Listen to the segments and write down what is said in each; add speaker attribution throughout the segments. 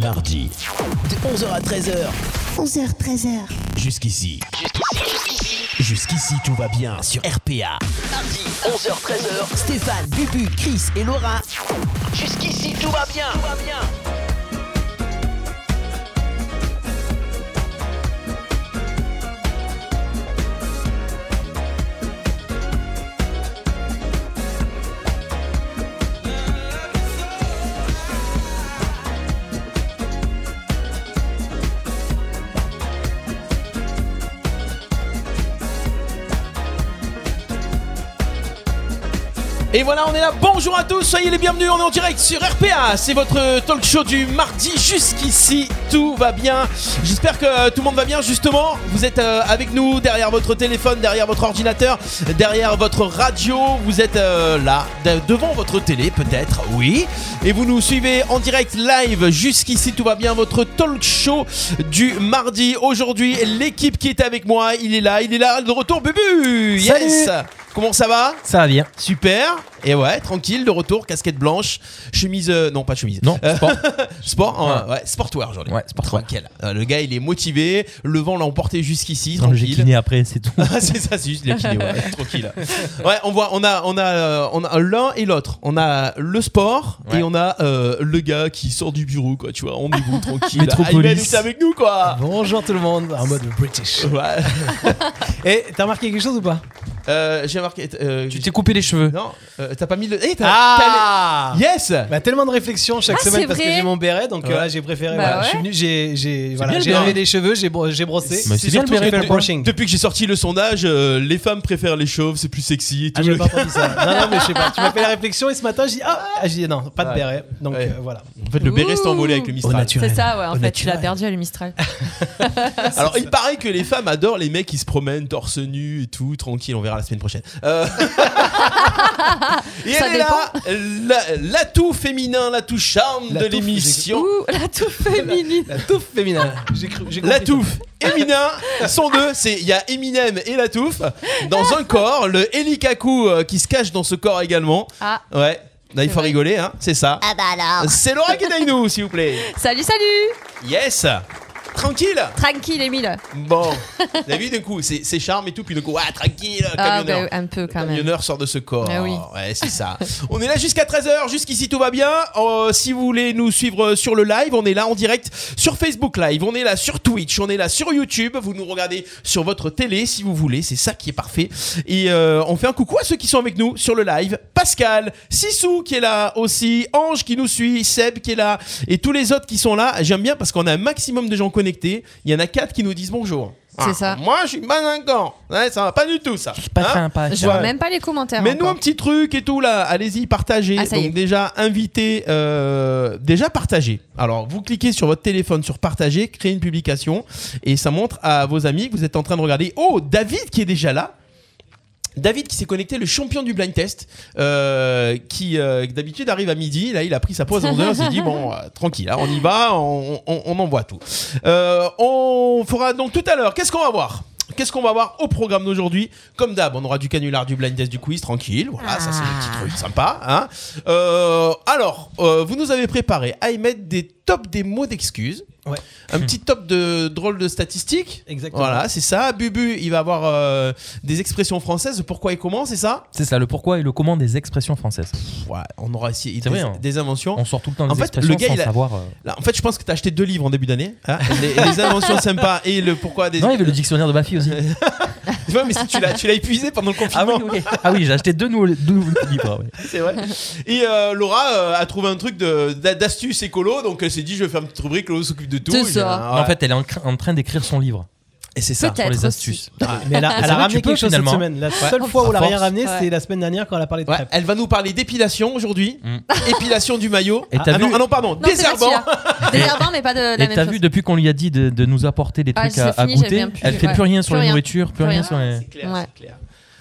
Speaker 1: mardi, de 11h à 13h.
Speaker 2: 11h, 13h.
Speaker 1: Jusqu'ici. Jusqu'ici, tout va bien sur RPA. Mardi, 11h, 13h. Stéphane, Bubu, Chris et Laura. Jusqu'ici, tout va bien. Tout va bien.
Speaker 3: Et voilà, on est là. Bonjour à tous, soyez les bienvenus. On est en direct sur RPA. C'est votre talk show du mardi. Jusqu'ici, tout va bien. J'espère que euh, tout le monde va bien, justement. Vous êtes euh, avec nous derrière votre téléphone, derrière votre ordinateur, derrière votre radio. Vous êtes euh, là, de- devant votre télé, peut-être, oui. Et vous nous suivez en direct live. Jusqu'ici, tout va bien. Votre talk show du mardi. Aujourd'hui, l'équipe qui est avec moi, il est là. Il est là de retour. Bubu Yes Comment ça va
Speaker 4: Ça va bien.
Speaker 3: Super. Et ouais, tranquille, de retour, casquette blanche, chemise, euh, non pas chemise.
Speaker 4: Non,
Speaker 3: Euh,
Speaker 4: sport.
Speaker 3: sport, hein, ouais, sportwear aujourd'hui.
Speaker 4: Ouais, sportwear.
Speaker 3: Tranquille. Euh, le gars, il est motivé, le vent l'a emporté jusqu'ici,
Speaker 4: Non, J'ai
Speaker 3: tranquille.
Speaker 4: cliné après, c'est tout.
Speaker 3: Ah, c'est ça, c'est juste les kiné, ouais, tranquille. Ouais, on voit, on a, on a, euh, on a l'un et l'autre. On a le sport et
Speaker 4: Ouais.
Speaker 3: on a euh, le gars qui sort du bureau, quoi. Tu vois, rendez-vous tranquille.
Speaker 4: Métropolis.
Speaker 3: Ayman, c'est avec nous, quoi.
Speaker 5: Bonjour tout le monde, en mode British.
Speaker 3: Ouais.
Speaker 5: Et t'as remarqué quelque chose ou pas
Speaker 3: Euh, J'ai marqué. euh,
Speaker 4: Tu
Speaker 3: j'ai-
Speaker 4: t'es coupé les cheveux.
Speaker 3: Non, euh, t'as pas mis le. Eh, t'as-
Speaker 5: Ah
Speaker 3: t'as les- Yes.
Speaker 5: bah, tellement de réflexion chaque
Speaker 6: Ah,
Speaker 5: semaine
Speaker 6: c'est
Speaker 5: parce que
Speaker 6: vrai
Speaker 5: j'ai mon béret, donc euh,
Speaker 3: Ouais.
Speaker 5: là j'ai préféré.
Speaker 6: Bah
Speaker 5: voilà. Je suis
Speaker 6: ouais.
Speaker 5: venu, j'ai, j'ai, voilà,
Speaker 4: bien,
Speaker 5: j'ai
Speaker 4: le
Speaker 5: lavé
Speaker 4: béret.
Speaker 5: les cheveux, j'ai, bro- j'ai brossé.
Speaker 4: Mais c'est bien le
Speaker 3: surtout
Speaker 4: béret,
Speaker 3: que
Speaker 5: quoi.
Speaker 3: de-
Speaker 5: Brushing.
Speaker 3: Depuis que j'ai sorti le sondage, euh, les femmes préfèrent les chauves, c'est plus sexy et tout.
Speaker 5: Ah, j'avais pas entendu ça. Non, non, mais je sais pas. Tu m'as fait la réflexion et ce matin j'ai dit Ah ah, j'ai dit non, pas de
Speaker 3: Ouais.
Speaker 5: béret. Donc
Speaker 3: Ouais.
Speaker 5: euh, voilà.
Speaker 3: en fait, le béret s'est envolé avec le Mistral.
Speaker 6: C'est ça, ouais, en fait, tu l'as perdu à le Mistral.
Speaker 3: Ah, Alors, il paraît que les femmes adorent les mecs qui se promènent torse nu et tout, tranquille, on verra la semaine prochaine. Euh, et
Speaker 6: Ça
Speaker 3: elle est là, la- l'atout féminin, l'atout charme
Speaker 5: La
Speaker 3: de
Speaker 5: touffe,
Speaker 3: l'émission.
Speaker 6: Ouh, la touffe féminine.
Speaker 5: La touffe féminine. J'ai cru. J'ai
Speaker 3: La
Speaker 5: compris.
Speaker 3: touffe, Eminem, sont deux, c'est il y a Eminem et la touffe dans un corps, le Elikaku euh, qui se cache dans ce corps également.
Speaker 6: Ah,
Speaker 3: Ouais, là il faut
Speaker 6: vrai.
Speaker 3: rigoler, hein, c'est ça.
Speaker 2: Ah bah alors.
Speaker 3: C'est Laura qui est avec nous, s'il vous plaît.
Speaker 6: salut, salut
Speaker 3: Yes Tranquille
Speaker 6: Tranquille, Emile.
Speaker 3: Bon, t'as vu d'un coup, c'est c'est charme et tout, puis d'un coup, ah tranquille,
Speaker 6: Ah,
Speaker 3: camionneur.
Speaker 6: bah, un peu quand même.
Speaker 3: Camionneur sort de ce corps.
Speaker 6: Ah oui.
Speaker 3: Ouais, c'est ça. on est là jusqu'à 13h. Jusqu'ici, tout va bien. Euh, si vous voulez nous suivre sur le live, on est là en direct sur Facebook Live. On est là sur Twitch. On est là sur YouTube. Vous nous regardez sur votre télé si vous voulez. C'est ça qui est parfait. Et euh, on fait un coucou à ceux qui sont avec nous sur le live. Pascal, Sissou qui est là aussi. Ange qui nous suit. Seb qui est là. Et tous les autres qui sont là. J'aime bien parce qu'on a un maximum de gens connectés. Il y en a quatre qui nous disent bonjour. Ah,
Speaker 6: C'est ça.
Speaker 3: Moi, je suis pas d'accord. Ouais, ça va pas du tout, ça. Hein
Speaker 4: sympa.
Speaker 6: Je vois même pas les commentaires.
Speaker 3: mais nous un
Speaker 6: encore.
Speaker 3: petit truc et tout là, allez-y, partagez.
Speaker 6: Ah, ça y
Speaker 3: Donc
Speaker 6: est.
Speaker 3: déjà invitez, euh, déjà partagez. Alors vous cliquez sur votre téléphone sur partager, créez une publication et ça montre à vos amis que vous êtes en train de regarder. Oh, David qui est déjà là. David qui s'est connecté, le champion du blind test, euh, qui euh, d'habitude arrive à midi. Là, il a pris sa pause à 11h, il s'est dit bon, euh, tranquille, hein, on y va, on, on- on envoie tout. Euh, on fera donc tout à l'heure, qu'est-ce qu'on va voir Qu'est-ce qu'on va voir au programme d'aujourd'hui Comme d'hab, on aura du canular, du blind test, du quiz, tranquille. Voilà, ça c'est des petits
Speaker 6: Ah.
Speaker 3: trucs sympas. hein. Euh, alors, euh, vous nous avez préparé à émettre des tops des mots d'excuses.
Speaker 5: Ouais.
Speaker 3: Un petit top de drôles de statistiques.
Speaker 5: Exactement.
Speaker 3: Voilà, c'est ça. Bubu, il va avoir euh, des expressions françaises. Pourquoi et comment, c'est ça
Speaker 4: C'est ça, le pourquoi et le comment des expressions françaises.
Speaker 3: Pff, Ouais, on aura essayé des,
Speaker 4: C'est vrai, hein.
Speaker 3: des inventions.
Speaker 4: On sort tout le temps
Speaker 3: En
Speaker 4: des
Speaker 3: fait,
Speaker 4: expressions
Speaker 3: le gars,
Speaker 4: sans
Speaker 3: il a-
Speaker 4: savoir. euh,
Speaker 3: Là, en fait, je pense que t'as acheté deux livres en début d'année. hein. les, les inventions sympas et le pourquoi des.
Speaker 4: Non, il y avait le dictionnaire de Bafi aussi.
Speaker 3: Ouais, mais si tu l'as, tu l'as épuisé pendant le confinement.
Speaker 4: Ah oui, oui. Ah oui, j'ai acheté deux nouveaux deux nouveaux livres. ouais.
Speaker 3: C'est vrai. Et euh, Laura euh, a trouvé un truc de- d'a- d'astuce écolo, donc elle s'est dit je vais faire une petite rubrique, Laura s'occupe de tout.
Speaker 6: C'est
Speaker 3: Et
Speaker 6: ça.
Speaker 3: j'ai-
Speaker 4: Non, En
Speaker 3: ouais.
Speaker 4: fait, elle est en, cra- en train d'écrire son livre
Speaker 3: et c'est ça.
Speaker 6: Peut-être.
Speaker 4: sur les
Speaker 6: aussi. Ah,
Speaker 4: astuces.
Speaker 5: Ah, Mais elle a,
Speaker 4: vrai
Speaker 5: elle a
Speaker 4: que
Speaker 5: ramené
Speaker 4: tu peux,
Speaker 5: quelque chose cette
Speaker 4: finalement.
Speaker 5: semaine. La seule fois où elle a
Speaker 4: À
Speaker 5: rien
Speaker 4: force.
Speaker 5: ramené, c'était
Speaker 6: Ouais.
Speaker 5: la semaine dernière quand elle a parlé de
Speaker 3: Ouais,
Speaker 5: crêpes.
Speaker 3: elle va nous parler d'épilation aujourd'hui,
Speaker 4: Mm.
Speaker 3: épilation du maillot.
Speaker 4: Et t'as
Speaker 3: ah, non,
Speaker 4: vu-
Speaker 3: ah non, pardon,
Speaker 6: Non, c'est pas
Speaker 3: désherbant.
Speaker 6: celui-là. Désherbant, mais pas de la
Speaker 4: Et
Speaker 6: même
Speaker 4: t'as
Speaker 6: chose.
Speaker 4: vu, depuis qu'on lui a dit de, de nous apporter les
Speaker 6: Ah,
Speaker 4: trucs
Speaker 6: c'est
Speaker 4: à, à
Speaker 6: fini, j'avais
Speaker 4: goûter,
Speaker 6: bien plus,
Speaker 4: elle fait
Speaker 6: ouais.
Speaker 4: plus rien sur
Speaker 6: Plus
Speaker 4: les
Speaker 6: rien.
Speaker 4: nourritures, plus
Speaker 6: Plus
Speaker 4: rien
Speaker 6: rien.
Speaker 4: sur les.
Speaker 3: C'est clair,
Speaker 6: Ouais.
Speaker 3: c'est clair.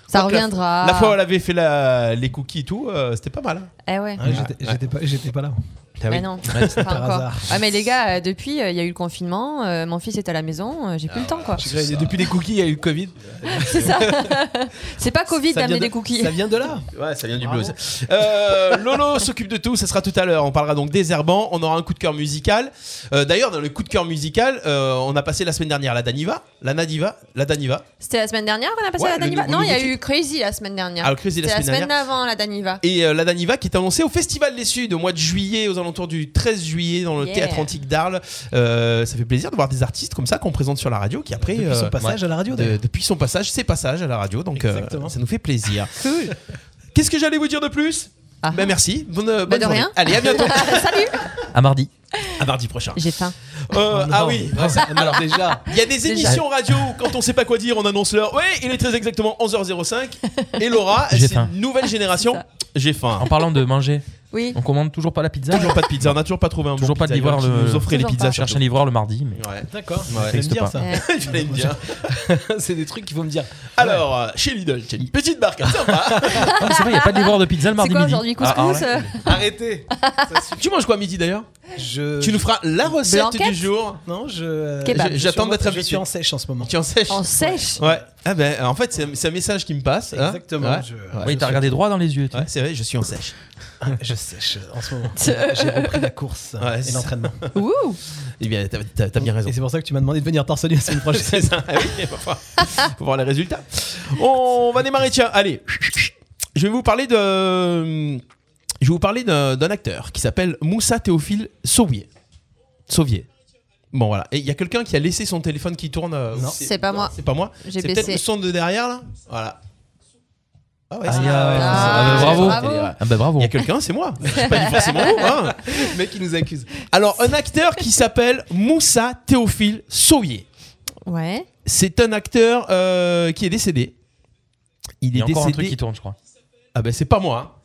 Speaker 6: Ça
Speaker 3: Donc, la-
Speaker 6: reviendra.
Speaker 3: La fois où elle avait fait la- les cookies et tout, euh, c'était pas mal. hein.
Speaker 6: Eh ouais.
Speaker 5: Ouais, j'étais, j'étais Ah, pas, j'étais pas là.
Speaker 3: Ah oui.
Speaker 6: Mais non,
Speaker 4: Ouais,
Speaker 6: pas
Speaker 5: par
Speaker 6: encore.
Speaker 5: hasard.
Speaker 6: Ouais, mais les gars, euh, depuis, euh, il y a eu le confinement, euh, mon fils est à la maison, euh, j'ai plus le temps, quoi.
Speaker 5: Je suis grave, Depuis les cookies, il y a eu le Covid.
Speaker 3: Ah,
Speaker 6: C'est ça. C'est pas Covid
Speaker 5: Ça vient
Speaker 6: d'amener
Speaker 5: de-
Speaker 6: des cookies.
Speaker 5: Ça vient de là.
Speaker 3: Ouais, ça vient du
Speaker 5: Bravo.
Speaker 3: blues. Euh, Lolo s'occupe de tout, ça sera tout à l'heure. On parlera donc des herbants, on aura un coup de cœur musical. Euh, D'ailleurs, dans le coup de cœur musical, euh, on a passé la semaine dernière la Daniva, la Nadiva, la Daniva.
Speaker 6: C'était la semaine dernière qu'on a passé
Speaker 3: Ouais,
Speaker 6: la
Speaker 3: le
Speaker 6: Daniva
Speaker 3: nouveau-
Speaker 6: Non, il y a
Speaker 3: nouveau
Speaker 6: eu Crazy la semaine dernière.
Speaker 3: Alors, Crazy
Speaker 6: C'était
Speaker 3: la
Speaker 6: la
Speaker 3: semaine
Speaker 6: semaine
Speaker 3: dernière.
Speaker 6: avant la Daniva.
Speaker 3: Et euh, la Daniva qui est annoncée au Festival des Suds au mois de juillet, aux alentours du 13 juillet, dans le
Speaker 6: Yeah.
Speaker 3: théâtre antique d'Arles. Euh, ça fait plaisir de voir des artistes comme ça qu'on présente sur la radio qui après.
Speaker 5: Depuis
Speaker 3: euh,
Speaker 5: son passage à la radio.
Speaker 3: de- depuis son passage, ses passages à la radio, donc euh,
Speaker 5: Exactement.
Speaker 3: ça nous fait plaisir. Qu'est-ce que j'allais vous dire de plus
Speaker 6: Ah.
Speaker 3: Ben merci. Bonne, bonne
Speaker 6: de
Speaker 3: journée.
Speaker 6: rien.
Speaker 3: Allez, à bientôt.
Speaker 6: Salut
Speaker 4: À mardi.
Speaker 3: à mardi prochain.
Speaker 6: J'ai faim.
Speaker 3: Euh, ah oui.
Speaker 5: Alors déjà,
Speaker 3: Il y a des émissions radio où quand on sait pas quoi dire, on annonce l'heure. Oui, il est très exactement 11h05. Et Laura,
Speaker 4: J'ai
Speaker 3: c'est
Speaker 4: faim.
Speaker 3: une nouvelle génération.
Speaker 6: C'est ça.
Speaker 3: J'ai faim.
Speaker 4: En parlant de manger,
Speaker 6: Oui.
Speaker 4: on commande toujours pas la pizza.
Speaker 3: Toujours pas de pizza, on n'a toujours pas trouvé un
Speaker 4: Toujours
Speaker 3: bon
Speaker 4: pas de
Speaker 3: pizzailleur
Speaker 4: livreur,
Speaker 3: qui
Speaker 4: le-
Speaker 3: nous offrait les
Speaker 6: Toujours
Speaker 3: pizzas.
Speaker 6: pas.
Speaker 4: Cherche un livreur le mardi. Mais...
Speaker 3: surtout. Ouais.
Speaker 5: d'accord.
Speaker 3: Ouais.
Speaker 5: J'aime bien
Speaker 4: Existe
Speaker 5: ça.
Speaker 6: Euh,
Speaker 3: Il fallait me dire.
Speaker 5: C'est des trucs qu'il faut me dire.
Speaker 3: Alors, euh, chez Lidl, c'est une petite barque sympa.
Speaker 4: Ah, mais c'est vrai, il n'y a pas de livreur de pizza le
Speaker 6: C'est
Speaker 4: mardi
Speaker 6: quoi
Speaker 4: midi.
Speaker 6: aujourd'hui
Speaker 4: Ah,
Speaker 6: Couscous
Speaker 4: ah, ouais.
Speaker 6: euh,
Speaker 5: Arrêtez. Ça suffit.
Speaker 3: tu manges quoi à midi d'ailleurs
Speaker 5: Je.
Speaker 3: Tu nous feras la recette
Speaker 6: Euh, Blanquette
Speaker 3: du jour.
Speaker 5: Non, je.
Speaker 6: Kebab.
Speaker 5: je-
Speaker 3: J'attends
Speaker 5: je-
Speaker 3: d'être
Speaker 5: Je suis
Speaker 3: habitué.
Speaker 5: en sèche en ce moment.
Speaker 3: Tu en sèches
Speaker 6: En sèche
Speaker 3: Ouais. Ah ben, en fait, c'est c'est un message qui me passe. hein.
Speaker 5: Exactement,
Speaker 3: Ouais.
Speaker 5: je-
Speaker 3: Ouais.
Speaker 4: Oui, t'as regardé droit dans les yeux. tu
Speaker 3: Ouais, c'est vrai, je suis en sèche.
Speaker 5: Je sèche en ce moment. J'ai repris la course
Speaker 3: Ouais,
Speaker 5: et
Speaker 3: c'est-
Speaker 5: l'entraînement.
Speaker 6: Ouh
Speaker 3: Eh bien, t'as- t'as t'as bien raison.
Speaker 5: Et c'est pour ça que tu m'as demandé de venir torse-nu la semaine prochaine.
Speaker 3: C'est ça. Ah oui, parfois, faut voir les résultats. On va démarrer. Tiens, allez. Je vais vous parler de. Je vais vous parler d'un d'un acteur qui s'appelle Moussa Théophile Sauvier. Sauvier. Bon voilà. Et il y a quelqu'un qui a laissé son téléphone qui tourne. euh,
Speaker 5: Non.
Speaker 6: C'est pas moi.
Speaker 3: C'est pas moi.
Speaker 6: J'ai
Speaker 3: C'est peut-être
Speaker 6: baissé.
Speaker 3: le son de derrière là. Voilà. Ah ouais.
Speaker 4: Ah,
Speaker 3: c'est-
Speaker 4: ah,
Speaker 6: Ah,
Speaker 4: bah, bravo.
Speaker 6: bravo.
Speaker 4: Ah bah bravo.
Speaker 3: Il y a quelqu'un, c'est moi. Je suis pas dit forcément vous, hein.
Speaker 5: Le mec, il nous accuse.
Speaker 3: Alors un acteur qui s'appelle Moussa Théophile Sauvier.
Speaker 6: Ouais.
Speaker 3: C'est un acteur euh, qui est décédé. Il
Speaker 4: bah, Il
Speaker 3: est
Speaker 4: y a encore un truc
Speaker 3: décédé.
Speaker 4: qui tourne, je crois.
Speaker 3: Ah ben c'est pas moi.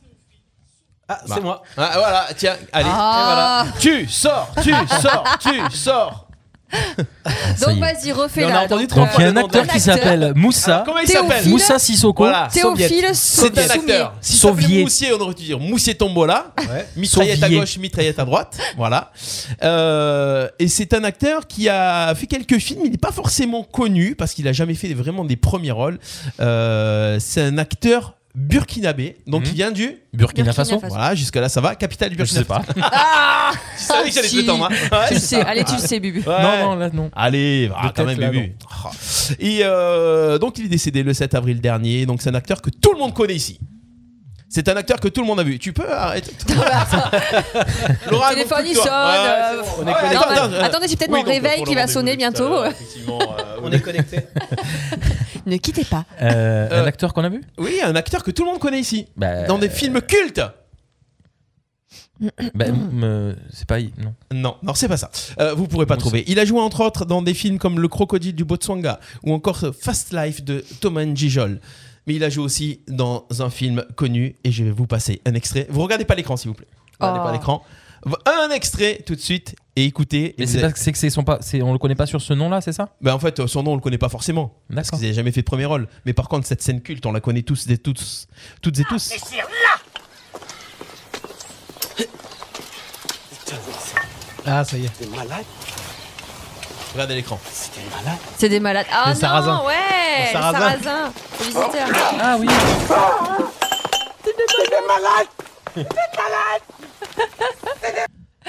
Speaker 5: Ah,
Speaker 3: Bah.
Speaker 5: c'est moi.
Speaker 3: hein. Ah, voilà, tiens, allez.
Speaker 6: Ah.
Speaker 3: Et voilà. Tu sors, tu sors, tu sors.
Speaker 4: Ça y
Speaker 6: Donc
Speaker 4: est.
Speaker 6: vas-y,
Speaker 5: Mais on a
Speaker 6: refais-la.
Speaker 5: entendu
Speaker 6: Donc,
Speaker 5: trois
Speaker 4: Donc
Speaker 5: Ouais.
Speaker 4: il y a
Speaker 6: euh,
Speaker 4: un acteur qui
Speaker 6: Théophile
Speaker 4: s'appelle euh, Moussa.
Speaker 3: Comment il
Speaker 6: Théophile.
Speaker 3: s'appelle
Speaker 4: Moussa Sissoko.
Speaker 3: Voilà.
Speaker 6: Théophile
Speaker 3: C'est un
Speaker 6: Soumier.
Speaker 3: acteur. Si ça s'appelait
Speaker 4: Sauvier.
Speaker 3: Moussier, on aurait dû dire Moussier Tombola.
Speaker 5: Ouais.
Speaker 3: Mitraillette à
Speaker 4: Sauvier.
Speaker 3: gauche, mitraillette à droite. Voilà. Euh, et c'est un acteur qui a fait quelques films. Il n'est pas forcément connu parce qu'il a jamais fait vraiment des premiers rôles. Euh, c'est un acteur burkinabé. Donc
Speaker 4: Mhm.
Speaker 3: il vient du.
Speaker 6: Burkina
Speaker 4: Burkina Faso.
Speaker 6: Faso. Façon.
Speaker 3: Voilà, jusque-là ça va. Capitale du
Speaker 4: Je
Speaker 3: Burkina
Speaker 4: sais pas.
Speaker 6: Ah
Speaker 3: Tu savais que j'allais te le
Speaker 6: Si.
Speaker 3: tendre, hein. Ouais,
Speaker 6: Tu le
Speaker 3: c'est
Speaker 6: sais.
Speaker 3: ça.
Speaker 6: Allez, tu le sais, Bubu.
Speaker 3: Ouais.
Speaker 4: Non, non, là non.
Speaker 3: Allez, va,
Speaker 5: De
Speaker 3: quand même,
Speaker 5: tête, là,
Speaker 3: Bubu. Oh. Et euh, donc, il est décédé le 7 avril dernier. Donc, c'est un acteur que tout le monde connaît ici. C'est un acteur que tout le monde a vu. Tu peux arrêter Laura,
Speaker 6: Téléphone, il
Speaker 3: occupe-toi. c'est
Speaker 6: sonne, euh,
Speaker 3: bon.
Speaker 5: on est
Speaker 3: Ah, Ouais,
Speaker 5: connecté.
Speaker 6: Non,
Speaker 3: attends,
Speaker 6: mais-
Speaker 3: attends,
Speaker 6: Attendez, c'est peut-être
Speaker 3: oui,
Speaker 6: mon
Speaker 3: donc,
Speaker 6: réveil
Speaker 3: pour
Speaker 6: qui
Speaker 3: le
Speaker 6: va
Speaker 3: rendez-vous
Speaker 6: sonner
Speaker 3: tout à
Speaker 6: bientôt.
Speaker 3: l'heure, effectivement, euh,
Speaker 5: On est connecté.
Speaker 6: Ne quittez pas.
Speaker 4: Euh,
Speaker 3: Euh,
Speaker 4: Un acteur qu'on a vu
Speaker 3: Oui, un acteur que tout le monde connaît ici.
Speaker 4: Bah,
Speaker 3: Dans des films cultes.
Speaker 4: bah, m- euh, c'est pas. Non.
Speaker 3: Non, non, c'est pas ça. Euh, vous pourrez pas
Speaker 4: Bon,
Speaker 3: trouver. Il a joué entre autres dans des films comme Le Crocodile du Botswana ou encore euh, Fast Life de Thomas Gijol. Mais il a joué aussi dans un film connu et je vais vous passer un extrait. Vous regardez pas l'écran s'il vous plaît. Regardez
Speaker 6: Oh.
Speaker 3: pas l'écran. V- Un extrait tout de suite et écoutez.
Speaker 4: Mais
Speaker 3: Et
Speaker 4: c'est
Speaker 3: vous
Speaker 4: parce
Speaker 3: avez-
Speaker 4: que c'est que c'est son pas. c'est- On le connaît pas sur ce nom-là, c'est ça
Speaker 3: Ben, en fait, euh, son nom on le connaît pas forcément parce
Speaker 4: D'accord.
Speaker 3: qu'il n'a jamais fait de premier rôle. Mais par contre, cette scène culte, on la connaît tous et tous, toutes et tous.
Speaker 5: Ah, ça y est.
Speaker 3: Regardez l'écran.
Speaker 6: C'est des malades. Ah
Speaker 5: Le
Speaker 6: non,
Speaker 5: sarrasin.
Speaker 6: ouais, le
Speaker 5: sarrasin.
Speaker 6: sarrasin. Le visiteur.
Speaker 4: Ah oui.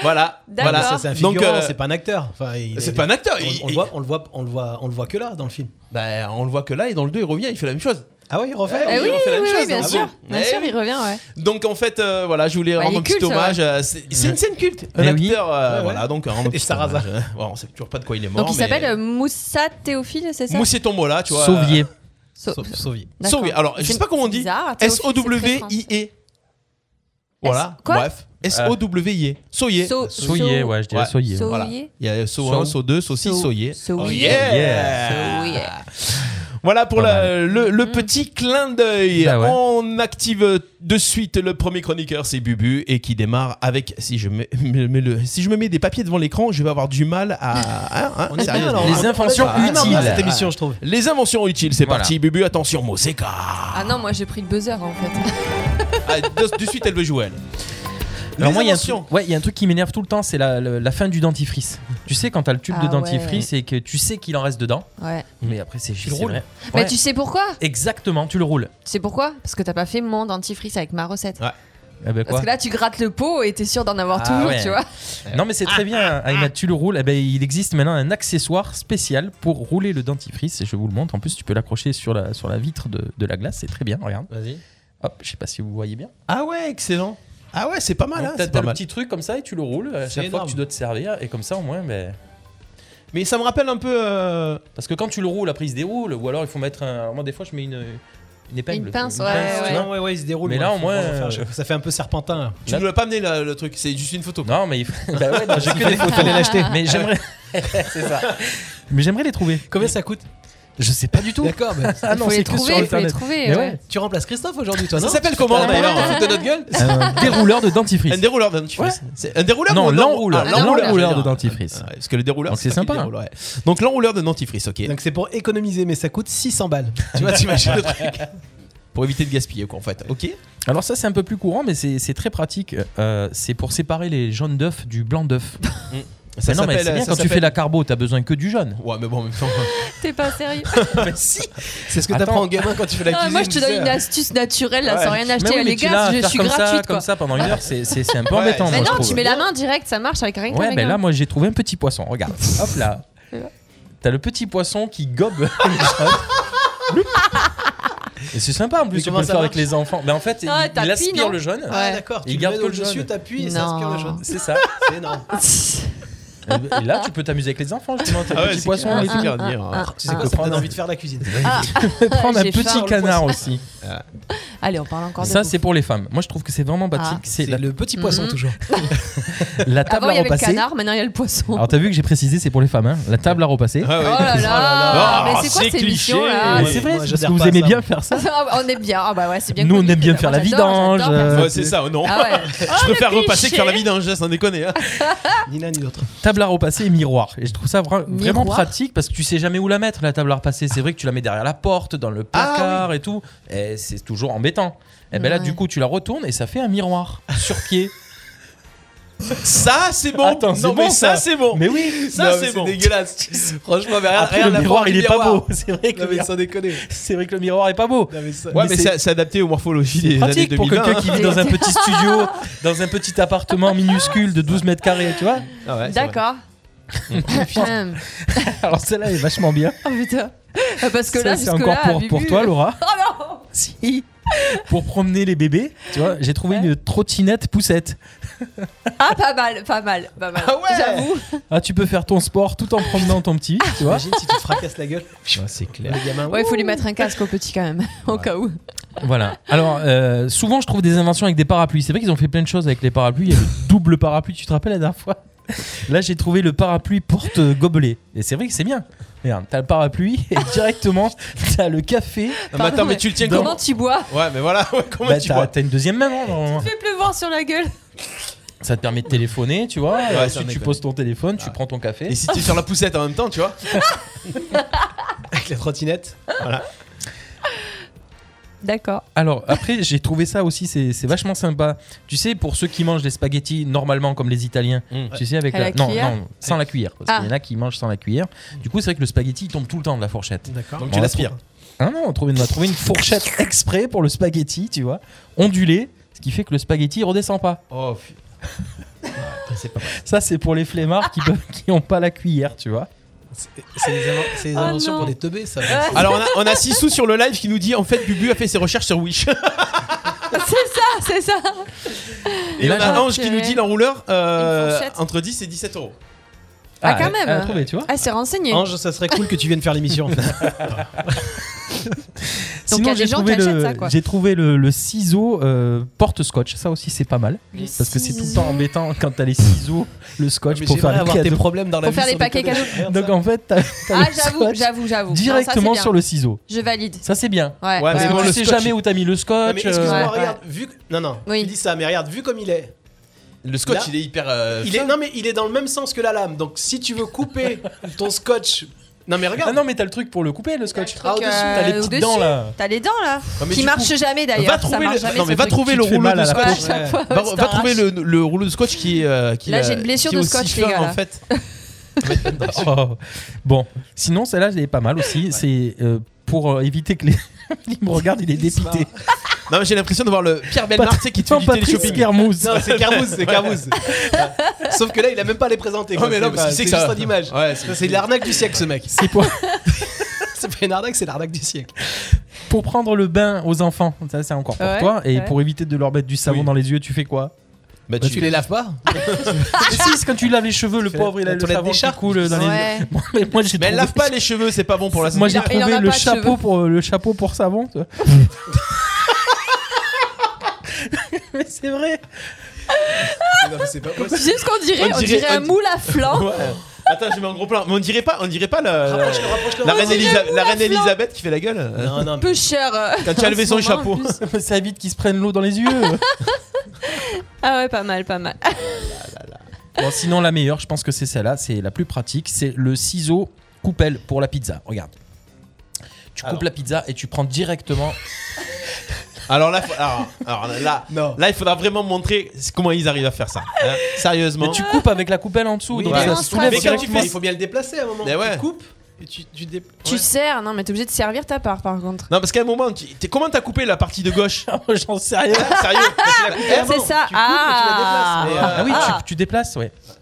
Speaker 3: Voilà.
Speaker 6: D'accord.
Speaker 3: Voilà.
Speaker 5: Ça, c'est un
Speaker 3: Donc,
Speaker 5: figurant,
Speaker 3: euh,
Speaker 5: c'est pas un acteur. Enfin, il est-
Speaker 3: c'est pas un acteur.
Speaker 5: On,
Speaker 3: Il-
Speaker 5: on le voit, on le voit, on le voit, on le voit que là dans le film.
Speaker 3: Ben, on le voit que là et dans le 2 il revient, il fait la même chose.
Speaker 5: Ah oui, il refait.
Speaker 3: Eh
Speaker 6: Eh
Speaker 3: on
Speaker 6: oui, oui,
Speaker 3: fait la même
Speaker 6: oui,
Speaker 3: chose,
Speaker 6: bien
Speaker 3: hein.
Speaker 6: sûr.
Speaker 3: Ah bon
Speaker 6: Bien
Speaker 3: Eh
Speaker 6: sûr,
Speaker 3: oui.
Speaker 6: il revient, ouais.
Speaker 3: Donc en fait, euh, voilà, je voulais
Speaker 6: Bah, il
Speaker 3: rendre
Speaker 6: est
Speaker 3: un petit
Speaker 6: culte, ça,
Speaker 3: hommage. euh, c'est c'est une scène culte. Un
Speaker 4: Eh
Speaker 3: acteur,
Speaker 4: oui.
Speaker 3: euh,
Speaker 5: Ouais,
Speaker 3: voilà, donc rendre un
Speaker 5: Et
Speaker 3: petit
Speaker 5: Sarrazin.
Speaker 3: hommage. euh. Bon, on sait toujours pas de quoi il est mort.
Speaker 6: Donc il
Speaker 3: mais-
Speaker 6: s'appelle euh, Moussa Théophile, c'est ça
Speaker 3: Moussier Tombola, tu vois.
Speaker 4: Sauvier.
Speaker 6: Sau-
Speaker 5: Sau- Sauvier.
Speaker 6: D'accord.
Speaker 3: Sauvier. Alors, je
Speaker 6: C'est-
Speaker 3: sais pas comment on
Speaker 6: c'est
Speaker 3: dit.
Speaker 6: bizarre, Théophile, c'est très français.
Speaker 3: S-O-W-I-E. E. Voilà.
Speaker 6: quoi
Speaker 3: Bref. S-O-W-I-E. E. Sauyer.
Speaker 6: Sau-
Speaker 4: Sauvier, ouais, je dirais
Speaker 3: Ouais.
Speaker 4: Sauvier.
Speaker 6: Sau-
Speaker 3: Voilà.
Speaker 6: Sauyer.
Speaker 3: Il y a saut 1,
Speaker 4: Sau-
Speaker 3: saut 2, saut 6,
Speaker 6: Sau-
Speaker 3: sauyer.
Speaker 6: Sauyer.
Speaker 3: Oh yeah.
Speaker 6: Sauyer.
Speaker 3: Voilà pour
Speaker 4: Pas
Speaker 3: la- le,
Speaker 4: Mm.
Speaker 3: le petit clin d'œil.
Speaker 4: Bah ouais.
Speaker 3: On active de suite le premier chroniqueur, c'est Bubu, et qui démarre avec. Si je me me- me le- si je me mets des papiers devant l'écran, je vais avoir du mal à. hein, hein,
Speaker 5: On est
Speaker 3: sérieusement.
Speaker 5: bien, alors.
Speaker 4: Les inventions
Speaker 5: Ah, non,
Speaker 4: utiles.
Speaker 5: là, cette émission, je trouve.
Speaker 3: Les inventions utiles, c'est
Speaker 4: Voilà.
Speaker 3: parti. Bubu, attention, Moseka.
Speaker 6: Ah non, moi j'ai pris le buzzer en fait.
Speaker 3: Ah, de, de suite, elle veut jouer. elle.
Speaker 4: Alors moi, il y a un
Speaker 3: inventions.
Speaker 4: truc- ouais, il y a un truc qui m'énerve tout le temps, c'est la, le- la fin du dentifrice. Tu sais, quand t'as le tube
Speaker 6: Ah
Speaker 4: de dentifrice et que tu sais qu'il en reste dedans,
Speaker 6: Ouais.
Speaker 4: mais après, c'est
Speaker 5: le
Speaker 4: juste.
Speaker 5: roules.
Speaker 6: Mais Bah, tu sais pourquoi
Speaker 4: Exactement, tu le roules.
Speaker 6: Tu sais pourquoi Parce que t'as pas fait mon dentifrice avec ma recette.
Speaker 3: Ouais.
Speaker 4: Eh ben,
Speaker 6: Parce
Speaker 4: quoi
Speaker 6: que là, tu grattes le pot et t'es sûr d'en avoir
Speaker 4: Ah
Speaker 6: toujours,
Speaker 4: ouais.
Speaker 6: tu vois.
Speaker 4: Non, mais c'est
Speaker 6: Ah,
Speaker 4: très bien, Aïma, tu le roules. Eh ben, il existe maintenant un accessoire spécial pour rouler le dentifrice et je vous le montre. En plus, tu peux l'accrocher sur la, sur la vitre de, de la glace, c'est très bien, regarde.
Speaker 3: Vas-y.
Speaker 4: Hop, je sais pas si vous voyez bien.
Speaker 3: Ah ouais, excellent. Ah ouais, c'est pas mal. hein,
Speaker 4: Donc, t'as
Speaker 3: c'est pas
Speaker 4: t'as le
Speaker 3: mal.
Speaker 4: petit truc comme ça et tu le roules euh, à
Speaker 3: C'est
Speaker 4: chaque fois
Speaker 3: énorme.
Speaker 4: que tu dois te servir. Et comme ça, au moins, ben,
Speaker 3: Mais ça me rappelle un peu. euh,
Speaker 4: Parce que quand tu le roules, après il se déroule, ou alors il faut mettre un. Alors moi, des fois, je mets une, une épingle.
Speaker 6: Une pince,
Speaker 5: Ouais,
Speaker 6: Ouais,
Speaker 5: ouais,
Speaker 4: tu
Speaker 6: ouais.
Speaker 4: vois.
Speaker 5: ouais, ouais, il se déroule.
Speaker 4: Mais
Speaker 5: ouais,
Speaker 4: là, au
Speaker 5: faut
Speaker 4: moins,
Speaker 5: vraiment faire-
Speaker 4: euh,
Speaker 5: ça fait un peu serpentin.
Speaker 3: Tu
Speaker 4: Là-
Speaker 3: ne l'as pas amené la- le truc, c'est juste une photo.
Speaker 4: Non, mais il faut- bah ouais, non, j'ai que des
Speaker 5: Il
Speaker 4: photos.
Speaker 5: fallait l'acheter.
Speaker 4: Mais j'aimerais. C'est ça. Mais j'aimerais les trouver.
Speaker 5: Combien ça coûte
Speaker 4: Je sais pas du tout.
Speaker 5: D'accord, mais
Speaker 4: Ah
Speaker 6: faut les
Speaker 4: c'est que sur
Speaker 6: trouver, faut les
Speaker 4: Internet.
Speaker 6: trouver.
Speaker 4: Mais
Speaker 6: ouais.
Speaker 4: ouais.
Speaker 5: tu remplaces Christophe aujourd'hui, toi,
Speaker 3: Ça
Speaker 5: non
Speaker 3: s'appelle comment
Speaker 5: Ah,
Speaker 3: d'ailleurs
Speaker 5: bah,
Speaker 3: On se fout de notre gueule
Speaker 4: Un dérouleur Euh, de
Speaker 3: Un
Speaker 4: dentifrice.
Speaker 3: dérouleur de dentifrice. C'est un dérouleur
Speaker 4: Non,
Speaker 3: ou un
Speaker 4: l'enrouleur.
Speaker 3: Ah,
Speaker 6: L'enrouleur,
Speaker 3: je veux
Speaker 4: de
Speaker 3: dire.
Speaker 4: dentifrice.
Speaker 3: Ouais, parce Ah, que le dérouleur,
Speaker 4: Donc c'est
Speaker 3: ça qui
Speaker 4: sympa. hein.
Speaker 3: déroule, ouais. Donc l'enrouleur de dentifrice, ok.
Speaker 5: Donc c'est pour économiser, mais ça coûte 600 balles.
Speaker 3: tu vois, tu imagines le truc. Pour éviter de gaspiller, quoi, en fait. Euh, Ok.
Speaker 4: Alors, ça, c'est un peu plus courant, mais c'est c'est très pratique. Euh, c'est pour séparer les jaunes d'œufs du blanc d'œuf.
Speaker 3: Ça
Speaker 4: Mais non, mais
Speaker 3: s'appelle-
Speaker 4: c'est bien,
Speaker 3: ça
Speaker 4: quand tu
Speaker 3: s'appelle-
Speaker 4: fais la carbo, t'as besoin que du jaune.
Speaker 3: Ouais, mais bon, en même temps.
Speaker 6: T'es pas sérieux.
Speaker 3: mais si C'est ce que
Speaker 4: Attends.
Speaker 3: t'apprends en gamin quand tu fais la
Speaker 6: Ah,
Speaker 3: cuisine.
Speaker 6: moi, je te
Speaker 3: tu sais.
Speaker 6: donne une astuce naturelle là, sans rien acheter.
Speaker 4: hein. Mais oui, mais
Speaker 6: les
Speaker 4: tu l'as
Speaker 6: gars,
Speaker 4: à
Speaker 6: je
Speaker 4: faire
Speaker 6: suis
Speaker 4: comme ça,
Speaker 6: gratuite. quoi.
Speaker 4: comme ça pendant une heure, c'est- c'est c'est un peu
Speaker 3: Ouais,
Speaker 4: embêtant.
Speaker 3: mais
Speaker 4: moi,
Speaker 6: Mais
Speaker 4: je
Speaker 6: non, tu
Speaker 4: trouve.
Speaker 6: mets la main direct, ça marche avec rien que
Speaker 4: Ouais,
Speaker 6: avec
Speaker 4: mais
Speaker 6: la
Speaker 4: là,
Speaker 6: main.
Speaker 4: moi, j'ai trouvé un petit poisson. Regarde. Hop là. T'as le petit poisson qui gobe les choses. Loup. Et c'est sympa en
Speaker 5: Mais
Speaker 4: plus, tu peux
Speaker 5: comment
Speaker 4: le
Speaker 5: ça
Speaker 4: faire avec
Speaker 5: marche
Speaker 4: les enfants. Mais en fait,
Speaker 6: Ah,
Speaker 4: il, il
Speaker 6: tapis,
Speaker 4: aspire
Speaker 6: non
Speaker 4: le jaune.
Speaker 5: Ah,
Speaker 6: Ouais.
Speaker 5: d'accord.
Speaker 4: Il
Speaker 5: Tu le
Speaker 4: garde
Speaker 5: mets
Speaker 4: que le
Speaker 5: dessus,
Speaker 4: jaune.
Speaker 5: t'appuies et ça
Speaker 6: Non.
Speaker 5: aspire le jaune.
Speaker 4: C'est ça.
Speaker 5: C'est énorme.
Speaker 4: Et là, tu peux t'amuser avec les enfants. Justement, t'as
Speaker 3: Ah
Speaker 4: le
Speaker 3: ouais,
Speaker 4: petit
Speaker 3: c'est
Speaker 4: poisson.
Speaker 3: clair,
Speaker 4: et
Speaker 3: c'est
Speaker 4: tu
Speaker 3: clair de dire, hein.
Speaker 5: Tu sais
Speaker 4: Ah.
Speaker 5: quoi, ça me donne
Speaker 4: Prendre-
Speaker 5: envie de faire la cuisine.
Speaker 6: Ah,
Speaker 4: peux prendre un
Speaker 6: J'ai
Speaker 4: petit
Speaker 6: faim, le
Speaker 4: canard aussi.
Speaker 6: allez, on parle encore de
Speaker 4: Ça,
Speaker 6: bouffe.
Speaker 4: c'est pour les femmes. Moi, je trouve que c'est vraiment
Speaker 6: Ah.
Speaker 4: pratique. C'est
Speaker 5: C'est
Speaker 4: la,
Speaker 5: le petit poisson
Speaker 6: Mhm.
Speaker 5: toujours.
Speaker 4: la table
Speaker 6: Avant, il y
Speaker 4: à
Speaker 6: avait le
Speaker 4: repasser.
Speaker 6: canard, maintenant, il y a le poisson.
Speaker 4: Alors, t'as vu que j'ai précisé, c'est pour les femmes. hein. La table à repasser.
Speaker 3: Ah
Speaker 6: Oh
Speaker 3: ouais.
Speaker 6: là là,
Speaker 3: là.
Speaker 6: mais c'est
Speaker 3: Ah,
Speaker 6: quoi
Speaker 3: c'est
Speaker 6: ces missions
Speaker 3: cliché.
Speaker 6: là
Speaker 4: Mais
Speaker 5: oui,
Speaker 4: c'est vrai, c'est
Speaker 5: moi,
Speaker 4: parce
Speaker 5: j'adhère
Speaker 4: que vous
Speaker 5: pas à
Speaker 4: aimez
Speaker 5: ça.
Speaker 4: bien faire ça.
Speaker 6: On aime bien, ah bah ouais, c'est bien.
Speaker 4: Nous, on
Speaker 6: connu.
Speaker 4: aime bien
Speaker 6: Moi,
Speaker 4: faire la
Speaker 6: j'adore, j'adore
Speaker 4: vidange.
Speaker 6: faire ça.
Speaker 4: euh,
Speaker 3: Ouais, c'est ça, oh non.
Speaker 6: Ah ouais.
Speaker 3: je préfère repasser que
Speaker 6: cliché.
Speaker 3: faire la vie d'un geste, sans déconner. hein.
Speaker 6: Ah.
Speaker 5: Ni l'un ni l'autre.
Speaker 4: table à repasser et miroir. Et je trouve ça vra- vraiment
Speaker 6: Miroir
Speaker 4: pratique parce que tu sais jamais où la mettre, la table à repasser. C'est vrai que tu la mets derrière la porte, dans le placard et tout. Et c'est toujours embêtant. Et ben là,
Speaker 6: Ouais.
Speaker 4: du coup, tu la retournes et ça fait un miroir sur pied.
Speaker 3: Ça, c'est bon.
Speaker 4: Attends, c'est
Speaker 3: non, mais
Speaker 4: bon,
Speaker 3: ça,
Speaker 4: ça.
Speaker 3: c'est bon.
Speaker 4: Mais oui,
Speaker 3: Ça,
Speaker 4: Non, mais
Speaker 3: c'est bon.
Speaker 5: dégueulasse.
Speaker 3: Franchement, mais regarde,
Speaker 4: Après,
Speaker 3: regarde
Speaker 4: le
Speaker 3: la
Speaker 4: miroir,
Speaker 3: forme
Speaker 4: il
Speaker 3: du
Speaker 4: est pas
Speaker 3: miroir.
Speaker 4: beau. C'est vrai, que
Speaker 5: Non,
Speaker 4: le
Speaker 5: mais
Speaker 4: miroir-
Speaker 5: sans déconner.
Speaker 4: c'est vrai que le miroir est pas beau.
Speaker 5: Non, mais ça-
Speaker 3: Ouais, mais,
Speaker 4: Mais
Speaker 3: c'est c'est adapté aux morphologies des années
Speaker 4: Pratique
Speaker 3: 2020.
Speaker 4: pour quelqu'un qui vit dans un
Speaker 6: hein.
Speaker 4: petit studio, dans un petit appartement minuscule de 12 mètres carrés, tu vois.
Speaker 3: Ah ouais, c'est vrai.
Speaker 6: D'accord. Hum.
Speaker 4: Alors celle-là est vachement bien.
Speaker 6: Oh putain. Ah, Parce que là,
Speaker 4: Ça, c'est
Speaker 6: jusque-là,
Speaker 4: encore pour,
Speaker 6: Bubu-
Speaker 4: pour toi, Laura.
Speaker 6: Oh non
Speaker 4: Si. Pour promener les bébés, tu vois, j'ai trouvé
Speaker 6: Ouais.
Speaker 4: une trottinette poussette.
Speaker 6: Ah, pas mal, pas mal, pas mal.
Speaker 5: Ah ouais
Speaker 6: J'avoue.
Speaker 4: Ah, tu peux faire ton sport tout en promenant ton petit, tu vois.
Speaker 5: Imagine si tu te fracasses la gueule.
Speaker 4: c'est clair.
Speaker 5: Le gamin.
Speaker 6: Ouais, il faut lui mettre un casque au petit quand même, au cas où.
Speaker 4: Voilà. Alors, euh, souvent, je trouve des inventions avec des parapluies. C'est vrai qu'ils ont fait plein de choses avec les parapluies. Il y a le double parapluie, tu te rappelles la dernière fois Là, j'ai trouvé le parapluie porte-gobelet. Et c'est vrai que c'est bien. Regarde, t'as le parapluie et directement, t'as le café.
Speaker 3: Non, mais attends,
Speaker 6: Pardon,
Speaker 3: mais tu le tiens
Speaker 6: Comment
Speaker 3: comment
Speaker 6: tu bois
Speaker 3: Ouais, mais voilà, ouais, comment
Speaker 4: Bah,
Speaker 3: tu
Speaker 4: t'as
Speaker 3: vois
Speaker 4: t'as une deuxième maman. normalement.
Speaker 6: Fais pleuvoir sur la gueule.
Speaker 4: Ça te permet de téléphoner, tu vois.
Speaker 3: Ouais, ça,
Speaker 4: Ensuite, tu
Speaker 3: d'accord.
Speaker 4: poses ton téléphone, tu prends ton café.
Speaker 3: Et si t'es sur la poussette en même temps, tu vois
Speaker 5: Avec la trottinette.
Speaker 6: D'accord.
Speaker 4: Alors après j'ai trouvé ça aussi c'est c'est vachement sympa. Tu sais pour ceux qui mangent des spaghettis normalement comme les Italiens,
Speaker 3: Mm.
Speaker 4: tu sais avec
Speaker 6: À la
Speaker 4: non
Speaker 6: cuillère
Speaker 4: non sans la cuillère parce
Speaker 6: Ah.
Speaker 4: qu'il y en a qui mangent sans la cuillère. Du coup c'est vrai que le spaghetti il tombe tout le temps de la fourchette.
Speaker 5: D'accord.
Speaker 3: Donc
Speaker 4: On
Speaker 3: tu
Speaker 4: va
Speaker 3: l'aspires.
Speaker 4: Ah non on, trouve- on a trouvé une fourchette exprès pour le spaghetti tu vois ondulée ce qui fait que le spaghetti il redescend pas.
Speaker 3: Oh, fu-
Speaker 4: Ça c'est pour les flemmards qui peuvent- qui ont pas la cuillère tu vois.
Speaker 5: C'est c'est des inven- c'est des
Speaker 6: Ah
Speaker 5: inventions
Speaker 6: non.
Speaker 5: pour des teubés, ça.
Speaker 3: Alors on a, on a Sissou sur le live qui nous dit en fait Bubu a fait ses recherches sur Wish.
Speaker 6: C'est ça, c'est ça.
Speaker 3: Et
Speaker 4: là,
Speaker 3: on a
Speaker 6: j'ai-
Speaker 3: Ange qui nous dit l'enrouleur euh,
Speaker 6: Une fourchette.
Speaker 3: entre 10 et 17 euros.
Speaker 6: Ah, quand même.
Speaker 4: elle a trouvé, tu vois.
Speaker 6: Ah, c'est renseigné.
Speaker 5: Ange, ça serait cool que tu viennes faire l'émission. en fait.
Speaker 6: Donc, il y a
Speaker 4: j'ai
Speaker 6: des gens qui
Speaker 4: trouvé
Speaker 6: achètent
Speaker 4: le-
Speaker 6: ça, quoi.
Speaker 4: J'ai trouvé le, le ciseau euh, porte-scotch. Ça aussi, c'est pas mal.
Speaker 6: Le
Speaker 4: Parce que c'est tout le
Speaker 6: ciseau.
Speaker 4: temps embêtant quand t'as les ciseaux, le scotch
Speaker 5: Mais
Speaker 4: pour faire
Speaker 5: j'aimerais
Speaker 4: les
Speaker 5: avoir tes
Speaker 4: cadeaux.
Speaker 5: problèmes dans la
Speaker 6: Pour
Speaker 5: vie
Speaker 6: faire
Speaker 5: sans
Speaker 6: les paquets
Speaker 5: déconner.
Speaker 4: Donc en fait, t'as t'as
Speaker 6: Ah,
Speaker 4: le
Speaker 6: j'avoue,
Speaker 4: scotch
Speaker 6: j'avoue, j'avoue.
Speaker 4: directement sur le ciseau.
Speaker 6: Je valide.
Speaker 4: Ça, c'est bien.
Speaker 6: Ouais.
Speaker 3: Ouais,
Speaker 6: ouais,
Speaker 4: Parce
Speaker 3: mais
Speaker 4: que
Speaker 3: bon,
Speaker 6: ouais.
Speaker 4: tu
Speaker 3: le
Speaker 4: sais
Speaker 3: scotch-
Speaker 4: jamais où t'as mis le
Speaker 5: Non,
Speaker 4: scotch.
Speaker 5: mais
Speaker 4: euh,
Speaker 5: excuse-moi,
Speaker 6: Ouais,
Speaker 5: regarde, vu que... Non, non,
Speaker 6: Oui.
Speaker 5: tu dis ça, mais regarde, vu comme il est,
Speaker 3: Le scotch
Speaker 5: Là-
Speaker 3: il est hyper. euh,
Speaker 5: il est... Non, mais il est dans le même sens que la lame, donc si tu veux couper ton scotch Non, mais
Speaker 4: Ah
Speaker 5: regarde.
Speaker 4: non, mais t'as le truc pour le couper, le scotch.
Speaker 6: T'as le truc,
Speaker 5: Ah,
Speaker 4: au-dessus, t'as les
Speaker 6: euh,
Speaker 4: petites
Speaker 6: au-dessus.
Speaker 4: dents, là.
Speaker 6: T'as les dents là,
Speaker 3: Non, mais
Speaker 6: qui
Speaker 3: du
Speaker 6: marchent
Speaker 3: coup,
Speaker 6: jamais
Speaker 3: Va
Speaker 6: d'ailleurs. Ça
Speaker 3: trouver
Speaker 6: marche
Speaker 3: le,
Speaker 6: jamais.
Speaker 3: non, mais
Speaker 6: ce
Speaker 3: va
Speaker 6: truc.
Speaker 3: trouver
Speaker 4: Tu
Speaker 3: le
Speaker 4: te fais
Speaker 3: rouleau
Speaker 4: mal
Speaker 3: de
Speaker 4: à la
Speaker 6: Ouais, à
Speaker 3: scotch.
Speaker 4: poche.
Speaker 6: chaque fois,
Speaker 3: Va,
Speaker 6: ouais,
Speaker 3: va
Speaker 6: ça
Speaker 3: trouver
Speaker 6: arrache.
Speaker 3: le, le rouleau de scotch qui est. euh, qui
Speaker 6: Là,
Speaker 3: a-
Speaker 6: j'ai une blessure
Speaker 3: qui est
Speaker 6: de
Speaker 3: aussi
Speaker 6: scotch, les
Speaker 3: fin,
Speaker 6: gars,
Speaker 3: En
Speaker 6: là.
Speaker 3: fait,
Speaker 4: Oh. Bon, sinon celle-là, elle est pas mal aussi. C'est euh, pour euh, éviter que les. il me regarde, il est dépité.
Speaker 3: non, mais j'ai l'impression de voir le Pierre Belmar, tu sais, qui te fait
Speaker 4: Non,
Speaker 3: du télé
Speaker 4: Patrice
Speaker 3: shopping.
Speaker 4: Guermouze.
Speaker 5: Non, c'est Carmouze, c'est Carmouze. Ouais. Sauf que là, il a même pas les présenté. quoi.
Speaker 3: Oh, mais non, parce
Speaker 5: pas-
Speaker 3: qu'il sait
Speaker 5: c'est
Speaker 3: que
Speaker 5: juste
Speaker 3: ça-
Speaker 5: un image.
Speaker 3: Ouais, c'est-
Speaker 5: Ça, C'est de l'arnaque du siècle, ce mec.
Speaker 4: C'est pour,
Speaker 5: C'est pas une arnaque, c'est l'arnaque du siècle.
Speaker 4: pour prendre le bain aux enfants. Ça, c'est encore pour
Speaker 6: Ouais,
Speaker 4: toi. Et
Speaker 6: ouais.
Speaker 4: pour éviter de leur mettre du savon
Speaker 3: Oui.
Speaker 4: dans les yeux, tu fais quoi
Speaker 3: Bah,
Speaker 5: Tu, les laves pas
Speaker 4: Mais Si, c'est quand tu laves les cheveux, le
Speaker 5: fais
Speaker 4: pauvre,
Speaker 5: la-
Speaker 4: il a
Speaker 5: la
Speaker 4: le
Speaker 5: toilette
Speaker 4: savon
Speaker 5: des
Speaker 4: qui
Speaker 5: chats.
Speaker 4: coule dans les.
Speaker 6: Ouais.
Speaker 4: Bon, mais moi, j'ai
Speaker 3: Mais elle
Speaker 4: trouvé-
Speaker 3: lave pas les cheveux, c'est pas bon pour la
Speaker 4: Moi,
Speaker 3: santé.
Speaker 4: j'ai
Speaker 6: Il en- il en a
Speaker 4: trouvé
Speaker 6: pas
Speaker 4: le
Speaker 6: de
Speaker 4: chapeau
Speaker 6: cheveux.
Speaker 4: pour euh, le chapeau pour savon. tu vois. mais c'est vrai.
Speaker 5: Non, mais c'est pas possible.
Speaker 6: C'est ce qu'on dirait, on dirait, un moule à flanc.
Speaker 3: Ouais. Attends, je mets en gros plan. Mais on dirait pas, on dirait pas
Speaker 6: Ah,
Speaker 3: la, la,
Speaker 5: Rapproche-le, rapproche-le.
Speaker 3: la reine,
Speaker 5: rapproche-le.
Speaker 3: Elisa- la reine
Speaker 6: flamme.
Speaker 3: Elisabeth qui fait la gueule. euh,
Speaker 5: Non, non, mais-
Speaker 6: Peu cher. euh,
Speaker 3: Quand tu as
Speaker 6: en
Speaker 3: levé
Speaker 6: ce
Speaker 3: son
Speaker 6: moment, en
Speaker 3: chapeau.
Speaker 6: plus.
Speaker 4: Ça évite qu'ils se prennent l'eau dans les yeux.
Speaker 6: Ah ouais, pas mal, pas mal.
Speaker 4: Bon, sinon, la meilleure, je pense que c'est celle-là, c'est la plus pratique, c'est le ciseau coupelle pour la pizza. Regarde. Tu coupes
Speaker 5: Alors.
Speaker 4: la pizza et tu prends directement.
Speaker 3: Alors là, faut- alors, alors là,
Speaker 5: Non.
Speaker 3: là, il faudra vraiment montrer comment ils arrivent à faire ça. hein. Sérieusement.
Speaker 4: Mais tu coupes avec la coupelle en dessous,
Speaker 5: Oui,
Speaker 4: donc
Speaker 5: mais
Speaker 4: ça
Speaker 6: non,
Speaker 4: se
Speaker 6: c'est
Speaker 4: soulève
Speaker 3: pas
Speaker 5: Mais quand tu
Speaker 4: directement.
Speaker 5: fais, il faut bien le déplacer à un moment.
Speaker 3: Mais ouais.
Speaker 5: Tu coupes et tu, tu dé-
Speaker 6: Tu
Speaker 5: Ouais.
Speaker 6: sers, non, mais t'es obligé de servir ta part par contre.
Speaker 3: Non, parce qu'à un moment, tu- t'es- comment t'as coupé la partie de gauche
Speaker 4: J'en sais rien.
Speaker 3: Sérieux
Speaker 5: Ah bon,
Speaker 6: C'est ça.
Speaker 5: tu coupes et tu la
Speaker 6: Ah.
Speaker 5: déplaces. Mais,
Speaker 3: Ah,
Speaker 4: Ah oui,
Speaker 6: Ah.
Speaker 4: tu, tu déplaces, ouais. euh,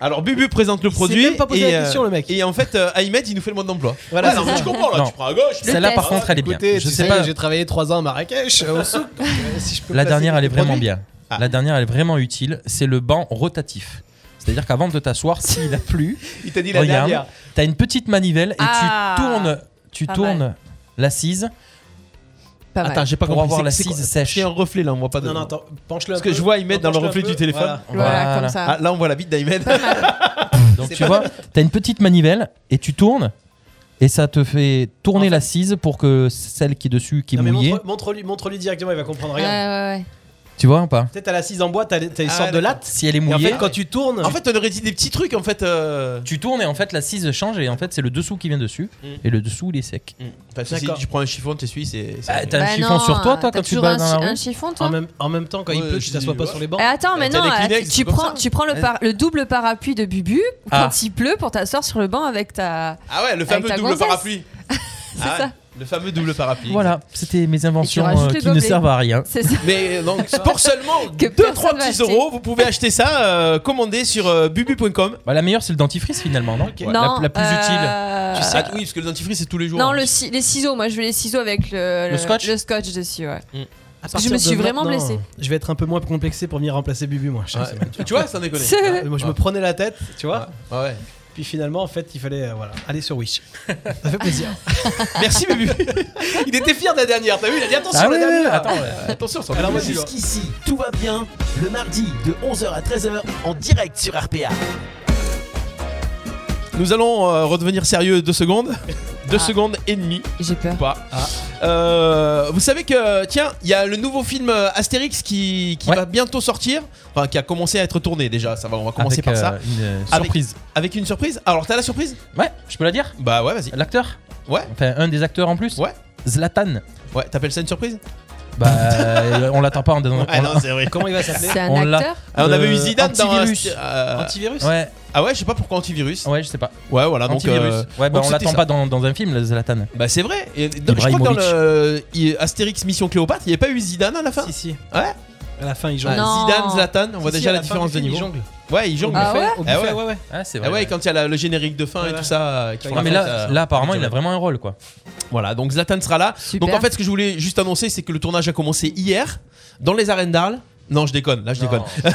Speaker 3: Alors Bubu présente le produit.
Speaker 5: même pas posé
Speaker 3: et,
Speaker 5: la question, le mec.
Speaker 3: Et en fait, euh, Ahmed, il nous fait le mode d'emploi.
Speaker 5: Voilà,
Speaker 3: Ouais,
Speaker 5: c'est
Speaker 3: non, mais
Speaker 5: ça.
Speaker 3: je comprends là,
Speaker 4: Non.
Speaker 3: tu prends à gauche.
Speaker 6: Le
Speaker 4: Celle-là, par
Speaker 6: test.
Speaker 4: contre, elle est bien.
Speaker 5: euh, Écoutez,
Speaker 4: je
Speaker 5: tu
Speaker 4: sais pas.
Speaker 5: j'ai travaillé 3 ans à Marrakech, euh, au souk. Euh, si je peux
Speaker 4: La
Speaker 5: placer
Speaker 4: dernière, elle est
Speaker 5: quelques
Speaker 4: vraiment
Speaker 5: produits.
Speaker 4: bien.
Speaker 3: Ah.
Speaker 4: La dernière, elle est vraiment utile. C'est le banc rotatif. C'est-à-dire qu'avant de t'asseoir, s'il a plu,
Speaker 5: Il t'a dit la
Speaker 4: regarde,
Speaker 5: dernière.
Speaker 4: t'as une petite manivelle et
Speaker 6: Ah.
Speaker 4: tu tournes, tu
Speaker 6: Pas
Speaker 4: tournes l'assise
Speaker 6: Pas mal.
Speaker 3: Attends, j'ai pas
Speaker 4: pour
Speaker 3: compris.
Speaker 4: avoir
Speaker 3: c'est-
Speaker 4: la
Speaker 3: c'est quoi
Speaker 4: cise sèche.
Speaker 3: C'est un reflet là, on voit pas de.
Speaker 5: Non, non, attends, penche-le.
Speaker 3: Parce que je vois Ahmed dans le reflet du téléphone.
Speaker 6: Voilà,
Speaker 4: Voilà.
Speaker 6: comme
Speaker 3: Ah,
Speaker 6: ça.
Speaker 3: là, on voit la bite d'Ahmed.
Speaker 4: Donc
Speaker 5: C'est
Speaker 4: tu
Speaker 5: pas
Speaker 4: vois, t'as une petite manivelle et tu tournes et ça te fait tourner l'assise pour que celle qui est dessus qui est
Speaker 5: Non, mais
Speaker 4: mouillée,
Speaker 5: montre- montre-lui montre-lui directement, il va comprendre.
Speaker 6: Ouais,
Speaker 5: Regarde.
Speaker 6: ouais, ouais.
Speaker 4: tu vois ou pas
Speaker 5: Peut-être à l'assise en bois, t'as les-
Speaker 6: Euh,
Speaker 5: t'as
Speaker 3: Ah,
Speaker 5: une sorte de
Speaker 3: d'accord.
Speaker 5: latte.
Speaker 4: Si elle est
Speaker 5: Et en
Speaker 4: mouillée,
Speaker 5: fait, quand tu tournes.
Speaker 3: En fait, on aurait dit des petits trucs en fait. euh,
Speaker 4: tu tournes et en fait l'assise change et en fait c'est le dessous qui vient dessus
Speaker 3: Mm.
Speaker 4: et le dessous il est sec.
Speaker 3: hmm, Parce que si
Speaker 5: D'accord.
Speaker 3: tu prends un chiffon, t'essuies, c'est. c'est-
Speaker 4: Ah, t'as
Speaker 6: Bah
Speaker 4: un chiffon
Speaker 6: non,
Speaker 4: sur toi toi
Speaker 6: t'as
Speaker 4: quand tu te
Speaker 6: toujours
Speaker 4: balades
Speaker 6: un
Speaker 4: dans la
Speaker 6: chi-
Speaker 4: rue
Speaker 6: Un chiffon, toi
Speaker 5: En même, en même temps, quand il
Speaker 3: Ouais,
Speaker 5: pleut,
Speaker 3: je
Speaker 5: tu t'assois
Speaker 3: dis,
Speaker 5: pas
Speaker 3: ouais.
Speaker 5: sur les bancs.
Speaker 6: Eh, attends, mais
Speaker 3: T'as
Speaker 6: non,
Speaker 3: les
Speaker 6: euh,
Speaker 3: Kleenex,
Speaker 6: tu
Speaker 3: comme
Speaker 6: prends,
Speaker 3: ça.
Speaker 6: tu prends le, par- le double parapluie de Bubu
Speaker 4: Ah.
Speaker 6: quand il pleut pour t'asseoir sur le banc avec ta.
Speaker 3: Ah ouais, le fameux
Speaker 6: ta
Speaker 3: double
Speaker 6: gonzesse.
Speaker 3: parapluie.
Speaker 6: C'est
Speaker 3: Ah ouais,
Speaker 6: ça.
Speaker 3: Le fameux double parapluie.
Speaker 4: Voilà, c'était mes inventions
Speaker 6: rajoutes
Speaker 4: euh,
Speaker 6: le
Speaker 4: qui ne
Speaker 6: gobelet.
Speaker 4: servent à rien.
Speaker 6: C'est ça.
Speaker 3: Mais euh, donc, pour seulement
Speaker 6: Que
Speaker 3: 2-3
Speaker 6: personne va
Speaker 3: petits
Speaker 6: acheter.
Speaker 3: euros, vous pouvez acheter ça, euh, commander sur euh, bubu.com.
Speaker 4: Bah, la meilleure c'est le dentifrice finalement, non
Speaker 5: Ok.
Speaker 4: Ouais, la- la, plus utile.
Speaker 3: Tu sais, oui, parce que le dentifrice c'est tous les jours.
Speaker 6: euh, ah. Non,
Speaker 3: hein.
Speaker 6: le ci- les ciseaux, moi je veux les ciseaux avec le,
Speaker 4: Le scotch
Speaker 6: dessus, ouais.
Speaker 5: À
Speaker 6: que je
Speaker 5: partir
Speaker 6: me
Speaker 5: de
Speaker 6: suis vraiment
Speaker 5: maintenant,
Speaker 6: blessée.
Speaker 5: Je vais être un peu moins complexé pour venir remplacer Bubu, moi. je sais
Speaker 3: Ouais.
Speaker 5: que c'est mal.
Speaker 3: Tu- Tu vois, ça déconne.
Speaker 5: Ah, Moi, je me prenais la tête, tu vois.
Speaker 3: Ah ouais.
Speaker 5: Puis finalement, en fait, il fallait euh, voilà, aller sur Wish. Ça fait plaisir.
Speaker 3: Merci Bubu. Il était fier de la dernière. T'as vu Il a dit attention
Speaker 4: Ah
Speaker 3: la
Speaker 4: ouais,
Speaker 3: dernière.
Speaker 4: ouais, attends,
Speaker 3: Attention. ça-
Speaker 5: Alors, moi, dis-le.
Speaker 1: Jusqu'ici, tout va bien. Le mardi de 11h à 13h en direct sur RPA.
Speaker 3: Nous allons euh, redevenir sérieux deux secondes, deux
Speaker 6: Ah.
Speaker 3: secondes et demie
Speaker 6: J'ai peur.
Speaker 3: ou pas. Euh, vous savez que tiens, il y a le nouveau film euh, Astérix qui, qui
Speaker 4: Ouais.
Speaker 3: va bientôt sortir, enfin qui a commencé à être tourné déjà. Ça va, on va commencer
Speaker 4: Avec,
Speaker 3: par ça.
Speaker 4: euh, une euh,
Speaker 3: Avec-
Speaker 4: surprise.
Speaker 3: Avec une surprise. Alors t'as la surprise
Speaker 4: Ouais, je peux la dire
Speaker 3: Bah ouais, vas-y.
Speaker 4: L'acteur
Speaker 3: Ouais.
Speaker 4: Enfin un des acteurs en plus
Speaker 3: Ouais.
Speaker 4: Zlatan.
Speaker 3: Ouais, t'appelles ça une surprise
Speaker 4: Bah, euh, on l'attend pas en donnant.
Speaker 3: Ah
Speaker 4: on-
Speaker 3: non, c'est vrai.
Speaker 5: Comment il va s'appeler
Speaker 6: C'est un
Speaker 4: on l'a.
Speaker 6: acteur
Speaker 3: Ah, on avait eu
Speaker 4: Euh,
Speaker 3: Zidane dans
Speaker 4: antivirus.
Speaker 3: Ast- euh,
Speaker 5: Antivirus
Speaker 4: Ouais,
Speaker 3: Ah ouais, je sais pas pourquoi antivirus.
Speaker 4: ouais, je sais pas.
Speaker 3: Ouais, voilà, donc.
Speaker 4: Antivirus.
Speaker 3: euh,
Speaker 4: ouais, bah
Speaker 3: donc
Speaker 4: on
Speaker 3: c'était
Speaker 4: l'attend
Speaker 3: ça.
Speaker 4: pas dans, dans un film, le Zlatan.
Speaker 3: Bah c'est vrai. Et, dans- je crois que dans
Speaker 4: Ibrahimovic.
Speaker 3: le il- Astérix Mission Cléopâtre, il n'y avait pas eu Zidane à la fin
Speaker 5: Si, si.
Speaker 3: Ouais.
Speaker 5: À la fin, il
Speaker 3: Ah,
Speaker 5: jongle.
Speaker 6: Non.
Speaker 3: Zidane, Zlatan, on voit
Speaker 5: Si, si,
Speaker 3: déjà
Speaker 5: à
Speaker 3: la,
Speaker 5: fin
Speaker 3: différence
Speaker 5: du
Speaker 3: de
Speaker 5: film,
Speaker 3: niveau.
Speaker 5: Il jongle.
Speaker 3: Ouais, il
Speaker 5: Au
Speaker 3: jongle.
Speaker 6: Ah
Speaker 5: buffet,
Speaker 6: ouais
Speaker 5: au
Speaker 3: Ah ouais.
Speaker 5: buffet, ouais, ouais.
Speaker 4: Ah, c'est
Speaker 3: Ah ouais, quand il y a la- le générique de fin et
Speaker 5: Ouais,
Speaker 3: tout
Speaker 5: ouais.
Speaker 3: ça euh, qui font
Speaker 5: Non,
Speaker 3: la
Speaker 4: non, mais
Speaker 3: fête,
Speaker 4: là,
Speaker 3: euh,
Speaker 4: là, apparemment, il a
Speaker 3: Zidane.
Speaker 4: vraiment un rôle, quoi.
Speaker 3: Voilà, donc Zlatan sera là.
Speaker 6: Super.
Speaker 3: Donc en fait, ce que je voulais juste annoncer, c'est que le tournage a commencé hier dans les arènes d'Arles. Non, je déconne, là je déconne.
Speaker 4: Ah.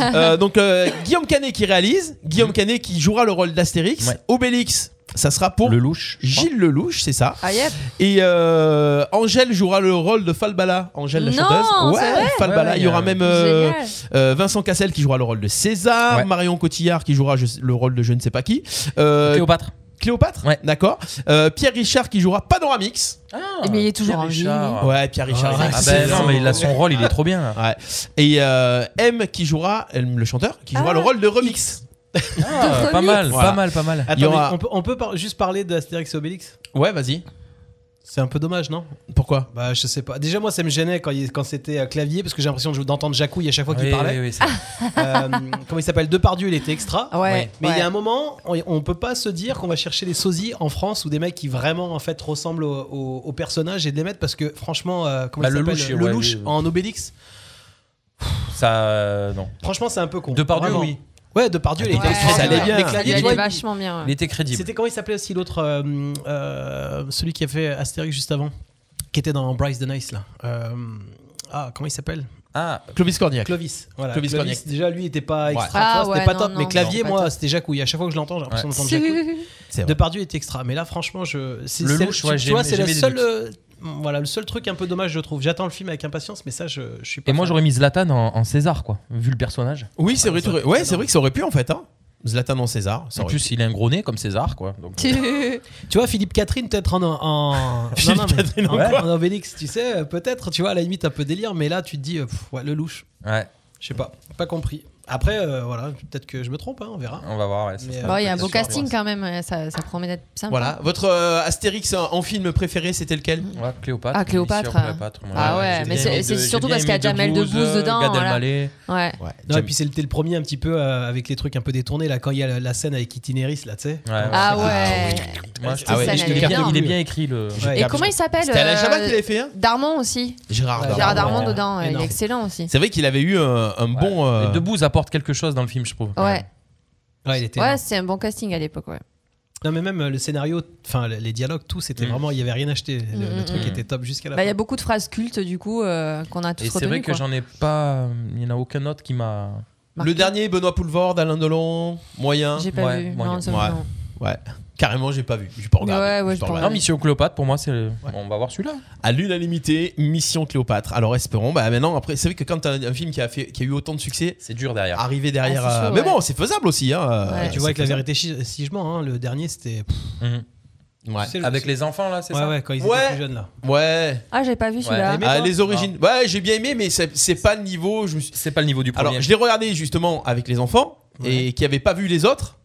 Speaker 3: Euh, donc euh, Guillaume Canet qui réalise, Guillaume Canet qui jouera le rôle d'Astérix,
Speaker 4: Mm-hmm. Ouais.
Speaker 3: Obélix, ça sera pour
Speaker 4: Le louche. je crois.
Speaker 3: Gilles Lelouch, c'est ça.
Speaker 6: Ah yep.
Speaker 3: Et euh, Angèle jouera le rôle de Falbala. Angèle la
Speaker 6: Non,
Speaker 3: chanteuse.
Speaker 6: c'est vrai
Speaker 3: Falbala.
Speaker 4: Ouais, ouais,
Speaker 3: il y aura
Speaker 4: euh,
Speaker 3: même euh,
Speaker 6: Génial.
Speaker 3: euh, Vincent Cassel qui jouera le rôle de César.
Speaker 4: Ouais.
Speaker 3: Marion Cotillard qui jouera je- le rôle de je ne sais pas qui. Euh,
Speaker 4: Cléopâtre.
Speaker 3: Cléopâtre.
Speaker 4: Ouais.
Speaker 3: D'accord. Euh, Pierre Richard qui jouera Panoramix.
Speaker 4: Ah,
Speaker 6: mais il est toujours en vie,
Speaker 4: Richard.
Speaker 3: Ouais, Pierre Richard. il est
Speaker 5: Ah,
Speaker 4: Ah, ben
Speaker 3: excellent.
Speaker 4: non, mais il a son rôle, il est trop bien. là.
Speaker 3: Ouais. Et euh, M qui jouera, M, le chanteur, qui jouera
Speaker 6: Ah.
Speaker 3: le rôle de Remix.
Speaker 4: Ah, pas
Speaker 6: comics.
Speaker 4: mal,
Speaker 3: Voilà.
Speaker 4: pas mal, pas mal.
Speaker 5: Attends,
Speaker 3: Il y aura-
Speaker 5: mais on peut, on peut par- juste parler d'Astérix et Obélix
Speaker 3: Ouais, vas-y.
Speaker 5: C'est un peu dommage, non
Speaker 3: Pourquoi
Speaker 5: Bah, je sais pas. Déjà, moi, ça me gênait quand, il- quand c'était euh, clavier, parce que j'ai l'impression de- d'entendre Jacouille à chaque fois qu'il
Speaker 4: Oui,
Speaker 5: parlait.
Speaker 4: oui, oui, c'est-
Speaker 5: Euh, comment il s'appelle Depardieu, il était extra.
Speaker 6: Ah Ouais, ouais.
Speaker 5: Mais il y a un moment, on, on peut pas se dire qu'on va chercher des sosies en France ou des mecs qui vraiment en fait ressemblent au, au- au personnage et de les mettre parce que franchement, euh, comment
Speaker 4: Bah,
Speaker 5: il s'appelle
Speaker 4: Lelouch, ouais,
Speaker 5: Lelouch
Speaker 4: oui, oui.
Speaker 5: en Obélix,
Speaker 4: ça, euh, non.
Speaker 5: franchement, c'est un peu con.
Speaker 4: Depardieu,
Speaker 5: Vraiment.
Speaker 4: oui.
Speaker 5: Ouais, Depardieu, il était
Speaker 6: Ouais.
Speaker 5: extra.
Speaker 3: Ça allait bien.
Speaker 5: Mais
Speaker 6: Il
Speaker 5: Clavier, tu
Speaker 6: est
Speaker 5: vois, il-
Speaker 6: vachement bien.
Speaker 4: Il était crédible.
Speaker 5: C'était comment il s'appelait aussi l'autre, euh, euh, celui qui a fait Astérix juste avant, qui était dans Bryce the Nice là. Euh, ah, comment il s'appelle
Speaker 4: Ah,
Speaker 3: Clovis Cornillac.
Speaker 5: Clovis. Voilà.
Speaker 3: Clovis
Speaker 5: Clovis,
Speaker 3: Cornillac.
Speaker 5: déjà lui était pas extra,
Speaker 3: Ouais.
Speaker 5: tu vois,
Speaker 6: Ah
Speaker 5: c'était
Speaker 6: ouais,
Speaker 5: pas
Speaker 6: non,
Speaker 5: top.
Speaker 6: non,
Speaker 5: mais
Speaker 6: non,
Speaker 5: clavier,
Speaker 6: pas
Speaker 5: moi,
Speaker 6: top.
Speaker 5: c'était Jacouille. À chaque fois que je l'entends, j'ai l'impression d'entendre Jacouille.
Speaker 6: C'est-
Speaker 3: C'est vrai.
Speaker 5: Depardieu était extra, mais là franchement, je c'est
Speaker 4: Le
Speaker 5: c'est-
Speaker 4: louche,
Speaker 5: tu-
Speaker 4: ouais,
Speaker 5: tu
Speaker 4: j'ai
Speaker 5: vois,
Speaker 4: aimé-
Speaker 5: c'est
Speaker 4: j'ai
Speaker 5: la
Speaker 4: aimé le
Speaker 5: seule
Speaker 4: louche.
Speaker 5: euh, voilà, le seul truc un peu dommage je trouve. J'attends le film avec impatience, mais ça je, je suis pas
Speaker 4: et moi
Speaker 5: fan.
Speaker 4: j'aurais mis Zlatan en, en César, quoi, vu le personnage.
Speaker 3: Oui, c'est vrai.
Speaker 5: ça aurait
Speaker 3: tu- Ouais,
Speaker 5: pu,
Speaker 3: c'est vrai que ça aurait pu en fait. Hein. Zlatan en César. Ça
Speaker 4: Ah, En
Speaker 3: aurait
Speaker 4: plus, il a un gros nez comme César, quoi. Donc,
Speaker 5: Tu vois Philippe Catherine peut-être en en
Speaker 3: Philippe
Speaker 5: mais-
Speaker 3: Catherine, en
Speaker 5: ouais,
Speaker 3: quoi
Speaker 5: en Obélix, tu sais, euh, peut-être, tu vois, à la limite un peu délire, mais là tu te dis euh, pff, ouais, le louche.
Speaker 4: ouais,
Speaker 5: Je sais pas, pas compris. Après, euh, voilà, peut-être que je me trompe, hein, on verra.
Speaker 4: on va voir. ouais, ça
Speaker 5: Mais,
Speaker 4: sera-
Speaker 3: Ah,
Speaker 5: euh,
Speaker 6: Bon, Bah, il y a un
Speaker 3: bah,
Speaker 5: peut-être
Speaker 6: beau
Speaker 5: sur-
Speaker 6: casting quand même, euh, ça, ça promet d'être sympa.
Speaker 3: Voilà. Votre euh, Astérix en, en film préféré, c'était lequel
Speaker 4: Ouais,
Speaker 6: Ah,
Speaker 4: Cléopâtre. on est sûr,
Speaker 6: Cléopâtre.
Speaker 4: Cléopâtre, moi,
Speaker 6: Ah ouais,
Speaker 4: j'ai
Speaker 6: mais
Speaker 4: bien
Speaker 6: c'est-
Speaker 4: aimé
Speaker 6: c'est
Speaker 4: de- euh,
Speaker 6: surtout
Speaker 4: j'ai bien
Speaker 6: parce qu'il y a
Speaker 4: aimé
Speaker 6: Jamel Debbouze dedans,
Speaker 4: Gad
Speaker 6: voilà.
Speaker 4: Elmaleh.
Speaker 6: Ouais.
Speaker 3: Ouais.
Speaker 5: Non, et
Speaker 3: j'aime-
Speaker 5: puis c'était le premier un petit peu euh, avec les trucs un peu détournés, là, quand il y a la, la scène avec Itineris, là, tu sais.
Speaker 4: Ouais, ouais.
Speaker 6: Ah ouais.
Speaker 4: Moi, je
Speaker 5: Cette
Speaker 4: trouve-
Speaker 3: scène,
Speaker 4: il
Speaker 3: elle
Speaker 4: est
Speaker 3: est
Speaker 4: bien-
Speaker 6: bien.
Speaker 4: il est bien écrit le.
Speaker 5: Ouais.
Speaker 6: Et comment il s'appelle
Speaker 3: C'était Alain Chabat
Speaker 6: euh,
Speaker 3: qui l'avait fait, hein
Speaker 6: Gérard aussi.
Speaker 3: Gérard
Speaker 5: Ouais,
Speaker 3: Darmon.
Speaker 6: Gérard
Speaker 5: Darmon,
Speaker 6: Darmon
Speaker 5: ouais.
Speaker 6: dedans, il
Speaker 5: Énorme.
Speaker 6: est excellent aussi.
Speaker 3: C'est vrai qu'il avait eu un, un bon.
Speaker 4: Ouais.
Speaker 3: euh,
Speaker 4: Les Debbouze apporte quelque chose dans le film, je trouve.
Speaker 6: Ouais,
Speaker 5: Ouais, il était.
Speaker 6: ouais c'est un bon casting à l'époque, ouais.
Speaker 5: Non, mais même euh, le scénario, enfin, les- les dialogues, tout, c'était
Speaker 4: Mm.
Speaker 5: vraiment, il y avait rien acheté. Le, le
Speaker 6: Mm,
Speaker 5: truc
Speaker 4: mm.
Speaker 5: était top jusqu'à la
Speaker 6: Bah, Il y
Speaker 5: fin.
Speaker 6: a beaucoup de phrases cultes du coup euh, qu'on a tous
Speaker 4: Et c'est vrai
Speaker 6: retenues.
Speaker 4: que
Speaker 6: quoi.
Speaker 4: j'en ai pas. Il y en a aucun autre qui m'a.
Speaker 6: Marqué.
Speaker 3: Le dernier, Benoît Poulvord, Alain Delon, moyen.
Speaker 6: J'ai pas
Speaker 4: Ouais,
Speaker 6: vu.
Speaker 4: moi,
Speaker 6: non,
Speaker 4: non.
Speaker 6: ça,
Speaker 3: Ouais.
Speaker 6: non.
Speaker 3: Ouais. Carrément, j'ai pas vu. J'ai pas regardé.
Speaker 6: Ouais, ouais,
Speaker 3: J'ai
Speaker 6: je
Speaker 3: pas
Speaker 6: pense.
Speaker 3: regardé.
Speaker 4: Non, Mission Cléopâtre, pour moi, c'est. le- Bon, on va voir celui-là.
Speaker 3: À l'unanimité, Mission Cléopâtre. Alors espérons. Bah maintenant, après, c'est vrai que quand t'as un film qui a, fait, qui a eu autant de succès,
Speaker 4: C'est dur derrière.
Speaker 3: arriver derrière.
Speaker 6: Ah, c'est
Speaker 3: euh,
Speaker 6: chaud,
Speaker 3: Mais
Speaker 6: ouais.
Speaker 3: bon, c'est faisable aussi. Hein.
Speaker 6: Ouais.
Speaker 3: euh,
Speaker 5: Et tu vois,
Speaker 3: c'est
Speaker 5: avec la
Speaker 3: faisable.
Speaker 5: vérité, si, si je mens, hein, le dernier, c'était. pff,
Speaker 4: Mhm.
Speaker 3: Ouais.
Speaker 5: tu sais, le-
Speaker 4: Avec les enfants, là, c'est
Speaker 5: Ouais,
Speaker 4: ça
Speaker 5: ouais, quand ils
Speaker 3: Ouais.
Speaker 5: étaient plus jeunes, là.
Speaker 3: Ouais.
Speaker 6: Ah, j'ai pas vu celui-là.
Speaker 5: mais-
Speaker 3: Ah,
Speaker 5: toi
Speaker 3: les origines. Ouais, j'ai bien aimé, mais c'est c'est pas le niveau. Je me suis-
Speaker 4: C'est pas le niveau du premier.
Speaker 3: Alors, je l'ai regardé justement avec les enfants et qui n'avaient pas vu les autres.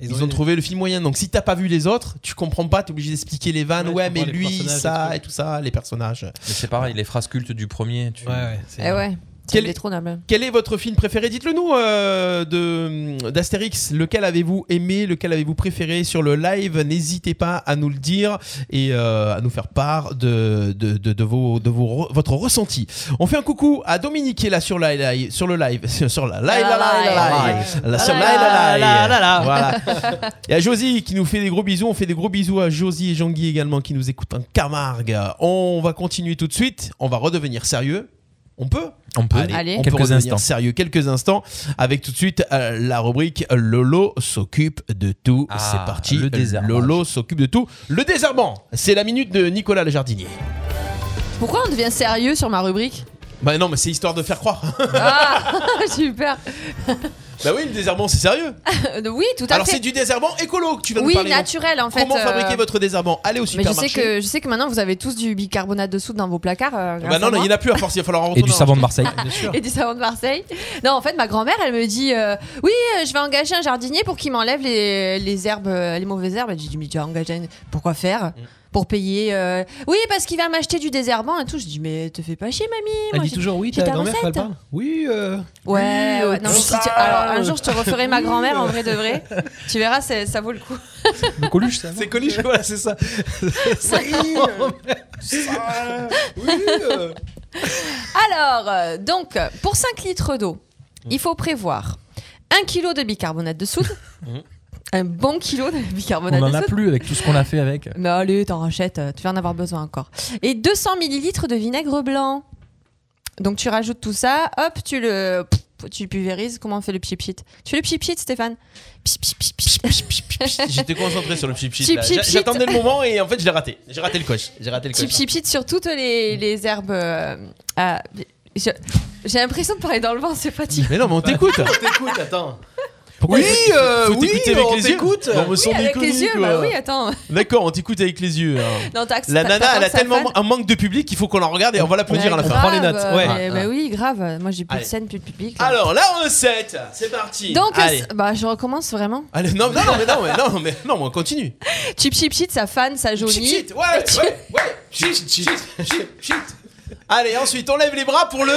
Speaker 3: Ils, ont, trouvé le film moyen. Donc si t'as pas vu les autres, tu comprends pas, t'es obligé d'expliquer les vannes.
Speaker 5: Ouais,
Speaker 3: Ouais,
Speaker 5: je
Speaker 3: mais
Speaker 5: comprends les
Speaker 3: lui,
Speaker 5: personnages, les
Speaker 3: ça
Speaker 5: trucs.
Speaker 3: et tout ça, les personnages.
Speaker 4: Mais c'est pareil, les phrases cultes du premier. Tu...
Speaker 5: Ouais, ouais. c'est-
Speaker 6: Eh ouais, c'est
Speaker 3: Quel-
Speaker 6: détrônable.
Speaker 3: Quel est votre film préféré Dites-le nous euh, de d'Astérix. Lequel avez-vous aimé Lequel avez-vous préféré sur le live N'hésitez pas à nous le dire et euh, à nous faire part de, de, de, de vos, de vos re- votre ressenti. On fait un coucou à Dominique qui est là sur, la, la- sur le live. Sur la live.
Speaker 6: La
Speaker 3: la- la-
Speaker 6: live.
Speaker 3: la- la-
Speaker 6: Ah
Speaker 3: la- sur la- la- la- la- Voilà. Il y a Josie qui nous fait des gros bisous. On fait des gros bisous à Josie et Jean-Guy également qui nous écoutent en Camargue. On va continuer tout de suite. On va redevenir sérieux. On peut
Speaker 4: On peut.
Speaker 6: Allez.
Speaker 3: on
Speaker 4: Quelques
Speaker 3: peut redevenir
Speaker 4: instants.
Speaker 3: Sérieux, quelques instants. Avec tout de suite euh, la rubrique Lolo s'occupe de tout.
Speaker 4: Ah,
Speaker 3: C'est parti.
Speaker 4: le désherbage.
Speaker 3: Lolo s'occupe de tout. Le désherbant. C'est la minute de Nicolas le jardinier.
Speaker 6: Pourquoi on devient sérieux sur ma rubrique
Speaker 3: Bah non, mais c'est histoire de faire croire.
Speaker 6: Ah, super. Euh,
Speaker 3: bah oui, le désherbant, c'est sérieux.
Speaker 6: Oui, tout à
Speaker 3: Alors c'est
Speaker 6: fait.
Speaker 3: du désherbant écolo que tu vas nous
Speaker 6: Oui,
Speaker 3: parler.
Speaker 6: naturel en fait.
Speaker 3: Comment
Speaker 6: euh,
Speaker 3: fabriquer votre désherbant Allez au
Speaker 6: Mais je
Speaker 3: supermarché.
Speaker 6: sais que je sais que maintenant vous avez tous du bicarbonate de soude dans vos placards. euh, grâce
Speaker 3: Bah non,
Speaker 6: à
Speaker 3: non, il
Speaker 6: moi.
Speaker 3: n'y en a plus à force, il va falloir en
Speaker 4: Et du
Speaker 3: retourner en
Speaker 4: savon de Marseille.
Speaker 5: Bien sûr.
Speaker 6: et du savon de Marseille. Non, en fait, ma grand-mère, elle me dit euh, Oui, euh, je vais engager un jardinier pour qu'il m'enlève les, les herbes, euh, les mauvaises herbes. Et J'ai dit Mais tu vas engager un... Pourquoi
Speaker 5: Mm.
Speaker 6: faire Pour payer euh, Oui, parce qu'il va m'acheter du désherbant et tout. Je dis Mais te fais pas chier, mamie.
Speaker 5: Elle
Speaker 6: moi,
Speaker 5: dit
Speaker 6: j'ai-
Speaker 5: toujours oui,
Speaker 6: j'ai
Speaker 5: ta
Speaker 6: ta
Speaker 5: grand-mère, quand elle
Speaker 6: recette.
Speaker 5: parle Oui, euh,
Speaker 6: Ouais,
Speaker 5: Oui,
Speaker 6: ouais. Non, mais si tu-
Speaker 5: putain.
Speaker 6: Alors, un jour, je te referai ma grand-mère en vrai de vrai. Tu verras, c'est- ça vaut le coup.
Speaker 5: le coluche, ça.
Speaker 3: C'est connu, voilà, c'est ça. euh,
Speaker 6: Alors, euh, donc, euh, pour 5 litres d'eau, il faut prévoir 1 kg de bicarbonate de soude, un bon kilo de
Speaker 4: On
Speaker 6: bicarbonate
Speaker 4: en
Speaker 6: de
Speaker 4: a
Speaker 6: soude.
Speaker 4: plus avec tout ce qu'on a fait avec.
Speaker 6: Mais allez, t'en rachètes, euh, tu vas en avoir besoin encore. Et 200 millilitres de vinaigre blanc. Donc tu rajoutes tout ça, hop, tu le pff, tu pulvérises. Comment on fait le pchipchit Tu fais le pchipchit, Stéphane Pchit, pchit, pchit, pchit.
Speaker 3: J'étais concentré sur le chip
Speaker 6: Chip,
Speaker 3: chip.
Speaker 6: chip, chip.
Speaker 3: J'attendais le moment et en fait, je l'ai raté. J'ai raté le coche. J'ai raté le
Speaker 6: Tu
Speaker 3: coche.
Speaker 6: pchipites sur toutes les, les herbes. euh, à- je- J'ai l'impression de parler dans le vent, c'est fatigant.
Speaker 3: Mais non, mais on t'écoute.
Speaker 5: t'écoute, attends.
Speaker 3: Pourquoi
Speaker 5: Oui,
Speaker 3: il faut-
Speaker 5: euh,
Speaker 3: faut
Speaker 5: oui,
Speaker 3: t'écouter avec
Speaker 5: on
Speaker 3: les yeux
Speaker 5: t'écoute.
Speaker 3: Non, mais
Speaker 6: Oui,
Speaker 3: sans
Speaker 6: avec
Speaker 3: déconner,
Speaker 6: les yeux,
Speaker 3: quoi.
Speaker 6: bah oui, attends.
Speaker 3: D'accord, on t'écoute avec les yeux. hein.
Speaker 6: Non, t'as-
Speaker 3: La
Speaker 6: t'as-
Speaker 3: nana, elle
Speaker 6: t'as
Speaker 3: a
Speaker 6: peur, ça
Speaker 3: tellement
Speaker 6: fan.
Speaker 3: un manque de public qu'il faut qu'on la regarde et on va l'applaudir à la
Speaker 6: Ouais,
Speaker 3: fin.
Speaker 5: prend les
Speaker 6: grave,
Speaker 5: notes,
Speaker 6: euh,
Speaker 5: ouais.
Speaker 6: mais- Bah oui, grave. Moi, j'ai plus
Speaker 3: Allez.
Speaker 6: de scène, plus de public. là.
Speaker 3: Alors là, on est 7. C'est parti.
Speaker 6: Donc,
Speaker 3: Allez.
Speaker 6: euh, bah, je recommence vraiment.
Speaker 3: Allez, non, non, non, mais non, mais non, mais non, mais on continue.
Speaker 6: Chip Chip Chip, sa fan, sa
Speaker 3: Shit,
Speaker 6: Johnny.
Speaker 3: shit, ouais, ouais, ouais, shit, shit, shit, shit, shit. Allez, ensuite, on lève les bras pour le.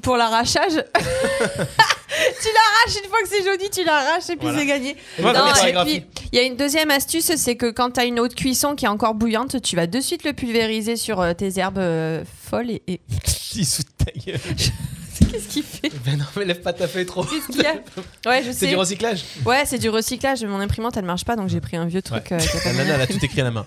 Speaker 6: Pour l'arrachage. tu l'arraches une fois que c'est joli, tu l'arraches et puis
Speaker 3: Voilà.
Speaker 6: c'est gagné.
Speaker 3: Voilà,
Speaker 6: Non,
Speaker 3: merci.
Speaker 6: et puis, il y a une deuxième astuce, c'est que quand t'as une eau de cuisson qui est encore bouillante, tu vas de suite le pulvériser sur euh, tes herbes euh, folles et. et-
Speaker 3: Il sous ta gueule.
Speaker 6: Qu'est-ce qu'il fait
Speaker 3: Ben
Speaker 5: Mais non, mais lève pas ta feuille trop.
Speaker 6: Qu'est-ce qu'il y a Ouais, je
Speaker 5: C'est
Speaker 6: sais.
Speaker 5: du recyclage.
Speaker 6: Ouais, c'est du recyclage. Mon imprimante, elle marche pas, donc j'ai pris un vieux truc. euh, qui a pas
Speaker 3: La
Speaker 6: mal
Speaker 3: nana, elle a
Speaker 6: imprimé.
Speaker 3: tout écrit à la main.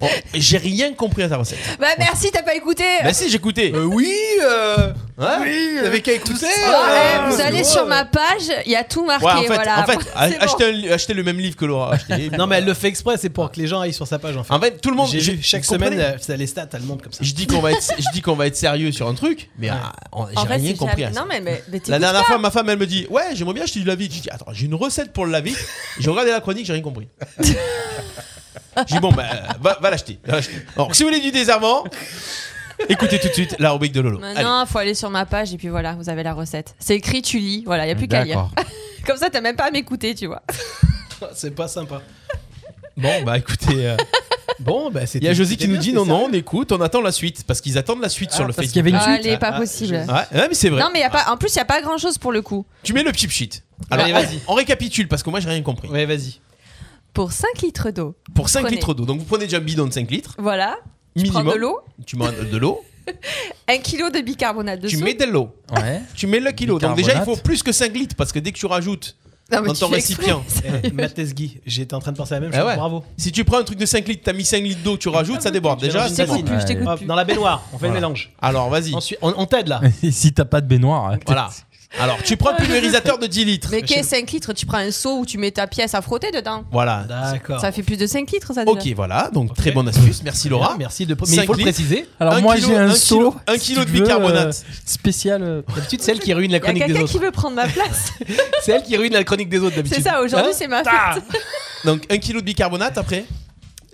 Speaker 3: Oh, J'ai rien compris à ta recette.
Speaker 6: Bah merci, t'as pas écouté.
Speaker 3: Bah si, j'écoutais.
Speaker 5: Euh, oui, euh, hein
Speaker 3: oui,
Speaker 5: T'avais qu'à écouter. euh.
Speaker 6: Ah, eh, euh. vous allez sur ma page, il y a tout marqué.
Speaker 3: euh, Ouais, en fait,
Speaker 6: voilà.
Speaker 3: en fait
Speaker 6: C'est bon.
Speaker 3: achetez, un- achetez le même livre que Laura a acheté.
Speaker 5: Non, mais elle le fait exprès, c'est pour que les gens aillent sur sa page en fait.
Speaker 3: En fait, tout le monde.
Speaker 5: J'ai
Speaker 3: je-
Speaker 5: vu chaque
Speaker 3: vous comprenez
Speaker 5: semaine, euh, ça, les stats, elles montent comme ça.
Speaker 3: Je dis qu'on va être, je dis qu'on va être sérieux sur un truc, mais
Speaker 5: Ouais.
Speaker 3: ah, on- j'ai
Speaker 6: En vrai,
Speaker 3: rien
Speaker 6: c'est
Speaker 3: compris.
Speaker 6: jamais-
Speaker 3: à ça.
Speaker 6: Non, mais, mais, mais t'écoutes
Speaker 3: La dernière
Speaker 6: pas.
Speaker 3: fois, ma femme, elle me dit Ouais, j'aimerais bien acheter du lavis. Je dis Attends, j'ai une recette pour le lavis. J'ai regardé la chronique, j'ai rien compris. J'ai dit Bon, bah, euh, va, va l'acheter. va l'acheter. Alors, si vous voulez du désarmant, écoutez tout de suite la rubrique de Lolo. Allez.
Speaker 6: Maintenant, faut aller sur ma page et puis voilà, vous avez la recette. C'est écrit, tu lis. Voilà, il y a plus qu'à lire.
Speaker 4: D'accord.
Speaker 6: Comme ça, t'as même pas à m'écouter, tu vois.
Speaker 5: C'est pas sympa.
Speaker 3: Bon, bah écoutez, euh,
Speaker 5: Bon, bah
Speaker 3: il y a José qui nous dit Non, non, on écoute, on attend la suite. Parce qu'ils attendent la suite sur le
Speaker 4: Ah, parce
Speaker 3: Facebook.
Speaker 4: qu'il y avait une suite.
Speaker 6: Allez, pas
Speaker 5: Ah,
Speaker 6: possible.
Speaker 5: je-
Speaker 3: Ouais, ouais, mais c'est vrai. Ah.
Speaker 6: Non, mais y a pas. En plus, il y a pas grand chose pour le coup.
Speaker 3: Tu mets le chip sheet. Alors,
Speaker 5: Allez,
Speaker 3: on-
Speaker 5: vas-y.
Speaker 3: On récapitule parce que moi, j'ai rien compris.
Speaker 5: Ouais, vas-y.
Speaker 6: Pour 5 litres d'eau,
Speaker 3: Pour 5
Speaker 6: Prenez.
Speaker 3: litres d'eau, donc vous prenez déjà un bidon de 5 litres,
Speaker 6: voilà, tu prends
Speaker 3: minimum.
Speaker 6: de l'eau,
Speaker 3: Tu mets de l'eau,
Speaker 6: 1 kilo de bicarbonate de
Speaker 3: tu
Speaker 6: soude.
Speaker 3: mets de l'eau,
Speaker 4: Ouais.
Speaker 3: tu mets le kilo. Donc
Speaker 4: Bicarbonate.
Speaker 3: déjà, il faut plus que 5 litres parce que dès que tu rajoutes
Speaker 6: Non, mais
Speaker 3: dans
Speaker 6: tu
Speaker 3: ton
Speaker 6: fais exprès.
Speaker 3: récipient,
Speaker 5: Eh, Mathès Guy, j'étais en train de penser à la même
Speaker 3: Ah
Speaker 5: chose.
Speaker 3: ouais.
Speaker 5: Bravo.
Speaker 3: si tu prends un truc de 5 litres, t'as mis 5 litres d'eau,
Speaker 6: Ah,
Speaker 3: tu rajoutes, ça déborde. Déjà,
Speaker 5: mélanges une
Speaker 3: c'est
Speaker 5: casserole.
Speaker 3: bon.
Speaker 6: Plus, je
Speaker 4: Ouais.
Speaker 6: t'écoute
Speaker 5: Hop,
Speaker 6: plus.
Speaker 5: dans la baignoire, on fait
Speaker 4: Voilà.
Speaker 5: le mélange.
Speaker 3: Alors, vas-y.
Speaker 5: Ensuite, on, on t'aide là.
Speaker 4: Et si t'as pas de baignoire, hein,
Speaker 3: Voilà. Alors, tu prends un pulvérisateur de 10 litres.
Speaker 6: Mais qu'est 5 litres Tu prends un seau où tu mets ta pièce à frotter dedans.
Speaker 3: Voilà.
Speaker 5: D'accord.
Speaker 6: Ça fait plus de 5 litres, ça déjà.
Speaker 3: Ok, voilà. Donc, très bonne astuce. Merci, Laura.
Speaker 5: Merci de. Mais il
Speaker 3: Cinq
Speaker 5: faut le
Speaker 3: litres.
Speaker 5: préciser.
Speaker 4: Alors
Speaker 3: Un
Speaker 4: moi
Speaker 3: kilo-
Speaker 4: j'ai un,
Speaker 3: un
Speaker 4: seau,
Speaker 3: kilo- un
Speaker 4: si
Speaker 3: kilo
Speaker 4: tu
Speaker 3: de bicarbonate.
Speaker 4: euh, spécial. euh,
Speaker 5: D'habitude, c'est elle qui ruine la
Speaker 6: Il y a
Speaker 5: chronique des
Speaker 6: quelqu'un
Speaker 5: autres.
Speaker 6: qui veut prendre ma place.
Speaker 5: C'est elle qui ruine la chronique des autres d'habitude.
Speaker 6: c'est ça, aujourd'hui,
Speaker 5: Hein
Speaker 6: c'est ma fête.
Speaker 3: Donc, 1 kilo de bicarbonate après.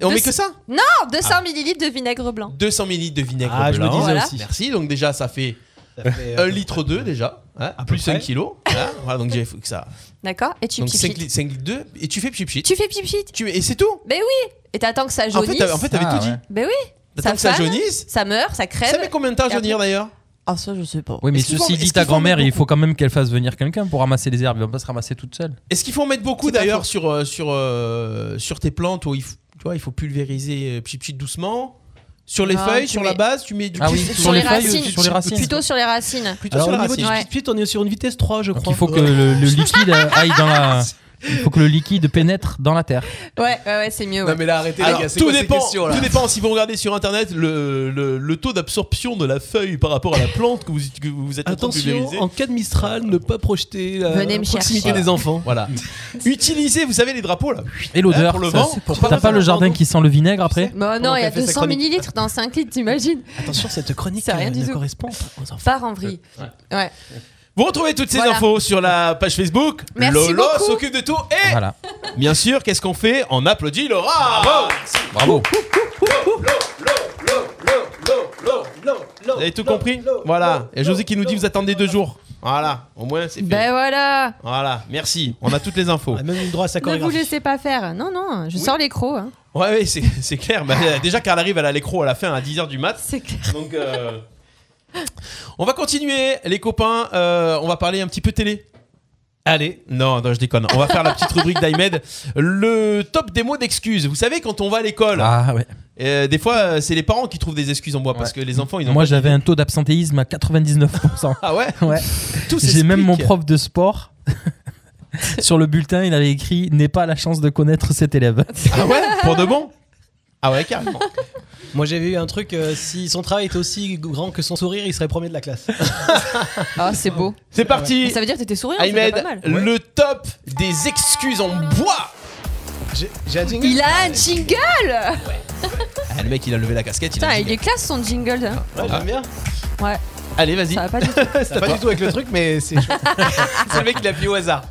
Speaker 3: Et on
Speaker 6: De-
Speaker 3: met que ça
Speaker 6: Non, 200 millilitres de vinaigre blanc.
Speaker 3: 200 millilitres de vinaigre
Speaker 5: Ah, je me
Speaker 3: blanc.
Speaker 5: disais
Speaker 6: Voilà.
Speaker 5: aussi.
Speaker 3: Merci. Donc, déjà, ça fait
Speaker 5: Ça fait,
Speaker 3: 1
Speaker 5: euh,
Speaker 3: litre 2 déjà, hein,
Speaker 5: À peu
Speaker 3: plus 1
Speaker 5: près.
Speaker 3: kilo. Voilà, voilà, donc j'ai faut que ça.
Speaker 6: D'accord Et tu
Speaker 3: donc
Speaker 6: pipit.
Speaker 3: 5 litres, 5 litres 2 et tu fais pip pip.
Speaker 6: Tu fais pipit.
Speaker 3: Tu et c'est tout.
Speaker 6: Ben oui Et t'attends que ça
Speaker 3: En fait,
Speaker 6: jaunisse.
Speaker 3: t'avais en fait, t'avais
Speaker 4: Ah,
Speaker 3: tout
Speaker 4: ouais.
Speaker 3: dit.
Speaker 6: Ben oui
Speaker 3: T'attends
Speaker 6: Ça
Speaker 3: que ça
Speaker 6: fane.
Speaker 3: jaunisse.
Speaker 6: Ça meurt, ça
Speaker 3: Ça
Speaker 6: crève.
Speaker 3: met combien de temps à
Speaker 6: Et
Speaker 3: jaunir
Speaker 6: après-
Speaker 3: d'ailleurs
Speaker 6: Ah, ça, je sais pas.
Speaker 4: Oui, mais
Speaker 3: Est-ce qu'il faut-
Speaker 4: ceci
Speaker 3: est-ce
Speaker 4: dit, ta
Speaker 3: qu'il faut en
Speaker 4: grand-mère,
Speaker 3: mettre
Speaker 4: il faut quand même qu'elle fasse venir quelqu'un pour ramasser les herbes. Elle va pas se ramasser toute seule.
Speaker 3: Est-ce qu'il faut en mettre beaucoup
Speaker 6: C'est pas
Speaker 3: d'ailleurs
Speaker 6: faux.
Speaker 3: sur euh, sur euh, sur tes plantes où il faut, tu vois, il faut pulvériser euh, pip pip doucement sur les
Speaker 6: Non,
Speaker 3: feuilles,
Speaker 6: tu
Speaker 3: sur
Speaker 6: mets-
Speaker 3: la base, tu mets du
Speaker 4: Ah oui,
Speaker 3: tu-
Speaker 4: sur les feuilles,
Speaker 6: racines.
Speaker 4: sur les racines.
Speaker 6: Plutôt sur les racines.
Speaker 3: plutôt
Speaker 5: Alors,
Speaker 3: sur
Speaker 5: au
Speaker 3: la
Speaker 5: niveau du
Speaker 3: racine.
Speaker 6: Ouais.
Speaker 5: speed, on est sur une vitesse 3, je
Speaker 4: Donc
Speaker 5: crois.
Speaker 4: il faut que le, le liquide euh, aille dans la. Il faut que le liquide pénètre dans la terre.
Speaker 6: Ouais, ouais, ouais, c'est mieux. ouais.
Speaker 5: mais là, arrêtez,
Speaker 3: Alors, tout, dépend, tout dépend si vous regardez sur internet le, le, le taux d'absorption de la feuille par rapport à la plante que vous, que vous êtes en train de
Speaker 5: Attention,
Speaker 3: pulvériser.
Speaker 5: en cas de Mistral, ne pas projeter la
Speaker 6: Venez me
Speaker 5: proximité
Speaker 6: chercher.
Speaker 5: des enfants.
Speaker 3: Voilà. Utilisez, vous savez, les drapeaux là.
Speaker 4: Et l'odeur.
Speaker 3: pour le
Speaker 4: ça,
Speaker 3: vent,
Speaker 4: c'est-
Speaker 3: pour
Speaker 4: T'as
Speaker 5: pas
Speaker 4: pas le
Speaker 5: faire
Speaker 4: jardin
Speaker 5: un
Speaker 4: qui sent le vinaigre après
Speaker 6: Bon,
Speaker 5: Pendant
Speaker 6: non, il y a
Speaker 5: qu'elle fait sa
Speaker 6: 200
Speaker 5: chronique.
Speaker 6: millilitres dans 5 litres, t'imagines
Speaker 5: Attention, cette chronique
Speaker 6: C'est rien
Speaker 5: euh,
Speaker 6: du
Speaker 5: ne
Speaker 6: tout.
Speaker 5: correspond pas aux enfants.
Speaker 6: Par en vrille. Ouais.
Speaker 3: Vous retrouvez toutes ces
Speaker 6: Voilà.
Speaker 3: infos sur la page Facebook.
Speaker 6: Merci
Speaker 3: Lolo
Speaker 6: beaucoup.
Speaker 3: s'occupe de tout. Et
Speaker 4: Voilà.
Speaker 3: bien sûr, qu'est-ce qu'on fait On applaudit Laura.
Speaker 4: Bravo.
Speaker 3: Vous avez tout compris Voilà. Et José qui nous dit vous attendez deux jours. Voilà. Au moins, c'est fait.
Speaker 6: Ben voilà
Speaker 3: Voilà. Merci. On a toutes les infos.
Speaker 5: On a Ah, même eu le droit à sa
Speaker 6: Ne vous
Speaker 5: chorégraphie.
Speaker 6: laissez pas faire. Non, non, je sors les crocs. hein.
Speaker 3: Ouais, ouais, c'est c'est clair. Bah, euh, déjà, Carl arrive à l'écro à la fin à 10h du mat.
Speaker 6: C'est clair.
Speaker 3: Donc. euh, On va continuer, les copains. Euh, on va parler un petit peu télé.
Speaker 5: Allez,
Speaker 3: Non, non, je déconne. On va faire la petite rubrique d'Imed. Le top des mots d'excuses. Vous savez, quand on va à l'école,
Speaker 4: Ah ouais.
Speaker 3: Euh, des fois, euh, c'est les parents qui trouvent des excuses en bois parce que les enfants, ils ont.
Speaker 4: Moi
Speaker 3: pas-
Speaker 4: j'avais un taux d'absentéisme à 99%.
Speaker 3: Ah ouais.
Speaker 4: ouais.
Speaker 3: Tout
Speaker 4: J'ai même mon
Speaker 3: s'explique.
Speaker 4: prof de sport. Sur le bulletin, il avait écrit N'aie pas la chance de connaître cet élève.
Speaker 3: Ah ouais. Pour de bon. Ah ouais, carrément.
Speaker 5: moi j'avais eu un truc, euh, si son travail était aussi grand que son sourire, il serait premier de la classe.
Speaker 6: Ah, c'est beau.
Speaker 3: C'est parti.
Speaker 6: Ah, Ça veut dire que t'étais souriant, c'est
Speaker 3: Ahmed,
Speaker 6: pas mal.
Speaker 3: le top des excuses en bois.
Speaker 5: J'ai j'ai un jingle
Speaker 6: Il a un jingle
Speaker 3: Ah, le mec, il a levé la casquette. Il a
Speaker 6: Putain,
Speaker 3: dit-
Speaker 6: il est classe son jingle. hein.
Speaker 5: Ouais, j'aime bien.
Speaker 6: Ouais,
Speaker 3: Allez, vas-y.
Speaker 6: ça va pas du tout.
Speaker 5: Ah. Ça va pas du tout avec le truc, mais c'est chaud.
Speaker 3: C'est le mec, il a pris au hasard.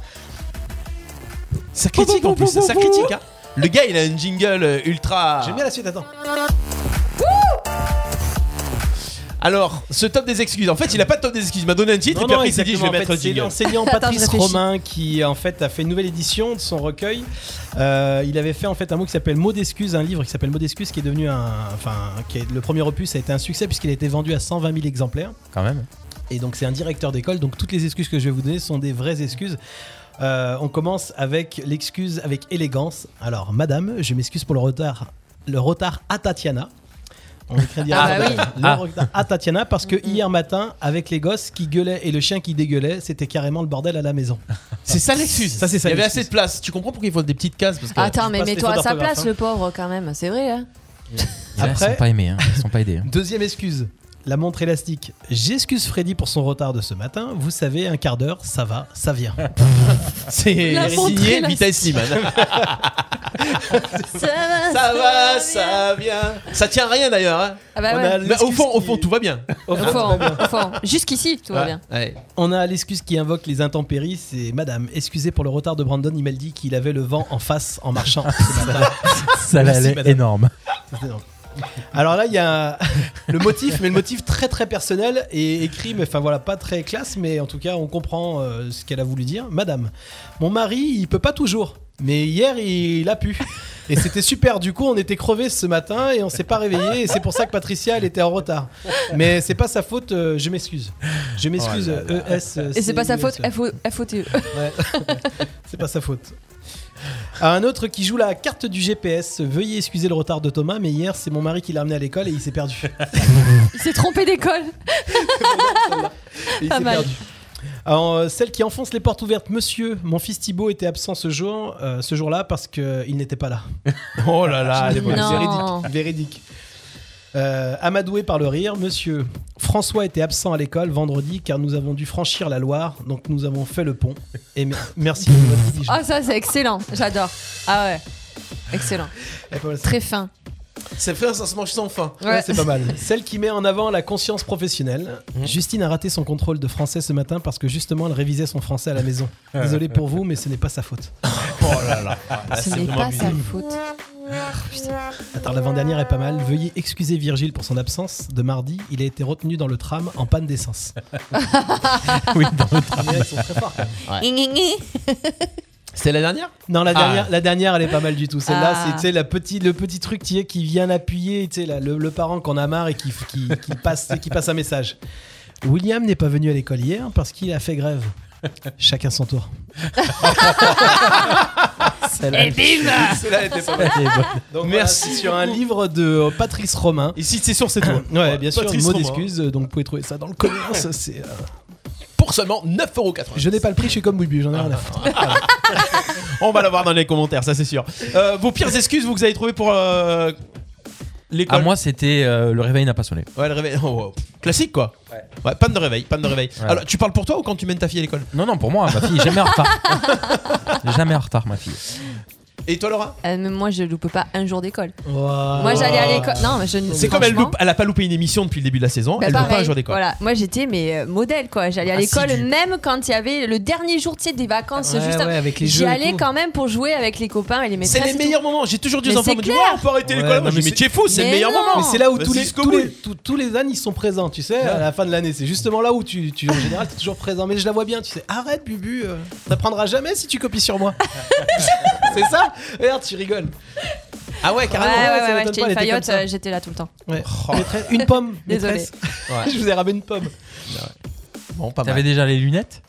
Speaker 3: Ça critique en plus, ça, ça critique. hein. Le gars, il a une jingle euh, ultra.
Speaker 5: J'aime bien la suite, attends.
Speaker 3: Alors, ce top des excuses. En fait, il a pas de top des excuses. Il m'a donné un titre et puis après, il s'est dit, je vais
Speaker 5: exactement.
Speaker 3: mettre
Speaker 5: En fait,
Speaker 3: un
Speaker 5: C'est
Speaker 3: jingle.
Speaker 5: l'enseignant
Speaker 6: Attends, je
Speaker 5: Patrice
Speaker 6: réfléchis.
Speaker 5: Romain qui en fait a fait une nouvelle édition de son recueil. Euh, il avait fait en fait un mot qui s'appelle Mot d'excuse, un livre qui s'appelle Mot d'excuse qui est devenu un, enfin, qui est- le premier opus a été un succès puisqu'il a été vendu à 120 000 exemplaires.
Speaker 4: Quand même.
Speaker 5: Et donc c'est un directeur d'école, donc toutes les excuses que je vais vous donner sont des vraies excuses. Euh, on commence avec l'excuse avec élégance. Alors, madame, je m'excuse pour le retard. Le retard à Tatiana. On écrit direct.
Speaker 6: Ah bah oui.
Speaker 5: Le
Speaker 4: Ah.
Speaker 5: retard à Tatiana parce que hier matin, avec les gosses qui gueulaient et le chien qui dégueulait, c'était carrément le bordel à la maison.
Speaker 3: C'est ça l'excuse.
Speaker 5: Ça, c'est ça,
Speaker 3: Il y avait
Speaker 5: l'excuse.
Speaker 3: assez de place. Tu comprends pourquoi il faut des petites cases parce que
Speaker 6: Attends, mais
Speaker 5: passe les
Speaker 6: mets-toi
Speaker 5: fautes
Speaker 6: à sa
Speaker 5: d'orthographe,
Speaker 6: place,
Speaker 5: hein.
Speaker 6: le pauvre, quand même. C'est vrai, hein
Speaker 4: Après... Ils
Speaker 5: Après-
Speaker 4: sont pas aimés, hein. ils sont pas aidés. hein.
Speaker 5: Deuxième excuse, la montre élastique. J'excuse Freddy pour son retard de ce matin. Vous savez, un quart d'heure, ça va, ça vient.
Speaker 3: c'est
Speaker 6: La montre
Speaker 3: signé
Speaker 6: élastique.
Speaker 3: Vitesse Slimane.
Speaker 6: Ça va,
Speaker 3: ça va, ça vient. Ça tient à rien d'ailleurs. hein.
Speaker 6: Ah bah
Speaker 5: On
Speaker 6: ouais.
Speaker 5: a
Speaker 3: Mais au fond, au fond,
Speaker 5: qui-
Speaker 3: tout va bien.
Speaker 5: Au
Speaker 6: Au fond, au fond. Jusqu'ici, tout va
Speaker 3: Ouais.
Speaker 6: bien.
Speaker 3: Ouais.
Speaker 5: On a l'excuse qui invoque les intempéries, c'est Madame, excusez pour le retard de Brandon, il m'a dit qu'il avait le vent en face en marchant. ce matin.
Speaker 4: Ça
Speaker 5: Merci,
Speaker 4: l'allait
Speaker 5: madame.
Speaker 4: énorme.
Speaker 5: C'était drôle. Alors là, il y a le motif, mais le motif très très personnel et écrit, mais enfin voilà, pas très classe, mais en tout cas, on comprend euh, ce qu'elle a voulu dire. Madame, mon mari, il peut pas toujours, mais hier, il a pu. Et c'était super, du coup, on était crevés ce matin et on s'est pas réveillés, et c'est pour ça que Patricia, elle était en retard. Mais c'est pas sa faute, euh, je m'excuse. Je m'excuse, E ES.
Speaker 6: Et c'est pas sa faute, FOTE.
Speaker 5: Ouais. c'est pas sa faute. À un autre qui joue la carte du GPS, veuillez excuser le retard de Thomas, mais hier c'est mon mari qui l'a amené à l'école et il s'est perdu.
Speaker 6: Il s'est trompé d'école.
Speaker 5: Et il
Speaker 6: Pas
Speaker 5: s'est
Speaker 6: mal.
Speaker 5: perdu. Alors, euh, celle qui enfonce les portes ouvertes, monsieur, mon fils Thibaut était absent ce jour, euh, ce jour-là parce qu'il n'était pas là.
Speaker 3: Oh là là, elle est bonne.
Speaker 6: Non.
Speaker 5: Véridique. véridique. Euh, amadoué par le rire, monsieur François était absent à l'école vendredi car nous avons dû franchir la Loire, donc nous avons fait le pont. Et me- merci de votre diligence.
Speaker 6: Ah, ça, c'est excellent. J'adore. Ah ouais. Excellent.
Speaker 5: Et voilà, c'est-
Speaker 6: Très fin.
Speaker 3: C'est frère, ça se mange sans fin.
Speaker 5: Ouais, c'est pas mal. Celle qui met en avant la conscience professionnelle.
Speaker 4: Mmh.
Speaker 5: Justine a raté son contrôle de français ce matin parce que justement elle révisait son français à la maison. Désolé pour vous, mais ce n'est pas sa faute.
Speaker 3: Oh là là.
Speaker 6: Ce n'est pas sa faute.
Speaker 5: Attends, l'avant-dernière est pas mal. Veuillez excuser Virgile pour son absence. De mardi, il a été retenu dans le tram en panne d'essence.
Speaker 4: Oui, dans le tra-
Speaker 5: Les gars, ils sont très forts, quand même.
Speaker 3: C'était la dernière
Speaker 5: Non, la
Speaker 3: Ah.
Speaker 5: dernière, la dernière, elle est pas mal du tout. Celle-là,
Speaker 6: Ah.
Speaker 5: c'est tu sais, la petite, le petit truc tu sais, qui vient appuyer, tu sais, là, le, le parent qu'on a marre et qui, qui, qui passe, qui passe un message. William n'est pas venu à l'école hier parce qu'il a fait grève. Chacun son tour.
Speaker 6: Eh
Speaker 5: Celle-là, elle-
Speaker 3: Celle-là était pas mal.
Speaker 4: Elle est bonne.
Speaker 5: Donc,
Speaker 3: Merci.
Speaker 6: ben,
Speaker 5: Merci sur un livre de Patrice Romain.
Speaker 3: Ici, c'est sûr, c'est toi.
Speaker 5: Ouais, bien sûr,
Speaker 3: Patrice
Speaker 5: mot
Speaker 3: Romain.
Speaker 5: d'excuse, euh, donc vous pouvez trouver ça dans le commerce. c'est, euh,
Speaker 3: Pour seulement 9,80€.
Speaker 5: Je n'ai pas le prix, je suis comme Boubu, j'en ai
Speaker 3: Ah.
Speaker 5: rien à foutre.
Speaker 3: On va l'avoir dans les commentaires, ça c'est sûr. Euh, vos pires excuses, vous que vous avez trouvé pour euh, l'école
Speaker 4: À moi, c'était euh, le réveil n'a pas sonné.
Speaker 3: Ouais, le réveil. oh, wow. Classique quoi. Ouais. Panne de réveil, panne de réveil.
Speaker 4: Ouais.
Speaker 3: Alors, tu parles pour toi ou quand tu mènes ta fille à l'école
Speaker 4: Non, non, pour moi, ma fille est jamais en retard. jamais en retard, ma fille.
Speaker 3: Et toi, Laura
Speaker 6: Euh, mais moi, je loupe pas un jour d'école.
Speaker 5: Waouh.
Speaker 6: Moi, j'allais à l'école. Non, mais je ne-
Speaker 3: Ah. C'est comme elle
Speaker 6: franchement,
Speaker 3: loupe, elle a pas loupé une émission depuis le début de la saison,
Speaker 6: bah,
Speaker 3: elle loupe pas un
Speaker 6: pareil.
Speaker 3: jour d'école.
Speaker 6: Voilà. Moi, j'étais mais euh, modèle quoi. J'allais à l'école
Speaker 3: Assidue.
Speaker 6: même quand il y avait le dernier jour tu sais, des vacances
Speaker 5: Ah, Ouais,
Speaker 6: juste.
Speaker 5: ouais,
Speaker 6: avant.
Speaker 5: avec les
Speaker 6: J'y
Speaker 5: jeux et
Speaker 6: allais
Speaker 5: tout.
Speaker 6: quand même pour jouer avec les copains et les maîtresses.
Speaker 3: C'est les
Speaker 6: et tout.
Speaker 3: meilleurs moments. J'ai toujours dit aux
Speaker 6: Mais
Speaker 3: enfants,
Speaker 6: c'est
Speaker 3: me disent,
Speaker 6: clair.
Speaker 3: Ouais, on peut arrêter l'école.
Speaker 5: Ouais,
Speaker 3: Moi,
Speaker 5: non,
Speaker 3: je
Speaker 5: mais
Speaker 3: dis, mais
Speaker 5: c'est-
Speaker 3: tu es fou, c'est le
Speaker 6: Mais
Speaker 3: meilleur
Speaker 6: non.
Speaker 3: moment.
Speaker 5: Mais c'est là où
Speaker 3: Vas-y,
Speaker 5: tous les,
Speaker 3: Bah, jusqu'au
Speaker 5: tous,
Speaker 3: bout.
Speaker 5: les, tous- tous les ânes ils sont présents, tu sais, à la fin de l'année. C'est justement là où tu, tu- en général, t'es toujours présent. Mais je la vois bien, tu sais. Arrête, Bubu, euh, t'apprendras jamais si tu copies sur moi. c'est ça Regarde, tu rigoles.
Speaker 3: Ah ouais,
Speaker 6: Ouais,
Speaker 3: carrément.
Speaker 5: Ah non, ouais,
Speaker 6: ouais,
Speaker 5: ça
Speaker 6: ouais, ouais,
Speaker 5: m'étonne
Speaker 6: j'étais
Speaker 5: pas,
Speaker 6: une
Speaker 5: elle était comme
Speaker 6: faillotte,
Speaker 5: ça.
Speaker 6: euh, j'étais là tout le temps.
Speaker 5: Ouais.
Speaker 3: Oh.
Speaker 5: Maîtresse- une pomme.
Speaker 6: Désolée.
Speaker 5: maîtresse. je vous ai ramené une pomme.
Speaker 3: Bon, pas mal.
Speaker 4: T'avais déjà les lunettes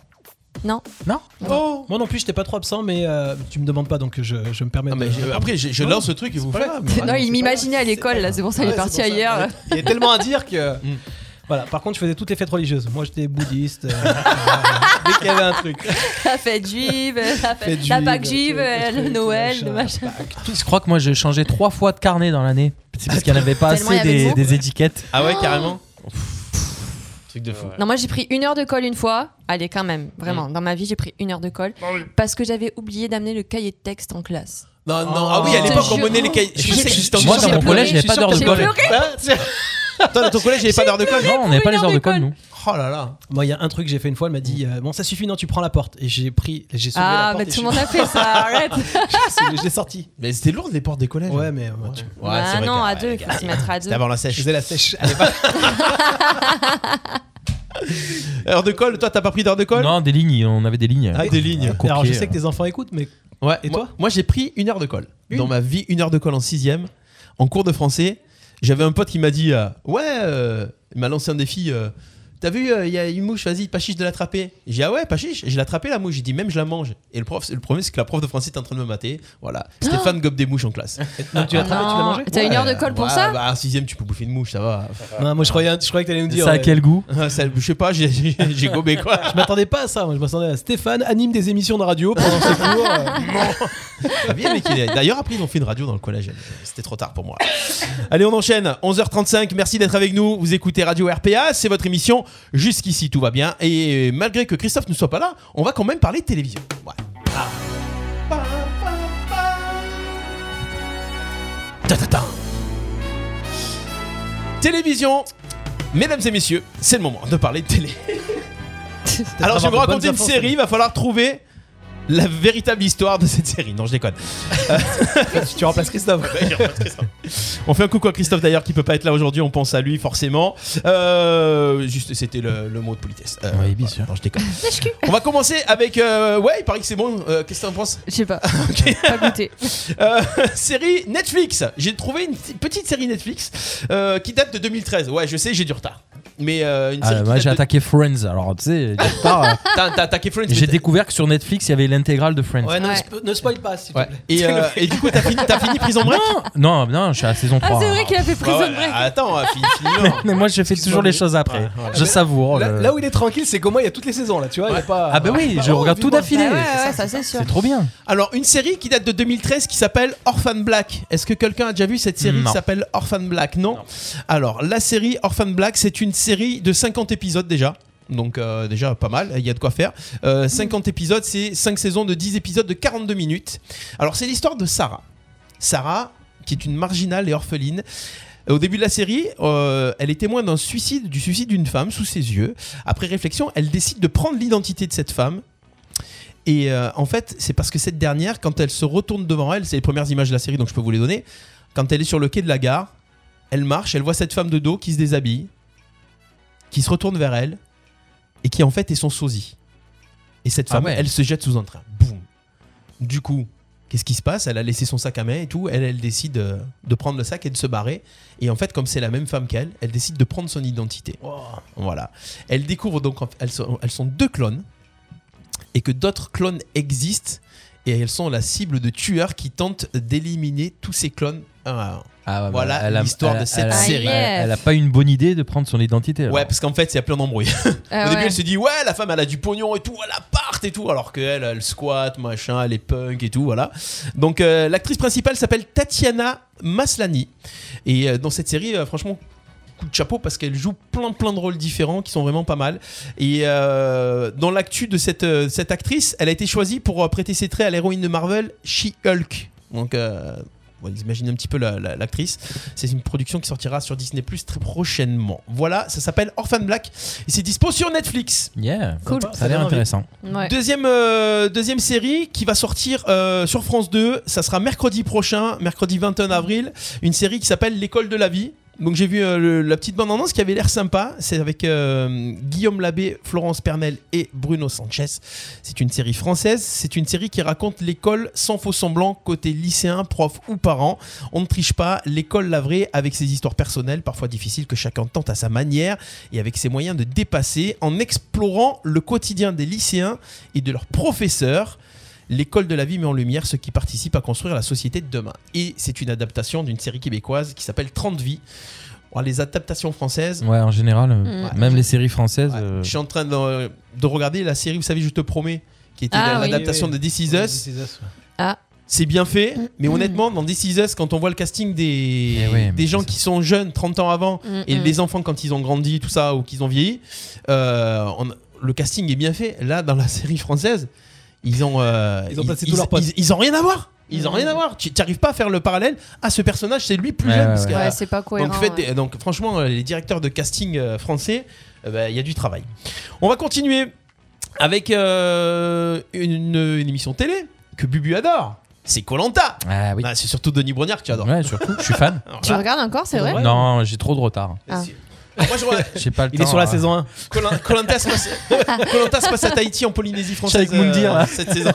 Speaker 6: Non.
Speaker 4: Non
Speaker 3: Oh.
Speaker 5: Moi non plus, j'étais pas trop absent, mais euh, tu me demandes pas, donc je, je me permets
Speaker 3: Non, Ah,
Speaker 5: de.
Speaker 3: mais je- après, je, je lance le truc et vous
Speaker 5: pas
Speaker 3: faites. ah,
Speaker 5: grave.
Speaker 3: mais-
Speaker 6: non,
Speaker 5: c'est
Speaker 6: il
Speaker 5: pas
Speaker 6: m'imaginait
Speaker 5: grave,
Speaker 6: à
Speaker 5: c'est
Speaker 6: l'école,
Speaker 5: pas
Speaker 6: là,
Speaker 5: grave.
Speaker 6: c'est pour ça il est
Speaker 5: Ouais, c'est
Speaker 6: parti
Speaker 5: pour ça.
Speaker 6: ailleurs.
Speaker 5: Il y a tellement à dire que.
Speaker 3: Mm.
Speaker 5: Voilà, par contre, je faisais toutes les fêtes religieuses. Moi, j'étais bouddhiste. euh, dès qu'il y avait un truc.
Speaker 6: La fête juive, la, fête-
Speaker 5: Fête
Speaker 6: la
Speaker 5: juive,
Speaker 6: Pâque
Speaker 5: tout,
Speaker 6: juive,
Speaker 5: tout
Speaker 6: euh,
Speaker 5: truc,
Speaker 6: le
Speaker 5: tout
Speaker 6: Noël,
Speaker 5: machin.
Speaker 6: le machin.
Speaker 4: Je crois que moi, j'ai changé trois fois de carnet dans l'année. C'est parce qu'il n'y en avait pas
Speaker 6: Tellement il
Speaker 4: assez
Speaker 6: y avait de
Speaker 4: des,
Speaker 6: mots.
Speaker 4: des étiquettes.
Speaker 3: Ah ouais, carrément. Truc de fou.
Speaker 6: Non, moi j'ai pris une heure de colle une fois. Allez, quand même,
Speaker 5: Mm.
Speaker 6: vraiment. Dans ma vie, j'ai pris une heure de colle parce que j'avais oublié d'amener le cahier de texte en classe.
Speaker 3: Non, non, ah oui, à
Speaker 6: Je
Speaker 3: l'époque,
Speaker 6: te
Speaker 3: on menait
Speaker 6: jure.
Speaker 3: les cahiers. Je sais que ça existe encore.
Speaker 4: Moi, dans mon
Speaker 6: j'ai
Speaker 4: collège,
Speaker 6: pleuré,
Speaker 4: il n'y avait pas d'heure de
Speaker 6: j'ai
Speaker 4: colle.
Speaker 6: pleuré.
Speaker 3: Hein, Toi, dans ton collège, il n'y avait pas d'heure de colle
Speaker 4: Non, on n'avait pas les heures de code, nous.
Speaker 3: Oh là là.
Speaker 5: Moi, il y a un truc que j'ai fait une fois, elle m'a dit euh, Bon, ça suffit, non, tu prends la porte. Et j'ai pris, j'ai sauvé la
Speaker 6: Ah,
Speaker 5: porte.
Speaker 6: mais
Speaker 5: et
Speaker 6: tout le
Speaker 5: je-
Speaker 6: monde a fait ça, arrête.
Speaker 3: Ah,
Speaker 5: je l'ai sorti.
Speaker 3: Mais c'était lourd les portes des collèges.
Speaker 5: Ouais, mais. euh, tu-
Speaker 3: Ouais, Bah c'est
Speaker 6: ah
Speaker 3: vrai
Speaker 6: non,
Speaker 3: que-
Speaker 6: à
Speaker 3: ouais,
Speaker 6: deux,
Speaker 3: les
Speaker 6: il
Speaker 3: gars,
Speaker 6: faut s'y mettre à deux.
Speaker 3: C'était avant la
Speaker 5: Je
Speaker 3: sèche.
Speaker 5: faisais la sèche à l'époque.
Speaker 3: Heure de colle, toi, t'as pas pris d'heure de colle
Speaker 4: Non, des lignes, on avait des lignes.
Speaker 3: Ah, des lignes.
Speaker 4: Copier,
Speaker 5: Alors, je sais
Speaker 4: euh.
Speaker 5: que tes enfants écoutent, mais
Speaker 3: Ouais,
Speaker 5: Et
Speaker 3: moi-
Speaker 5: toi
Speaker 3: Moi, j'ai pris une heure de colle. Dans ma vie, une heure de colle en sixième, en cours de français. J'avais un pote qui m'a dit euh, Ouais, euh, il m'a lancé un défi. euh, T'as vu, euh, il y a une mouche, vas-y, pas chiche de l'attraper. J'ai dit, ah ouais, pas chiche. J'ai l'attrapé la mouche, j'ai dit, même je la mange. Et le, prof, le problème, c'est que la prof de français était en train de me mater. Voilà. Stéphane gobe des mouches en classe.
Speaker 5: Donc, tu l'as attrapé, tu l'as
Speaker 6: Ah, Non.
Speaker 5: mangé
Speaker 6: Ah T'as une heure de
Speaker 3: Ouais,
Speaker 6: colle pour
Speaker 3: ouais,
Speaker 6: ça
Speaker 3: Bah, en sixième, tu peux bouffer une mouche, ça va.
Speaker 5: Non, moi, je croyais, je croyais que t'allais nous dire.
Speaker 4: Ça a
Speaker 5: euh,
Speaker 4: quel goût
Speaker 3: Ça, je sais pas, j'ai- j'ai j'ai gobé quoi.
Speaker 5: Je m'attendais pas à ça. Moi, je m'attendais à Stéphane anime des émissions de radio pendant ses cours. euh.
Speaker 3: Ah bien, mais qu'il est- D'ailleurs, après, ils ont fait une radio dans le collège. C'était trop tard pour moi. Allez, on enchaîne. 11h35, merci d'être avec nous. Vous écoutez Radio RPA, c'est votre émission. Jusqu'ici, tout va bien. Et malgré que Christophe ne soit pas là, on va quand même parler de télévision. Ouais. Ta ta ta. Télévision, mesdames et messieurs, c'est le moment de parler de télé. Alors, je vais vous
Speaker 5: avoir de
Speaker 3: raconter une
Speaker 5: bonnes infos,
Speaker 3: série, il va falloir trouver la véritable histoire de cette série. Non, je déconne.
Speaker 5: tu remplaces Christophe.
Speaker 3: On fait un coucou à Christophe d'ailleurs qui peut pas être là aujourd'hui, on pense à lui forcément. Euh, juste, c'était le, le mot de politesse. Euh,
Speaker 4: Oui, bien
Speaker 3: voilà.
Speaker 4: sûr.
Speaker 3: Non, je déconne. on va commencer avec. euh, ouais, il paraît que c'est bon. Euh, Qu'est-ce que t'en penses
Speaker 6: Je sais pas. Pas goûté.
Speaker 3: Euh, Série Netflix. J'ai trouvé une petite- petite série Netflix euh, qui date de 2013. Ouais, je sais, j'ai du retard. Mais euh, une série.
Speaker 4: Ah,
Speaker 3: qui
Speaker 4: moi
Speaker 3: date
Speaker 4: j'ai
Speaker 3: de-
Speaker 4: attaqué Friends, alors tu sais, quelque part, euh,
Speaker 3: T'as t'as attaqué Friends. mais
Speaker 4: j'ai
Speaker 3: t'as-
Speaker 4: découvert que sur Netflix il y avait l'intégrale de Friends.
Speaker 5: Ouais, non,
Speaker 6: Ouais.
Speaker 5: spo- ne spoil pas, s'il
Speaker 3: Ouais.
Speaker 5: te plaît.
Speaker 3: Et, euh, et du coup, t'as fini, t'as fini Prison Break
Speaker 4: Non, non, je suis à la saison 3.
Speaker 6: Ah, c'est vrai qu'il a fait
Speaker 3: Bah
Speaker 6: prison
Speaker 3: ouais,
Speaker 6: break.
Speaker 3: Attends, hein, fini, fini, non.
Speaker 4: Mais moi je fais toujours les choses après. Je
Speaker 3: oh,
Speaker 4: savoure.
Speaker 5: Là,
Speaker 4: je-
Speaker 5: là où il est tranquille, c'est qu'au moins il y a toutes les saisons là, tu vois. il Y a pas,
Speaker 4: Ah bah oui,
Speaker 5: pas-
Speaker 4: je
Speaker 5: oh,
Speaker 4: regarde tout
Speaker 5: vivement.
Speaker 6: Ah
Speaker 4: d'affilée.
Speaker 6: ouais, ouais, ça c'est sûr.
Speaker 4: C'est trop bien.
Speaker 3: Alors, une série qui date de 2013 qui s'appelle Orphan Black. Est-ce que quelqu'un a déjà vu cette série
Speaker 4: Non.
Speaker 3: qui s'appelle Orphan Black non, Alors, la série Orphan Black, c'est une série de 50 épisodes déjà. Donc, euh, déjà pas mal, il y a de quoi faire. Euh, 50 épisodes, c'est 5 saisons de 10 épisodes de 42 minutes. Alors, c'est l'histoire de Sarah. Sarah, qui est une marginale et orpheline. Au début de la série, euh, elle est témoin d'un suicide, du suicide d'une femme sous ses yeux. Après réflexion, elle décide de prendre l'identité de cette femme et euh, en fait, c'est parce que cette dernière, quand elle se retourne devant elle, c'est les premières images de la série, donc je peux vous les donner. Quand elle est sur le quai de la gare, elle marche, elle voit cette femme de dos qui se déshabille, qui se retourne vers elle, et qui en fait est son sosie. Et cette
Speaker 4: Ah
Speaker 3: femme,
Speaker 4: ouais.
Speaker 3: elle se jette sous un train. Boum. Du coup, qu'est-ce qui se passe Elle a laissé son sac à main et tout. Elle, elle décide euh, de prendre le sac et de se barrer. Et en fait, comme c'est la même femme qu'elle, elle décide de prendre son identité.
Speaker 4: Oh.
Speaker 3: Voilà. Elle découvre donc en- elles sont, elles sont deux clones et que d'autres clones existent et elles sont la cible de tueurs qui tentent d'éliminer tous ces clones un à un.
Speaker 4: Ah, bah,
Speaker 3: Voilà
Speaker 4: elle a-
Speaker 3: l'histoire
Speaker 4: elle a-
Speaker 3: de cette
Speaker 4: elle a-
Speaker 6: série.
Speaker 4: Elle, elle a pas une bonne idée de prendre son identité. alors.
Speaker 3: Ouais, parce qu'en fait, il y a plein d'embrouilles.
Speaker 6: Ah
Speaker 3: Au début,
Speaker 6: ouais.
Speaker 3: elle se dit, ouais, la femme, elle a du pognon et tout, elle appart et tout, alors qu'elle, elle squatte, machin, elle est punk et tout, voilà. Donc, euh, l'actrice principale s'appelle Tatiana Maslani. Et euh, dans cette série, euh, franchement, coup de chapeau parce qu'elle joue plein plein de rôles différents qui sont vraiment pas mal et euh, dans l'actu de cette, euh, cette actrice elle a été choisie pour euh, prêter ses traits à l'héroïne de Marvel She-Hulk donc euh, vous imaginez un petit peu la- la- l'actrice c'est une production qui sortira sur Disney Plus très prochainement voilà ça s'appelle Orphan Black et c'est dispo sur Netflix
Speaker 4: Yeah.
Speaker 6: Cool.
Speaker 4: Ça a l'air intéressant.
Speaker 6: Ouais.
Speaker 3: Deuxième, euh, deuxième série qui va sortir euh, sur France 2, ça sera mercredi prochain, mercredi 21 avril, une série qui s'appelle L'école de la vie. Donc j'ai vu euh, le- la petite bande-annonce qui avait l'air sympa, c'est avec euh, Guillaume Labbé, Florence Pernel et Bruno Sanchez. C'est une série française, c'est une série qui raconte l'école sans faux semblant côté lycéen, prof ou parent. On ne triche pas, l'école la vraie avec ses histoires personnelles parfois difficiles que chacun tente à sa manière et avec ses moyens de dépasser en explorant le quotidien des lycéens et de leurs professeurs. L'école de la vie met en lumière ceux qui participent à construire la société de demain. Et c'est une adaptation d'une série québécoise qui s'appelle 30 vies. Bon, les adaptations françaises,
Speaker 4: Ouais, en général, euh,
Speaker 6: Mm.
Speaker 4: même les séries françaises.
Speaker 3: ouais,
Speaker 4: euh,
Speaker 3: je suis en train de, de regarder la série, vous savez, je te promets, qui était
Speaker 6: Ah oui.
Speaker 3: l'adaptation de This Is Us. C'est bien fait,
Speaker 6: Mm-hmm.
Speaker 3: mais honnêtement, dans This Is Us, quand on voit le casting des,
Speaker 4: Eh ouais, mais
Speaker 3: des gens
Speaker 4: c'est ça.
Speaker 3: qui sont jeunes, 30 ans avant,
Speaker 6: Mm,
Speaker 3: et
Speaker 6: mm.
Speaker 3: les enfants quand ils ont grandi, tout ça, ou qu'ils ont vieilli, euh, on- le casting est bien fait. Là, dans la série française, ils ont, euh,
Speaker 5: Ils ont placé tous leurs potes.
Speaker 3: ils- ils ont rien à voir. Ils, Ils ont
Speaker 6: Mm.
Speaker 3: rien à voir. Tu n'arrives pas à faire le parallèle. Ah, ce personnage, c'est lui plus
Speaker 4: Ouais,
Speaker 3: jeune.
Speaker 4: ouais,
Speaker 3: parce
Speaker 4: ouais.
Speaker 3: que-
Speaker 6: Ouais, c'est pas cohérent,
Speaker 3: Donc, faites
Speaker 6: ouais.
Speaker 3: des- donc, franchement, euh, les directeurs de casting euh, français, euh, bah, il y a du travail. On va continuer avec euh, une, une émission télé que Bubu adore. C'est Colanta.
Speaker 4: Ah oui.
Speaker 3: c'est surtout Denis Brognard que tu adores. Ah,
Speaker 4: Ouais, surtout, je suis fan.
Speaker 6: Tu regardes encore, c'est vrai
Speaker 4: Non, j'ai trop de retard.
Speaker 6: Ah.
Speaker 3: Moi, je regarde-
Speaker 4: J'ai pas le
Speaker 5: Il
Speaker 4: temps,
Speaker 5: est sur la
Speaker 4: euh,
Speaker 5: saison 1.
Speaker 3: Colanta se passe Koh-Lanta se passe à Tahiti en Polynésie française euh,
Speaker 5: Cheikh Moundir, là.
Speaker 3: cette saison.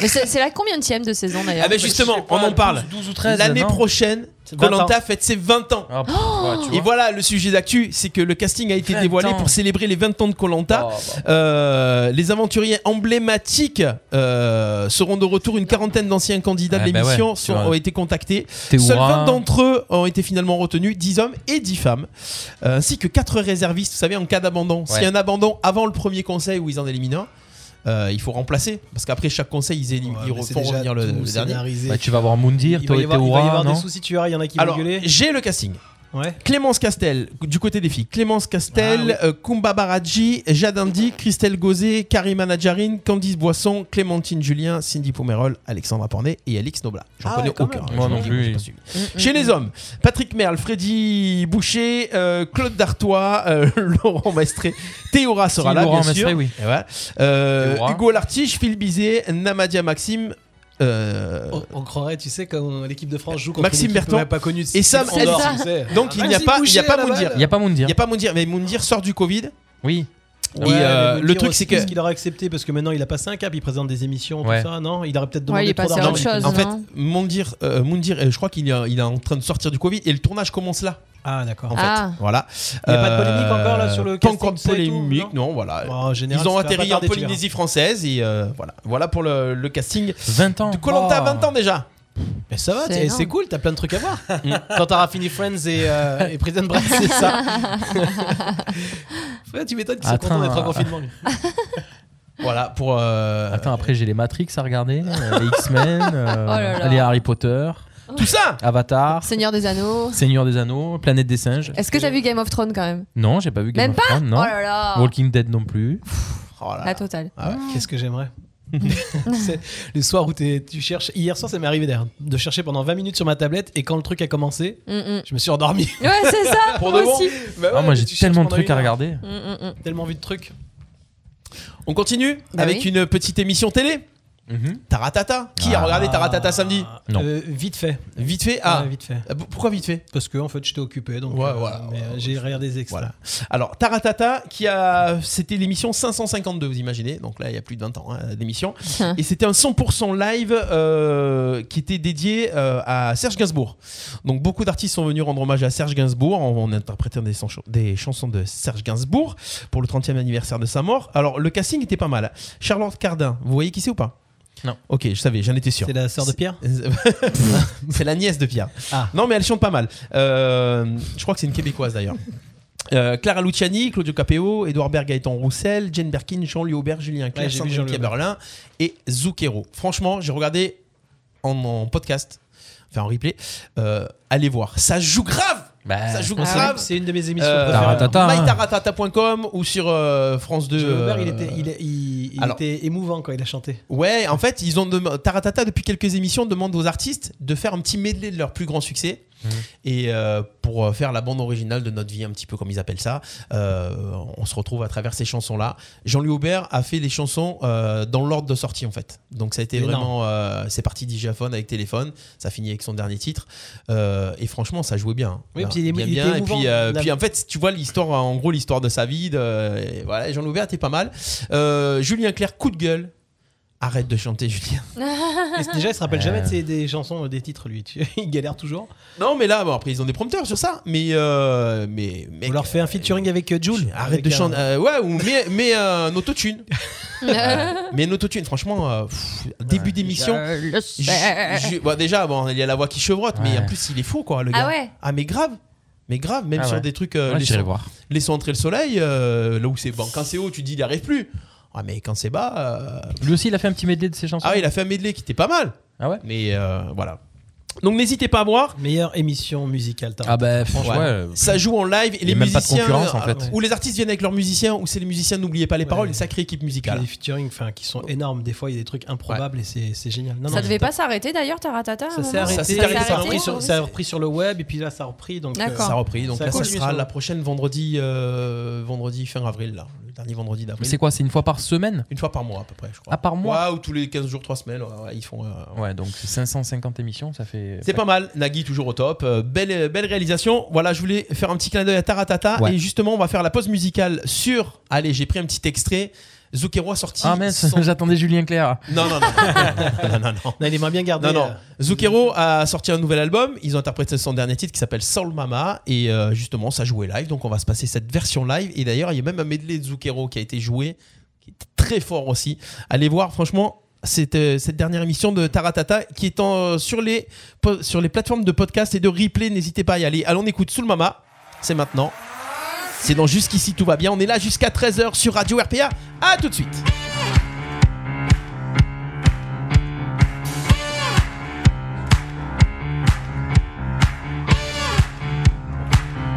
Speaker 6: Mais c'est c'est la combien de saison d'ailleurs
Speaker 3: Ah ben justement, on en parle.
Speaker 4: 12 ou 13.
Speaker 3: L'année
Speaker 4: non
Speaker 3: prochaine,
Speaker 5: 20
Speaker 3: Colanta fête ses 20 ans.
Speaker 4: Ah, pff,
Speaker 6: Oh
Speaker 4: ouais, tu
Speaker 3: Et
Speaker 4: vois.
Speaker 3: voilà, le sujet d'actu, c'est que le casting a été
Speaker 4: 20
Speaker 3: dévoilé
Speaker 4: ans.
Speaker 3: pour célébrer les 20 ans de Colanta.
Speaker 4: Oh, bah.
Speaker 3: Euh, les aventuriers emblématiques euh, seront de retour. Une quarantaine d'anciens candidats
Speaker 4: Ah,
Speaker 3: de
Speaker 4: bah
Speaker 3: l'émission
Speaker 4: ouais,
Speaker 3: sont-
Speaker 4: ouais.
Speaker 3: ont été contactés.
Speaker 4: Théoura.
Speaker 3: Seuls 20 d'entre eux ont été finalement retenus, 10 hommes et 10 femmes, euh, ainsi que 4 réservistes, vous savez, en cas d'abandon. S'il y a un abandon avant le premier conseil où ils en éliminent un, euh, il faut remplacer, parce qu'après chaque conseil, ils, élim- ils re- font revenir le, le dernier.
Speaker 4: Bah, tu vas voir Moundir,
Speaker 5: Il va
Speaker 4: toi
Speaker 5: y
Speaker 4: et
Speaker 5: avoir, il va y
Speaker 4: Théoura,
Speaker 5: avoir des
Speaker 4: non
Speaker 5: soucis, tu verras, il y en a qui vont
Speaker 3: Alors,
Speaker 5: gueuler.
Speaker 3: j'ai le casting.
Speaker 5: Ouais.
Speaker 3: Clémence Castel, du côté des filles. Clémence Castel,
Speaker 5: Ah,
Speaker 3: euh, Kumba Baradji, Jadandi, Christelle Gauzet, Karima Nadjarine, Candice Boisson, Clémentine Julien, Cindy Pomerol, Alexandra Pornet et Alix Nobla. J'en
Speaker 5: Ah
Speaker 3: connais
Speaker 5: ouais, quand
Speaker 3: aucun.
Speaker 5: même. Mm,
Speaker 3: Je
Speaker 4: Moi
Speaker 3: vous
Speaker 4: non
Speaker 3: dis,
Speaker 4: plus.
Speaker 3: j'ai pas suivi. Chez les hommes, Patrick Merle, Freddy Boucher, euh, Claude Dartois, euh, Laurent Maestré, Théora sera
Speaker 4: Si,
Speaker 3: là,
Speaker 4: Laurent
Speaker 3: bien
Speaker 4: Mestré,
Speaker 3: sûr.
Speaker 4: oui.
Speaker 3: Et voilà. Euh,
Speaker 4: Théora.
Speaker 3: Hugo Lartiche, Phil Bizet, Namadia Maxime. euh,
Speaker 4: Oh,
Speaker 5: On, on croirait, tu sais, quand l'équipe de France joue contre
Speaker 3: Maxime
Speaker 5: une équipe,
Speaker 3: Bertrand.
Speaker 5: ouais, pas connue,
Speaker 3: Et Sam
Speaker 5: Andorre,
Speaker 6: Elsa.
Speaker 5: tu sais.
Speaker 3: Donc, il n'y a
Speaker 5: Maxime
Speaker 3: pas- il n'y a
Speaker 5: Boucher,
Speaker 3: pas
Speaker 5: là-bas,
Speaker 3: Moundir.
Speaker 5: là.
Speaker 4: Il n'y a pas Moundir.
Speaker 3: Il n'y a pas Moundir, mais Moundir sort du Covid.
Speaker 4: Oui.
Speaker 3: Et euh, le truc, c'est que.
Speaker 5: qu'il aurait accepté parce que maintenant il a passé un cap, il présente des émissions,
Speaker 4: Ouais.
Speaker 5: tout ça, non Il aurait peut-être
Speaker 6: Ouais,
Speaker 5: demandé
Speaker 6: il est
Speaker 5: trop
Speaker 6: passé à
Speaker 5: d'argent.
Speaker 6: autre chose.
Speaker 3: Ah En fait,
Speaker 6: non
Speaker 3: Moundir, euh, Moundir, euh, je crois qu'il est, il est en train de sortir du Covid et le tournage commence là.
Speaker 5: Ah, d'accord.
Speaker 3: En
Speaker 6: Ah.
Speaker 3: fait. Voilà. Euh,
Speaker 5: Il y a pas de polémique encore, là, sur le
Speaker 3: Pas
Speaker 5: casting,
Speaker 3: encore de
Speaker 5: ça et tout,
Speaker 3: polémique, non, voilà.
Speaker 5: Bon, en général,
Speaker 3: Ils ont
Speaker 5: ça va pas
Speaker 3: atterri en
Speaker 5: tarder, tu verras.
Speaker 3: Polynésie française et euh, voilà. Voilà pour le, le casting.
Speaker 6: Ah,
Speaker 4: 20 ans.
Speaker 3: Du Colanta
Speaker 4: Oh.
Speaker 3: 20 ans déjà.
Speaker 5: Mais ça va,
Speaker 6: C'est
Speaker 5: t'es-
Speaker 6: énorme.
Speaker 5: c'est cool, t'as plein de trucs à voir.
Speaker 3: Mm.
Speaker 5: Quand t'auras fini Friends et, euh, et Prison Break, c'est ça. Frère, tu m'étonnes
Speaker 3: Ah,
Speaker 5: qu'ils sont
Speaker 4: Attends,
Speaker 5: contents d'être en
Speaker 4: euh,
Speaker 5: confinement. lui.
Speaker 3: Voilà pour. euh,
Speaker 4: Attends, après j'ai les Matrix à regarder, euh, les X-Men, euh,
Speaker 6: Oh là là.
Speaker 4: les Harry Potter,
Speaker 3: Tout ça
Speaker 4: Avatar,
Speaker 6: Seigneur des Anneaux.
Speaker 4: Seigneur des Anneaux, Planète des Singes.
Speaker 6: Est-ce que t'as vu Game of Thrones quand même
Speaker 4: Non, j'ai pas vu Game
Speaker 6: Même
Speaker 4: of Thrones, non.
Speaker 6: Oh là là
Speaker 4: Walking Dead non plus.
Speaker 3: Oh là là.
Speaker 6: La totale.
Speaker 5: Ah Qu'est-ce que j'aimerais C'est le soir où t'es- tu cherches. Hier soir, ça m'est arrivé d'ailleurs, de chercher pendant 20 minutes sur ma tablette et quand le truc a commencé,
Speaker 6: Mm, mm.
Speaker 5: je me suis endormi.
Speaker 6: Ouais, c'est ça.
Speaker 3: Pour de
Speaker 6: moi
Speaker 3: bon
Speaker 6: aussi.
Speaker 4: Ah, moi j'ai tellement de trucs
Speaker 5: hein.
Speaker 4: à regarder.
Speaker 6: Mm, mm, mm.
Speaker 5: Tellement vu de trucs.
Speaker 3: On continue
Speaker 6: Bah
Speaker 3: avec
Speaker 6: oui.
Speaker 3: une petite émission télé.
Speaker 5: Mhm.
Speaker 3: Taratata. Qui a
Speaker 4: Ah.
Speaker 3: regardé Taratata samedi
Speaker 4: Non.
Speaker 5: Euh, vite fait.
Speaker 3: Vite fait. Ah.
Speaker 5: Ouais, vite fait.
Speaker 3: Euh, Pourquoi vite fait
Speaker 5: Parce que en fait, j'étais occupé, donc
Speaker 3: Ouais,
Speaker 5: euh,
Speaker 3: voilà,
Speaker 5: mais,
Speaker 3: ouais,
Speaker 5: euh,
Speaker 3: ouais,
Speaker 5: j'ai regardé des extraits.
Speaker 3: Voilà. Alors, Taratata, qui a. C'était l'émission 552, vous imaginez. Donc là, il y a plus de 20 ans hein, d'émission. Et c'était un 100% live euh, qui était dédié euh, à Serge Gainsbourg. Donc beaucoup d'artistes sont venus rendre hommage à Serge Gainsbourg en, en interprétant des, chanson- des chansons de Serge Gainsbourg pour le 30e anniversaire de sa mort. Alors, le casting était pas mal. Charlotte Cardin, vous voyez qui c'est ou pas
Speaker 4: Non.
Speaker 3: Ok, je savais, j'en étais sûr.
Speaker 5: C'est la sœur de Pierre
Speaker 3: C'est la nièce de Pierre.
Speaker 5: Ah.
Speaker 3: Non, mais elle chante pas mal. Euh, je crois que c'est une québécoise d'ailleurs. Euh, Clara Luciani, Claudio Capéo, Edouard Berg, Gaëtan Roussel, Jane Birkin, Jean-Louis Aubert, Julien Clerc,
Speaker 5: j'ai vu
Speaker 3: Sandrine
Speaker 5: Jean-Louis
Speaker 3: Berlin et Zucchero. Franchement, j'ai regardé en, en podcast, enfin en replay. Euh, allez voir, ça joue grave
Speaker 5: Euh,
Speaker 4: Bah,
Speaker 3: Ça joue
Speaker 6: Ah
Speaker 5: C'est-
Speaker 3: grave
Speaker 5: C'est une de mes émissions
Speaker 3: Euh,
Speaker 5: préférées.
Speaker 4: Taratata, hein.
Speaker 3: mytaratata.com ou sur euh, France 2.
Speaker 5: Jean Aubert,
Speaker 3: euh,
Speaker 5: il était, il, est- il- il
Speaker 3: alors-
Speaker 5: était émouvant quand il a chanté.
Speaker 3: Ouais, en fait, ils ont dem- Taratata depuis quelques émissions demande aux artistes de faire un petit medley de leurs plus grands succès. Et euh, pour euh, faire la bande originale de notre vie, un petit peu comme ils appellent ça, euh, on se retrouve à travers ces chansons-là. Jean-Louis Aubert a fait les chansons euh, dans l'ordre de sortie en fait. Donc ça a été
Speaker 5: Énorme.
Speaker 3: vraiment, euh, c'est parti digiphone avec téléphone, ça finit avec son dernier titre. Euh, et franchement, ça jouait bien. hein.
Speaker 5: Oui,
Speaker 3: Voilà,
Speaker 5: puis il est-
Speaker 3: bien,
Speaker 5: il était
Speaker 3: bien. Et
Speaker 5: émouvant.
Speaker 3: puis, euh,
Speaker 5: La-
Speaker 3: puis en fait, tu vois l'histoire, en gros l'histoire de sa vie. de- et voilà, Jean-Louis Aubert était pas mal. Euh, Julien Clerc, coup de gueule. Arrête de chanter, Julien.
Speaker 5: Et déjà, il se rappelle
Speaker 4: Euh.
Speaker 5: jamais de ses- des chansons, euh, des titres, lui. Tu- il galère toujours.
Speaker 3: Non, mais là, bon, après, ils ont des prompteurs sur ça. Mais, euh, mais mec,
Speaker 5: On leur fait un featuring avec euh, Jules.
Speaker 3: arrête
Speaker 5: Avec
Speaker 3: de
Speaker 5: un-
Speaker 3: chanter. euh, ouais, ou mets, mets euh, un autotune.
Speaker 4: euh,
Speaker 6: euh,
Speaker 3: Mais un autotune, franchement, euh, pff, début d'émission.
Speaker 6: Je le
Speaker 3: ju-
Speaker 6: sais.
Speaker 3: ju- bon, déjà, bon, il y a la voix qui chevrotte, mais
Speaker 4: Ouais.
Speaker 3: en plus, il est faux, quoi, le
Speaker 6: Ah
Speaker 3: gars.
Speaker 6: ouais.
Speaker 3: Ah, mais grave. Mais grave, même
Speaker 4: Ah
Speaker 3: sur
Speaker 4: ouais.
Speaker 3: des trucs. euh,
Speaker 4: Ouais,
Speaker 3: laissons,
Speaker 4: J'irai voir.
Speaker 3: laissons entrer le soleil, euh, là où c'est. Bon, quand c'est haut, tu dis, il n'y arrive plus. Ah, mais quand c'est bas. euh,
Speaker 4: Lui aussi, il a fait un petit medley de ses chansons.
Speaker 3: Ah, il a fait un medley qui était pas mal.
Speaker 4: Ah ouais
Speaker 3: Mais euh, voilà. Donc n'hésitez pas à voir.
Speaker 5: Meilleure émission musicale. t'as
Speaker 4: Ah bah, pff,
Speaker 3: Ouais.
Speaker 4: ouais. euh,
Speaker 3: Ça joue en live et
Speaker 4: Il y
Speaker 3: les
Speaker 4: a même pas de
Speaker 3: musiciens.
Speaker 4: concurrence, en fait.
Speaker 3: euh, Où les artistes viennent avec leurs musiciens, où c'est les musiciens, n'oubliez pas les paroles, une sacrée équipe
Speaker 5: Puis
Speaker 3: musicale.
Speaker 5: des featuring enfin, qui sont énormes. Des fois, il y a des trucs improbables et c'est c'est génial. Non,
Speaker 6: Ça
Speaker 5: non,
Speaker 6: devait pas s'arrêter d'ailleurs, Taratata à un
Speaker 5: Ça s'est
Speaker 6: moment
Speaker 5: arrêté,
Speaker 3: Ça s'est
Speaker 5: ça
Speaker 3: arrêté,
Speaker 5: a
Speaker 3: ça
Speaker 5: repris
Speaker 6: oui,
Speaker 5: sur-
Speaker 6: oui,
Speaker 5: ça a
Speaker 6: c'est-
Speaker 5: repris sur le web et puis là ça a repris. donc, euh,
Speaker 6: D'accord.
Speaker 3: Ça a repris, donc
Speaker 5: Ça
Speaker 3: là ça
Speaker 5: continue,
Speaker 3: sera
Speaker 5: ça.
Speaker 3: la prochaine vendredi, euh, vendredi fin avril là, le dernier vendredi
Speaker 4: Mais
Speaker 3: d'avril.
Speaker 4: c'est quoi C'est une fois par semaine
Speaker 3: Une fois par mois à peu près, je crois.
Speaker 4: Ah, par mois
Speaker 3: Ouais, ou tous les 15 jours, 3 semaines, ouais, ouais, ils font. euh,
Speaker 4: Ouais, donc 550 émissions, ça fait.
Speaker 3: C'est pas mal, Nagui toujours au top, euh, belle, euh, belle réalisation. Voilà, je voulais faire un petit clin d'œil à Taratata
Speaker 4: Ouais.
Speaker 3: et justement on va faire la pause musicale sur. Allez, j'ai pris un petit extrait. Zucchero a sorti.
Speaker 4: Ah mince,
Speaker 3: son-
Speaker 4: j'attendais Julien Clerc.
Speaker 3: Non non non non non non. non.
Speaker 5: non, il aimerait bien garder.
Speaker 3: Non, non.
Speaker 5: euh,
Speaker 3: Zucchero a sorti un nouvel album. Ils ont interprété son dernier titre qui s'appelle Soul Mama. Et euh, justement, ça jouait live. Donc, on va se passer cette version live. Et d'ailleurs, il y a même un medley de Zucchero qui a été joué, qui est très fort aussi. Allez voir, franchement. Cette, euh, cette dernière émission de Taratata qui est en, euh, sur, les, po- sur les plateformes de podcast et de replay. N'hésitez pas à y aller. Allons, on écoute Soul Mama. C'est maintenant. C'est dans Jusqu'ici, tout va bien. On est là jusqu'à 13h sur Radio RPA. À tout de suite.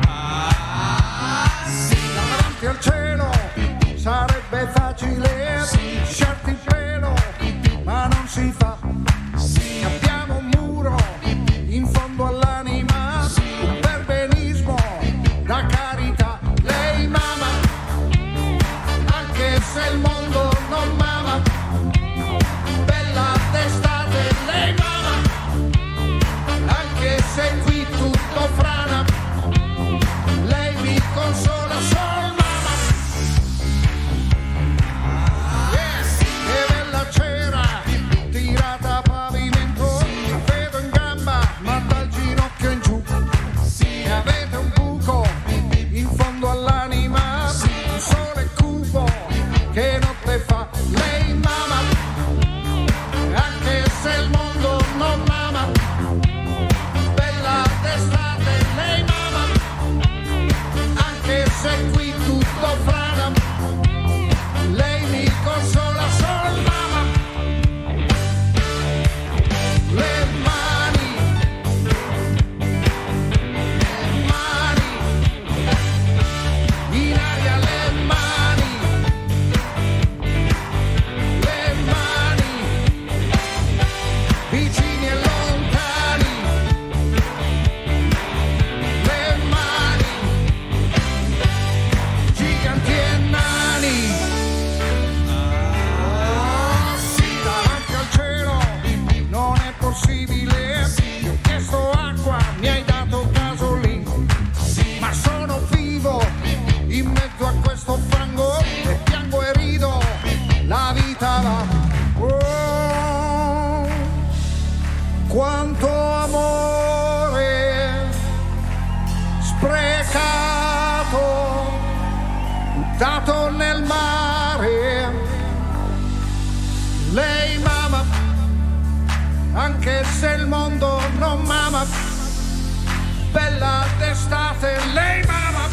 Speaker 3: ah.
Speaker 2: il cielo sarebbe facile lasciarti il pelo, ma non si fa. Abbiamo un muro in fondo all'anima, un perbenismo, la carità. Lei mama, anche se il mondo non mama. Bella d'estate, lei mama, anche se qui tutto frana. Lei mi consola sol mamma Yes, che bella cera Tirata a pavimento La vedo in gamba ma dal ginocchio in giù E avete un buco in fondo all'anima Un sole cupo che notte fa Lei mamma Anche se il mondo non mama Bella d'estate lei mamma anche se qui tutto frana, lei mi consola solo mamma. Le mani, le mani, in aria le mani, le mani, vicini e lontani, le mani giganti e nani. Ah, sì, davanti al cielo non è possibile. Io ho chiesto acqua, mi hai dato gasolina. Ma sono vivo in mezzo a questo fango e piango e rido, la vita va. Oh, quanto amore sprecato dato nel mare. Lei mama, anche se il mondo non mama. Bella d'estate, lei mama,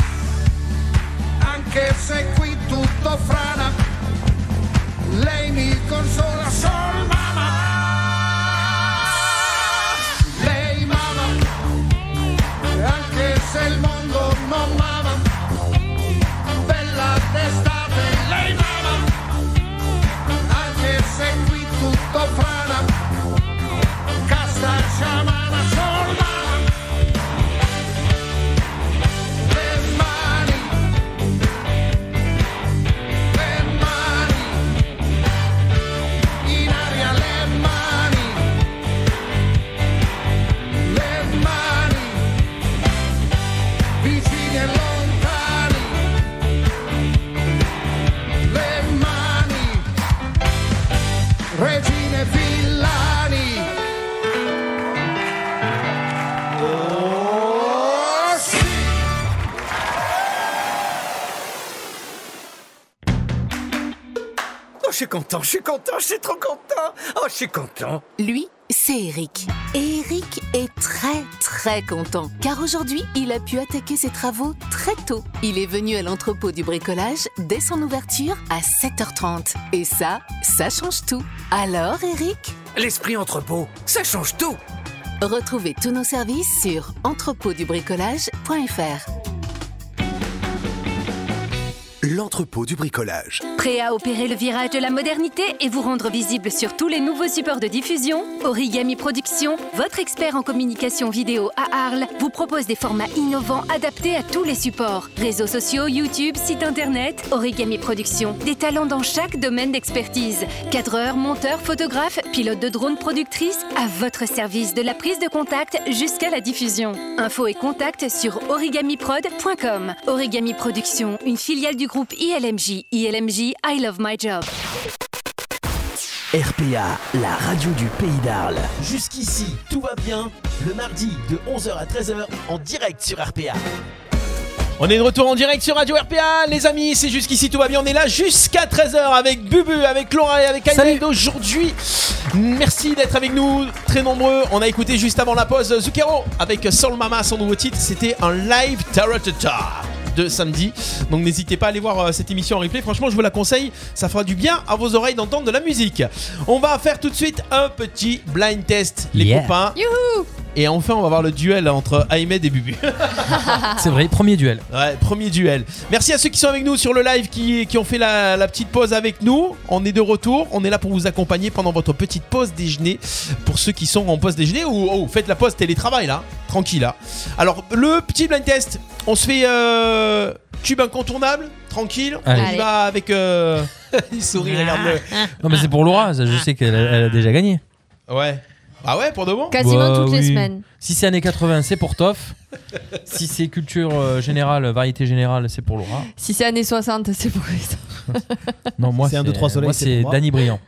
Speaker 2: anche se qui tutto frana. Lei mi consola sol mama. Lei mama, anche se il mondo non mama bella d'estate lei mama anche se qui tutto frana casta sciamana sol mama le mani le mani in aria le mani le mani vicini e lontani le mani, regine e villani. Oh, sì.
Speaker 7: Oh, je suis content, je suis content, je suis trop content. Oh, je suis content.
Speaker 8: Lui, c'est Eric. Et Eric est très très content car aujourd'hui il a pu attaquer ses travaux très tôt. Il est venu à l'entrepôt du bricolage dès son ouverture à 7h30. Et ça, ça change tout. Alors Eric
Speaker 4: Oh,
Speaker 7: L'esprit entrepôt, ça change tout.
Speaker 8: Retrouvez tous nos services sur entrepôtdubricolage.fr.
Speaker 9: L'entrepôt du bricolage.
Speaker 10: Prêt à opérer le virage de la modernité et vous rendre visible sur tous les nouveaux supports de diffusion Origami Productions, votre expert en communication vidéo à Arles, vous propose des formats innovants adaptés à tous les supports. Réseaux sociaux, YouTube, site internet, Origami Productions, des talents dans chaque domaine d'expertise. Cadreur, monteur, photographe, pilote de drone, productrice, à votre service de la prise de contact jusqu'à la diffusion. Info et contact sur origamiprod.com. Origami Productions, une filiale du groupe ILMJ. ILMJ, I love my job.
Speaker 1: RPA, la radio du pays d'Arles. Jusqu'ici, tout va bien. Le mardi de 11h à 13h en direct sur RPA.
Speaker 3: On est de retour en direct sur Radio RPA, les amis, c'est jusqu'ici tout va bien, on est là jusqu'à 13h avec Bubu, avec Laura et avec Aymed aujourd'hui. Merci d'être avec nous, très nombreux. On a écouté juste avant la pause Zucchero avec Soul Mama, son nouveau titre, c'était un live Tarot de samedi. Donc n'hésitez pas à aller voir euh, cette émission en replay, franchement je vous la conseille, ça fera du bien à vos oreilles d'entendre de la musique. On va faire tout de suite un petit blind test, les
Speaker 4: Yeah.
Speaker 3: copains.
Speaker 6: Youhou
Speaker 3: Et enfin on va voir le duel entre Aymed et Bubu.
Speaker 4: C'est vrai, premier duel.
Speaker 3: Ouais, premier duel. Merci à ceux qui sont avec nous sur le live, qui, qui ont fait la, la petite pause avec nous. On est de retour. On est là pour vous accompagner pendant votre petite pause déjeuner. Pour ceux qui sont en pause déjeuner ou oh, faites la pause télétravail là, tranquille là. Alors le petit blind test, on se fait euh, tube incontournable, tranquille.
Speaker 4: Allez.
Speaker 3: On y va avec. euh, Il sourit, regarde-le.
Speaker 4: Non, mais c'est pour Laura, ça, je sais qu'elle a- elle a déjà gagné.
Speaker 3: Ouais. Ah ouais, pour de bon.
Speaker 6: Quasiment
Speaker 4: Bah
Speaker 6: toutes les
Speaker 4: oui.
Speaker 6: semaines.
Speaker 4: Si c'est années 80, c'est pour Toff. si c'est culture euh, générale, variété générale, c'est pour Laura.
Speaker 6: Si c'est années 60, c'est pour ça.
Speaker 4: Non, moi,
Speaker 5: C'est un, deux, trois soleils,
Speaker 4: moi,
Speaker 5: c'est
Speaker 4: c'est
Speaker 5: pour moi.
Speaker 4: Danny Briand.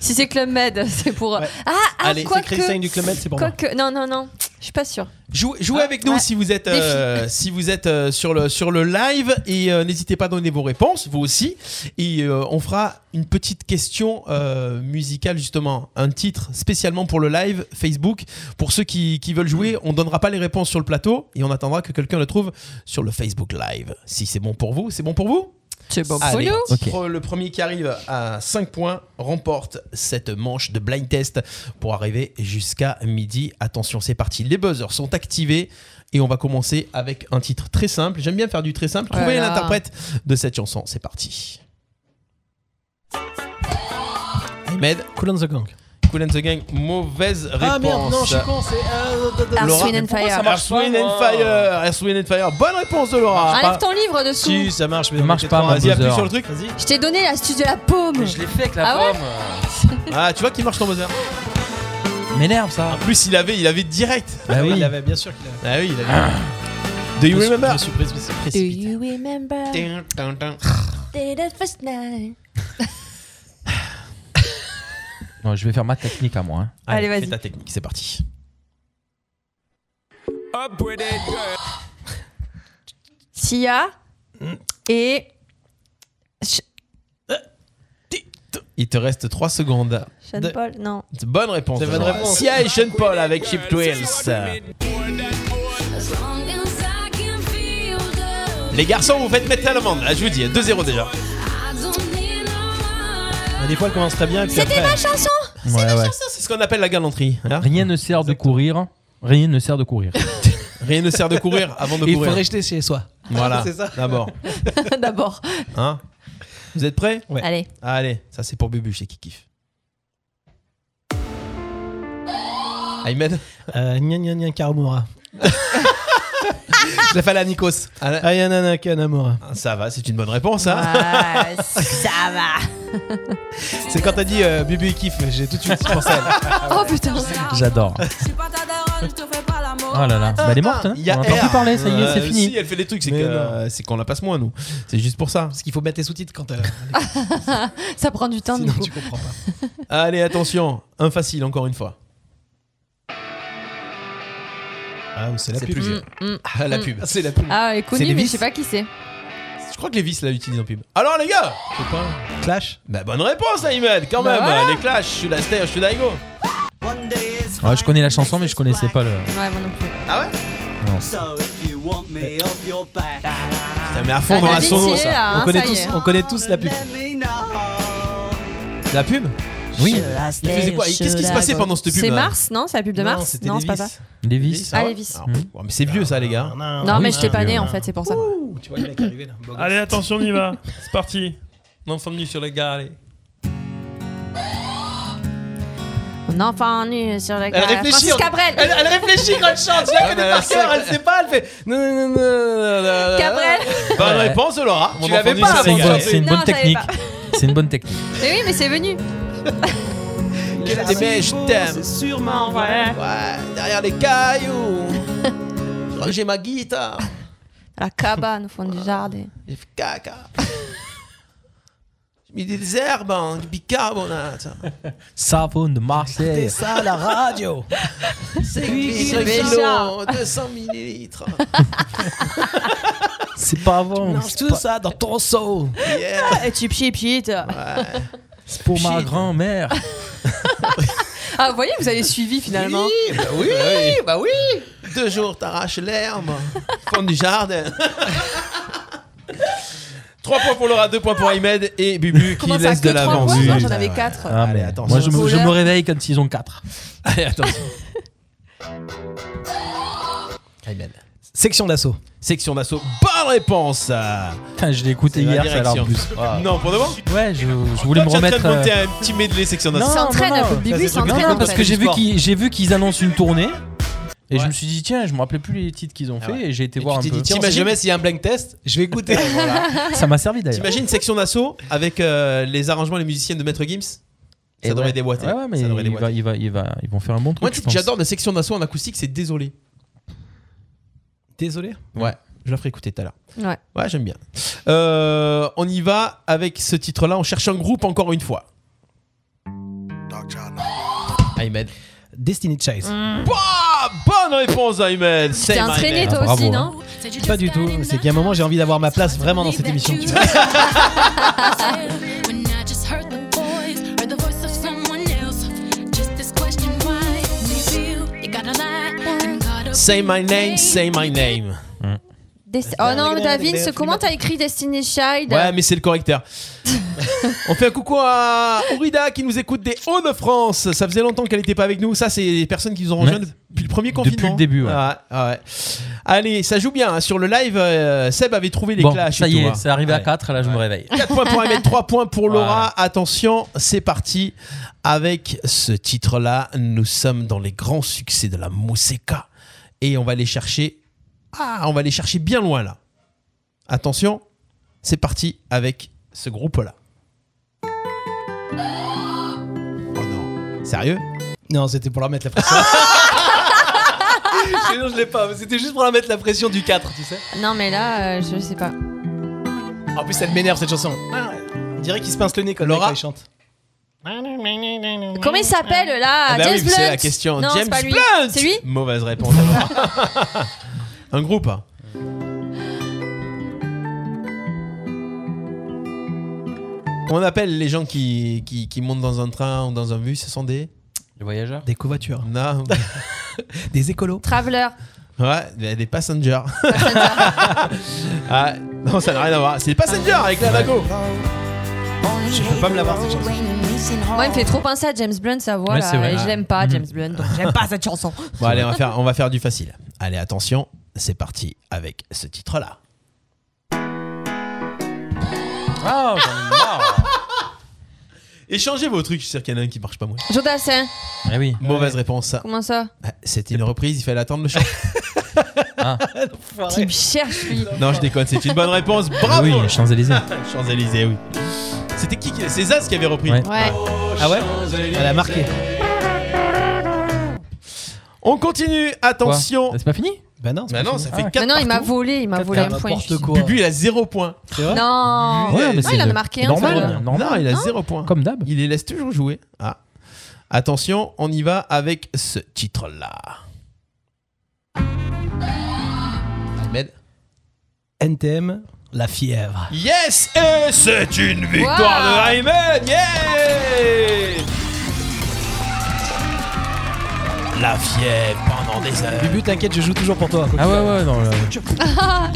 Speaker 6: Si c'est Club Med, c'est pour.
Speaker 5: Ouais.
Speaker 6: Ah, ah,
Speaker 5: Allez, c'est
Speaker 6: quoique-
Speaker 5: Christine du Club Med, c'est pour moi.
Speaker 6: quoique- Non, non, non. Je suis pas sûre.
Speaker 3: Jouez, jouez avec nous
Speaker 6: ouais.
Speaker 3: si vous êtes euh, si vous êtes euh, sur le sur le live et euh, n'hésitez pas à donner vos réponses vous aussi et euh, on fera une petite question euh, musicale justement un titre spécialement pour le live Facebook pour ceux qui, qui veulent jouer on donnera pas les réponses sur le plateau et on attendra que quelqu'un le trouve sur le Facebook live si c'est bon pour vous c'est bon pour vous
Speaker 6: C'est bon pour
Speaker 3: Allez,
Speaker 6: nous.
Speaker 4: Ok.
Speaker 3: pro- le premier qui arrive à 5 points remporte cette manche de blind test pour arriver jusqu'à midi. Attention, c'est parti. Les buzzers sont activés et on va commencer avec un titre très simple. J'aime bien faire du très simple.
Speaker 6: Oh là
Speaker 3: Trouvez
Speaker 6: là.
Speaker 3: l'interprète de cette chanson. C'est parti. Ahmed,
Speaker 5: Cool on the Gang.
Speaker 3: Cool and the Gang, mauvaise réponse.
Speaker 5: Ah merde, non, je suis con, c'est. euh,
Speaker 6: Earth,
Speaker 3: Laura,
Speaker 6: Wind and Fire.
Speaker 3: Earth, Wind and Fire, Earth, Wind and Fire. Bonne réponse de Laura.
Speaker 6: Enlève ton livre dessous.
Speaker 5: Si, ça marche, mais
Speaker 4: Ça
Speaker 5: on
Speaker 4: marche
Speaker 5: était
Speaker 4: pas,
Speaker 5: trois.
Speaker 4: moi.
Speaker 3: Vas-y, appuie
Speaker 4: buzzer.
Speaker 3: sur le truc.
Speaker 5: Vas-y.
Speaker 6: Je t'ai donné l'astuce de la paume.
Speaker 4: Je l'ai fait avec
Speaker 6: la
Speaker 4: la
Speaker 6: Ah
Speaker 4: pomme.
Speaker 3: Ah, tu vois qu'il marche ton buzzer.
Speaker 4: M'énerve ça.
Speaker 3: En
Speaker 5: Ah,
Speaker 3: plus, il avait, il avait direct.
Speaker 4: Bah
Speaker 5: Il
Speaker 4: oui.
Speaker 5: avait bien sûr qu'il avait.
Speaker 3: Ah oui, il avait. Do you remember?
Speaker 5: Je suis pré- pré-
Speaker 6: Do
Speaker 5: précipité.
Speaker 6: you remember the first night?
Speaker 4: Non, je vais faire ma technique à moi. hein.
Speaker 6: Allez,
Speaker 3: fais
Speaker 6: vas-y.
Speaker 3: ta technique, c'est parti.
Speaker 6: Sia
Speaker 3: Hmm.
Speaker 6: et. Ch-
Speaker 3: Il te reste 3 secondes.
Speaker 6: Sean
Speaker 5: De-
Speaker 6: Paul Non.
Speaker 3: Bonne réponse.
Speaker 5: C'est bonne
Speaker 3: Laura.
Speaker 5: réponse.
Speaker 3: Sia et Sean Paul avec Chip Twills. Les garçons, vous faites mettre à l'amende. Là, je vous dis, 2-0 déjà.
Speaker 5: Bah, Des fois, elle commence très bien. et puis
Speaker 6: C'était
Speaker 5: après-
Speaker 6: ma chanson
Speaker 4: Ouais, ouais.
Speaker 3: Ça, c'est ce qu'on appelle la galanterie. hein.
Speaker 4: Rien ne sert de courir. Rien ne sert de courir.
Speaker 3: Rien ne sert de courir avant de
Speaker 5: Il faut
Speaker 3: courir.
Speaker 5: rester chez soi.
Speaker 3: Voilà,
Speaker 5: C'est ça.
Speaker 3: d'abord.
Speaker 6: d'abord.
Speaker 3: Hein vous êtes prêts Ah,
Speaker 5: Ouais.
Speaker 6: Allez.
Speaker 3: Allez, ça c'est pour Bubu, c'est qui kiffe. Aymed
Speaker 5: Euh, gna gna gna Karamura.
Speaker 3: Je l'ai fait à la Nikos. Ah, là-
Speaker 5: Ayanana Kanamura.
Speaker 3: ah, Ça va, c'est une bonne réponse. Hein
Speaker 6: Ah, ça va.
Speaker 5: C'est quand t'as dit euh, Bubu il kiffe, j'ai tout de suite pensé à elle.
Speaker 6: Oh putain.
Speaker 4: J'adore. Oh là là. Bah, elle est morte. Hein.
Speaker 3: Il y a
Speaker 4: On n'entend
Speaker 3: R.
Speaker 4: plus parler. Ça y est, c'est
Speaker 3: Euh,
Speaker 4: fini.
Speaker 3: Si elle fait des trucs, c'est
Speaker 5: Mais
Speaker 3: que- euh,
Speaker 5: non.
Speaker 3: c'est qu'on la passe moins, nous. C'est juste pour ça.
Speaker 5: Parce qu'il faut mettre les sous-titres quand euh,
Speaker 6: Ça prend du temps, du
Speaker 5: sinon
Speaker 6: coup.
Speaker 5: tu comprends pas.
Speaker 3: Allez, attention. Un facile, encore une fois.
Speaker 5: Ah, mais c'est
Speaker 3: C'est plus.
Speaker 6: Mm, mm.
Speaker 3: Ah, la pub.
Speaker 5: C'est la plus.
Speaker 6: Ah, elle est
Speaker 3: C'est
Speaker 6: connue, mais
Speaker 3: Lévis
Speaker 6: je sais pas qui c'est.
Speaker 3: Je crois que Lévis l'a utilisé en pub. Alors, les gars
Speaker 5: Clash.
Speaker 3: Bah, bonne réponse, Ayman, quand
Speaker 6: Bah
Speaker 3: même.
Speaker 6: voilà.
Speaker 3: Les Clash, je suis Laster, je suis Daigo.
Speaker 4: Ouais, Ah, je connais la chanson, mais je connaissais pas le.
Speaker 6: Ouais, moi non plus.
Speaker 3: Ah ouais
Speaker 4: Non.
Speaker 3: Putain, mais à fond dans
Speaker 6: Ah,
Speaker 3: la
Speaker 6: David,
Speaker 3: sono,
Speaker 6: il est
Speaker 3: ça.
Speaker 6: là, hein,
Speaker 5: on, connaît
Speaker 6: ça y
Speaker 5: tous,
Speaker 6: est.
Speaker 5: on connaît tous la pub.
Speaker 3: La pub
Speaker 5: Je
Speaker 3: Oui. Il faisait quoi Qu'est-ce qui se passait pendant cette pub
Speaker 6: C'est Mars, non C'est la pub de Mars
Speaker 3: c'était
Speaker 6: Non, c'est pas ça.
Speaker 3: Levis. Levis.
Speaker 6: Ah,
Speaker 3: ouais.
Speaker 6: Levis.
Speaker 3: Ah, bon, bon, mais c'est vieux ça, les gars.
Speaker 6: Non, mais
Speaker 3: ah
Speaker 6: j'étais pas né en fait, c'est pour ça.
Speaker 11: Allez, attention, on y va. C'est parti. L'enfant nu sur le gars, allez.
Speaker 6: On enfin nu sur la
Speaker 11: Elle réfléchit,
Speaker 6: Francis
Speaker 11: on-
Speaker 6: Cabrel.
Speaker 11: elle- euh, elle réfléchit quand elle chante, je la connais par cœur, elle sait
Speaker 5: pas, elle fait. Non, non, non, non.
Speaker 6: Cabrel.
Speaker 3: Bonne réponse, Laura.
Speaker 4: Mon
Speaker 3: Tu l'avais
Speaker 4: enfant
Speaker 3: pas avant
Speaker 4: dit, C'est une
Speaker 3: de
Speaker 4: bonne-
Speaker 3: chanter.
Speaker 4: c'est une
Speaker 6: Non,
Speaker 4: bonne
Speaker 6: j'avais
Speaker 4: technique.
Speaker 6: pas.
Speaker 4: C'est une bonne technique.
Speaker 6: Mais oui, mais c'est venu.
Speaker 3: Quelle des mais je t'aime. C'est
Speaker 6: sûrement
Speaker 3: vrai. Ouais, Euh, derrière les cailloux. je crois que j'ai ma guitare.
Speaker 6: La cabane au fond du jardin.
Speaker 3: J'ai fait caca. J'ai mis des herbes, hein, du bicarbonate.
Speaker 4: Savon de Marseille.
Speaker 5: ça la radio.
Speaker 3: C'est
Speaker 5: Lui qui
Speaker 3: qui ce
Speaker 5: le fait
Speaker 3: kilo,
Speaker 5: ça.
Speaker 3: 200 millilitres.
Speaker 4: C'est pas avant.
Speaker 5: Mélange tout ça dans ton seau.
Speaker 6: Ah, Et tu pieds pieds. toi.
Speaker 4: C'est pour ma grand-mère.
Speaker 6: Ah, vous voyez, vous avez suivi finalement.
Speaker 3: Oui, bah oui, bah oui. Deux jours, t'arraches l'herbe. Fond du jardin. 3 points pour Laura, 2 points pour Ahmed et Bubu qui
Speaker 6: Comment ça,
Speaker 3: laisse
Speaker 6: que
Speaker 3: de
Speaker 6: trois
Speaker 3: l'avance.
Speaker 6: points Moi, j'en avais quatre.
Speaker 4: Ah, mais
Speaker 3: attention.
Speaker 4: Moi, je me, je me
Speaker 6: Colère.
Speaker 4: réveille quand ils ont 4.
Speaker 3: Allez, attention.
Speaker 5: Section d'assaut.
Speaker 3: Section d'assaut, bonne réponse.
Speaker 4: je l'ai écouté
Speaker 3: C'est la
Speaker 4: hier, ça a l'air
Speaker 3: direction.
Speaker 4: plus. Ah.
Speaker 3: Non, pour de bon
Speaker 4: Ouais, je, je voulais me
Speaker 3: Toi, tu es en
Speaker 4: remettre.
Speaker 3: train de monter
Speaker 4: euh,
Speaker 3: un petit medley section
Speaker 4: Non,
Speaker 3: d'assaut.
Speaker 6: s'entraîne,
Speaker 4: non, non,
Speaker 6: Bubu,
Speaker 4: ça, c'est
Speaker 6: il s'entraîne,
Speaker 4: truc-
Speaker 6: en
Speaker 4: Non, parce
Speaker 6: fait.
Speaker 4: que j'ai vu
Speaker 5: Sport.
Speaker 4: qu'ils j'ai vu qu'ils annoncent une tournée et je me suis dit tiens, je me rappelais plus les titres qu'ils ont fait Ah et j'ai été voir un
Speaker 5: tu
Speaker 4: peu.
Speaker 5: t'es dit, tiens, on sait jamais s'il y a un blank test, je vais écouter.
Speaker 4: Ça m'a servi d'ailleurs.
Speaker 3: T'imagines section d'assaut avec euh, les arrangements et les musiciennes de Maître Gims Ça
Speaker 4: Et
Speaker 3: devrait
Speaker 4: Eh ouais.
Speaker 3: déboîter.
Speaker 4: Ouais, ouais, mais
Speaker 3: hein. Ça devrait
Speaker 4: il va,
Speaker 3: déboîter.
Speaker 4: il va, il va, ils vont faire un bon truc.
Speaker 3: Moi,
Speaker 4: je
Speaker 3: tu-
Speaker 4: pense.
Speaker 3: j'adore la section d'assaut en acoustique, c'est désolé.
Speaker 5: Désolé.
Speaker 3: Ouais, je la ferai écouter tout à l'heure.
Speaker 6: Ouais.
Speaker 3: Ouais, j'aime bien. Euh, on y va avec ce titre-là. On cherche un groupe encore une fois. Ahmed.
Speaker 5: Destiny Chase.
Speaker 3: Bah, bonne réponse, Ahmed. Same
Speaker 6: T'es entraîné
Speaker 3: Ahmed.
Speaker 6: toi
Speaker 4: Ah,
Speaker 6: aussi,
Speaker 4: bravo,
Speaker 3: hein.
Speaker 6: non
Speaker 5: Pas du tout. C'est qu'à un moment, j'ai envie d'avoir ma place vraiment dans cette émission. tu vois.
Speaker 3: Say my name, say my name.
Speaker 6: Desti- Oh non, mais David, ce- comment t'as écrit Destiny Child
Speaker 3: Ouais, mais c'est le correcteur. on fait un coucou à Ourida qui nous écoute des Hauts-de-France. Ça faisait longtemps qu'elle n'était pas avec nous. Ça, c'est les personnes qui nous ont rejoints
Speaker 4: Ouais.
Speaker 3: depuis le premier
Speaker 4: Depuis
Speaker 3: confinement.
Speaker 4: le début, ouais.
Speaker 3: Ah ouais, ah ouais. Allez, ça joue bien. hein. Sur le live, euh, Seb avait trouvé les
Speaker 4: Bon,
Speaker 3: clashs.
Speaker 4: ça
Speaker 3: et
Speaker 4: y
Speaker 3: tout,
Speaker 4: est,
Speaker 3: hein.
Speaker 4: c'est arrivé à
Speaker 3: Ouais.
Speaker 4: 4 là, je me réveille.
Speaker 3: 4 points pour Ahmed, 3 points pour Laura.
Speaker 4: Voilà.
Speaker 3: Attention, c'est parti. Avec ce titre-là, nous sommes dans les grands succès de la Mousseka. Et on va les chercher. Ah, on va les chercher bien loin là. Attention, c'est parti avec ce groupe-là. Oh non. Sérieux
Speaker 5: Non, c'était pour leur mettre la pression. Sinon, je l'ai pas. Ah, mais C'était juste pour leur mettre la pression du 4, tu sais.
Speaker 6: Non, mais là, euh, je sais pas.
Speaker 5: En plus, elle m'énerve cette chanson. On dirait qu'il se pince le nez quand le mec,
Speaker 3: Laura.
Speaker 5: quand il chante.
Speaker 6: Comment il s'appelle là
Speaker 3: Ah bah
Speaker 6: James
Speaker 3: oui,
Speaker 6: Blunt
Speaker 3: c'est la question.
Speaker 6: Non,
Speaker 3: James
Speaker 6: c'est pas lui.
Speaker 3: Blunt
Speaker 6: C'est lui
Speaker 3: Mauvaise réponse. alors. Un groupe. hein. On appelle les gens qui, qui, qui montent dans un train ou dans un bus, ce sont des.
Speaker 4: Les voyageurs.
Speaker 5: Des covoitures.
Speaker 3: Non.
Speaker 5: Des écolos.
Speaker 6: Traveler.
Speaker 3: Ouais, des des passengers. Ah, non, ça n'a rien à voir. C'est des passengers avec la vago.
Speaker 5: Je peux pas me l'avoir cette chanson.
Speaker 6: Moi, il me fait trop penser à James Blunt, sa voix
Speaker 4: Ouais, c'est
Speaker 6: là.
Speaker 4: vrai.
Speaker 6: Et je l'aime pas,
Speaker 3: Mhm.
Speaker 6: James Blunt. Donc j'aime pas cette chanson.
Speaker 3: Bon, allez, on va faire, on va faire du facile. Allez, attention, c'est parti avec ce titre-là. Oh,
Speaker 4: Ah, j'en ai marre.
Speaker 3: Échangez vos trucs, je suis sûr qu'il y en a un qui marche pas moi.
Speaker 6: Jodassin.
Speaker 4: Eh oui.
Speaker 3: Mauvaise réponse.
Speaker 6: Comment ça
Speaker 3: Ah, C'était une reprise, il fallait attendre le chant.
Speaker 6: Il me cherche lui.
Speaker 3: non, je déconne, c'est une bonne réponse. Bravo
Speaker 4: Eh
Speaker 3: Ah
Speaker 4: Oui, les Champs-Élysées.
Speaker 3: Champs-Élysées, oui. C'était qui qui- C'est Zaz qui avait repris.
Speaker 4: Ouais.
Speaker 6: Ouais.
Speaker 5: Ah ouais Elle a marqué.
Speaker 3: On continue, attention.
Speaker 4: Quoi C'est pas fini
Speaker 5: Bah non. c'est
Speaker 3: Bah
Speaker 5: pas
Speaker 3: non,
Speaker 5: fini.
Speaker 3: ça fait
Speaker 4: Ah,
Speaker 3: 4
Speaker 6: Mais non, il m'a volé, il m'a volé un point.
Speaker 5: N'importe
Speaker 6: Non.
Speaker 5: quoi.
Speaker 3: Bubu, il a 0 point.
Speaker 5: C'est vrai
Speaker 3: Ouais,
Speaker 6: Non,
Speaker 3: mais
Speaker 6: il en a marqué un. ça va.
Speaker 4: Normal,
Speaker 3: Non,
Speaker 4: normal.
Speaker 3: il a 0 point.
Speaker 4: Comme d'hab.
Speaker 3: Il les laisse toujours jouer. Ah. Attention, on y va avec ce titre-là. Ahmed.
Speaker 5: NTM, la fièvre.
Speaker 3: Yes Et c'est une victoire de Ayman Yeah la fièvre pendant des heures.
Speaker 5: Bubu, t'inquiète, je joue toujours pour toi.
Speaker 4: Ah ouais, ouais, non. Là,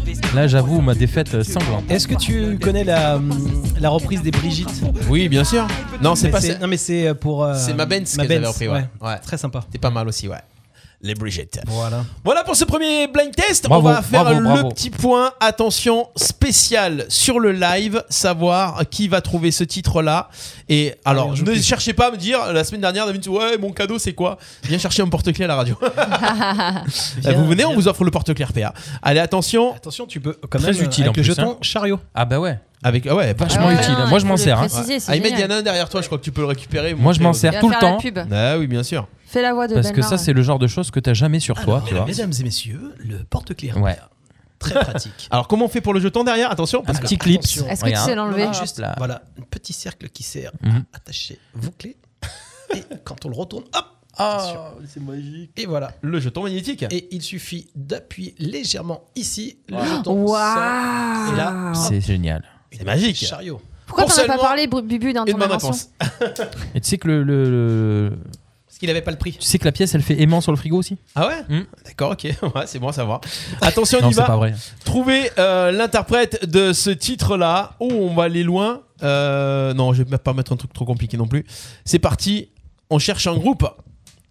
Speaker 4: là, j'avoue, ma défaite euh, sanglante.
Speaker 5: Est-ce que tu connais la, hum, la reprise des Brigitte
Speaker 3: Oui, bien sûr. Non, c'est
Speaker 5: Mais
Speaker 3: pas
Speaker 5: Non, mais c'est pour. euh,
Speaker 3: C'est ma Benz
Speaker 5: ma
Speaker 3: qu'elles avaient
Speaker 5: Benz,
Speaker 3: repris, ouais.
Speaker 5: ouais.
Speaker 3: Très
Speaker 5: sympa.
Speaker 3: C'est pas mal aussi, ouais. Les Brigitte.
Speaker 5: Voilà.
Speaker 3: Voilà pour ce premier blind test.
Speaker 4: Bravo,
Speaker 3: on va faire
Speaker 4: bravo, bravo.
Speaker 3: le petit point attention spécial sur le live, savoir qui va trouver ce titre-là. Et alors, ne cherchez pas à me dire la semaine dernière, David, ouais, mon cadeau c'est quoi Viens chercher un porte-clés à la radio. Eh, vous venez, on vous offre le porte-clés RPA. Allez, attention.
Speaker 5: Attention, tu peux quand
Speaker 4: Très
Speaker 5: même, euh,
Speaker 4: utile
Speaker 5: avec
Speaker 4: en plus,
Speaker 5: le jeton
Speaker 4: hein.
Speaker 5: chariot.
Speaker 4: Ah bah ouais.
Speaker 3: Avec ah ouais,
Speaker 6: Ah
Speaker 4: vachement
Speaker 6: ouais,
Speaker 4: utile.
Speaker 6: non,
Speaker 4: Moi je
Speaker 6: il
Speaker 4: m'en
Speaker 6: faut le
Speaker 4: sers. hein.
Speaker 6: préciser, c'est
Speaker 3: Ahmed, il y
Speaker 6: génial.
Speaker 3: en a un derrière toi, je crois que tu peux le récupérer.
Speaker 4: Moi je m'en sers
Speaker 6: Il
Speaker 4: tout
Speaker 6: va
Speaker 4: le
Speaker 6: faire la
Speaker 4: temps.
Speaker 6: pub.
Speaker 3: Ah oui, bien sûr.
Speaker 6: Fais la voix de
Speaker 4: Parce que
Speaker 6: Belmar.
Speaker 4: ça c'est le genre de choses que t'as jamais sur
Speaker 3: Ah
Speaker 4: toi, tu vois.
Speaker 5: Mesdames et messieurs, le porte-clés.
Speaker 4: Ouais.
Speaker 5: Très pratique.
Speaker 3: Alors comment on fait pour le jeton derrière Attention, parce
Speaker 4: Un
Speaker 3: que-
Speaker 4: petit clip. Ah,
Speaker 5: Attention.
Speaker 6: Est-ce que tu sais l'enlever
Speaker 5: Voilà, juste
Speaker 4: Là.
Speaker 5: Ah. voilà, un petit cercle qui sert
Speaker 4: Mhm.
Speaker 5: à attacher vos clés. et quand on le retourne, hop
Speaker 4: Ah, c'est magique.
Speaker 5: Et voilà.
Speaker 3: le jeton magnétique.
Speaker 5: Et il suffit d'appuyer légèrement ici. Le jeton sort. Et là,
Speaker 6: Waouh
Speaker 4: C'est génial.
Speaker 3: C'est magique.
Speaker 5: chariot.
Speaker 6: Pourquoi
Speaker 3: Pour
Speaker 6: t'en as pas
Speaker 3: seulement
Speaker 6: parlé, Bru- Bubu, dans
Speaker 3: Une
Speaker 6: ton
Speaker 3: bonne
Speaker 6: invention
Speaker 3: réponse.
Speaker 4: Et tu sais que le, le- le-
Speaker 5: Parce qu'il n'avait pas le prix.
Speaker 4: tu sais que la pièce elle fait aimant sur le frigo aussi
Speaker 3: Ah ouais
Speaker 4: Hmm.
Speaker 3: D'accord, ok, ouais, c'est bon à savoir. Attention, on
Speaker 4: Non,
Speaker 3: y
Speaker 4: c'est pas
Speaker 3: va.
Speaker 4: vrai.
Speaker 3: Trouver euh, l'interprète de ce titre-là. Oh, on va aller loin. Euh, non, je vais pas mettre un truc trop compliqué non plus. C'est parti. On cherche un groupe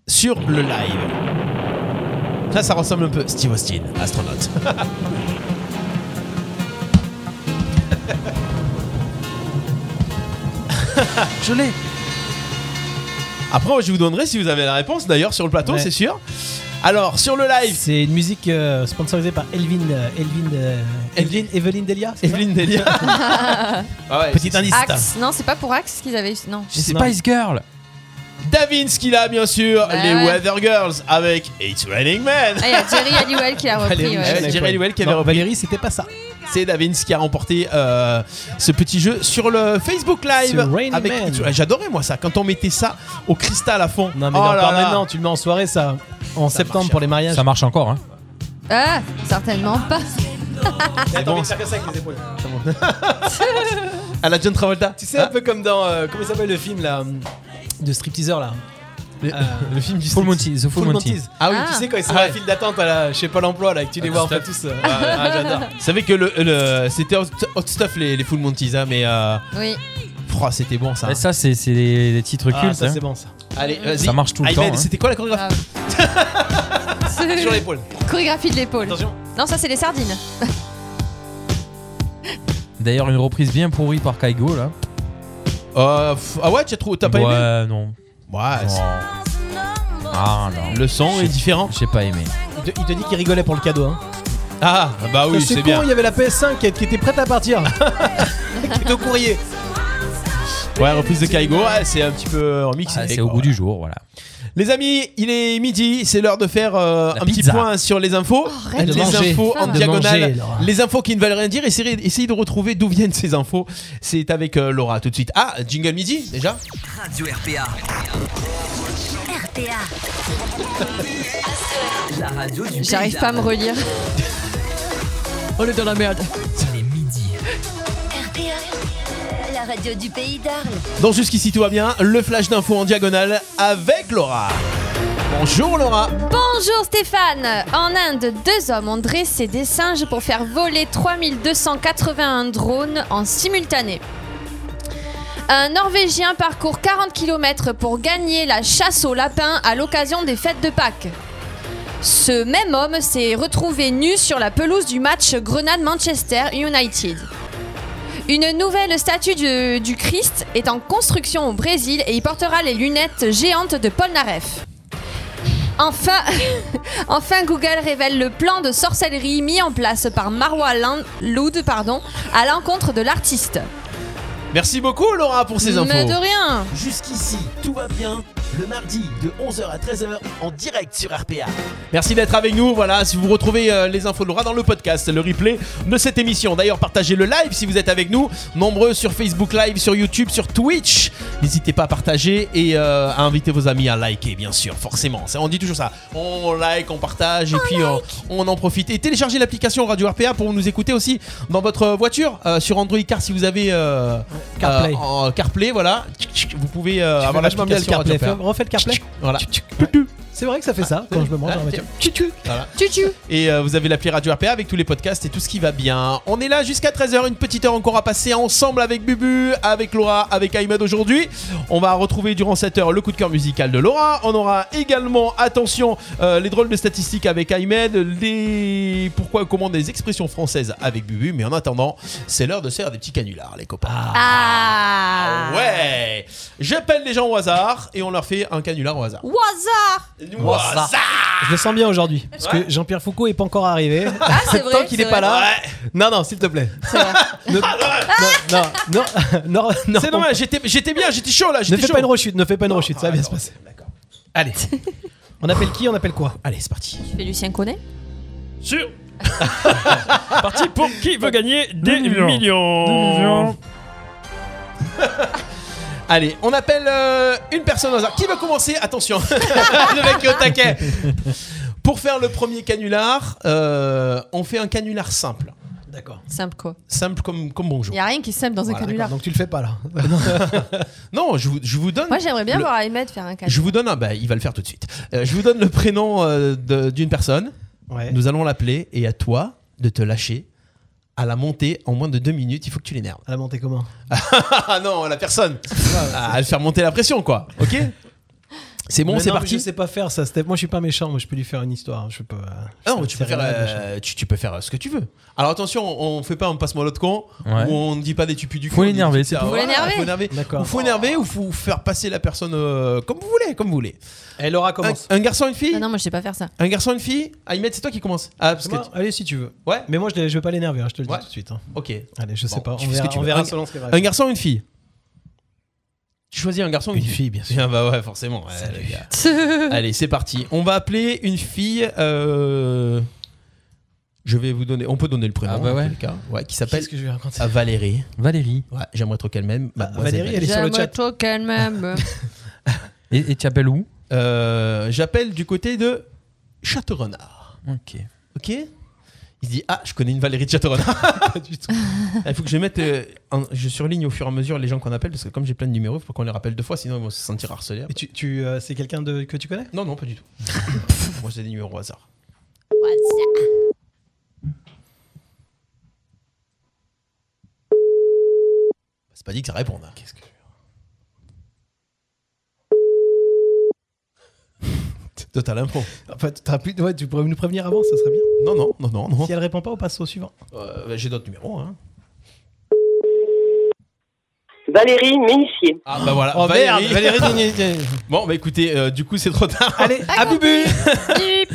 Speaker 3: sur le live. Ça, ça ressemble un peu. Steve Austin, astronaute.
Speaker 4: Je l'ai.
Speaker 3: Après, je vous donnerai si vous avez la réponse. D'ailleurs, sur le plateau,
Speaker 5: Ouais.
Speaker 3: c'est sûr. Alors, sur le live,
Speaker 5: C'est une musique euh, sponsorisée par Elvin, euh, Elvin, euh, Elvin, Evelyn Delia. c'est ça
Speaker 3: Evelyne Delia. ah ouais,
Speaker 5: Petit indice.
Speaker 6: Axe. Non, c'est pas pour Axe qu'ils avaient eu. Non.
Speaker 4: C'est
Speaker 5: Non.
Speaker 4: Spice Girl.
Speaker 3: Davins qu'il a bien sûr,
Speaker 6: Bah
Speaker 3: les
Speaker 6: ouais.
Speaker 3: Weather Girls avec It's Raining Man.
Speaker 6: Ah, il y a Jerry Halliwell qui l'a repris.
Speaker 5: Valérie,
Speaker 6: ouais.
Speaker 5: Michel
Speaker 3: Ouais, Jerry Halliwell qui avait
Speaker 5: euh, Non,
Speaker 3: repris.
Speaker 5: Valérie, c'était pas ça.
Speaker 3: C'est Davins qui a remporté euh, ce petit jeu sur le Facebook Live.
Speaker 5: Sur Rain
Speaker 3: avec
Speaker 5: Man.
Speaker 3: It's- J'adorais moi ça, quand on mettait ça au cristal à fond.
Speaker 5: Non mais
Speaker 3: Oh
Speaker 5: non,
Speaker 3: là
Speaker 5: pas
Speaker 3: là.
Speaker 5: maintenant, tu le mets en soirée ça. En septembre
Speaker 3: marche.
Speaker 5: pour les mariages.
Speaker 4: Ça marche encore. Hein.
Speaker 6: Ah, certainement pas.
Speaker 5: Attends,
Speaker 3: À la John Travolta. Hein
Speaker 5: Tu sais un peu comme dans euh, comment il s'appelle le film là hum, de stripteaser là.
Speaker 4: Le-
Speaker 3: Euh,
Speaker 5: le film du
Speaker 4: Full Monty, The Full, Monty.
Speaker 3: Ah oui,
Speaker 6: Ah.
Speaker 5: Tu sais quand ils sont
Speaker 3: Ah
Speaker 5: à
Speaker 3: ouais.
Speaker 5: la file d'attente à la, je sais pas l'emploi là, que tu les vois un peu tous. euh, ah, j'adore.
Speaker 3: Vous savez que le, le- c'était hot, hot stuff les, les Full Monties, hein, mais euh,
Speaker 6: Oui.
Speaker 3: oh, c'était bon ça.
Speaker 4: Et ça c'est c'est des, des titres
Speaker 5: Ah,
Speaker 4: cultes.
Speaker 5: ça
Speaker 4: hein.
Speaker 5: c'est bon ça.
Speaker 3: Allez, vas-y.
Speaker 4: Ça marche tout le
Speaker 3: Ahmed,
Speaker 4: temps, hein.
Speaker 3: C'était quoi la chorégraphie
Speaker 6: Ah.
Speaker 3: sur l'épaule
Speaker 6: Chorégraphie de l'épaule.
Speaker 5: Attention.
Speaker 6: Non, ça c'est les sardines.
Speaker 4: D'ailleurs une reprise bien pourrie par Kaigo là.
Speaker 3: Euh, pff, Ah ouais, tu as trou- t'as pas
Speaker 4: ouais,
Speaker 3: aimé Ah,
Speaker 4: non.
Speaker 3: Ouais, c'est-
Speaker 4: Non. Ah non.
Speaker 3: le son est différent.
Speaker 4: J'ai pas aimé.
Speaker 5: Il te, il te dit qu'il rigolait pour le cadeau. Hein.
Speaker 3: Ah bah oui, c'est
Speaker 5: con,
Speaker 3: bien.
Speaker 5: il y avait la PS5 qui, qui était prête à partir. qui était au courrier.
Speaker 3: Ouais, reprise de Kaigo, ouais, c'est un petit peu remixé.
Speaker 4: Ah, c'est
Speaker 3: quoi,
Speaker 4: au goût
Speaker 3: ouais.
Speaker 4: du jour, voilà.
Speaker 3: Les amis, il est midi, c'est l'heure de faire euh,
Speaker 4: La
Speaker 3: un petit
Speaker 4: pizza.
Speaker 3: point sur les infos.
Speaker 6: arrête
Speaker 3: les
Speaker 5: de manger.
Speaker 3: infos en
Speaker 6: De
Speaker 3: diagonale.
Speaker 5: manger, Laura.
Speaker 3: les infos qui ne veulent rien dire, essayez, essayez de retrouver d'où viennent ces infos. C'est avec euh, Laura tout de suite. Ah, jingle midi déjà
Speaker 1: Radio RPA,
Speaker 10: RPA.
Speaker 1: la radio du
Speaker 6: J'arrive pas à me relire.
Speaker 3: On est dans la merde.
Speaker 1: Les midis.
Speaker 10: RPA. La radio du pays d'Arles.
Speaker 3: Donc jusqu'ici tout va bien, le flash d'infos en diagonale avec Laura. Bonjour Laura.
Speaker 6: Bonjour Stéphane En Inde, deux hommes ont dressé des singes pour faire voler 3281 drones en simultané. Un Norvégien parcourt 40 km pour gagner la chasse aux lapins à l'occasion des fêtes de Pâques. Ce même homme s'est retrouvé nu sur la pelouse du match Grenade-Manchester United. Une nouvelle statue du, du Christ est en construction au Brésil et y portera les lunettes géantes de Polnareff. Enfin, enfin, Google révèle le plan de sorcellerie mis en place par Marwa Lan- Loud pardon, à l'encontre de l'artiste.
Speaker 3: Merci beaucoup Laura pour ces infos.
Speaker 6: Mais de rien
Speaker 1: Jusqu'ici, tout va bien. Le mardi de 11h à 13h en direct sur RPA.
Speaker 3: Merci d'être avec nous. Voilà, si vous retrouvez euh, les infos de Laura dans le podcast, le replay de cette émission. D'ailleurs, partagez le live si vous êtes avec nous. Nombreux sur Facebook Live, sur YouTube, sur Twitch. N'hésitez pas à partager et euh, à inviter vos amis à liker, bien sûr, forcément. Ça, on dit toujours ça. On like, on partage et puis euh, on en profite. Et téléchargez l'application Radio RPA pour nous écouter aussi dans votre voiture, euh, sur Android Car si vous avez euh,
Speaker 5: CarPlay.
Speaker 3: euh, en CarPlay, voilà. Tchic, tchic, Vous pouvez euh,
Speaker 5: Tu fais
Speaker 3: avoir
Speaker 5: vachement bien le
Speaker 3: Euh, l'application Radio
Speaker 5: CarPlay,
Speaker 3: RPA.
Speaker 5: refais le CarPlay.
Speaker 3: Voilà.
Speaker 5: C'est vrai que ça fait ça
Speaker 3: Ah,
Speaker 5: quand je me mange en voiture.
Speaker 3: Voilà. Et euh, vous avez l'appli Radio RPA avec tous les podcasts et tout ce qui va bien. On est là jusqu'à 13h, une petite heure encore à passer ensemble avec Bubu, avec Laura, avec Ahmed aujourd'hui. On va retrouver durant cette heure le coup de cœur musical de Laura. On aura également, attention, euh, les drôles de statistiques avec Ahmed, les pourquoi et comment des expressions françaises avec Bubu. Mais en attendant, c'est l'heure de se faire des petits canulars, les copains.
Speaker 6: Ah
Speaker 3: Ouais J'appelle les gens au hasard et on leur fait un canular au hasard.
Speaker 6: Wazar
Speaker 3: Au hasard
Speaker 5: Ah. Je le sens bien aujourd'hui parce
Speaker 3: Ouais.
Speaker 5: que Jean-Pierre Foucault est pas encore arrivé. Ah,
Speaker 6: c'est vrai,
Speaker 5: Tant qu'il
Speaker 6: c'est
Speaker 5: n'est pas
Speaker 6: vrai.
Speaker 5: là. Non, non, s'il te plaît. Ne- non, non, non, non, non.
Speaker 3: Ah, C'est normal, j'étais j'étais bien, j'étais chaud là,
Speaker 5: Ne
Speaker 3: j'étais
Speaker 5: fais
Speaker 3: chaud. Ah,
Speaker 5: pas une rechute, ne fais pas une rechute, ça va bien se passer. Allez. On appelle qui On appelle quoi
Speaker 3: Allez, c'est parti.
Speaker 6: Tu fais Lucien Connet
Speaker 11: Sûr Parti pour qui veut gagner des
Speaker 3: Des millions.
Speaker 11: millions.
Speaker 3: Des millions. Allez, on appelle euh, une personne au hasard. Qui veut commencer Attention, le mec est au taquet. Pour faire le premier canular, euh, on fait un canular simple.
Speaker 5: D'accord.
Speaker 6: Simple quoi
Speaker 3: Simple comme, comme bonjour.
Speaker 6: Y a rien qui est simple dans un
Speaker 3: Voilà,
Speaker 6: canular.
Speaker 5: Donc tu le fais pas là.
Speaker 3: non, je vous, je vous donne.
Speaker 6: Moi j'aimerais bien
Speaker 3: le-
Speaker 6: voir Ahmed faire un canular.
Speaker 3: Je vous donne un. Bah, il va le faire tout de suite. Euh, je vous donne le prénom euh, de- d'une personne.
Speaker 5: Ouais.
Speaker 3: Nous allons l'appeler et à toi de te lâcher à la montée en moins de deux minutes. Il faut que tu l'énerves.
Speaker 5: À la montée comment
Speaker 3: Ah non, la personne. À le faire monter la pression, quoi. Ok C'est bon,
Speaker 5: Mais
Speaker 3: c'est
Speaker 5: non, mais
Speaker 3: parti.
Speaker 5: Je sais pas faire ça, Steph. Moi, je suis pas méchant. Moi, je peux lui faire une histoire. Je peux. euh,
Speaker 3: Ah non,
Speaker 5: faire-
Speaker 3: tu peux,
Speaker 5: faire
Speaker 3: faire,
Speaker 5: un
Speaker 3: euh,
Speaker 5: machin.
Speaker 3: tu, tu peux faire euh, ce que tu veux. Alors attention, on on fait pas un passe-moi l'autre con,
Speaker 4: Ouais.
Speaker 3: ou on ne dit pas des tupus du cul.
Speaker 4: Faut
Speaker 3: on dit
Speaker 4: l'énerver,
Speaker 3: tout
Speaker 4: c'est
Speaker 3: ça.
Speaker 4: tout.
Speaker 6: Faut l'énerver.
Speaker 3: Faut énerver.
Speaker 5: D'accord.
Speaker 3: Ou faut énerver, ou faut faire passer la personne euh, comme vous voulez, comme vous voulez.
Speaker 5: Eh, Laura
Speaker 3: Un,
Speaker 5: commence.
Speaker 3: un garçon, une fille
Speaker 6: Ah Non, non, moi je sais pas faire ça.
Speaker 3: Un garçon, une fille Ahmed, c'est toi qui commence. Ah, parce que.
Speaker 5: Moi, Allez, si tu veux.
Speaker 3: Ouais.
Speaker 5: Mais moi, je, l'ai- je vais pas l'énerver. hein, je te le
Speaker 3: Ouais.
Speaker 5: dis tout de suite. hein.
Speaker 3: Ok.
Speaker 5: Allez, je sais
Speaker 3: Bon,
Speaker 5: pas.
Speaker 3: tu
Speaker 5: On
Speaker 3: fais ce
Speaker 5: verra,
Speaker 3: que tu
Speaker 5: on
Speaker 3: veux.
Speaker 5: verra
Speaker 3: Un-
Speaker 5: selon ce qu'elle va
Speaker 3: Un garçon, une fille Tu choisis un garçon ou une, fille
Speaker 5: bien
Speaker 3: Bien, bah ouais, forcément. ouais, les gars. Allez, c'est parti. On va appeler une fille. euh, Je vais vous donner. On peut donner le prénom.
Speaker 4: Ah bah
Speaker 3: en
Speaker 4: ouais.
Speaker 3: tous les cas. Ouais, qui s'appelle
Speaker 5: Qu'est-ce que je vais raconter
Speaker 3: euh, Valérie.
Speaker 4: Valérie.
Speaker 3: Ouais, j'aimerais trop qu'elle-même.
Speaker 5: Bah, Valérie, elle est sur le
Speaker 6: J'aimerais
Speaker 5: chat.
Speaker 6: trop qu'elle m'aime.
Speaker 4: Et, et tu appelles où
Speaker 3: Euh, J'appelle du côté de Château-Renard.
Speaker 4: Ok.
Speaker 3: Ok Il se dit Ah, je connais une Valérie de Château-Renard.
Speaker 5: Pas du tout.
Speaker 3: Il faut que je mette. euh, un- je surligne au fur et à mesure les gens qu'on appelle parce que comme j'ai plein de numéros, il faut qu'on les rappelle deux fois sinon ils vont se sentir harcelés.
Speaker 5: Et tu, tu, euh, c'est quelqu'un de que tu connais
Speaker 3: Non, non, pas du tout. Moi, j'ai des numéros au hasard. Bah, C'est pas dit que ça réponde. hein. Toi, t'as l'impro.
Speaker 5: En fait, t'as pu- ouais, tu pourrais nous prévenir avant, ça serait bien.
Speaker 3: Non, non, non, non, non.
Speaker 5: Si elle répond pas, on passe au suivant.
Speaker 3: Euh, bah, j'ai d'autres numéros. Hein.
Speaker 12: Valérie Ménissier.
Speaker 3: Ah, bah voilà.
Speaker 5: Oh
Speaker 3: Valérie.
Speaker 5: merde, Valérie. Dini- Dini-
Speaker 3: Bon, bah écoutez, euh, du coup, c'est trop tard.
Speaker 5: Allez, Ah. à bubu.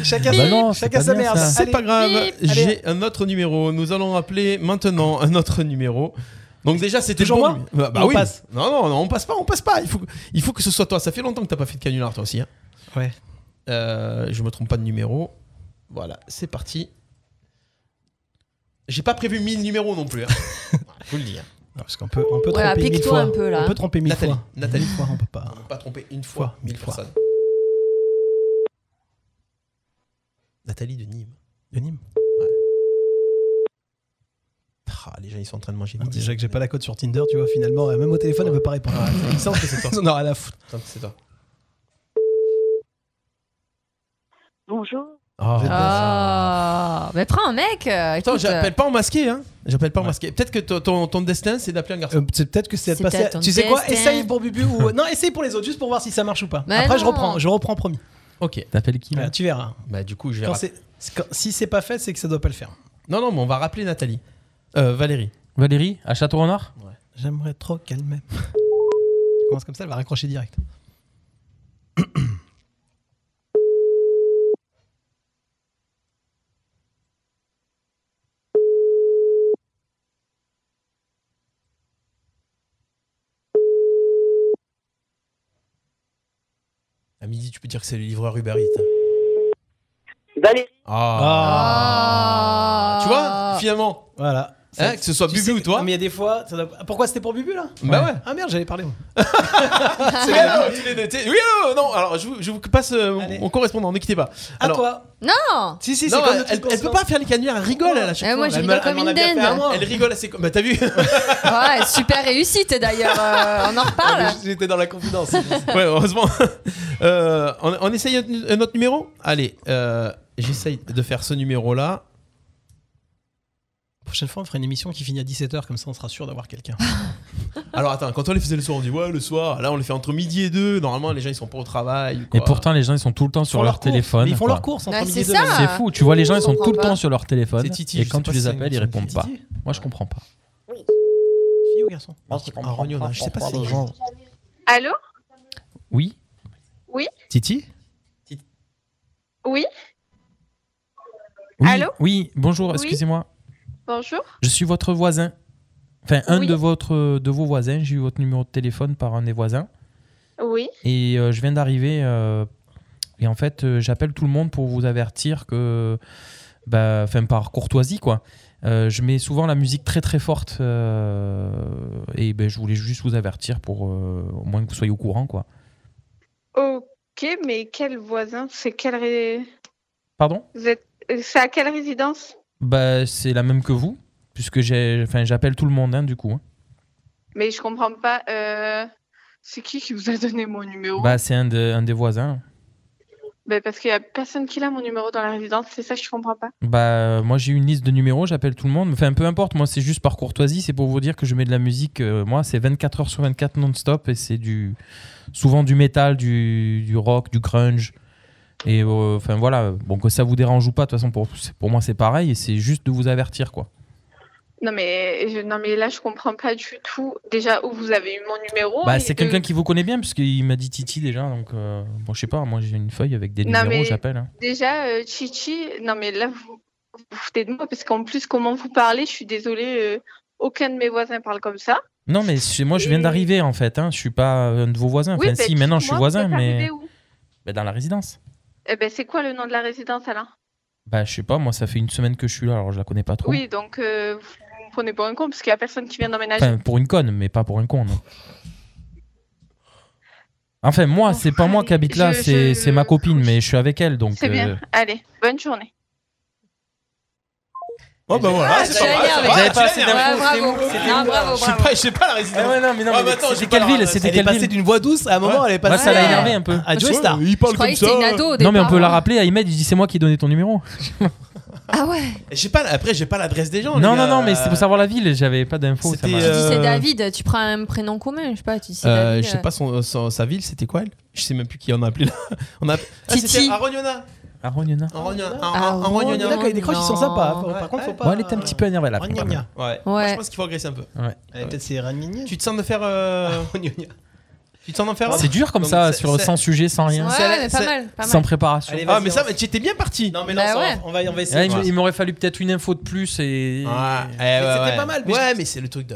Speaker 5: Chacun,
Speaker 4: Bah non, c'est
Speaker 5: chacun
Speaker 4: pas
Speaker 5: sa
Speaker 4: bien,
Speaker 5: merde.
Speaker 4: ça.
Speaker 3: C'est
Speaker 5: Allez.
Speaker 3: pas grave.
Speaker 6: Bip.
Speaker 5: Allez.
Speaker 3: J'ai un autre numéro. Nous allons appeler maintenant un autre numéro. Donc déjà c'était
Speaker 5: Toujours
Speaker 3: bon
Speaker 5: moi
Speaker 3: numé- bah, bah
Speaker 5: On
Speaker 3: oui.
Speaker 5: passe.
Speaker 3: Non, non non on passe pas on passe pas il faut que- il faut que ce soit toi ça fait longtemps que t'as pas fait de canular toi aussi hein.
Speaker 5: Ouais.
Speaker 3: Euh, je me trompe pas de numéro voilà c'est parti j'ai pas prévu 1000 numéros non plus hein. Voilà, faut le dire
Speaker 5: Non, parce qu'on peut, on peut
Speaker 6: Ouais,
Speaker 5: tromper mille
Speaker 6: applique-toi
Speaker 5: fois.
Speaker 6: un peu, là.
Speaker 5: On peut tromper mille
Speaker 3: Nathalie
Speaker 5: fois.
Speaker 3: Nathalie
Speaker 5: Mille fois, on peut pas.
Speaker 3: pas tromper une fois
Speaker 5: Fois,
Speaker 3: mille
Speaker 5: mille fois.
Speaker 3: personnes Nathalie de Nîmes
Speaker 5: De Nîmes.
Speaker 3: Ah, les gens ils sont en train de manger
Speaker 5: Ah,
Speaker 3: midi.
Speaker 5: Déjà que j'ai pas la cote sur Tinder, tu vois, finalement, euh, même au téléphone, elle veut pas répondre. Ils sentent que c'est toi. Ils en ont rien à foutre.
Speaker 3: Attends, c'est toi
Speaker 12: Bonjour.
Speaker 6: Ah, mais prends un mec. euh,
Speaker 3: Attends,
Speaker 6: écoute,
Speaker 3: j'appelle pas en masqué, hein. J'appelle pas en
Speaker 5: Ouais.
Speaker 3: masqué. Peut-être que ton, ton- ton destin, c'est d'appeler un garçon.
Speaker 5: Euh, c'est peut-être que c'est
Speaker 6: C'est
Speaker 5: passé. à-
Speaker 6: peut-être ton
Speaker 5: Tu sais quoi
Speaker 6: destin.
Speaker 5: Essaye pour Bubu ou non Essaye pour les autres juste pour voir si ça marche ou pas.
Speaker 6: Mais
Speaker 5: Après je
Speaker 6: non.
Speaker 5: reprends, je reprends promis.
Speaker 3: Ok.
Speaker 4: T'appelles qui là
Speaker 5: Voilà, tu verras.
Speaker 3: Bah, du coup, je vais.
Speaker 5: Quand
Speaker 3: rapp-
Speaker 5: c'est- c'est- quand- si c'est pas fait, c'est que ça doit pas le faire.
Speaker 3: Non, non, mais on va rappeler Nathalie. Euh, Valérie.
Speaker 4: Valérie À Château-Renard
Speaker 5: J'aimerais trop qu'elle m'aime. Commence comme ça, elle va raccrocher direct.
Speaker 3: À midi, tu peux dire que c'est le livreur Uber Eats.
Speaker 12: Valérie.
Speaker 3: Ah.
Speaker 6: Ah.
Speaker 5: Ah.
Speaker 3: Tu vois, finalement.
Speaker 5: Voilà.
Speaker 3: Hein, que ce soit
Speaker 5: Tu
Speaker 3: Bubu
Speaker 5: sais
Speaker 3: ou
Speaker 5: que-
Speaker 3: toi.
Speaker 5: Non, mais il y a des fois. ça doit- Ah, Pourquoi c'était pour Bubu là
Speaker 3: Bah ouais.
Speaker 5: Ah merde, j'avais parlé. moi.
Speaker 3: C'est
Speaker 5: Ah.
Speaker 3: bien, alors, tous les deux, t'es- Oui, non, non, alors je vous, je vous passe euh, mon- mon correspondant, ne quittez pas. Alors,
Speaker 5: toi.
Speaker 6: Non
Speaker 3: Si, si, c'est
Speaker 6: Non,
Speaker 3: comme
Speaker 6: elle-
Speaker 3: elle, elle peut pas faire les canuars, elle rigole elle, à chaque
Speaker 6: Eh, moi,
Speaker 3: fois.
Speaker 6: je
Speaker 3: Elle
Speaker 6: rigole
Speaker 3: m'a- elle
Speaker 6: comme
Speaker 3: m'en a
Speaker 6: une
Speaker 3: bien fait un
Speaker 6: dinde.
Speaker 5: Ah.
Speaker 3: mois. Elle rigole assez. Bah, t'as vu
Speaker 6: Ouais, super réussite d'ailleurs, euh, on en
Speaker 4: Ah
Speaker 6: reparle.
Speaker 3: Ah, J'étais dans la confidence. ouais, heureusement. Euh, on, on essaye un, un autre numéro Allez, euh, j'essaye de faire ce numéro-là.
Speaker 5: La prochaine fois, on fera une émission qui finit à 17h, comme ça on sera sûr d'avoir quelqu'un.
Speaker 3: Alors attends, quand on les faisait le soir, on dit ouais, le soir. Là, on les fait entre midi et deux. Normalement, les gens ils sont pas au travail. ou quoi.
Speaker 4: Et pourtant, les gens ils sont tout le temps sur leur téléphone.
Speaker 3: Mais ils font
Speaker 4: quoi.
Speaker 3: leurs courses
Speaker 6: entre Ouais, midi c'est et deux, ça. là.
Speaker 4: C'est fou. Tu vois, les gens ils sont
Speaker 6: Je
Speaker 4: tout le
Speaker 6: comprends
Speaker 4: temps
Speaker 6: pas.
Speaker 4: sur leur téléphone.
Speaker 3: C'est Titi,
Speaker 4: Et
Speaker 3: je
Speaker 4: quand
Speaker 3: sais
Speaker 4: tu
Speaker 3: pas si
Speaker 4: les
Speaker 3: c'est
Speaker 4: appelles,
Speaker 3: une
Speaker 4: ils
Speaker 3: chanson de
Speaker 4: répondent pas.
Speaker 3: Titi.
Speaker 4: Moi, je comprends pas.
Speaker 5: Fille ou garçon
Speaker 3: Ah, rognon, hein, je sais pas si c'est genre.
Speaker 12: Allô
Speaker 4: Oui.
Speaker 12: Oui
Speaker 4: Titi
Speaker 12: Oui
Speaker 4: Oui.
Speaker 12: Allô
Speaker 4: Oui. Bonjour.
Speaker 12: Oui.
Speaker 4: Excusez-moi.
Speaker 12: Bonjour
Speaker 4: Je suis votre voisin. Enfin, un
Speaker 12: Oui.
Speaker 4: de votre de vos voisins. J'ai eu votre numéro de téléphone par un des voisins.
Speaker 12: Oui
Speaker 4: Et euh, je viens d'arriver. euh, et en fait, euh, j'appelle tout le monde pour vous avertir que. bah, Enfin, par courtoisie, quoi. Euh, je mets souvent la musique très très forte. euh, et ben, je voulais juste vous avertir pour euh, au moins que vous soyez au courant, quoi.
Speaker 12: Ok, mais quel voisin C'est quel... ré-
Speaker 4: Pardon
Speaker 12: Vous êtes... C'est à quelle résidence
Speaker 4: bah, C'est la même que vous, puisque j'ai- enfin, j'appelle tout le monde, hein, du coup. hein.
Speaker 12: Mais je comprends pas. euh, C'est qui qui vous a donné mon numéro
Speaker 4: Bah, c'est un, de- un des voisins.
Speaker 12: Bah, Parce qu'il y a personne qui l'a mon numéro dans la résidence, c'est ça que je comprends pas.
Speaker 4: Bah, moi j'ai une liste de numéros, j'appelle tout le monde. Enfin, peu importe, moi c'est juste par courtoisie, c'est pour vous dire que je mets de la musique. euh, moi, c'est 24 heures sur 24 non-stop et c'est du souvent du métal, du, du rock, du grunge. Et euh, enfin voilà, bon que ça vous dérange ou pas, de toute façon pour, c'est- pour moi c'est pareil et c'est juste de vous avertir quoi.
Speaker 12: Non mais, je... non, mais là, je comprends pas du tout. Déjà, où vous avez eu mon numéro
Speaker 4: bah,
Speaker 12: et euh,
Speaker 4: c'est
Speaker 12: de-
Speaker 4: quelqu'un qui vous connaît bien puisqu'il m'a dit Titi déjà, donc euh, bon, je sais pas, moi j'ai une feuille avec des
Speaker 12: Non,
Speaker 4: numéros,
Speaker 12: mais
Speaker 4: j'appelle. hein.
Speaker 12: Déjà, euh, Chichi, non mais là, vous vous vous foutez de moi parce qu'en plus, comment vous parlez, je suis désolée, euh, aucun de mes voisins parle comme ça.
Speaker 4: Non, mais chez moi je viens d'arriver en fait, hein, je suis pas un de vos voisins.
Speaker 12: Oui,
Speaker 4: Enfin,
Speaker 12: bah,
Speaker 4: si, maintenant je suis
Speaker 12: dites-moi,
Speaker 4: voisin,
Speaker 12: vous êtes
Speaker 4: mais
Speaker 12: arrivé où
Speaker 4: Bah, dans la résidence.
Speaker 12: Eh ben, c'est quoi le nom de la résidence, Alain
Speaker 4: Bah, je sais pas, moi ça fait une semaine que je suis là, alors je la connais pas trop.
Speaker 12: Oui, bah, donc euh, vous me prenez pour un con parce qu'il n'y a personne qui vient d'emménager.
Speaker 4: Enfin, pour une conne, mais pas pour un con, non. Enfin, moi, c'est pas moi qui habite là,
Speaker 12: Oh, je-
Speaker 4: c'est
Speaker 12: je-
Speaker 4: c'est ma copine, mais je suis avec elle, donc.
Speaker 12: c'est
Speaker 4: euh,
Speaker 12: bien. Allez, bonne journée.
Speaker 3: Oh bah
Speaker 4: Ah,
Speaker 3: voilà, c'est pas mal, c'est pas
Speaker 4: J'avais
Speaker 3: mal.
Speaker 4: pas assez d'infos.
Speaker 6: bravo. Ah, bravo,
Speaker 3: Je sais
Speaker 6: bravo.
Speaker 3: pas, je sais pas la résidence.
Speaker 4: Ah
Speaker 3: Ah, bah
Speaker 4: ouais, non, mais non, mais c'était quelle ville, c'était
Speaker 5: Elle est
Speaker 4: quelle
Speaker 5: passée
Speaker 4: ville
Speaker 5: d'une voix douce à un moment, elle est passée.
Speaker 4: Moi, ça m'a
Speaker 5: à-
Speaker 4: énervé un peu.
Speaker 3: Ah,
Speaker 5: À Joey Star.
Speaker 3: Il parle
Speaker 6: Je croyais comme que c'était ça. une ado au
Speaker 4: Non, mais on
Speaker 6: départ,
Speaker 4: peut la
Speaker 6: hein.
Speaker 4: rappeler à Imed, il dit c'est moi qui ai donné ton numéro.
Speaker 6: Ah ouais
Speaker 3: J'ai pas, après, j'ai pas l'adresse des gens. les
Speaker 4: Non,
Speaker 3: gars. euh,
Speaker 4: non, non, mais c'est pour savoir la ville, j'avais pas d'infos. ça
Speaker 3: C'était,
Speaker 4: m'a-
Speaker 3: euh,
Speaker 6: Tu dis c'est David, tu prends un prénom commun, je sais pas, tu dis c'est
Speaker 3: Euh,
Speaker 6: David.
Speaker 3: je sais
Speaker 6: euh.
Speaker 3: pas son, son- sa ville, c'était quoi elle Je sais même plus qui en a appelé là. On a... Ah,
Speaker 6: Titi.
Speaker 3: c'était Arognona.
Speaker 4: À Rognona.
Speaker 3: Arognona.
Speaker 6: Ah,
Speaker 5: Il y en a quand ils décrochent, ils sont sympas. Par- Par contre, faut pas.
Speaker 4: Bon, elle était un petit peu énervée là.
Speaker 5: Ah, gna, gna.
Speaker 3: Ouais. Moi, je pense qu'il faut agresser un peu.
Speaker 4: Ouais.
Speaker 5: Eh, Peut-être c'est Ragnagna.
Speaker 3: Tu te sens de faire. euh, Tu te sens d'en faire un
Speaker 4: C'est dur comme
Speaker 3: Donc,
Speaker 4: ça,
Speaker 3: c'est-
Speaker 4: sur
Speaker 3: c'est-
Speaker 4: sans sujet, sans rien.
Speaker 6: Ouais,
Speaker 3: c'est-
Speaker 6: mais pas
Speaker 3: c'est-
Speaker 6: mal, pas mal.
Speaker 4: Sans préparation.
Speaker 5: Allez,
Speaker 3: Ah,
Speaker 5: vas-y,
Speaker 3: mais ça,
Speaker 5: on-
Speaker 3: mais tu étais bien parti.
Speaker 5: Non, mais
Speaker 6: Bah
Speaker 5: là, on
Speaker 6: ouais.
Speaker 5: s'en- on va on va
Speaker 4: Ah,
Speaker 5: essayer.
Speaker 4: il me- il m'aurait fallu peut-être une info de plus et.
Speaker 3: Ah, eh, ouais,
Speaker 5: c'était
Speaker 3: ouais.
Speaker 5: pas mal, mais
Speaker 3: Ouais, mais c'est le truc de.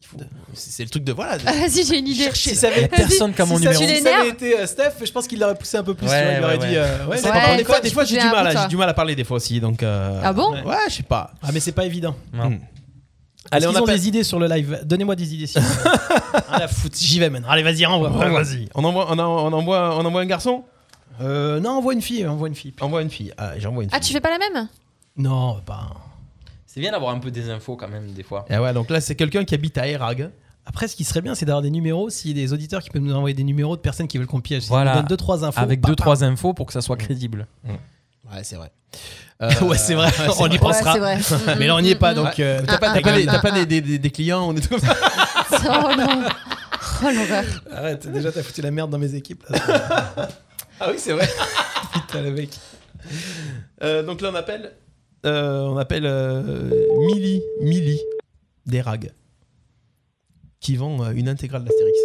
Speaker 3: il faut- C'est c'est le truc de. Voilà. de-
Speaker 6: Ah, Vas-y, j'ai une idée.
Speaker 5: Si ça avait
Speaker 4: Y a
Speaker 5: été
Speaker 4: personne qui a mon
Speaker 5: si ça-
Speaker 4: numéro.
Speaker 5: si
Speaker 6: Tu
Speaker 5: ça avait
Speaker 6: l'énerves.
Speaker 5: été euh, Steph, je pense qu'il l'aurait poussé un peu plus.
Speaker 4: Ouais,
Speaker 5: tu vois, il
Speaker 4: ouais,
Speaker 5: aurait
Speaker 4: ouais.
Speaker 5: dit. euh, ouais,
Speaker 3: C'est
Speaker 5: c'est
Speaker 3: pas
Speaker 5: pas
Speaker 3: pareil.
Speaker 5: mal.
Speaker 3: des
Speaker 6: faut-
Speaker 3: fois, des fois,
Speaker 6: faut
Speaker 3: j'ai du
Speaker 6: faire un
Speaker 3: mal,
Speaker 6: peu,
Speaker 3: à-
Speaker 6: toi.
Speaker 3: j'ai du mal à parler des fois aussi, donc. euh,
Speaker 6: Ah bon
Speaker 3: Ouais, je sais pas.
Speaker 5: Ah, mais c'est pas évident.
Speaker 4: Non.
Speaker 3: Hmm. Allez,
Speaker 5: Allez, on
Speaker 3: on
Speaker 5: a
Speaker 3: appelle-
Speaker 5: des idées sur le live. Donnez-moi des idées. s'il vous plaît. Rien à foutre, j'y vais maintenant. Allez, vas-y, renvoie.
Speaker 3: Ah. Vas-y. On envoie, on, en- on envoie, on envoie un garçon.
Speaker 5: Euh, non, envoie une fille, envoie une fille.
Speaker 3: Envoie une fille. Ah, j'envoie une fille.
Speaker 6: Ah, tu fais pas la même
Speaker 5: Non, pas.
Speaker 4: C'est bien d'avoir un peu des infos quand même, des fois.
Speaker 3: Eh ouais, donc là, c'est quelqu'un qui habite à Erag.
Speaker 5: Après, ce qui serait bien, c'est d'avoir des numéros. S'il y a des auditeurs qui peuvent nous envoyer des numéros de personnes qui veulent qu'on piège,
Speaker 4: Voilà.
Speaker 5: on donne deux trois infos.
Speaker 4: Avec
Speaker 5: Pa,
Speaker 4: deux
Speaker 5: pa.
Speaker 4: trois infos pour que ça soit crédible.
Speaker 3: Ouais, c'est vrai. Euh,
Speaker 5: Ah, ouais, c'est vrai. on y
Speaker 6: Ouais,
Speaker 5: pensera.
Speaker 6: c'est vrai. Mm,
Speaker 5: Mais là, on n'y est pas, donc. euh,
Speaker 3: T'as pas, t'as pas
Speaker 5: Ah,
Speaker 3: des,
Speaker 5: ah,
Speaker 3: t'as pas des, des- des- des clients, on est tout comme ça.
Speaker 6: oh non Oh l'horreur
Speaker 5: Arrête, déjà, t'as foutu la merde dans mes équipes. Là.
Speaker 3: Ah oui, c'est vrai.
Speaker 5: Putain, le mec.
Speaker 3: Euh, donc là, on appelle. euh, on appelle euh, Millie, Millie d'Erag, qui vend euh, une intégrale d'Astérix.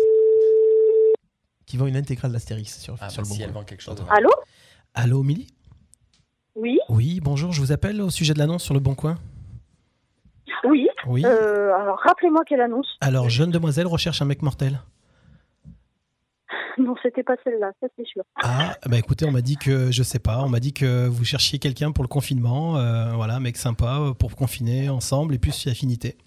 Speaker 3: Qui vend une intégrale d'Astérix sur, sur le bon coin.
Speaker 4: quelque chose.
Speaker 12: Allô
Speaker 5: Allô, Milly
Speaker 12: Oui,
Speaker 5: Oui, bonjour, je vous appelle au sujet de l'annonce sur le Bon Coin.
Speaker 12: oui.
Speaker 5: Oui.
Speaker 12: Euh, alors, rappelez-moi quelle annonce.
Speaker 5: Alors, jeune demoiselle recherche un mec mortel.
Speaker 13: Non, c'était pas celle-là, ça c'est sûr.
Speaker 5: Ah, bah écoutez, on m'a dit que, je sais pas, on m'a dit que vous cherchiez quelqu'un pour le confinement, euh, voilà, mec sympa, euh, pour confiner ensemble et plus affinité.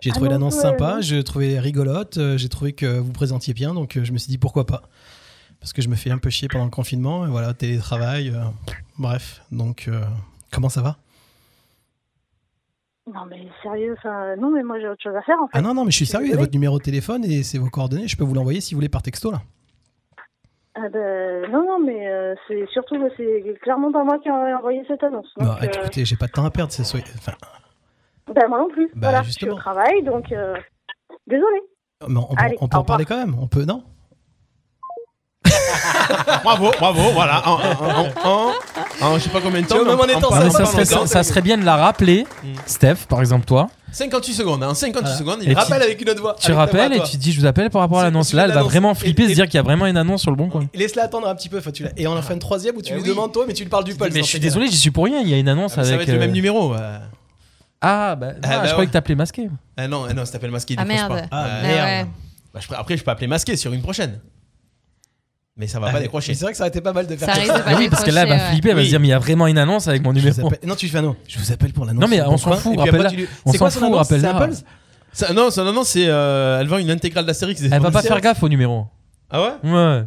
Speaker 5: J'ai
Speaker 13: Ah
Speaker 5: trouvé
Speaker 13: non,
Speaker 5: l'annonce
Speaker 13: ouais,
Speaker 5: sympa,
Speaker 13: ouais.
Speaker 5: j'ai trouvé rigolote, euh, j'ai trouvé que vous présentiez bien, donc euh, je me suis dit pourquoi pas. Parce que je me fais un peu chier pendant le confinement, et voilà, télétravail, euh, bref, donc euh, comment ça va
Speaker 13: Non, mais sérieux, enfin, non, mais moi j'ai autre chose à faire en fait.
Speaker 5: Ah non, non, mais je suis sérieux, il y a
Speaker 13: désolée.
Speaker 5: votre numéro de téléphone et c'est vos coordonnées, je peux vous l'envoyer si vous voulez par texto là.
Speaker 13: Ah ben, non, non, mais euh, c'est surtout, c'est clairement pas moi qui ai envoyé cette annonce.
Speaker 5: Bah,
Speaker 13: donc, euh,
Speaker 5: écoutez, j'ai pas de temps à perdre, c'est soyez- enfin,
Speaker 13: ben, moi non plus.
Speaker 5: Bah,
Speaker 13: voilà,
Speaker 5: justement.
Speaker 13: je suis au travail, donc euh, désolée.
Speaker 5: mais on, on peut-
Speaker 13: Allez,
Speaker 5: on peut
Speaker 13: au
Speaker 5: en
Speaker 13: revoir.
Speaker 5: parler quand même, on peut, non
Speaker 3: Bravo, bravo, voilà. En, en, en, en, en Ah, je sais pas combien de Ah, temps.
Speaker 5: Tu vois,
Speaker 3: mais
Speaker 5: même en étant
Speaker 3: parlant- parlant
Speaker 5: sympa,
Speaker 4: ça, serait,
Speaker 3: longtemps.
Speaker 4: ça- ça serait bien de la rappeler, Steph, par exemple, toi.
Speaker 3: 58 secondes, hein, 58
Speaker 4: Voilà.
Speaker 3: secondes.
Speaker 4: Et
Speaker 3: Il rappelle
Speaker 4: tu-
Speaker 3: avec une autre voix.
Speaker 4: Tu rappelles et tu dis, je vous appelle par rapport à l'annonce. Là, elle va
Speaker 5: l'annonce.
Speaker 4: vraiment flipper, se dire qu'il y a vraiment une annonce sur le bon coin.
Speaker 5: Laisse-la attendre un petit peu, faut que tu la- et on en fait une troisième où tu
Speaker 3: Eh
Speaker 5: lui
Speaker 3: oui.
Speaker 5: demandes toi, mais tu lui parles du pulse. hein,
Speaker 4: Mais je
Speaker 5: dans ces
Speaker 4: suis
Speaker 5: cas-là.
Speaker 4: désolé, j'y suis pour rien. Il y a une annonce
Speaker 3: Ah, mais
Speaker 4: avec.
Speaker 3: ça va être le
Speaker 4: euh,
Speaker 3: même numéro.
Speaker 4: Ah, bah, ah, je croyais que t'appelais masqué.
Speaker 3: Ah non, ah non, ça t'appelle masqué.
Speaker 6: Ah,
Speaker 3: du coup, je
Speaker 6: merde.
Speaker 3: sais pas.
Speaker 6: Ah, Ah, merde. ouais.
Speaker 3: Bah, je peux- après, je peux appeler masqué sur une prochaine. Mais ça va
Speaker 5: Ah,
Speaker 3: pas
Speaker 5: mais
Speaker 3: décrocher.
Speaker 5: C'est vrai que ça aurait été pas mal de faire
Speaker 6: Ça
Speaker 5: comme
Speaker 6: risque de
Speaker 5: ça.
Speaker 6: pas
Speaker 4: oui, parce que là, elle va
Speaker 6: décrocher, ouais.
Speaker 4: flipper, elle va se
Speaker 5: Oui.
Speaker 4: dire, mais il y a vraiment une annonce avec mon
Speaker 5: Je vous
Speaker 4: numéro.
Speaker 5: appelle- Non, tu lui fais un non. Je vous appelle pour l'annonce.
Speaker 4: Non, mais
Speaker 5: sur le
Speaker 4: on
Speaker 5: bon
Speaker 4: s'en
Speaker 5: coin.
Speaker 4: fout,
Speaker 5: Et puis après,
Speaker 4: rappelle-la.
Speaker 5: tu lui-
Speaker 4: On
Speaker 5: C'est
Speaker 4: s'en
Speaker 5: quoi son
Speaker 4: fout,
Speaker 5: annonce C'est
Speaker 4: rappelle-la.
Speaker 5: Apple's
Speaker 3: Ça- non, son annonce, c'est. euh, elle vend une intégrale d'Astérix.
Speaker 4: Elle va pas
Speaker 3: C'est-
Speaker 4: faire gaffe au numéro.
Speaker 3: Ah ouais
Speaker 4: Ouais.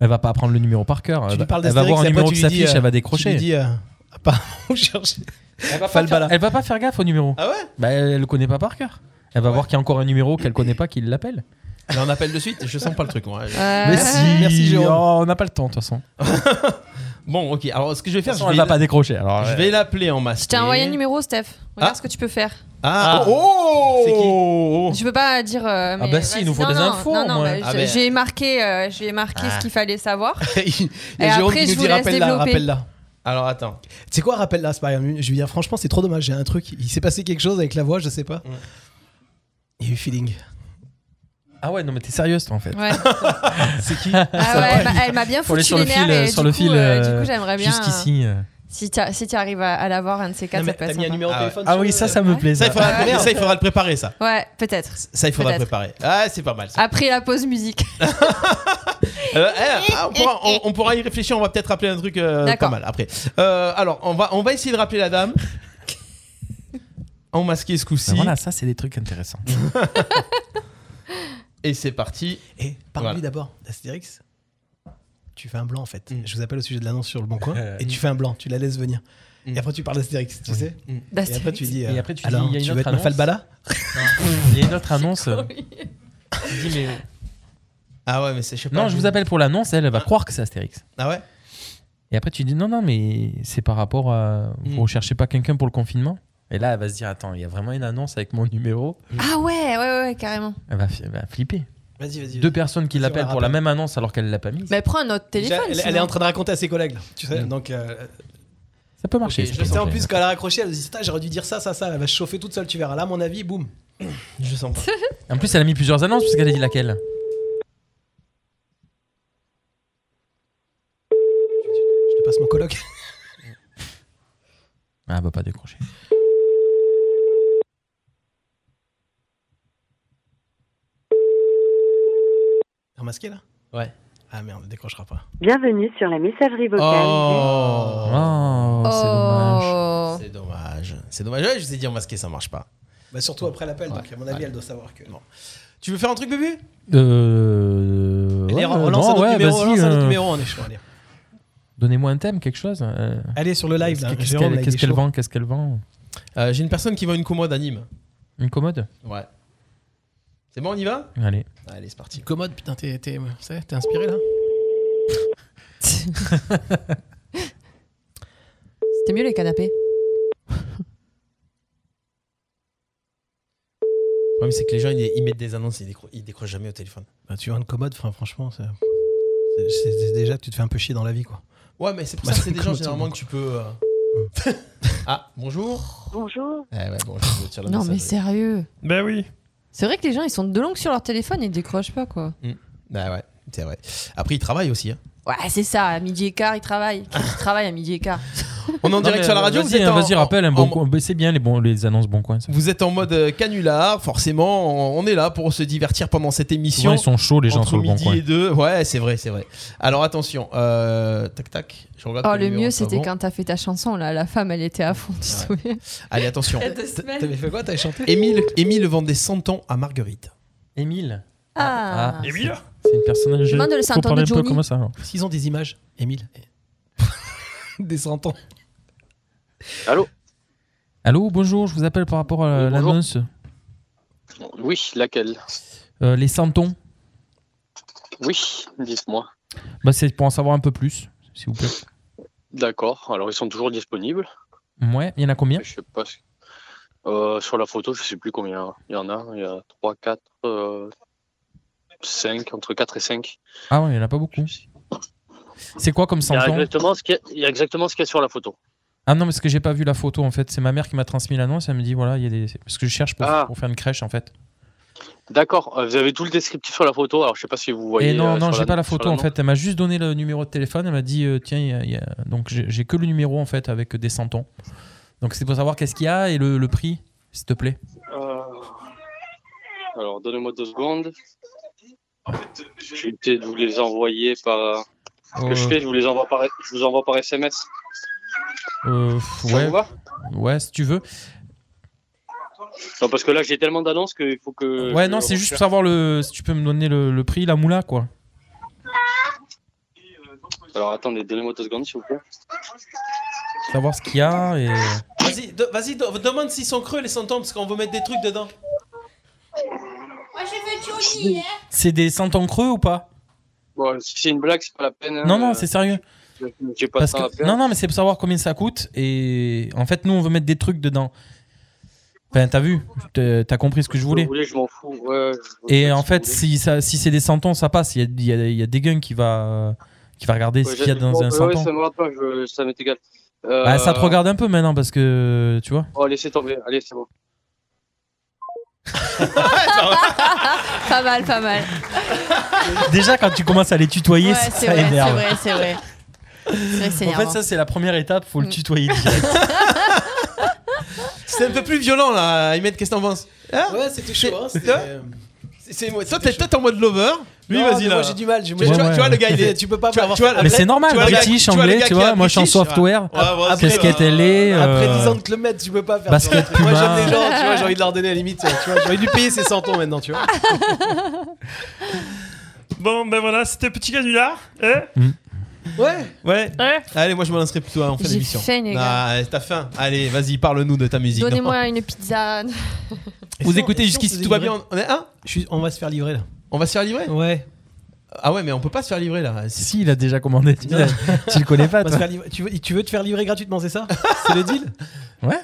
Speaker 4: Elle va pas apprendre le numéro par cœur.
Speaker 5: Tu
Speaker 4: Elle
Speaker 5: lui
Speaker 4: va,
Speaker 5: parles
Speaker 4: elle va voir un
Speaker 5: d'Astérix,
Speaker 4: numéro
Speaker 5: après,
Speaker 4: qui
Speaker 5: tu lui dis,
Speaker 4: s'affiche,
Speaker 5: euh,
Speaker 4: elle va
Speaker 5: Tu
Speaker 4: décrocher.
Speaker 5: lui dis, euh, apparemment, chercher.
Speaker 4: Elle va, pas
Speaker 5: Falbala.
Speaker 4: faire, elle va pas faire gaffe au numéro.
Speaker 3: Ah ouais
Speaker 4: Bah, elle le connaît pas par cœur. Elle va voir qu'il y a encore un numéro qu'elle connaît pas qui l'appelle.
Speaker 3: Là, on appelle de suite. Je sens pas le truc. moi.
Speaker 6: Ah.
Speaker 4: Mais si,
Speaker 5: merci, Jérôme.
Speaker 4: Oh, on n'a pas le temps de toute façon.
Speaker 3: Bon, ok. Alors, ce que je vais faire,
Speaker 4: toute
Speaker 3: je
Speaker 4: façon,
Speaker 3: vais.
Speaker 4: elle va pas décrocher, alors,
Speaker 3: je
Speaker 4: ouais.
Speaker 3: vais l'appeler en
Speaker 6: Je
Speaker 3: masqué.
Speaker 6: t'ai envoyé le numéro, Steph. Regarde
Speaker 3: Ah.
Speaker 6: ce que tu peux faire.
Speaker 3: Ah, oh C'est qui
Speaker 6: Je peux pas dire. euh, mais
Speaker 3: Ah bah si,
Speaker 6: vas-y.
Speaker 3: il nous faut
Speaker 6: Non,
Speaker 3: des
Speaker 6: non,
Speaker 3: infos,
Speaker 6: Non,
Speaker 3: au
Speaker 6: non,
Speaker 3: moins.
Speaker 6: bah,
Speaker 3: Ah
Speaker 6: je-
Speaker 3: ben.
Speaker 6: j'ai marqué, euh, j'ai marqué
Speaker 3: Ah.
Speaker 6: ce qu'il fallait savoir.
Speaker 5: Il y a
Speaker 6: Et
Speaker 5: Jérôme
Speaker 6: après,
Speaker 5: qui
Speaker 6: je
Speaker 5: nous
Speaker 6: vous
Speaker 5: dit
Speaker 6: laisse
Speaker 5: rappelle-la,
Speaker 6: développer.
Speaker 5: rappelle-la.
Speaker 3: Alors, attends.
Speaker 5: Tu sais quoi, rappelle-la, c'est pas grave. Je lui dis, ah, franchement, c'est trop dommage. J'ai un truc. Il s'est passé quelque chose avec la voix, je sais pas. Il y a eu feeling.
Speaker 4: Ah ouais, non, mais t'es sérieuse toi en fait.
Speaker 6: Ouais.
Speaker 4: C'est qui
Speaker 6: Ah ouais, elle m'a- elle m'a bien
Speaker 4: Faut aller
Speaker 6: foutu
Speaker 4: sur
Speaker 6: les
Speaker 4: le fil,
Speaker 6: nerfs et
Speaker 4: euh,
Speaker 6: du
Speaker 4: sur le
Speaker 6: coup,
Speaker 4: fil.
Speaker 6: euh,
Speaker 4: euh,
Speaker 6: du coup, j'aimerais bien,
Speaker 4: Jusqu'ici. euh.
Speaker 6: Si tu si tu arrives à, à l'avoir, un de ces quatre, ça peut être sympa.
Speaker 5: numéro de téléphone
Speaker 4: Ah oui, ça, ça me plaît.
Speaker 3: Ça, il faudra,
Speaker 6: Ah,
Speaker 3: mais
Speaker 6: merde.
Speaker 3: ça, il faudra le préparer, ça.
Speaker 6: Ouais, peut-être.
Speaker 3: Ça, il faudra le
Speaker 6: Peut-être.
Speaker 3: préparer. Ah, c'est pas mal. ça.
Speaker 6: Après la pause musique.
Speaker 3: Euh, eh, ah, on, pourra, on- on pourra y réfléchir. On va peut-être rappeler un truc euh, pas
Speaker 6: D'accord.
Speaker 3: mal après. Euh, alors, on va, on va essayer de rappeler la dame. En masqué ce coup-ci.
Speaker 4: Ben Voilà, ça, c'est des trucs intéressants.
Speaker 3: Et c'est parti.
Speaker 5: Et Eh, Parle-lui d'abord d'Astérix. Tu fais un blanc en fait.
Speaker 4: Mm.
Speaker 5: Je vous appelle au sujet de l'annonce sur le bon coin.
Speaker 4: Euh,
Speaker 5: et tu fais un blanc, tu la laisses venir. Et après tu parles d'Astérix, tu sais. Et
Speaker 4: D'Astérix.
Speaker 5: après tu dis. euh,
Speaker 4: Mm. Et après, tu dis,
Speaker 5: alors,
Speaker 4: il y a une
Speaker 5: tu
Speaker 4: autre
Speaker 5: veux être ma
Speaker 4: annonce
Speaker 5: falbala
Speaker 4: Il y a une autre annonce. Tu dis, mais-
Speaker 3: Ah ouais, mais c'est je sais pas.
Speaker 4: Non, je vous appelle pour l'annonce, elle elle va croire que c'est Astérix.
Speaker 3: Ah ouais
Speaker 4: Et après, tu dis non, non, mais c'est par rapport à.
Speaker 5: Hmm.
Speaker 4: Vous recherchez pas quelqu'un pour le confinement Et là, elle va se dire attends, il y a vraiment une annonce avec mon numéro.
Speaker 6: Ah ouais, ouais, ouais, ouais, carrément.
Speaker 4: Elle va, fi- elle va flipper.
Speaker 5: Vas-y, vas-y.
Speaker 4: Deux personnes qui
Speaker 5: Vas-y, on
Speaker 4: l'appellent
Speaker 5: la
Speaker 4: pour la même annonce alors qu'elle l'a pas mise.
Speaker 6: Mais prends un autre
Speaker 5: Déjà,
Speaker 6: téléphone.
Speaker 5: elle, elle
Speaker 6: sinon.
Speaker 5: est en train de raconter à ses collègues, là, tu
Speaker 4: Mm.
Speaker 5: sais. Donc, euh,
Speaker 4: Ça peut marcher.
Speaker 5: je sais en plus quand elle a raccroché, elle se dit Putain, j'aurais dû dire ça, ça, ça. Elle va se chauffer toute seule, tu verras. Là, à mon avis, boum.
Speaker 3: Je sens pas.
Speaker 4: En plus, elle a mis plusieurs annonces parce qu'elle a dit laquelle.
Speaker 5: Je te passe mon colloque.
Speaker 4: Ah, elle va pas décrocher.
Speaker 5: T'es masqué là
Speaker 3: Ouais.
Speaker 5: Ah merde, on décrochera pas.
Speaker 14: Bienvenue sur la messagerie vocale.
Speaker 3: Oh,
Speaker 4: c'est Ah.
Speaker 6: dommage.
Speaker 3: C'est dommage. C'est dommage. Ouais, je vous ai dit en masqué, ça marche pas.
Speaker 5: Bah, surtout après l'appel, donc à mon avis, elle doit savoir que.
Speaker 3: Tu veux faire un truc, bébé
Speaker 4: Euh.
Speaker 5: Allez,
Speaker 4: ouais,
Speaker 5: on lance
Speaker 4: non,
Speaker 5: un autre
Speaker 4: ouais,
Speaker 5: numéro, on
Speaker 4: vas-y,
Speaker 5: lance un autre
Speaker 4: euh,
Speaker 5: numéro, on est chaud, allez.
Speaker 4: Donnez-moi un thème, quelque chose. euh.
Speaker 5: Allez, sur le live, là,
Speaker 4: Qu'est-ce
Speaker 5: Jérôme, là,
Speaker 4: qu'elle
Speaker 5: il
Speaker 4: qu'est-ce
Speaker 5: est
Speaker 4: qu'elle
Speaker 5: chaud.
Speaker 4: vend Qu'est-ce qu'elle vend
Speaker 3: Euh, J'ai une personne qui vend une commode à Nîmes.
Speaker 4: Une commode
Speaker 3: Ouais. C'est bon, on y va
Speaker 4: Allez.
Speaker 3: Allez, c'est parti.
Speaker 5: Commode, putain, t'es t'es- ouais, ça y est, t'es inspiré là
Speaker 6: C'était mieux les canapés.
Speaker 3: Ouais, mais c'est que les gens, ils, ils mettent des annonces, ils, décro- ils décrochent jamais au téléphone.
Speaker 5: Bah, tu vois, une commode, enfin, franchement, c'est- c'est c'est- c'est déjà que tu te fais un peu chier dans la vie, quoi.
Speaker 3: Ouais, mais c'est pour
Speaker 5: Bah,
Speaker 3: ça que c'est des gens
Speaker 5: commode,
Speaker 3: généralement que
Speaker 5: c'est
Speaker 3: tu peux. euh, ah, bonjour.
Speaker 13: Bonjour.
Speaker 3: Eh ouais, bon, je vous tire la
Speaker 6: Non, mais
Speaker 3: messagerie.
Speaker 6: sérieux.
Speaker 11: Ben oui.
Speaker 6: C'est vrai que les gens, ils sont de longues sur leur téléphone et ils décrochent pas, quoi.
Speaker 3: Hmm. Bah ouais, c'est vrai. Après, ils travaillent aussi. hein.
Speaker 6: Ouais, c'est ça, à midi et quart, Oh, ils travaillent. Ils travaillent à midi et quart.
Speaker 3: On est en
Speaker 4: Non,
Speaker 3: direct
Speaker 4: mais,
Speaker 3: sur la radio,
Speaker 4: vas-y,
Speaker 3: vous êtes
Speaker 4: hein,
Speaker 3: en-
Speaker 4: Vas-y, rappelle, un bon coin. Bah, c'est bien les, bons, les annonces bon coin. ça.
Speaker 3: Vous êtes en mode euh, canular, forcément, on- on est là pour se divertir pendant cette émission.
Speaker 4: Souvent, ils sont chauds, les gens,
Speaker 3: Entre
Speaker 4: sur le bon
Speaker 3: midi
Speaker 4: coin.
Speaker 3: et deux. Ouais, c'est vrai, c'est vrai. Alors attention, euh, tac tac, je regarde.
Speaker 6: Oh,
Speaker 3: que
Speaker 6: le
Speaker 3: numéro
Speaker 6: mieux,
Speaker 3: soit
Speaker 6: c'était
Speaker 3: bon.
Speaker 6: quand t'as fait ta chanson, là. La femme, elle était à fond, tu te souviens
Speaker 3: Allez, attention.
Speaker 6: Il y a deux semaines. T'avais
Speaker 5: fait quoi T'avais chanté
Speaker 3: Émile, Émile vendait 100 ans à Marguerite.
Speaker 4: Émile
Speaker 6: Ah.
Speaker 4: Émile C'est une personne âgée.
Speaker 6: Demande le
Speaker 4: Faut
Speaker 6: Saint-Antoine
Speaker 4: parler
Speaker 6: de
Speaker 4: un peu
Speaker 6: Johnny.
Speaker 4: comme ça. alors.
Speaker 5: S'ils ont des images, Émile. des 100 ans.
Speaker 15: Allô
Speaker 4: Allô, bonjour, je vous appelle par rapport à
Speaker 15: Oui, bonjour.
Speaker 4: l'annonce.
Speaker 15: Oui, laquelle
Speaker 4: Euh, les santons,
Speaker 15: Oui, dites-moi.
Speaker 4: bah, c'est pour en savoir un peu plus, s'il vous plaît.
Speaker 15: D'accord, alors ils sont toujours disponibles.
Speaker 4: Ouais, il y en a combien
Speaker 15: Je sais pas. si- Euh, sur la photo, je sais plus combien il y en a. Il y a 3, 4, 5, entre 4 et 5.
Speaker 4: Ah ouais, il y en a pas beaucoup. C'est quoi comme
Speaker 15: Il y a
Speaker 4: santon
Speaker 15: exactement ce qu'il y, a- il y a exactement ce qu'il y a sur la photo.
Speaker 4: Ah non, parce que j'ai pas vu la photo en fait. C'est ma mère qui m'a transmis l'annonce. Elle me dit voilà, il y a des. Parce que je cherche pour,
Speaker 15: Ah.
Speaker 4: pour faire une crèche en fait.
Speaker 15: D'accord, euh, vous avez tout le descriptif sur la photo. Alors je sais pas si vous voyez.
Speaker 4: Et non,
Speaker 15: euh,
Speaker 4: non,
Speaker 15: sur
Speaker 4: j'ai pas la
Speaker 15: sur
Speaker 4: photo en
Speaker 15: l'annonce.
Speaker 4: fait. Elle m'a juste donné le numéro de téléphone. Elle m'a dit euh, tiens, il y a- il y a- donc j'ai j'ai que le numéro en fait avec des santons. Donc c'est pour savoir qu'est-ce qu'il y a et le, le prix, s'il te plaît.
Speaker 15: Euh, Alors, donnez-moi deux secondes. Je vais essayer de vous les envoyer par. Ce que
Speaker 4: Euh.
Speaker 15: je fais, je vous les envoie par, je vous envoie par SMS.
Speaker 4: Euh, ouais.
Speaker 15: vous va
Speaker 4: ouais, si tu veux.
Speaker 15: Non, parce que là, j'ai tellement d'annonces qu'il faut que.
Speaker 4: Ouais,
Speaker 15: je
Speaker 4: non, c'est juste pour
Speaker 15: recherche.
Speaker 4: savoir le, si tu peux me donner le, le prix, la moula, quoi.
Speaker 15: Alors, attendez, donnez-moi deux secondes, s'il vous plaît.
Speaker 4: Savoir ce qu'il y a et.
Speaker 5: Vas-y, de- vas-y, de- demande s'ils sont creux les 100 ans parce qu'on veut mettre des trucs dedans.
Speaker 6: Moi, j'ai fait Johnny, hein.
Speaker 4: C'est des santons creux ou pas
Speaker 15: Bon, si c'est une blague, c'est pas la peine. hein.
Speaker 4: Non, non, c'est sérieux.
Speaker 15: J'ai pas
Speaker 4: Parce
Speaker 15: de temps à
Speaker 4: que...
Speaker 15: perdre.
Speaker 4: Non, non, mais c'est pour savoir combien ça coûte et en fait, nous, on veut mettre des trucs dedans. Enfin, t'as vu T'as t'as compris ce que je
Speaker 15: Si
Speaker 4: voulais
Speaker 15: vous voulez, je m'en fous. Ouais, je-
Speaker 4: Et en fait, si, ça, si c'est des santons, ça passe. Il y a, il y a- il y a des guns qui va, qui va regarder
Speaker 15: Ouais,
Speaker 4: ce qu'il y a
Speaker 15: j'ai-
Speaker 4: dans
Speaker 15: bon,
Speaker 4: un
Speaker 15: ouais,
Speaker 4: santon.
Speaker 15: ça me rate pas, je- ça m'est égal.
Speaker 4: Bah, ça te
Speaker 15: Euh,
Speaker 4: regarde un peu maintenant parce que tu vois.
Speaker 15: Oh, laissez tomber, allez, c'est bon.
Speaker 4: Ah.
Speaker 6: Pas mal, pas mal.
Speaker 4: Déjà, quand tu commences à les tutoyer,
Speaker 6: Ouais,
Speaker 4: ça,
Speaker 6: c'est
Speaker 4: ça
Speaker 6: vrai, c'est
Speaker 4: énerve.
Speaker 6: vrai, c'est vrai. C'est vrai que c'est
Speaker 4: En fait,
Speaker 6: énervant.
Speaker 4: ça, c'est la première étape, faut le
Speaker 3: Mm.
Speaker 4: tutoyer direct.
Speaker 3: C'est un peu plus violent là, Ahmed, qu'est-ce que t'en penses Hein
Speaker 5: Ouais, c'était chaud. hein, c'était-
Speaker 3: Toi, toi, t'es peut-être en mode lover. Lui,
Speaker 5: Non,
Speaker 3: vas-y
Speaker 5: mais
Speaker 3: là.
Speaker 5: moi, j'ai du mal, j'ai-
Speaker 3: Tu vois-
Speaker 5: Ouais,
Speaker 3: tu vois,
Speaker 5: ouais.
Speaker 3: le gars, il est.
Speaker 5: Tu peux pas
Speaker 3: tu vois-
Speaker 5: avoir-
Speaker 3: tu vois,
Speaker 5: Mais
Speaker 3: le-
Speaker 5: c'est
Speaker 3: tu
Speaker 5: normal,
Speaker 3: vois le gars-
Speaker 4: british,
Speaker 3: tu vois le
Speaker 4: anglais,
Speaker 3: gars
Speaker 4: tu
Speaker 3: qui est
Speaker 4: vois, moi, je suis en
Speaker 3: british,
Speaker 4: software.
Speaker 3: ouais. Ouais, ouais,
Speaker 4: Qu'est-ce
Speaker 3: c'est-
Speaker 4: qu'elle était laid,
Speaker 5: Après
Speaker 4: euh,
Speaker 5: 10 ans de club Med, tu peux pas faire
Speaker 4: Basket
Speaker 5: ça. Moi,
Speaker 4: Cubain.
Speaker 5: j'aime les gens, tu vois, j'ai envie de leur donner à la limite. Tu vois, j'ai envie de lui payer ses 100 ans maintenant, tu vois.
Speaker 11: Bon, ben voilà, c'était petit canular. Eh
Speaker 5: Mm. Ouais.
Speaker 3: Ouais. Allez, moi je me lancerai plutôt. hein, On fait
Speaker 6: J'ai
Speaker 3: l'émission.
Speaker 6: faim, les
Speaker 3: Ah, t'as faim. Allez, vas-y, parle-nous de ta musique.
Speaker 6: Donnez-moi une pizza.
Speaker 3: Vous écoutez jusqu'ici, tout va bien. On, est un
Speaker 5: On va se faire livrer là.
Speaker 3: On va se faire livrer
Speaker 5: Ouais.
Speaker 3: Ah ouais, mais on peut pas se faire livrer là.
Speaker 4: Si, il a déjà commandé. Tu, tu le connais pas,
Speaker 5: On va se
Speaker 4: toi
Speaker 5: faire livrer- tu, veux, tu veux te faire livrer gratuitement, c'est ça C'est le deal
Speaker 4: Ouais.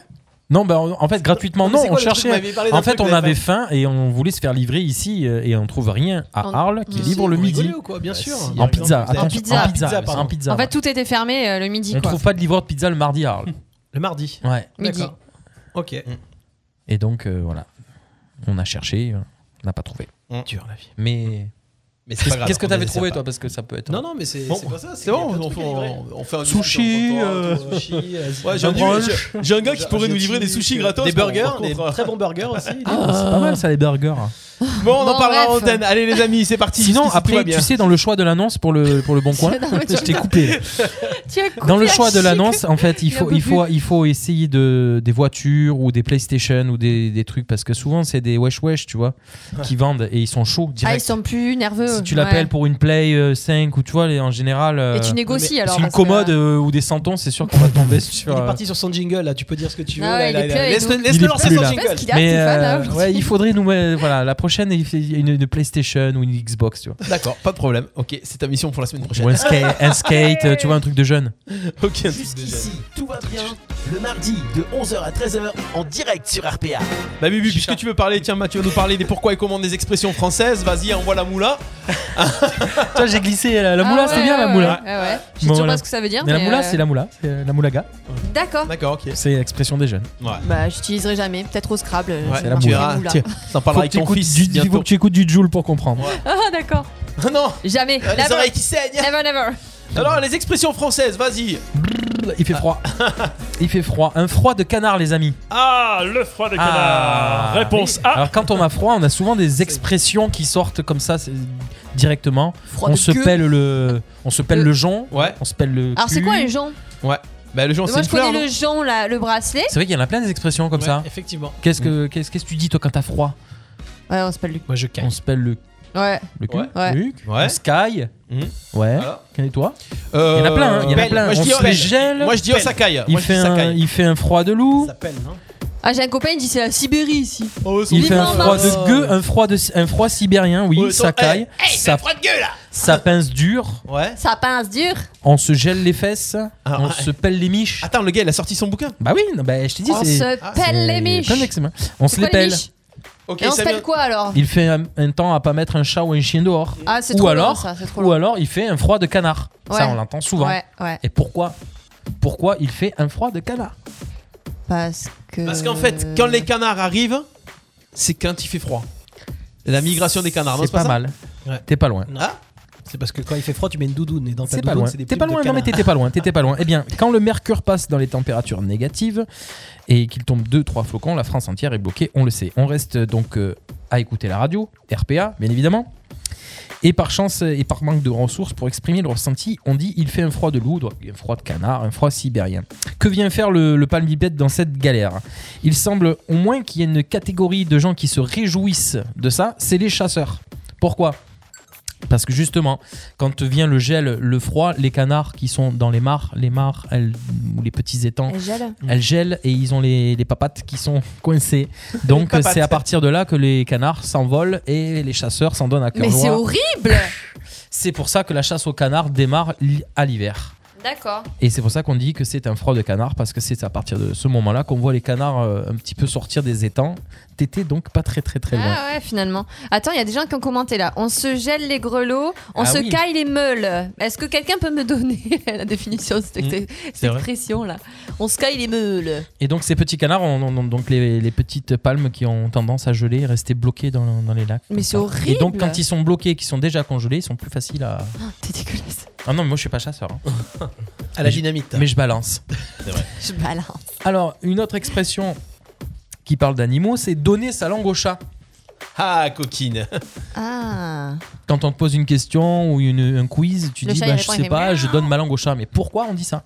Speaker 4: Non, bah, en en fait, gratuitement,
Speaker 5: Non, mais
Speaker 4: non,
Speaker 5: c'est
Speaker 4: on
Speaker 5: quoi le truc Vous
Speaker 4: cherchait.
Speaker 5: m'aviez parlé d'un
Speaker 4: En fait,
Speaker 5: truc,
Speaker 4: on
Speaker 5: vous avez
Speaker 4: avait faim et on voulait se faire livrer ici euh, et on trouve rien à
Speaker 6: En-
Speaker 4: Arles qui livre le
Speaker 5: Vous
Speaker 4: midi.
Speaker 5: rigolez ou quoi Bien sûr.
Speaker 4: En pizza,
Speaker 6: pizza.
Speaker 4: attention, en pizza,
Speaker 6: En pizza,
Speaker 4: en pizza,
Speaker 6: En
Speaker 4: ouais.
Speaker 6: fait, tout était fermé euh, le midi.
Speaker 4: on
Speaker 6: quoi.
Speaker 4: trouve pas de livreur de pizza le mardi à Arles.
Speaker 5: Le mardi
Speaker 4: Ouais.
Speaker 6: Midi.
Speaker 5: D'accord. Ok.
Speaker 4: Et donc, euh, voilà. On a cherché, euh, on n'a pas trouvé.
Speaker 5: Dur la vie.
Speaker 4: Mais.
Speaker 3: Mais c'est pas
Speaker 4: Qu'est-ce
Speaker 3: grave,
Speaker 4: qu'est-ce que
Speaker 3: on
Speaker 4: t'avais
Speaker 3: les
Speaker 4: trouvé,
Speaker 3: sert
Speaker 4: toi
Speaker 3: pas.
Speaker 4: Parce que ça peut être.
Speaker 5: Non, non, mais c'est
Speaker 3: Bon,
Speaker 5: c'est pas ça.
Speaker 3: c'est bon, on, fait- on- on fait un sushi.
Speaker 5: Sushi, euh,
Speaker 3: Ouais, j'ai un,
Speaker 5: un brunch.
Speaker 3: j'ai- j'ai un gars qui pourrait nous livrer des sushis gratos.
Speaker 5: Des burgers,
Speaker 3: par contre.
Speaker 5: des très bons burgers aussi.
Speaker 4: Ah, c'est pas mal ça, les burgers.
Speaker 3: Bon, on en
Speaker 5: Bon,
Speaker 3: parlera en
Speaker 5: bref.
Speaker 3: antenne. Allez, les amis, c'est parti.
Speaker 4: Sinon,
Speaker 3: jusqu'ici, tout va
Speaker 4: après,
Speaker 3: bien.
Speaker 4: tu sais, dans le choix de l'annonce pour le, pour le Bon Coin,
Speaker 3: Non, mais tu
Speaker 4: je t'ai
Speaker 3: m'as-
Speaker 4: coupé.
Speaker 6: Tu as coupé
Speaker 4: Dans le
Speaker 6: la
Speaker 4: choix de
Speaker 6: chic. Ah,
Speaker 4: l'annonce, en fait, il
Speaker 6: Il en
Speaker 4: faut,
Speaker 6: peut
Speaker 4: il faut,
Speaker 6: plus.
Speaker 4: il faut essayer de, des voitures ou des PlayStation ou des, des trucs parce que souvent c'est des wesh wesh, tu vois, qui vendent et ils sont chauds
Speaker 6: Ah, ils
Speaker 4: direct.
Speaker 6: sont plus nerveux.
Speaker 4: si tu l'appelles pour une Play euh, 5 ou tu vois, les- en général. euh,
Speaker 6: tu négocies,
Speaker 4: c'est
Speaker 6: alors,
Speaker 4: une
Speaker 6: parce que-
Speaker 4: commode euh, ou des santons, c'est sûr qu'on va tomber sur.
Speaker 5: Il est
Speaker 4: euh,
Speaker 5: parti sur son jingle là, tu peux dire ce que tu veux.
Speaker 6: Ah ouais,
Speaker 5: là,
Speaker 6: il
Speaker 5: là,
Speaker 6: est
Speaker 5: là.
Speaker 6: plus avec
Speaker 5: Laisse-le
Speaker 6: nous.
Speaker 5: laisse-le
Speaker 4: il est
Speaker 5: lancer
Speaker 4: plus
Speaker 5: son
Speaker 4: là.
Speaker 5: jingle.
Speaker 4: Mais
Speaker 6: Stéphane, hein, là,
Speaker 4: euh,
Speaker 6: aujourd'hui.
Speaker 4: ouais, il faudrait nous mettre- voilà la prochaine il fait une, une PlayStation ou une Xbox tu vois.
Speaker 3: D'accord, pas de problème. Ok, c'est ta mission pour la semaine prochaine.
Speaker 4: Ou un, ska- un skate,
Speaker 6: Ah
Speaker 4: euh, tu vois un truc de jeune.
Speaker 3: Ok, un truc de
Speaker 1: Jusqu'ici, tout va bien. Le mardi de 11h à 13h en direct sur RPA.
Speaker 3: Bah Bubu, puisque tu veux parler, tiens Mathieu, nous parler des pourquoi et comment des expressions françaises, vas-y, envoie la moula.
Speaker 4: Toi j'ai glissé la, la
Speaker 6: Ah
Speaker 4: moula, c'est
Speaker 6: ouais,
Speaker 4: bien la
Speaker 6: ouais,
Speaker 4: moula.
Speaker 6: ouais, ouais. Je sais
Speaker 4: Bon,
Speaker 6: toujours
Speaker 4: voilà.
Speaker 6: pas ce que ça veut dire.
Speaker 4: Mais la moula,
Speaker 6: euh,
Speaker 4: c'est la moula, c'est euh, la moulaga.
Speaker 6: D'accord.
Speaker 3: D'accord, ok.
Speaker 4: C'est l'expression des jeunes.
Speaker 6: Bah, j'utiliserai jamais. Peut-être au Scrabble. euh,
Speaker 4: Ouais,
Speaker 6: ça
Speaker 4: c'est la
Speaker 6: marche,
Speaker 4: moula.
Speaker 6: moula.
Speaker 4: Tiens,
Speaker 3: t'en parleras avec
Speaker 4: Faut que
Speaker 3: ton
Speaker 4: t'écoutes
Speaker 3: fils
Speaker 4: du-
Speaker 3: bientôt.
Speaker 4: Faut que tu écoutes du Joule pour comprendre.
Speaker 6: Ah, d'accord.
Speaker 3: non.
Speaker 6: Jamais.
Speaker 3: les
Speaker 6: Never.
Speaker 3: oreilles qui saignent.
Speaker 6: Never, never.
Speaker 3: Alors les expressions françaises, vas-y.
Speaker 4: seconde, il fait froid. il fait froid. Un froid de canard, les amis.
Speaker 11: Ah, le froid des canards. Réponse
Speaker 4: oui.
Speaker 11: A.
Speaker 4: Alors quand on a froid, on a souvent des expressions qui sortent comme ça c'est- directement.
Speaker 6: Froid
Speaker 4: on
Speaker 6: de
Speaker 4: se
Speaker 6: queue.
Speaker 4: pèle le, on se pèle
Speaker 6: Le-
Speaker 4: le jonc.
Speaker 3: Ouais.
Speaker 4: On se pèle le.
Speaker 6: Alors, c'est
Speaker 4: cul.
Speaker 6: quoi les jonc
Speaker 3: Ouais. Bah, le jonc,
Speaker 6: Moi, je connais le jonc, là, le bracelet.
Speaker 4: C'est vrai qu'il y en a plein des expressions comme
Speaker 6: Ouais,
Speaker 4: ça.
Speaker 5: effectivement.
Speaker 4: Qu'est-ce
Speaker 3: Mm.
Speaker 4: que qu'est-ce qu'est-ce que tu dis toi quand t'as froid
Speaker 6: Ouais, on se pèle le
Speaker 5: Moi je caille.
Speaker 4: On se pèle le
Speaker 6: Ouais.
Speaker 4: le cul.
Speaker 6: Ouais. Ouais.
Speaker 4: Le cul. On se caille. Ouais. Quel est toi
Speaker 3: Mm. Euh,
Speaker 4: Il y en a plein. hein, Il y en a
Speaker 3: pèle.
Speaker 4: plein.
Speaker 3: Moi, je
Speaker 4: on
Speaker 3: dis-
Speaker 4: se les gèle.
Speaker 3: moi, je dis, oh, ça caille.
Speaker 4: Il
Speaker 3: Moi, je
Speaker 4: fait
Speaker 3: dis, ça
Speaker 4: un
Speaker 3: caille.
Speaker 4: il fait un froid de loup.
Speaker 6: Ah, j'ai un copain, il dit c'est la Sibérie ici.
Speaker 4: Il fait
Speaker 6: vit
Speaker 4: un
Speaker 6: en
Speaker 4: froid
Speaker 6: Mars.
Speaker 4: de gueux, un froid de un froid sibérien, oui,
Speaker 6: Ouais,
Speaker 4: ça
Speaker 6: attends,
Speaker 4: caille.
Speaker 6: hey, hey, il fait
Speaker 4: ça
Speaker 6: un froid de gueux, là
Speaker 4: Ça pince dur.
Speaker 3: Ouais.
Speaker 6: Ça pince dur.
Speaker 4: On se gèle les fesses, on
Speaker 3: ouais.
Speaker 4: se pèle les miches.
Speaker 3: Attends, le gars, il a sorti son bouquin.
Speaker 4: Bah oui, non, bah, je t'ai dit
Speaker 6: On
Speaker 4: c'est-
Speaker 6: se pèle
Speaker 4: c'est
Speaker 6: les miches.
Speaker 4: plein d'eczéma. On
Speaker 6: C'est
Speaker 4: se les
Speaker 6: quoi,
Speaker 4: pèle.
Speaker 6: miches Et on se pèle quoi alors
Speaker 4: Il fait un, un temps à pas mettre un chat ou un chien dehors.
Speaker 6: Ah, c'est
Speaker 4: ou
Speaker 6: trop long,
Speaker 4: alors,
Speaker 6: ça, c'est trop
Speaker 4: ou
Speaker 6: long.
Speaker 4: alors il fait un froid de canard.
Speaker 6: Ouais.
Speaker 4: Ça on l'entend souvent.
Speaker 6: Ouais, ouais.
Speaker 4: Et pourquoi Pourquoi il fait un froid de canard
Speaker 6: Parce que.
Speaker 3: Parce qu'en fait, quand les canards arrivent, c'est quand il fait froid. La migration des canards, non,
Speaker 4: C'est pas,
Speaker 3: ça
Speaker 4: mal. T'es pas loin.
Speaker 3: Ah.
Speaker 5: C'est parce que quand il fait froid, tu mets une doudoune et dans
Speaker 4: C'est
Speaker 5: ta
Speaker 4: pas
Speaker 5: doudoune,
Speaker 4: loin.
Speaker 5: c'est des
Speaker 4: T'es pas
Speaker 5: pulls de
Speaker 4: loin, non mais
Speaker 5: canard.
Speaker 4: t'étais pas loin, t'étais pas loin. Eh bien, quand le mercure passe dans les températures négatives et qu'il tombe 2-3 flocons, la France entière est bloquée, on le sait. On reste donc euh, à écouter la radio, RPA, bien évidemment. Et par chance euh, et par manque de ressources pour exprimer le ressenti, on dit il fait un froid de loup, donc un froid de canard, un froid sibérien. Que vient faire le, le palmipède dans cette galère Il semble au moins qu'il y ait une catégorie de gens qui se réjouissent de ça, c'est les chasseurs. Pourquoi parce que justement, quand vient le gel, le froid, les canards qui sont dans les mares, les mares elles- ou les petits étangs,
Speaker 6: Elles gèlent.
Speaker 4: elles gèlent et ils ont les, les papates qui sont coincées. Donc
Speaker 6: papates.
Speaker 4: c'est à partir de là que les canards s'envolent et les chasseurs s'en donnent à cœur
Speaker 6: Mais c'est
Speaker 4: joie.
Speaker 6: horrible
Speaker 4: C'est pour ça que la chasse aux canards démarre li- à l'hiver.
Speaker 6: D'accord.
Speaker 4: Et c'est pour ça qu'on dit que c'est un froid de canard, parce que c'est à partir de ce moment-là qu'on voit les canards euh, un petit peu sortir des étangs. T'étais donc pas très très très loin.
Speaker 6: Ah ouais, finalement. Attends, il y a des gens qui ont commenté là. On se gèle les grelots, on
Speaker 4: Ah
Speaker 6: se
Speaker 4: oui.
Speaker 6: caille les meules. Est-ce que quelqu'un peut me donner la définition de cette, cette
Speaker 4: Mmh. c'est vrai.
Speaker 6: expression là On se caille les meules.
Speaker 4: Et donc ces petits canards ont, ont- ont donc les, les petites palmes qui ont tendance à geler, et rester bloquées dans, dans les lacs.
Speaker 6: Mais
Speaker 4: comme
Speaker 6: c'est
Speaker 4: ça.
Speaker 6: horrible.
Speaker 4: Et donc quand ils sont bloqués, qui sont déjà congelés, ils sont plus faciles à.
Speaker 6: Oh, T'es dégueulasse.
Speaker 4: Ah non, mais moi je suis pas chasseur. hein.
Speaker 5: À la
Speaker 4: Mais je-
Speaker 5: dynamite.
Speaker 4: Mais je balance.
Speaker 6: Je balance.
Speaker 4: Alors une autre expression qui parle d'animaux, c'est donner sa langue au chat.
Speaker 3: Ah, coquine.
Speaker 4: Eh
Speaker 6: Ah.
Speaker 4: Quand on te pose une question ou une, un quiz, tu
Speaker 6: Le
Speaker 4: dis
Speaker 6: chat, il
Speaker 4: bah, je
Speaker 6: répond, il
Speaker 4: sais
Speaker 6: fait
Speaker 4: pas,
Speaker 6: miaou.
Speaker 4: je donne ma langue au chat. Mais pourquoi on dit ça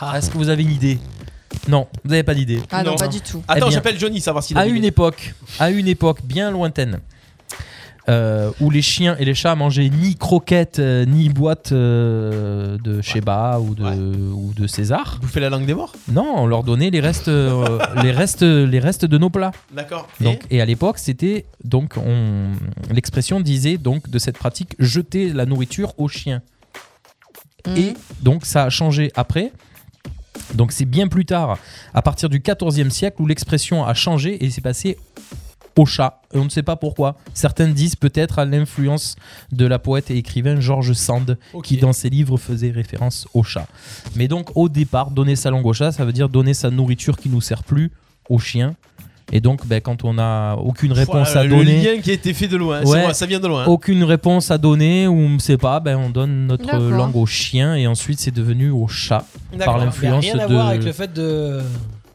Speaker 4: Ah, Est-ce que vous avez une idée Non, vous n'avez pas d'idée.
Speaker 6: Ah non, Non. pas du tout.
Speaker 4: Eh
Speaker 3: Attends,
Speaker 4: bien,
Speaker 3: j'appelle Johnny, savoir s'il a
Speaker 4: À
Speaker 3: une
Speaker 4: une
Speaker 3: idée.
Speaker 4: époque, à une époque bien lointaine, euh, où les chiens et les chats mangeaient ni croquettes euh, ni boîtes euh, de Sheba ou, de, ou de César.
Speaker 3: Bouffer la langue des morts
Speaker 4: Non, on leur donnait les restes, euh, les restes, les restes de nos plats.
Speaker 3: D'accord.
Speaker 4: Donc, et à l'époque, c'était donc on l'expression disait donc de cette pratique jeter la nourriture aux chiens. Et donc ça a changé après. Donc c'est bien plus tard, à partir du 14e siècle, où l'expression a changé et s'est passée au chat. Et on ne sait pas pourquoi. Certains disent peut-être à l'influence de la poète et écrivain George Sand,
Speaker 3: Ok.
Speaker 4: qui dans ses livres faisait référence au chat. Mais donc au départ, donner sa langue au chat, ça veut dire donner sa nourriture qui nous sert plus au chien. Et donc ben, quand on n'a aucune réponse
Speaker 5: euh,
Speaker 3: Voilà,
Speaker 4: à
Speaker 3: le
Speaker 4: donner...
Speaker 3: lien qui a été fait de loin, c'est
Speaker 4: Ouais.
Speaker 3: moi, ça vient de
Speaker 5: hein.
Speaker 3: loin. hein.
Speaker 4: Aucune réponse à donner ou on ne sait pas, ben on donne notre
Speaker 5: D'accord.
Speaker 4: langue au chien et ensuite c'est devenu au chat
Speaker 5: D'accord.
Speaker 4: par l'influence
Speaker 5: Il y
Speaker 4: de.
Speaker 5: a rien à voir avec le fait de.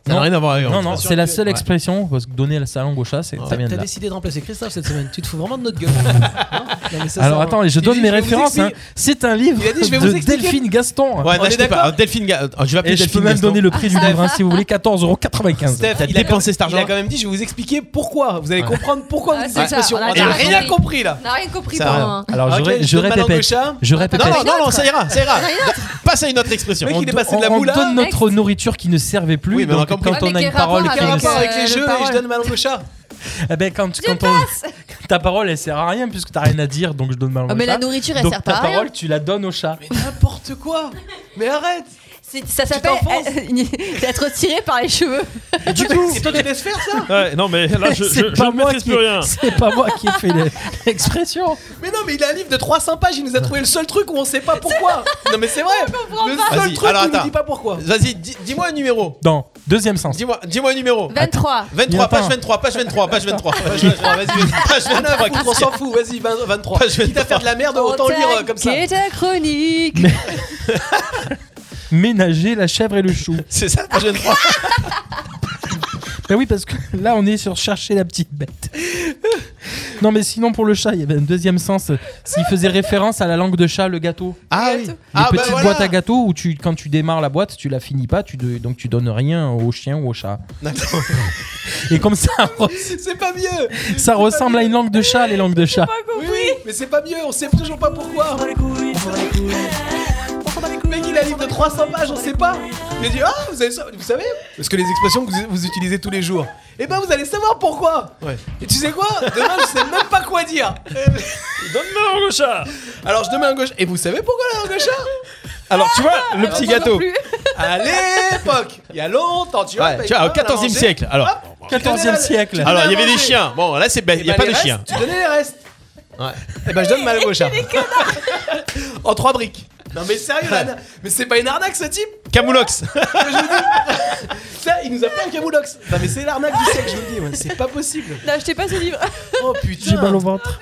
Speaker 3: Ça n'a rien à voir avec-
Speaker 4: Non, non,
Speaker 5: Sur
Speaker 4: c'est la
Speaker 5: le-
Speaker 4: seule
Speaker 5: Ouais.
Speaker 4: expression parce que donner sa langue au chat, c'est ça
Speaker 5: T'as
Speaker 4: vient de
Speaker 5: t'as
Speaker 4: là.
Speaker 5: décidé de remplacer Christophe cette semaine. Tu te fous vraiment de notre gueule. Non Non, mais ça,
Speaker 4: Alors
Speaker 5: ça-
Speaker 4: attends, je
Speaker 5: Il
Speaker 4: donne
Speaker 5: dit,
Speaker 4: mes
Speaker 5: je vais vous
Speaker 4: références. hein.
Speaker 5: expliquer.
Speaker 4: C'est un livre
Speaker 5: Il a dit, je vais vous
Speaker 4: de
Speaker 5: expliquer.
Speaker 4: Delphine Gaston.
Speaker 3: Ouais,
Speaker 4: On est
Speaker 3: n'achetez pas.
Speaker 4: d'accord
Speaker 3: Alors, Delphine, Ga- euh, je vais appeler
Speaker 4: Et je peux
Speaker 3: Delphine
Speaker 4: même
Speaker 3: Gaston.
Speaker 4: donner le prix du livre hein, si vous voulez 14,95€.
Speaker 5: Steph,
Speaker 3: T'as
Speaker 5: il a
Speaker 3: dépensé
Speaker 5: quand-
Speaker 3: cet argent.
Speaker 5: Il a quand même dit, je vais vous expliquer pourquoi. Vous allez
Speaker 3: Ouais.
Speaker 5: comprendre pourquoi vous dites
Speaker 6: c'est ça,
Speaker 5: l'expression.
Speaker 6: on a rien
Speaker 5: n'a rien
Speaker 6: compris.
Speaker 5: compris là.
Speaker 6: On n'a rien compris hein.
Speaker 5: Ça
Speaker 6: pour
Speaker 5: va.
Speaker 6: moi.
Speaker 4: Alors je,
Speaker 5: Ok,
Speaker 4: ré-
Speaker 5: je
Speaker 4: je
Speaker 5: donne ma langue au
Speaker 4: répète.
Speaker 5: chat.
Speaker 6: Ah,
Speaker 4: Je
Speaker 5: Ouais,
Speaker 4: répète.
Speaker 3: Non, non,
Speaker 6: Une
Speaker 3: non,
Speaker 6: autre.
Speaker 3: ça ira, ça ira.
Speaker 6: Il y en a une autre.
Speaker 3: Passe à une autre expression.
Speaker 4: on, do- on- on donne notre nourriture qui ne servait plus.
Speaker 3: Oui, mais on a
Speaker 4: donc
Speaker 3: compris.
Speaker 4: quand
Speaker 6: Ouais,
Speaker 4: on
Speaker 6: mais
Speaker 4: a une
Speaker 6: quel rapport
Speaker 4: parole
Speaker 6: avec,
Speaker 4: qui
Speaker 6: euh,
Speaker 4: ne
Speaker 5: Pas avec les
Speaker 6: Euh,
Speaker 5: jeux et
Speaker 6: parole.
Speaker 5: je donne ma langue au chat.
Speaker 6: hein.
Speaker 4: Eh ben quand, quand on- ta parole elle sert à rien puisque t'as rien à dire donc je donne ma langue
Speaker 6: Ah,
Speaker 4: au
Speaker 6: mais la
Speaker 4: chat.
Speaker 6: nourriture, elle
Speaker 4: donc,
Speaker 6: sert pas
Speaker 4: ta
Speaker 6: à rien.
Speaker 4: parole tu la donnes au chat.
Speaker 5: N'importe quoi. Mais arrête.
Speaker 6: C'est- Ça s'appelle être tiré par les cheveux.
Speaker 5: Du coup. Et toi tu laisses faire ça
Speaker 11: Ouais, non, mais là, je,
Speaker 4: C'est
Speaker 11: je, je
Speaker 4: pas
Speaker 11: ne
Speaker 4: moi
Speaker 11: maîtrise
Speaker 4: qui-
Speaker 11: plus rien.
Speaker 4: C'est pas moi qui ai fait le- l'expression.
Speaker 5: Mais non, mais il a un livre de 300 pages, il nous a trouvé le seul truc où on sait pas pourquoi. Non, mais c'est vrai. Le seul
Speaker 3: Vas-y,
Speaker 5: truc
Speaker 3: alors
Speaker 5: où il nous
Speaker 3: attends.
Speaker 5: dit pas pourquoi.
Speaker 3: Vas-y, dis- dis-moi un numéro.
Speaker 4: Dans deuxième sens.
Speaker 3: Dis-moi dis-moi un numéro.
Speaker 6: 23.
Speaker 3: 23,
Speaker 4: Attends.
Speaker 3: page 23, page 23, page 23. Page 23, vas-y, vas-y. Page
Speaker 5: Rien à
Speaker 3: 23,
Speaker 5: foutre, on s'en fout, vas-y, 20 23. Quitte à faire de la merde, autant lire euh, comme ça.
Speaker 6: Qui est ta chronique
Speaker 4: ménager la chèvre et le chou.
Speaker 3: C'est ça la prochaine fois.
Speaker 4: Ben oui, parce que là, on est sur chercher la petite bête. Non, mais sinon, pour le chat, il y avait un deuxième sens. S'il faisait référence à la langue de chat, le gâteau.
Speaker 3: Ah oui.
Speaker 4: Les
Speaker 3: Ah, bah
Speaker 4: petites
Speaker 3: voilà.
Speaker 4: boîtes à gâteau où tu, quand tu démarres la boîte, tu la finis pas, tu de- donc tu donnes rien au chien ou au chat. Et comme ça,
Speaker 5: C'est pas mieux
Speaker 4: ça ressemble à une langue de chat, les langues de chat.
Speaker 5: Oui, oui, mais c'est pas mieux, on sait toujours pas pourquoi. Mec, il a un livre de 300 pages, on sait pas. Il a dit Ah, vous, avez ça- vous savez Parce que les expressions que vous, vous utilisez tous les jours, eh ben vous allez savoir pourquoi.
Speaker 3: Ouais.
Speaker 5: Et tu sais quoi Demain, je sais même pas quoi dire. Donne-moi un gauche Alors, je donne un gauche. Et vous savez pourquoi la langue de chat
Speaker 3: Alors, tu vois, le petit gâteau.
Speaker 5: À l'époque, il y a longtemps, tu vois.
Speaker 3: Ouais, tu vois, au 14e siècle. Alors,
Speaker 5: 14e siècle.
Speaker 3: Alors, il y avait des chiens. Bon, là, c'est bête. Il n'y a pas de chiens.
Speaker 5: Tu donnais Eh ben, les restes.
Speaker 3: Ouais.
Speaker 5: Eh ben je donne mal au chat. en trois briques. Non mais sérieux, la na- mais c'est pas une arnaque ce type
Speaker 3: Camoulox.
Speaker 5: Je vous dis. Ça, il nous a fait un camoulox. Non mais c'est l'arnaque du siècle, je vous le dis. ouais, C'est pas possible.
Speaker 6: N'achetez pas ce livre.
Speaker 5: Oh putain. J'ai
Speaker 4: mal au ventre.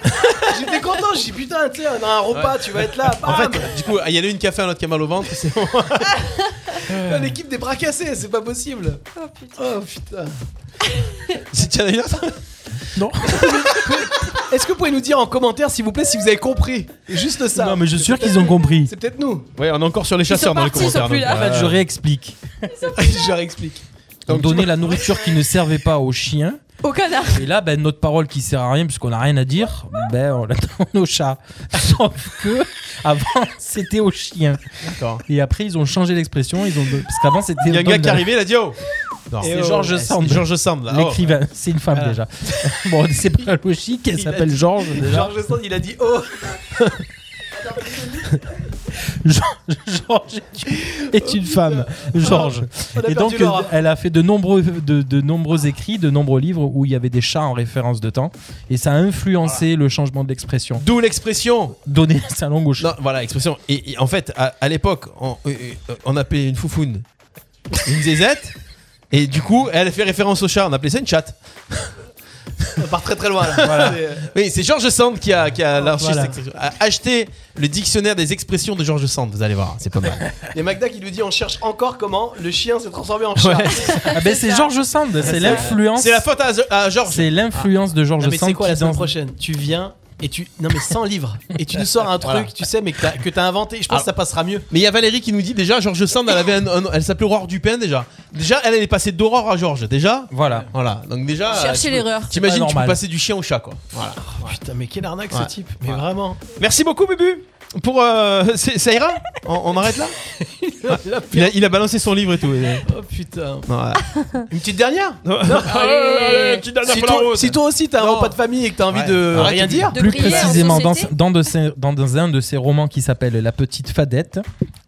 Speaker 5: J'étais content. J'ai dit putain, tu sais, on a un repas, tu vas être là.
Speaker 3: En
Speaker 5: bam.
Speaker 3: fait, du coup, il y en a une qui a fait un autre qui a mal au ventre. C'est bon.
Speaker 5: Euh, L'équipe des bras cassés, c'est pas possible.
Speaker 6: Oh putain.
Speaker 5: Oh putain.
Speaker 3: Tiens, d'ailleurs.
Speaker 4: Non.
Speaker 5: Est-ce que vous pouvez nous dire en commentaire, s'il vous plaît, si vous avez compris Juste ça.
Speaker 4: Non, mais je suis sûr qu'ils ont compris.
Speaker 5: C'est peut-être nous.
Speaker 3: Ouais, on est encore sur les
Speaker 5: Ils sont
Speaker 3: chasseurs dans les
Speaker 5: partis, ils sont
Speaker 3: commentaires.
Speaker 5: plus
Speaker 3: donc,
Speaker 5: là.
Speaker 3: euh,
Speaker 4: En fait, je réexplique.
Speaker 5: je réexplique.
Speaker 4: On donnait la nourriture qui ne servait pas aux chiens.
Speaker 6: Au canard.
Speaker 4: Et là, ben, notre parole qui sert à rien puisqu'on n'a rien à dire, ben, on la donne aux chats. Sauf que avant, c'était aux chiens. Et après, ils ont changé l'expression. Ils ont parce qu'avant, c'était.
Speaker 3: Il y a un
Speaker 4: on
Speaker 3: gars
Speaker 4: donne-
Speaker 3: qui est arrivé, il a dit oh. Non.
Speaker 4: C'est Georges
Speaker 3: Ouais,
Speaker 4: Sand.
Speaker 3: c'est Georges Sand,
Speaker 5: Bah,
Speaker 3: là. Oh.
Speaker 4: L'écrivain. C'est une femme
Speaker 3: Voilà.
Speaker 5: Ah.
Speaker 4: déjà. bon, c'est pas logique. Elle s'appelle Georges. déjà.
Speaker 5: Georges Sand, il a dit oh.
Speaker 4: Georges Georges est une femme. Georges.
Speaker 5: On a
Speaker 4: Et
Speaker 5: perdu
Speaker 4: donc,
Speaker 5: Laura.
Speaker 4: euh, elle a fait de nombreux, de, de nombreux écrits, de nombreux livres où il y avait des chats en référence de temps. Et ça a influencé le changement de l'expression.
Speaker 3: D'où l'expression
Speaker 4: Donner sa langue au chat.
Speaker 3: Non, voilà, expression. Et, et en fait, à, à l'époque, on, euh, euh, on appelait une foufoune une zézette. Et du coup, elle fait référence au chat. On appelait ça une chatte.
Speaker 5: On part très très loin là.
Speaker 3: Voilà.
Speaker 5: C'est- euh,
Speaker 3: Oui, c'est Georges Sand qui a, qui a lancé
Speaker 5: Voilà.
Speaker 3: cette expression. A- Achetez le dictionnaire des expressions de Georges Sand, vous allez voir, c'est pas mal.
Speaker 5: Et Magda qui nous dit on cherche encore comment le chien s'est transformé en chat.
Speaker 4: Ouais. Ah ben c'est Georges Sand, c'est l'influence.
Speaker 5: C'est la
Speaker 3: faute à, Georges.
Speaker 4: C'est l'influence de Georges
Speaker 5: Non, mais
Speaker 4: Sand.
Speaker 5: c'est quoi la
Speaker 4: qui
Speaker 5: semaine
Speaker 4: dans-
Speaker 5: prochaine Tu viens et tu non mais 100 livres et tu nous sors un truc,
Speaker 3: Voilà.
Speaker 5: tu sais mais que t'as- que t'as inventé. Je pense que ça passera mieux.
Speaker 3: Mais il y a Valérie qui nous dit déjà Georges Sand, elle avait un- un- elle s'appelait Aurore Dupin déjà. Déjà, elle, elle est passée d'Aurore à Georges. Déjà.
Speaker 4: Voilà.
Speaker 3: Voilà. Donc déjà.
Speaker 5: Cherchez
Speaker 3: tu peux-
Speaker 5: l'erreur. C'est
Speaker 3: T'imagines,
Speaker 5: pas
Speaker 3: tu peux
Speaker 5: normal.
Speaker 3: passer du chien au chat quoi. Voilà.
Speaker 5: Oh, putain mais quelle arnaque
Speaker 3: Ouais.
Speaker 5: ce type. Mais vraiment.
Speaker 3: Merci beaucoup, Bubu. Pour euh, c'est- ça ira on, on arrête là Ah, il a, il a balancé son livre et tout. et-
Speaker 5: Oh putain.
Speaker 3: Non, voilà.
Speaker 5: Une petite dernière
Speaker 3: Non.
Speaker 11: allez, petite dernière
Speaker 5: si,
Speaker 11: pour la
Speaker 5: toi,
Speaker 11: route.
Speaker 5: si toi aussi t'as un repas de famille et que t'as envie
Speaker 4: Ouais.
Speaker 5: de
Speaker 4: Arrête
Speaker 5: rien
Speaker 4: de-
Speaker 5: dire,
Speaker 4: Ah, Plus précisément, dans, dans, de ses- dans- dans un de ses romans qui s'appelle La Petite Fadette,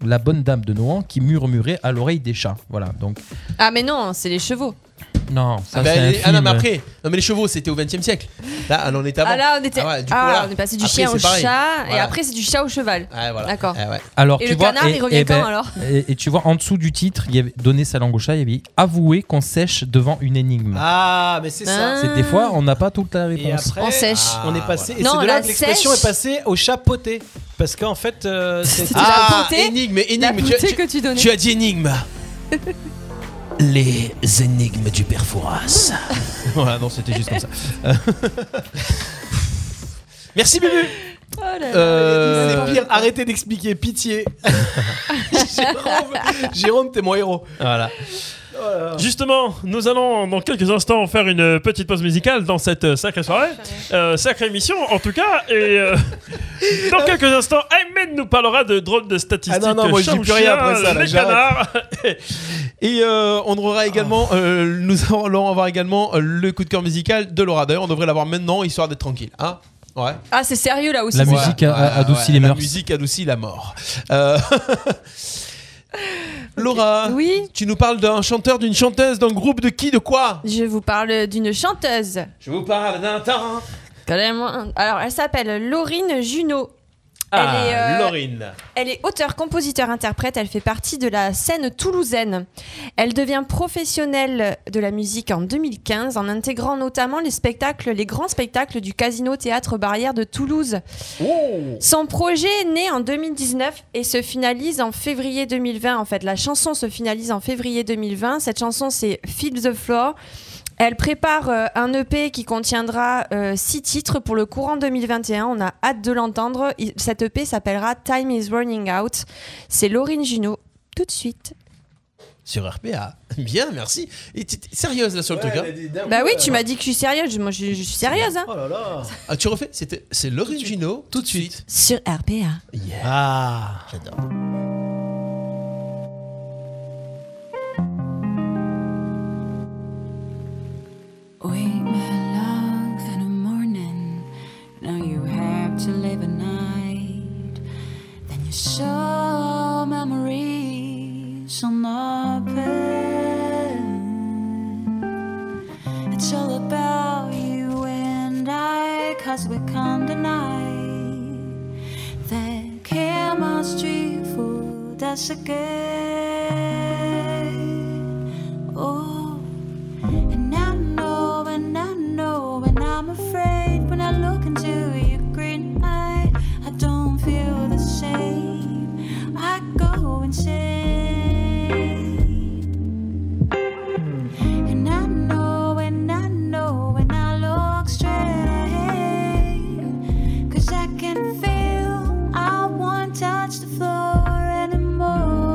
Speaker 4: la bonne dame de Nohant qui murmurait à l'oreille des chats. Voilà, donc.
Speaker 6: Ah mais non, c'est les chevaux.
Speaker 4: Non, ça
Speaker 3: Ah,
Speaker 5: Ben,
Speaker 3: bah,
Speaker 4: c'est un
Speaker 3: les- ah non,
Speaker 4: film.
Speaker 3: mais après, non, mais les chevaux c'était au 20 e siècle. Là, on en était avant.
Speaker 6: Ah là, on était. Ah,
Speaker 3: ouais, du coup, là,
Speaker 6: on est passé du
Speaker 3: après,
Speaker 6: chien au
Speaker 3: c'est pareil.
Speaker 6: chat et
Speaker 3: Voilà.
Speaker 6: après c'est du chat au cheval. D'accord.
Speaker 3: Eh
Speaker 4: euh, Alors,
Speaker 6: et
Speaker 4: tu
Speaker 6: le
Speaker 4: vois,
Speaker 6: canard,
Speaker 4: et-
Speaker 6: il revient
Speaker 4: et
Speaker 6: quand
Speaker 4: ben,
Speaker 6: alors
Speaker 4: et, et tu vois, en dessous du titre, il y avait donné sa langue au chat, il y avait avouer qu'on sèche devant une énigme.
Speaker 5: Ah mais c'est ça.
Speaker 4: C'est des fois, on n'a pas toute la
Speaker 5: Et
Speaker 4: réponse.
Speaker 5: après,
Speaker 6: On sèche.
Speaker 5: On est passé. Et
Speaker 6: Ah, Non,
Speaker 5: c'est de
Speaker 6: la
Speaker 5: là que l'expression
Speaker 6: sèche.
Speaker 5: est passée au chapeauté. Parce qu'en fait, euh, c'était.
Speaker 3: Ah,
Speaker 6: potée,
Speaker 3: énigme,
Speaker 6: la
Speaker 3: énigme.
Speaker 6: potée que tu donnais.
Speaker 3: tu as dit énigme. Les énigmes du père Fouras. voilà, non, c'était juste comme ça. Euh, Merci, Bubu.
Speaker 6: Oh là là.
Speaker 3: Euh,
Speaker 5: C'est pire, arrêtez d'expliquer, pitié. Jérôme, Jérôme, t'es mon héros.
Speaker 3: Voilà.
Speaker 11: Justement, nous allons dans quelques instants faire une petite pause musicale dans cette euh, sacrée soirée, Euh, sacrée émission en tout cas, et euh, dans quelques instants, Aymen nous parlera de drôles de statistiques.
Speaker 5: Ah non, non, moi, je dis
Speaker 11: chat ou
Speaker 5: plus rien
Speaker 11: chien,
Speaker 5: après ça, là,
Speaker 11: les
Speaker 5: j'arrête.
Speaker 11: canards.
Speaker 3: Et euh, on aura également, euh, nous allons avoir également euh, le coup de cœur musical de Laura. D'ailleurs, on devrait l'avoir maintenant, histoire d'être tranquille. Hein ouais.
Speaker 6: Ah c'est sérieux là aussi.
Speaker 4: La
Speaker 6: c'est
Speaker 4: musique
Speaker 6: ça.
Speaker 4: a- a- adoucit les
Speaker 3: La
Speaker 4: mœurs.
Speaker 3: musique adoucit la mort. Euh, Laura, tu nous parles d'un chanteur, d'une chanteuse, d'un groupe de qui, de quoi
Speaker 6: Je vous parle d'une chanteuse.
Speaker 3: Je vous parle d'un temps.
Speaker 6: Quand même, hein. Alors elle s'appelle Laurine Junot.
Speaker 3: Ah,
Speaker 6: Elle est, euh,
Speaker 3: Laurine.
Speaker 6: Elle est auteure, compositeur, interprète. Elle fait partie de la scène toulousaine. Elle devient professionnelle de la musique en 2015 en intégrant notamment les spectacles, les grands spectacles du Casino Théâtre Barrière de Toulouse. Son projet est né en 2019 et se finalise en février 2020. En fait, la chanson se finalise en février 2020. Cette chanson, c'est Feel the Floor. Elle prépare euh, un EP qui contiendra euh, six titres pour le courant 2021. On a hâte de l'entendre. Il- Cet EP s'appellera Time is Running Out. C'est Laurine Junot. Tout de suite.
Speaker 3: Sur RPA. Bien, merci. Et t'es- t'es sérieuse là sur le truc. hein.
Speaker 6: Bah oui, tu m'as dit que je suis sérieuse. Moi, je, je suis sérieuse. hein.
Speaker 3: Ah, tu refais C'était- C'est l'originaux tout de suite.
Speaker 6: Sur RPA.
Speaker 3: Ah J'adore.
Speaker 16: We met love in the morning. Now you have to live at night. Then you show memories on open. It's all about you and I, cause we can't deny the chemistry food us again. Oh. And I know, and I know, and I'm afraid when I look into your green eye, I don't feel the same. I go insane. And I know, and I know, when I look straight ahead, 'cause I can feel I won't touch the floor anymore.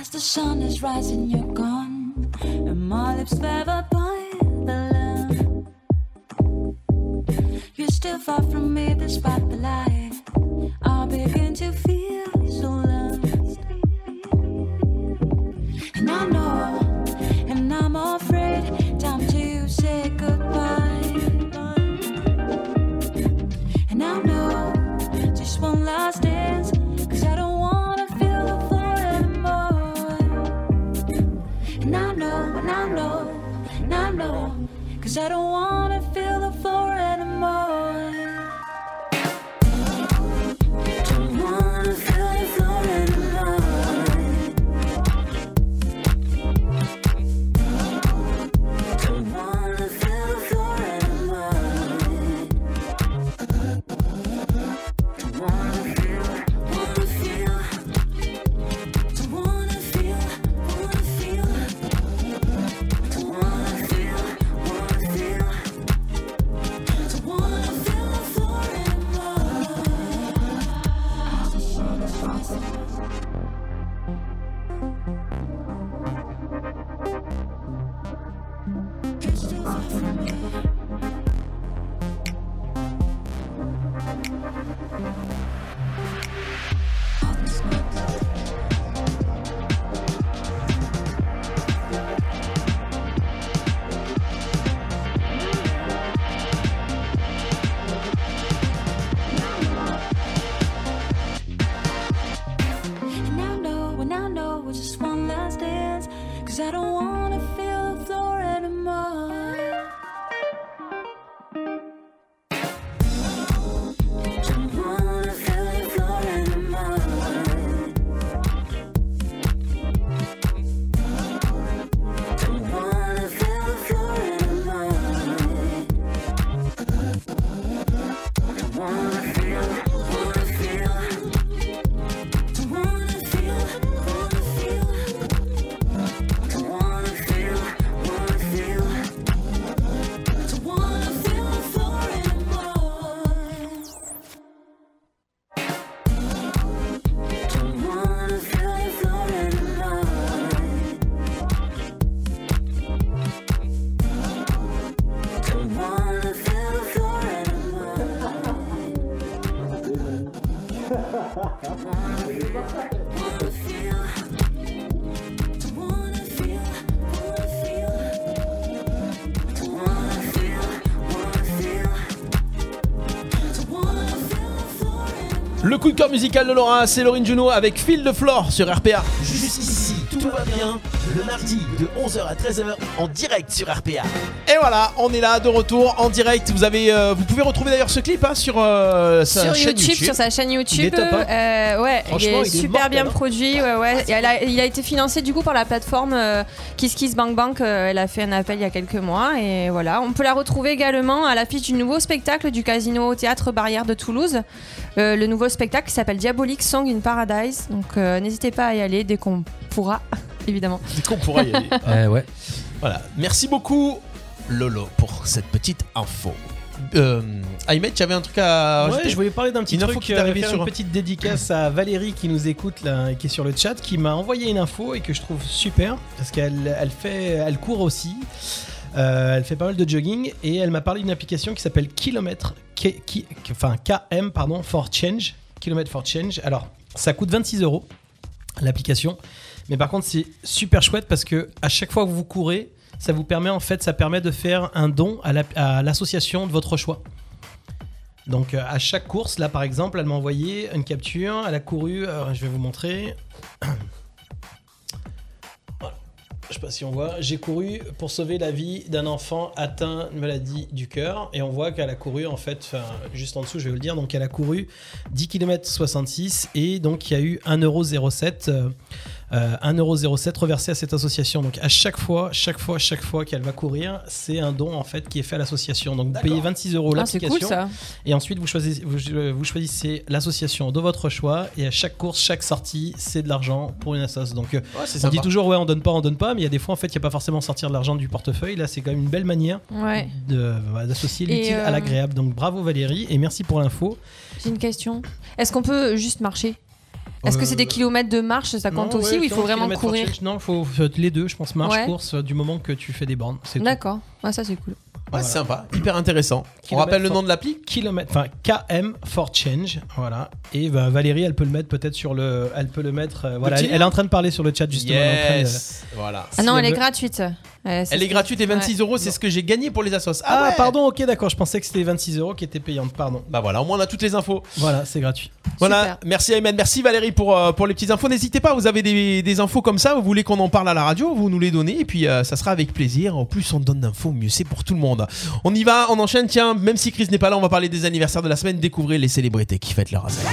Speaker 16: As the sun is rising, you're gone, and my lips forever by the lamp. You're still far from me, despite the light. I begin to feel so lost, and I know, and I'm afraid. Time to say goodbye, and I know just one last dance. Cause I don't wanna feel the floor anymore. And I know, and I know, and I know. Cause I don't wanna feel the floor anymore. Don't wanna feel the floor anymore. Don't wanna feel the floor anymore. Don't wanna feel, wanna feel. Don't wanna feel, wanna feel. Don't wanna feel, wanna feel. Don't wanna feel the floor anymore. And I know, and I know, it's just one last dance. Cause I don't wanna feel the floor anymore. Don't wanna feel the floor anymore. Don't wanna feel the floor anymore. Don't wanna feel, wanna feel. Don't wanna feel, wanna feel. Don't wanna feel, wanna feel. Don't wanna feel the floor anymore. Don't wanna feel the floor anymore. Don't wanna feel the floor anymore. Don't wanna feel, wanna feel.
Speaker 3: Le coup de cœur musical de Laura, c'est Laurine Juno avec Fil de Flore sur RPA.
Speaker 1: Jusqu'ici, tout va bien. Le mardi de 11h à 13h en direct sur RPA.
Speaker 3: Et voilà, on est là de retour en direct. Vous avez, euh, vous pouvez retrouver d'ailleurs ce clip hein, sur euh, sa
Speaker 6: sur
Speaker 3: chaîne
Speaker 6: YouTube, sur sa chaîne
Speaker 3: Il est
Speaker 6: YouTube.
Speaker 3: top, hein.
Speaker 6: euh, ouais, il
Speaker 3: Franchement,
Speaker 6: est
Speaker 3: il est
Speaker 6: super
Speaker 3: mortel,
Speaker 6: bien
Speaker 3: hein.
Speaker 6: produit. Ouais, ouais. Et elle a- il a été financé du coup par la plateforme euh, Kiss Kiss Bank Bank. Euh, elle a fait un appel il y a quelques mois et voilà. On peut la retrouver également à l'affiche du nouveau spectacle du Casino au Théâtre Barrière de Toulouse. Euh, le nouveau spectacle qui s'appelle Diabolic Song in Paradise. Donc euh, n'hésitez pas à y aller dès qu'on pourra, évidemment.
Speaker 3: Dès qu'on pourra y aller.
Speaker 4: Eh ouais.
Speaker 3: Voilà. Merci beaucoup, Lolo, pour cette petite info. Euh, Ahmed, tu avais un truc à.
Speaker 5: Ouais,
Speaker 3: rajouter
Speaker 5: je voulais parler d'un petit
Speaker 3: Une info
Speaker 5: truc,
Speaker 3: qui t'est
Speaker 5: euh,
Speaker 3: arrivée
Speaker 5: faire
Speaker 3: sur
Speaker 5: une petite dédicace à Valérie qui nous écoute là, et qui est sur le chat, qui m'a envoyé une info et que je trouve super parce qu'elle elle fait, elle court aussi, Euh, elle fait pas mal de jogging et elle m'a parlé d'une application qui s'appelle Kilomètre, K- K- enfin KM pardon for Change, Kilomètre for Change. Alors ça coûte 26 euros l'application. Mais par contre, c'est super chouette parce que à chaque fois que vous courez, ça vous permet en fait, ça permet de faire un don à la- à l'association de votre choix. Donc euh, à chaque course, là par exemple, elle m'a envoyé une capture, elle a couru, euh, je vais vous montrer. Voilà. Je sais pas si on voit, j'ai couru pour sauver la vie d'un enfant atteint de maladie du cœur et on voit qu'elle a couru en fait, enfin, juste en dessous je vais vous le dire, donc elle a couru 10 km 66 et donc il y a eu 1,07€ euh, euh, 1,07€ reversé à cette association. Donc à chaque fois, chaque fois, chaque fois qu'elle va courir, c'est un don en fait qui est fait à l'association. Donc vous payez 26 euros
Speaker 6: Ah, c'est cool,
Speaker 5: l'application.
Speaker 6: ça.
Speaker 5: Et ensuite, vous choisissez, vous, euh, vous choisissez l'association de votre choix. Et à chaque course, chaque sortie, c'est de l'argent pour une assoce. Donc, euh,
Speaker 3: c'est
Speaker 5: on
Speaker 3: sympa.
Speaker 5: dit toujours, ouais, on donne pas, on donne pas. Mais il y a des fois, en fait, il n'y a pas forcément sortir de l'argent du portefeuille. Là, c'est quand même une belle manière
Speaker 6: Ouais.
Speaker 5: de- voilà, d'associer
Speaker 6: Et,
Speaker 5: l'utile
Speaker 6: euh,
Speaker 5: à l'agréable. Donc, bravo Valérie et merci pour l'info.
Speaker 6: J'ai une question. Est-ce qu'on peut juste marcher Est-ce que c'est des
Speaker 5: Euh,
Speaker 6: kilomètres de marche Ça compte
Speaker 5: Non,
Speaker 6: aussi
Speaker 5: ouais,
Speaker 6: ou il faut
Speaker 5: 40
Speaker 6: vraiment
Speaker 5: kilomètres par
Speaker 6: courir
Speaker 5: challenge. Non, il faut faut Euh, les deux, je pense, marche,
Speaker 6: Ouais.
Speaker 5: course, euh, du moment que tu fais des bornes. C'est tout.
Speaker 6: D'accord. Ouais, ça c'est cool. Ah
Speaker 3: Ouais, c'est sympa, hyper intéressant. On rappelle le nom de l'appli
Speaker 5: Kilomètre, enfin KM for Change, voilà. Et bah, Valérie, elle peut le mettre peut-être sur le, elle peut le mettre. euh, voilà,
Speaker 3: petit
Speaker 5: elle, elle est en train de parler sur le chat justement. elle est en train de-
Speaker 3: Yes. Voilà.
Speaker 6: Ah non,
Speaker 5: Si
Speaker 6: elle est
Speaker 5: elle veut-
Speaker 6: gratuite. Ouais, c'est
Speaker 3: Elle est
Speaker 6: ce que-
Speaker 3: gratuite et 26
Speaker 6: Ouais.
Speaker 3: euros, c'est ce que j'ai gagné pour les assos.
Speaker 5: Ah,
Speaker 3: Ah, ouais.
Speaker 5: pardon, ok, d'accord, je pensais que c'était 26 euros qui étaient payantes, pardon.
Speaker 3: Bah voilà, au moins on a toutes les infos.
Speaker 5: Voilà, c'est gratuit.
Speaker 3: Voilà, merci Ayman, merci Valérie pour, euh, pour les petites infos. N'hésitez pas, vous avez des, des infos comme ça, vous voulez qu'on en parle à la radio, vous nous les donnez et puis euh, ça sera avec plaisir. En plus, on donne d'infos, mieux c'est pour tout le monde. On y va, on enchaîne. Tiens, même si Chris n'est pas là, on va parler des anniversaires de la semaine. Découvrez les célébrités qui fêtent leur anniversaire.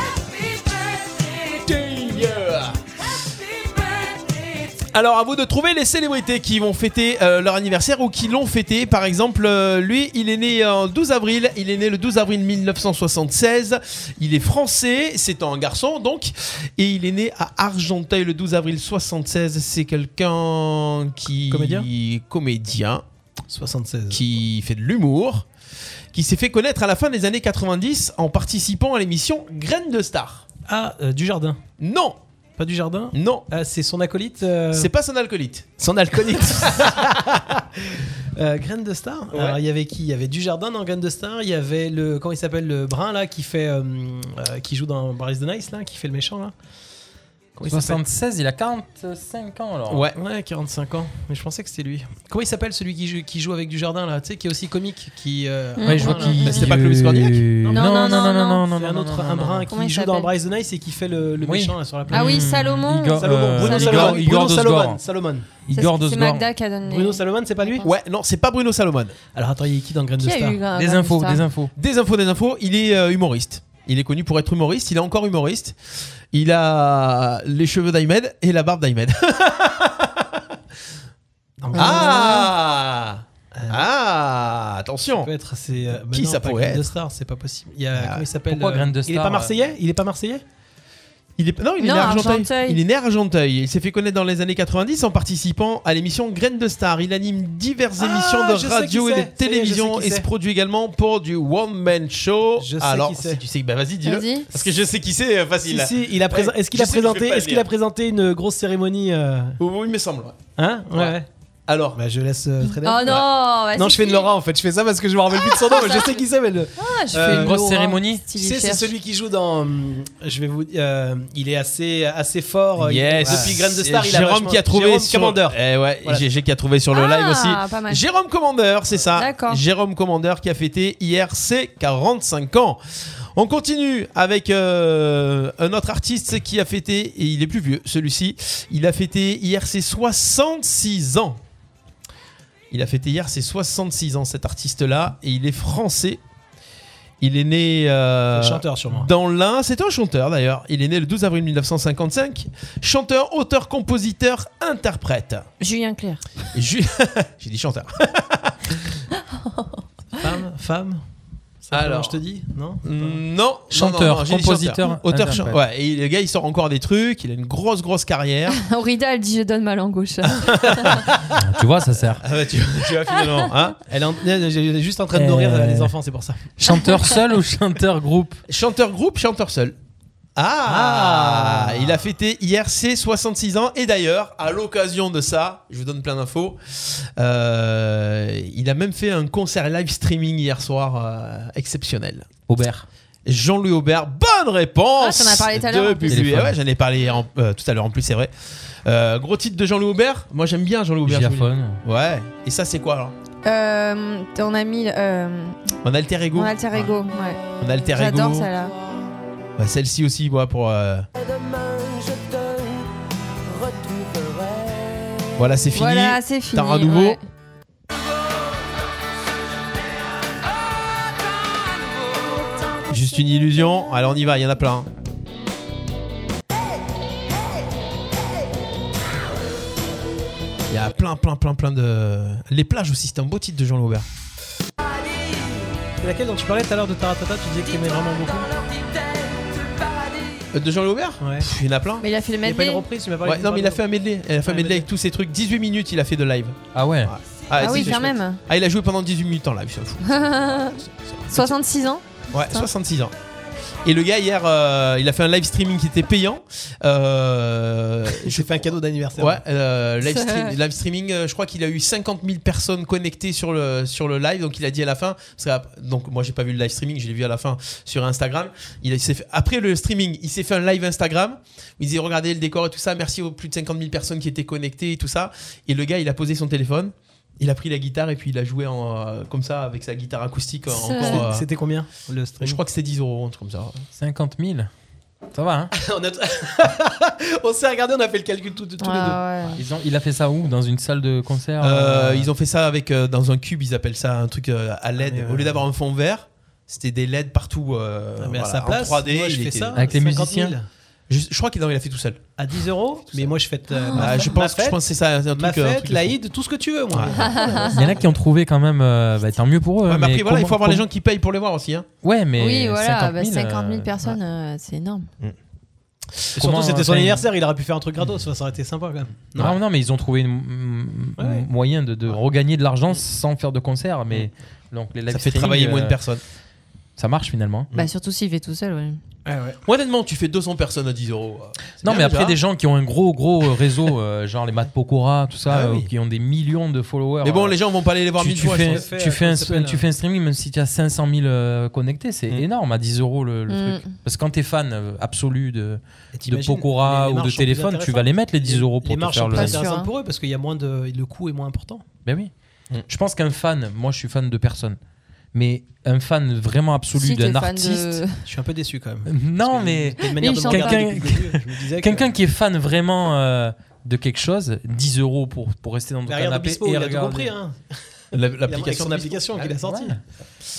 Speaker 3: Alors à vous de trouver les célébrités qui vont fêter euh, leur anniversaire ou qui l'ont fêté. Par exemple, euh, lui, il est né en 12 avril. Il est né le 12 avril 1976. Il est français, c'est un garçon donc, et il est né à Argenteuil le 12 avril 76. C'est quelqu'un qui
Speaker 5: Comédien
Speaker 3: comédien
Speaker 5: 76
Speaker 3: qui fait de l'humour, qui s'est fait connaître à la fin des années 90 en participant à l'émission Graines de Star.
Speaker 5: Ah, euh, du jardin.
Speaker 3: Non.
Speaker 5: Pas du jardin. Ah,
Speaker 3: Non.
Speaker 5: c'est son acolyte. euh
Speaker 3: C'est pas son alcoolite.
Speaker 5: Son alcoolite. Euh, Graine de Star. Alors il y avait qui Il y avait du jardin dans Graine de Star. Il y avait le comment il s'appelle le brun là qui fait euh, euh, qui joue dans Boris the Nice là, qui fait le méchant là. Comment il s'appelle
Speaker 4: 76, il a 45 ans alors.
Speaker 5: Ouais. ouais, euh, 45 ans. Mais je pensais que c'était lui. Comment il s'appelle celui qui joue, qui joue avec du jardin là, tu sais, qui est aussi comique, qui. euh,
Speaker 6: Mmh.
Speaker 4: Ouais, je
Speaker 5: un
Speaker 4: vois
Speaker 6: Ah,
Speaker 5: brun, là.
Speaker 4: qu'il- C'était pas Clovis Cornillac Non, euh, non, non, non, non, non,
Speaker 5: C'est un
Speaker 4: non,
Speaker 5: autre,
Speaker 4: non,
Speaker 5: un
Speaker 4: non,
Speaker 5: brun
Speaker 4: non.
Speaker 5: qui
Speaker 6: Comment il
Speaker 5: joue dans
Speaker 6: s'appelle
Speaker 5: Brise the Nice et qui fait le, le
Speaker 4: Oui.
Speaker 5: méchant là, sur la
Speaker 6: Ah
Speaker 5: plage.
Speaker 6: oui, Salomon.
Speaker 4: Igor-
Speaker 5: Salomon,
Speaker 4: euh,
Speaker 5: Bruno
Speaker 4: Igor-
Speaker 5: Salomon,
Speaker 4: Igor
Speaker 5: Bruno Salomon,
Speaker 4: Dosgor.
Speaker 5: Salomon.
Speaker 4: Igor
Speaker 6: C'est
Speaker 4: Dosgor.
Speaker 6: Magda qui a donné.
Speaker 5: Bruno Salomon, c'est pas lui
Speaker 3: Ouais, non, c'est pas Bruno Salomon.
Speaker 5: Alors attends, il y a qui dans Graines
Speaker 6: Qui
Speaker 5: de
Speaker 6: a
Speaker 5: Star
Speaker 6: eu Graines
Speaker 4: Des
Speaker 6: de
Speaker 4: infos,
Speaker 6: Star
Speaker 4: des infos.
Speaker 3: Des infos, des infos. Il est euh, humoriste. Il est connu pour être humoriste. Il est encore humoriste. Il a les cheveux d'Ahmed et la barbe d'Ahmed. ah Ah Attention
Speaker 5: peut être assez, euh, bah
Speaker 3: Qui
Speaker 5: non,
Speaker 3: ça
Speaker 5: pas
Speaker 3: pourrait
Speaker 5: Graines de
Speaker 3: être
Speaker 5: Star, c'est pas possible. Il y a, comment il s'appelle
Speaker 4: pourquoi Graines de
Speaker 5: Il est
Speaker 4: Star,
Speaker 5: pas
Speaker 4: euh,
Speaker 5: marseillais Il est pas marseillais
Speaker 3: Il est, non, il est
Speaker 6: Non,
Speaker 3: né à Argenteuil.
Speaker 6: Argenteuil.
Speaker 3: Il est né à Argenteuil. Il s'est fait connaître dans les années 90 en participant à l'émission Graines de Star. Il anime diverses
Speaker 5: Ah, je
Speaker 3: émissions
Speaker 5: sais
Speaker 3: de
Speaker 5: qui
Speaker 3: radio et
Speaker 5: c'est.
Speaker 3: de
Speaker 5: Ça y est, je sais
Speaker 3: télévision
Speaker 5: qui
Speaker 3: et
Speaker 5: c'est.
Speaker 3: se produit également pour du One Man Show.
Speaker 5: Je sais
Speaker 3: Alors,
Speaker 5: qui c'est.
Speaker 3: si tu sais, bah vas-y, dis-le.
Speaker 6: Vas-y.
Speaker 3: Parce que je sais qui c'est, euh,
Speaker 5: Si,
Speaker 3: facile.
Speaker 5: si, il a présent-
Speaker 3: Ouais,
Speaker 5: Est-ce qu'il
Speaker 3: je
Speaker 5: a
Speaker 3: sais que je vais
Speaker 5: présenté
Speaker 3: pas
Speaker 5: Est-ce
Speaker 3: le
Speaker 5: qu'il a
Speaker 3: dire.
Speaker 5: présenté une grosse cérémonie euh,
Speaker 3: Oui, il me semble. ouais.
Speaker 5: Hein Ouais.
Speaker 3: Ouais.
Speaker 5: ouais.
Speaker 3: Alors,
Speaker 5: Bah, je laisse euh, traîner.
Speaker 6: Oh non bah,
Speaker 5: Non,
Speaker 6: c'est
Speaker 5: je fais une
Speaker 6: qui
Speaker 5: Laura en fait. Je fais ça parce que je me rappelle plus de son nom. mais Je sais qui c'est, mais le.
Speaker 6: Ah, je
Speaker 5: Euh,
Speaker 6: fais une
Speaker 4: grosse
Speaker 6: Laura,
Speaker 4: cérémonie.
Speaker 5: Tu
Speaker 6: style
Speaker 5: sais, c'est
Speaker 6: cherche.
Speaker 5: celui qui joue dans. hum, Je vais vous. euh, il est assez, assez fort. euh,
Speaker 3: Yes.
Speaker 5: il- Depuis Graines de Star,
Speaker 3: C'est
Speaker 5: il a
Speaker 3: Jérôme
Speaker 5: vachement-
Speaker 3: qui a trouvé
Speaker 5: Jérôme
Speaker 3: sur-
Speaker 5: Commander.
Speaker 3: Eh ouais,
Speaker 5: Voilà.
Speaker 3: GG qui a trouvé sur le
Speaker 6: Ah,
Speaker 3: live aussi.
Speaker 6: pas mal.
Speaker 3: Jérôme Commander, c'est ça.
Speaker 6: D'accord.
Speaker 3: Jérôme Commander qui a fêté hier ses 45 ans. On continue avec euh, un autre artiste qui a fêté, et il est plus vieux celui-ci, il a fêté hier ses 66 ans. Il a fêté hier ses 66 ans cet artiste-là, et il est français. Il est né... euh,
Speaker 5: C'est un chanteur, sûrement.
Speaker 3: Dans l'un, c'est un chanteur d'ailleurs. Il est né le 12 avril 1955. Chanteur, auteur, compositeur, interprète.
Speaker 6: Julien Clerc.
Speaker 3: Et Ju- J'ai dit chanteur.
Speaker 5: Femme, femme. Ça,
Speaker 3: Alors.
Speaker 5: je te dis, non
Speaker 3: Non,
Speaker 5: Chanteur,
Speaker 3: non, non, non, j'ai dit
Speaker 5: compositeur,
Speaker 3: chanteur. auteur, chan-
Speaker 5: interprète.
Speaker 3: ouais, et le gars il sort encore des trucs, il a une grosse grosse carrière.
Speaker 6: Rida, elle dit je donne ma langue au chat.
Speaker 4: Ah, tu vois, ça sert.
Speaker 3: Ah bah, tu, tu vois finalement, hein
Speaker 5: Elle est, en- elle est juste en train de nourrir
Speaker 4: Euh,
Speaker 5: les enfants, c'est pour ça.
Speaker 4: Chanteur seul ou chanteur groupe
Speaker 3: Chanteur groupe, chanteur seul. Ah, Il a fêté hier ses 66 ans et d'ailleurs, à l'occasion de ça, je vous donne plein d'infos, euh, il a même fait un concert live streaming hier soir euh, exceptionnel.
Speaker 4: Aubert.
Speaker 3: Jean-Louis Aubert, bonne réponse
Speaker 6: Ah, t'en as parlé tout à l'heure,
Speaker 3: de
Speaker 6: en plus.
Speaker 3: Bubu.
Speaker 6: Téléphone.
Speaker 3: Ah ouais, j'en ai parlé en- euh, tout à l'heure en plus, c'est vrai. Euh, gros titre de Jean-Louis Aubert, moi j'aime bien Jean-Louis Aubert. je vous le dis. Ouais, et ça c'est quoi alors
Speaker 6: Euh, ton ami, euh,
Speaker 3: Mon alter ego
Speaker 6: mon alter ego. Ouais.
Speaker 3: Mon alter ego.
Speaker 6: J'adore celle-là.
Speaker 3: Bah, Celle-ci aussi, moi, pour... euh, Voilà, c'est fini.
Speaker 6: Voilà, c'est fini,
Speaker 3: T'as un nouveau.
Speaker 6: ouais.
Speaker 3: Juste une illusion. Allez, on y va, il y en a plein. Il y a plein, plein, plein, plein de. Les plages aussi, c'est un beau titre de Jean Laubert.
Speaker 5: C'est laquelle dont tu parlais tout à l'heure de Taratata, tu disais que t'aimais vraiment beaucoup
Speaker 3: Euh, De Jean Laubert Ouais. il y en a plein.
Speaker 6: Mais il a fait le
Speaker 5: Il y a
Speaker 6: medley.
Speaker 5: pas une reprise, tu m'as parlé
Speaker 3: Ouais,
Speaker 5: d'une
Speaker 3: non, mais il a
Speaker 5: radio.
Speaker 3: fait un medley. Il a fait un medley avec tous ces trucs. 18 minutes, il a fait de live.
Speaker 4: Ah ouais
Speaker 6: Ah oui,
Speaker 3: c'est
Speaker 6: quand
Speaker 3: chouette.
Speaker 6: même.
Speaker 3: Ah, il a joué pendant 18 minutes en live, c'est fou.
Speaker 6: 66 ans.
Speaker 3: Ouais, 66 ans. Et le gars hier, euh, il a fait un live streaming qui était payant. Euh, J'ai fait un cadeau d'anniversaire. Ouais, euh, live, stream- live streaming. euh, je crois qu'il a eu 50 000 personnes connectées sur le sur le live. Donc il a dit à la fin. parce que, donc moi j'ai pas vu le live streaming, je l'ai vu à la fin sur Instagram. Il, a- il s'est fait- après le streaming, il s'est fait un live Instagram. où Il disait regardez le décor et tout ça. Merci aux plus de 50 000 personnes qui étaient connectées et tout ça. Et le gars, il a posé son téléphone. Il a pris la guitare et puis il a joué en, euh, comme ça avec sa guitare acoustique. euh,
Speaker 5: C'était-
Speaker 3: encore, euh,
Speaker 5: c'était combien, le stream
Speaker 4: Mm.
Speaker 3: Je crois que c'était 10 euros, un truc comme ça.
Speaker 4: 50 000. Ça va, hein
Speaker 5: on, a t- on s'est regardé, on a fait le calcul tout- tous les deux.
Speaker 6: Ah,
Speaker 4: Ils ont- Il a fait ça où Dans une salle de concert
Speaker 3: Euh, Ils ont fait ça avec euh, dans un cube, ils appellent ça un truc euh, à LED.
Speaker 4: mais,
Speaker 3: Au lieu
Speaker 4: euh,
Speaker 3: d'avoir un fond vert, c'était des LED partout. euh,
Speaker 5: Ah, mais à
Speaker 3: voilà,
Speaker 5: sa place,
Speaker 3: en 3D,
Speaker 5: moi, je
Speaker 3: il
Speaker 5: fais
Speaker 3: était-
Speaker 5: ça, Avec les 50 000. musiciens
Speaker 3: je, je crois qu'il non, il a fait tout seul.
Speaker 5: À 10 euros, mais moi je fête. euh,
Speaker 3: Ah,
Speaker 5: ma
Speaker 3: je
Speaker 5: fête-
Speaker 3: pense-
Speaker 5: ma
Speaker 3: je
Speaker 5: fête,
Speaker 3: pense que c'est ça, un truc, euh,
Speaker 5: Ma
Speaker 3: un truc de
Speaker 5: fête,
Speaker 3: fou.
Speaker 5: l'Aïd, tout ce que tu veux, moi.
Speaker 6: Ah.
Speaker 4: Il y en a qui ont trouvé quand même. euh, bah, tant mieux pour eux.
Speaker 3: Ouais, mais après, voilà, il
Speaker 4: comment-
Speaker 3: faut avoir les
Speaker 4: comment-
Speaker 3: gens qui payent pour les voir aussi. Hein.
Speaker 4: Ouais, mais.
Speaker 6: oui, voilà,
Speaker 4: 50
Speaker 6: bah,
Speaker 4: 000,
Speaker 6: 50
Speaker 4: euh,
Speaker 6: 000 personnes, euh, c'est énorme.
Speaker 5: Surtout,
Speaker 4: comment-
Speaker 5: c'était son
Speaker 4: enfin,
Speaker 5: anniversaire, il aurait pu faire un truc gratos, ça ça aurait été sympa quand même.
Speaker 4: Non. non, mais ils ont trouvé une- un moyen de, de regagner de l'argent sans faire de concert. Mais donc les live
Speaker 3: Ça fait
Speaker 4: streaming,
Speaker 3: travailler moins de
Speaker 4: euh,
Speaker 3: personnes.
Speaker 4: Ça marche finalement.
Speaker 6: Bah, surtout s'il fait tout seul, ouais.
Speaker 3: Honnêtement, tu fais 200 personnes à 10 euros. C'est
Speaker 4: Non,
Speaker 3: bien
Speaker 4: mais après,
Speaker 3: déjà.
Speaker 4: des gens qui ont un gros, gros euh, réseau, euh, genre les Matt Pokora, tout ça,
Speaker 3: Ah
Speaker 4: euh,
Speaker 3: oui.
Speaker 4: qui ont des millions de followers.
Speaker 3: Mais bon,
Speaker 4: euh,
Speaker 3: les gens vont pas aller les voir
Speaker 4: tu,
Speaker 3: mille
Speaker 4: tu
Speaker 3: fois, je
Speaker 4: Fais,
Speaker 3: pense.
Speaker 4: tu, fais
Speaker 3: Ça
Speaker 4: un,
Speaker 3: s'appelle,
Speaker 4: tu fais un streaming, même si tu as 500 000 euh, connectés, c'est énorme à 10 euros le, le
Speaker 5: Mm.
Speaker 4: truc. Parce que quand t'es fan euh, absolu de, de
Speaker 5: T'imagines,
Speaker 4: Pokora
Speaker 5: les
Speaker 4: ou de
Speaker 5: marches sont plus
Speaker 4: téléphone, tu vas les mettre les 10 euros pour
Speaker 5: les
Speaker 4: te
Speaker 5: marches
Speaker 4: faire
Speaker 5: sont
Speaker 4: le.
Speaker 5: plus intéressantes pour eux parce qu'il y a moins de le coût est moins important.
Speaker 4: Ben oui. Je pense qu'un fan, moi je suis fan de personne, mais un fan vraiment absolu
Speaker 5: Si, t'es
Speaker 4: d'un
Speaker 5: fan de-
Speaker 4: artiste.
Speaker 5: Je suis un peu déçu quand même.
Speaker 4: Non,
Speaker 5: Parce que
Speaker 4: mais
Speaker 5: t'as une manière de me regarder
Speaker 4: quelqu'un
Speaker 5: depuis le début, je me disais que-
Speaker 4: quelqu'un qui est fan vraiment euh, de quelque chose, 10 euros pour, pour rester dans ton
Speaker 5: Mais regarde
Speaker 4: canapé
Speaker 5: Obispo,
Speaker 4: et
Speaker 5: il a tout
Speaker 4: regarder.
Speaker 5: compris, hein.
Speaker 3: La-
Speaker 5: Il a-
Speaker 3: L'application Ah
Speaker 5: avec son
Speaker 3: de
Speaker 5: application
Speaker 3: Bispo.
Speaker 5: qu'il a Bah. sortie.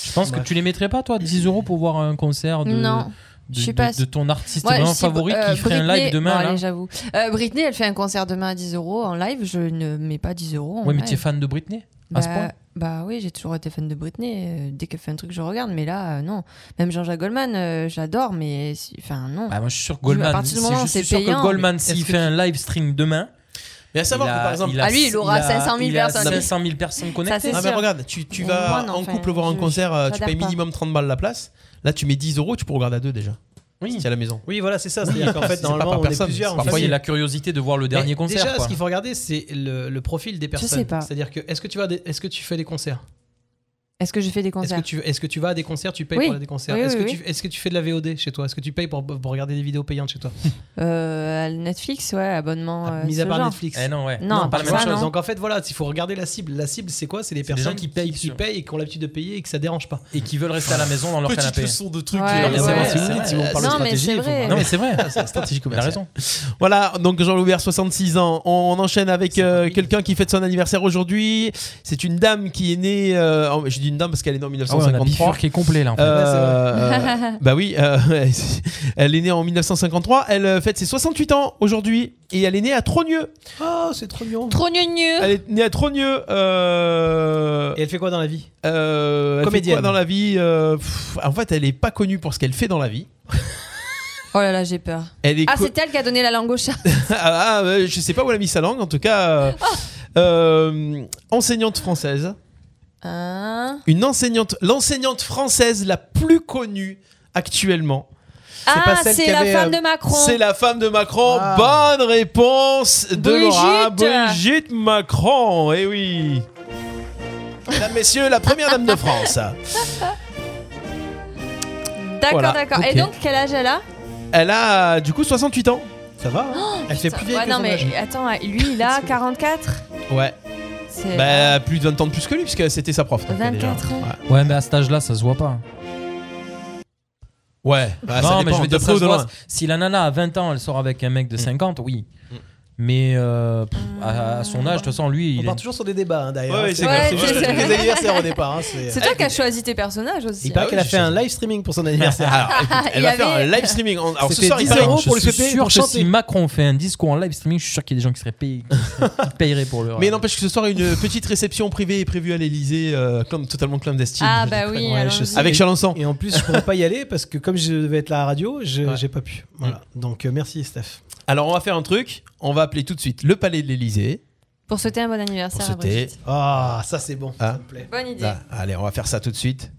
Speaker 4: Je pense que tu les mettrais pas, toi, 10 euros pour voir un concert de,
Speaker 6: Non,
Speaker 4: de,
Speaker 6: je suis
Speaker 4: de-
Speaker 6: pas-
Speaker 4: de ton artiste
Speaker 6: Moi,
Speaker 4: vraiment
Speaker 6: si,
Speaker 4: favori
Speaker 6: euh,
Speaker 4: qui ferait un
Speaker 6: Britney-
Speaker 4: live demain.
Speaker 6: Bon,
Speaker 4: là.
Speaker 6: allez, j'avoue. Euh, Britney, elle fait un concert demain à 10 euros en live. Je ne mets pas 10 euros. en
Speaker 4: Ouais, mais
Speaker 6: live.
Speaker 4: tu es fan de Britney
Speaker 6: bah,
Speaker 4: à ce point
Speaker 6: Bah oui, j'ai toujours été fan de Britney. Euh, Dès qu'elle fait un truc, je regarde. Mais là, euh, non. Même Jean-Jacques Goldman, euh, j'adore, mais si- enfin non.
Speaker 4: Bah, moi, je suis sûr que
Speaker 6: À
Speaker 4: Goldman,
Speaker 6: partir
Speaker 4: si-
Speaker 6: du moment
Speaker 4: je
Speaker 6: où c'est
Speaker 4: suis sûr
Speaker 6: payant.
Speaker 4: que Goldman,
Speaker 6: mais-
Speaker 4: s'il fait un live stream demain.
Speaker 3: Mais à savoir
Speaker 4: il
Speaker 3: que,
Speaker 4: a-
Speaker 3: par exemple-
Speaker 6: Ah, lui, il aura 500 000
Speaker 4: il a
Speaker 6: personnes.
Speaker 4: 500 000 personnes
Speaker 6: Ça, c'est
Speaker 4: connectées.
Speaker 3: Ah, mais
Speaker 6: sûr.
Speaker 3: regarde, tu, tu
Speaker 6: Mais
Speaker 3: vas
Speaker 6: moi, non,
Speaker 3: en
Speaker 6: enfin,
Speaker 3: couple voir un
Speaker 6: je-
Speaker 3: concert, euh, tu
Speaker 6: j'adhère
Speaker 3: payes
Speaker 6: pas.
Speaker 3: minimum 30 balles la place. Là, tu mets 10 euros, tu peux regarder à deux déjà.
Speaker 4: Oui.
Speaker 3: Si t'es à la maison.
Speaker 5: Oui, voilà, c'est ça.
Speaker 3: Oui,
Speaker 5: C'est-à-dire qu'en
Speaker 3: parce que c'est
Speaker 5: fait, normalement,
Speaker 3: pas par
Speaker 5: on est
Speaker 3: personne,
Speaker 5: plusieurs.
Speaker 3: c'est
Speaker 5: on
Speaker 3: par
Speaker 5: fait-
Speaker 3: foyer.
Speaker 4: la curiosité de voir le dernier
Speaker 5: Mais
Speaker 4: concert.
Speaker 5: Déjà,
Speaker 4: quoi.
Speaker 5: ce qu'il faut regarder, c'est le, le profil des personnes.
Speaker 6: sais pas.
Speaker 5: C'est-à-dire que est-ce que tu vas, des- est-ce que tu fais des concerts
Speaker 6: Est-ce que je fais des
Speaker 5: Est-ce
Speaker 6: concerts
Speaker 5: que, tu, est-ce que tu vas à des concerts Tu payes
Speaker 6: Oui.
Speaker 5: pour aller à des concerts
Speaker 6: Oui,
Speaker 5: est-ce,
Speaker 6: oui,
Speaker 5: que
Speaker 6: oui.
Speaker 5: Tu, est-ce que tu fais de la VOD chez toi Est-ce que tu payes pour, pour regarder des vidéos payantes chez toi
Speaker 6: Euh, à Netflix, ouais, abonnement.
Speaker 4: Ah,
Speaker 6: euh,
Speaker 5: Mis à
Speaker 6: ce
Speaker 5: part
Speaker 6: genre.
Speaker 5: Netflix.
Speaker 4: Eh
Speaker 6: Non,
Speaker 5: pas la même chose.
Speaker 6: Non.
Speaker 5: Donc en fait, voilà, il faut regarder la cible. La cible, c'est quoi C'est les
Speaker 4: des gens
Speaker 5: personnes qui
Speaker 4: qui
Speaker 5: payent, qui
Speaker 4: sont-
Speaker 5: payent et qui ont l'habitude de payer et que ça dérange pas.
Speaker 4: Et qui veulent rester à la maison dans leur
Speaker 5: Petite
Speaker 4: canapé.
Speaker 5: leçon de
Speaker 3: truc,
Speaker 5: Ouais, euh, ouais,
Speaker 3: ouais,
Speaker 4: c'est
Speaker 3: c'est vrai.
Speaker 4: vrai. on parle de
Speaker 3: Non, mais
Speaker 4: stratégie,
Speaker 3: c'est
Speaker 4: il faut-
Speaker 3: vrai. Bah,
Speaker 4: Non mais Ah, c'est vrai.
Speaker 3: C'est la stratégie
Speaker 4: commerciale.
Speaker 3: Voilà, donc Jean Loubert, 66 ans. On enchaîne avec euh, quelqu'un qui fête son anniversaire aujourd'hui. C'est une dame qui est née. euh, en- je dis une dame parce qu'elle est née en
Speaker 4: Ah
Speaker 3: 1953.
Speaker 4: bifurqué complet, là, en fait.
Speaker 3: Euh,
Speaker 4: Ouais, c'est vrai.
Speaker 3: euh, bah oui, euh, elle est née en 1953. Elle euh, fête ses 68 ans aujourd'hui et elle est née à Trogneux.
Speaker 5: Oh, c'est trop mignon.
Speaker 6: Trop gneugneux.
Speaker 3: Elle est née à Trogneux. euh, Et
Speaker 5: elle fait quoi dans la vie
Speaker 3: Comédienne.
Speaker 5: Comédienne.
Speaker 3: dans la vie Euh, pff, En fait, elle est pas connue pour ce qu'elle fait dans la vie.
Speaker 6: Oh là là, j'ai peur.
Speaker 3: Elle est
Speaker 6: Ah,
Speaker 3: co-
Speaker 6: c'est elle qui a donné la langue au chat.
Speaker 3: ah, ah, euh, je sais pas où elle a mis sa langue, en tout cas. euh,
Speaker 6: Ah.
Speaker 3: euh, enseignante française.
Speaker 6: Hein
Speaker 3: Une enseignante, l'enseignante française la plus connue actuellement.
Speaker 6: Ah,
Speaker 3: pas celle
Speaker 6: c'est
Speaker 3: qui
Speaker 6: la
Speaker 3: avait, euh,
Speaker 6: femme de Macron. Ah.
Speaker 3: C'est la femme de Macron. Bonne réponse de Laura. Brigitte Macron. Eh oui. Mesdames, messieurs, la première dame de France.
Speaker 6: D'accord,
Speaker 3: Voilà,
Speaker 6: d'accord.
Speaker 3: ok.
Speaker 6: Et donc, quel âge elle a
Speaker 3: Elle a du coup 68 ans. hein.
Speaker 5: Ça va.
Speaker 3: Elle fait plus vieille
Speaker 6: Oh, Ouais,
Speaker 3: que
Speaker 6: non,
Speaker 3: son
Speaker 6: mais
Speaker 3: âge.
Speaker 6: attends, lui, il a 44.
Speaker 3: Ouais.
Speaker 6: C'est-
Speaker 3: Bah, plus de 20 ans de plus que lui, puisque c'était sa prof. donc, elle est déjà-
Speaker 6: 24 ans.
Speaker 4: Ouais, mais à cet âge-là, ça se voit pas.
Speaker 3: Ouais, bah, ça
Speaker 4: non, mais
Speaker 3: dépend,
Speaker 4: je veux
Speaker 3: de
Speaker 4: dire,
Speaker 3: près
Speaker 4: ça
Speaker 3: ou
Speaker 4: se
Speaker 3: de
Speaker 4: voit.
Speaker 3: loin.
Speaker 4: Si la nana à 20 ans, elle sort avec un mec de 50, oui. Mais euh, pff, à, à son âge, de toute façon, lui,
Speaker 5: On
Speaker 4: il
Speaker 5: part
Speaker 4: est.
Speaker 5: toujours sur des débats, hein, d'ailleurs.
Speaker 4: Ouais,
Speaker 5: Hein,
Speaker 4: c'est clair, c'est
Speaker 5: juste
Speaker 4: juste
Speaker 5: le
Speaker 4: le
Speaker 5: truc des anniversaires au départ. hein, c'est-
Speaker 6: C'est toi qui as choisi tes personnages aussi.
Speaker 4: Ah
Speaker 5: Il paraît qu'elle a fait un live streaming pour son anniversaire.
Speaker 3: Alors, écoute, elle
Speaker 6: Il
Speaker 3: va
Speaker 6: y
Speaker 3: faire un
Speaker 6: avait-
Speaker 3: live streaming. En- Alors, ce
Speaker 5: C'était
Speaker 3: soir, il
Speaker 5: 10
Speaker 3: paraît-
Speaker 5: euros
Speaker 3: je
Speaker 5: pour le
Speaker 3: suis
Speaker 5: souhaiter,
Speaker 3: sûr
Speaker 5: pour
Speaker 3: que
Speaker 5: chanter.
Speaker 4: Si Macron fait un discours en live streaming, je suis sûr qu'il y a des gens qui seraient payés, qui paieraient pour le.
Speaker 3: Mais n'empêche que ce soir, une petite réception privée est prévue à l'Elysée, totalement clandestine.
Speaker 6: Ah, bah oui,
Speaker 5: Ouais, je
Speaker 6: allons-y.
Speaker 5: sais.
Speaker 3: Avec Chalençon.
Speaker 5: Et en plus, je pourrais pas y aller parce que comme je devais être là à la radio, je- j'ai pas pu. Voilà.
Speaker 4: Mm.
Speaker 5: Donc euh, merci Steph.
Speaker 3: Alors, on va faire un truc. On va appeler tout de suite le palais de l'Elysée.
Speaker 6: Pour souhaiter un bon anniversaire à Brigitte.
Speaker 3: C'était.
Speaker 5: Ah, ça c'est bon.
Speaker 3: Hein
Speaker 5: plaît.
Speaker 6: Bonne idée.
Speaker 3: Là, allez, on va faire ça tout de suite.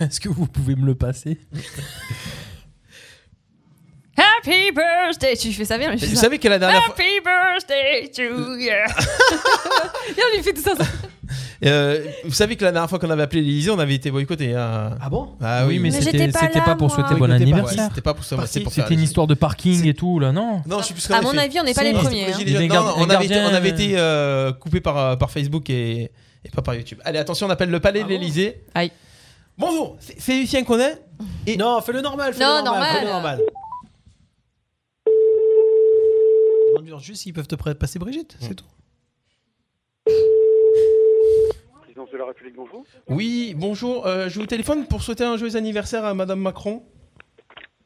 Speaker 4: Est-ce que vous pouvez me le passer
Speaker 6: Happy birthday Tu fais ça bien, mais je
Speaker 3: Vous
Speaker 6: fais ça. Ah
Speaker 3: savez que la Euh. dernière fois-
Speaker 6: Happy birthday to you Et on lui fait tout ça. ça.
Speaker 3: Euh, vous savez que la dernière fois qu'on avait appelé l'Elysée, on avait été boycotté. Ah
Speaker 5: bon
Speaker 3: Ah oui,
Speaker 4: Oui,
Speaker 3: oui.
Speaker 4: mais Mais c'était- j'étais pas c'était là, pas pour moi. souhaiter bon
Speaker 3: Boycotté par-
Speaker 4: anniversaire.
Speaker 3: ouais, C'était pas pour ça. c'est pour ça.
Speaker 4: C'était une histoire de parking et tout, là, non
Speaker 3: Non, je sais plus ce
Speaker 6: À
Speaker 3: qu'on
Speaker 6: mon
Speaker 3: avait fait.
Speaker 6: avis, on n'est pas les
Speaker 3: Non,
Speaker 6: premiers,
Speaker 3: c'était pour
Speaker 6: hein.
Speaker 3: les Gilets
Speaker 4: Les
Speaker 3: jaunes. Non,
Speaker 4: gardiens-
Speaker 3: on, avait été,
Speaker 4: gardiens-
Speaker 3: on avait été euh, coupé par, euh, par Facebook et, et pas par YouTube. Allez, attention, on appelle le
Speaker 4: Ah
Speaker 3: palais de l'Élysée.
Speaker 6: Aïe.
Speaker 3: Bonjour, c'est- c'est Lucien qu'on est et...
Speaker 5: Non, fais-le normal. Fais-le
Speaker 6: Non,
Speaker 5: normal. Fais-le
Speaker 6: normal.
Speaker 5: normal. Demande-leur juste s'ils peuvent te pr- passer Brigitte,
Speaker 3: Mmh.
Speaker 5: c'est tout.
Speaker 17: Présidence de la République, bonjour.
Speaker 3: Oui, bonjour, euh, je vous téléphone pour souhaiter un joyeux anniversaire à Madame Macron.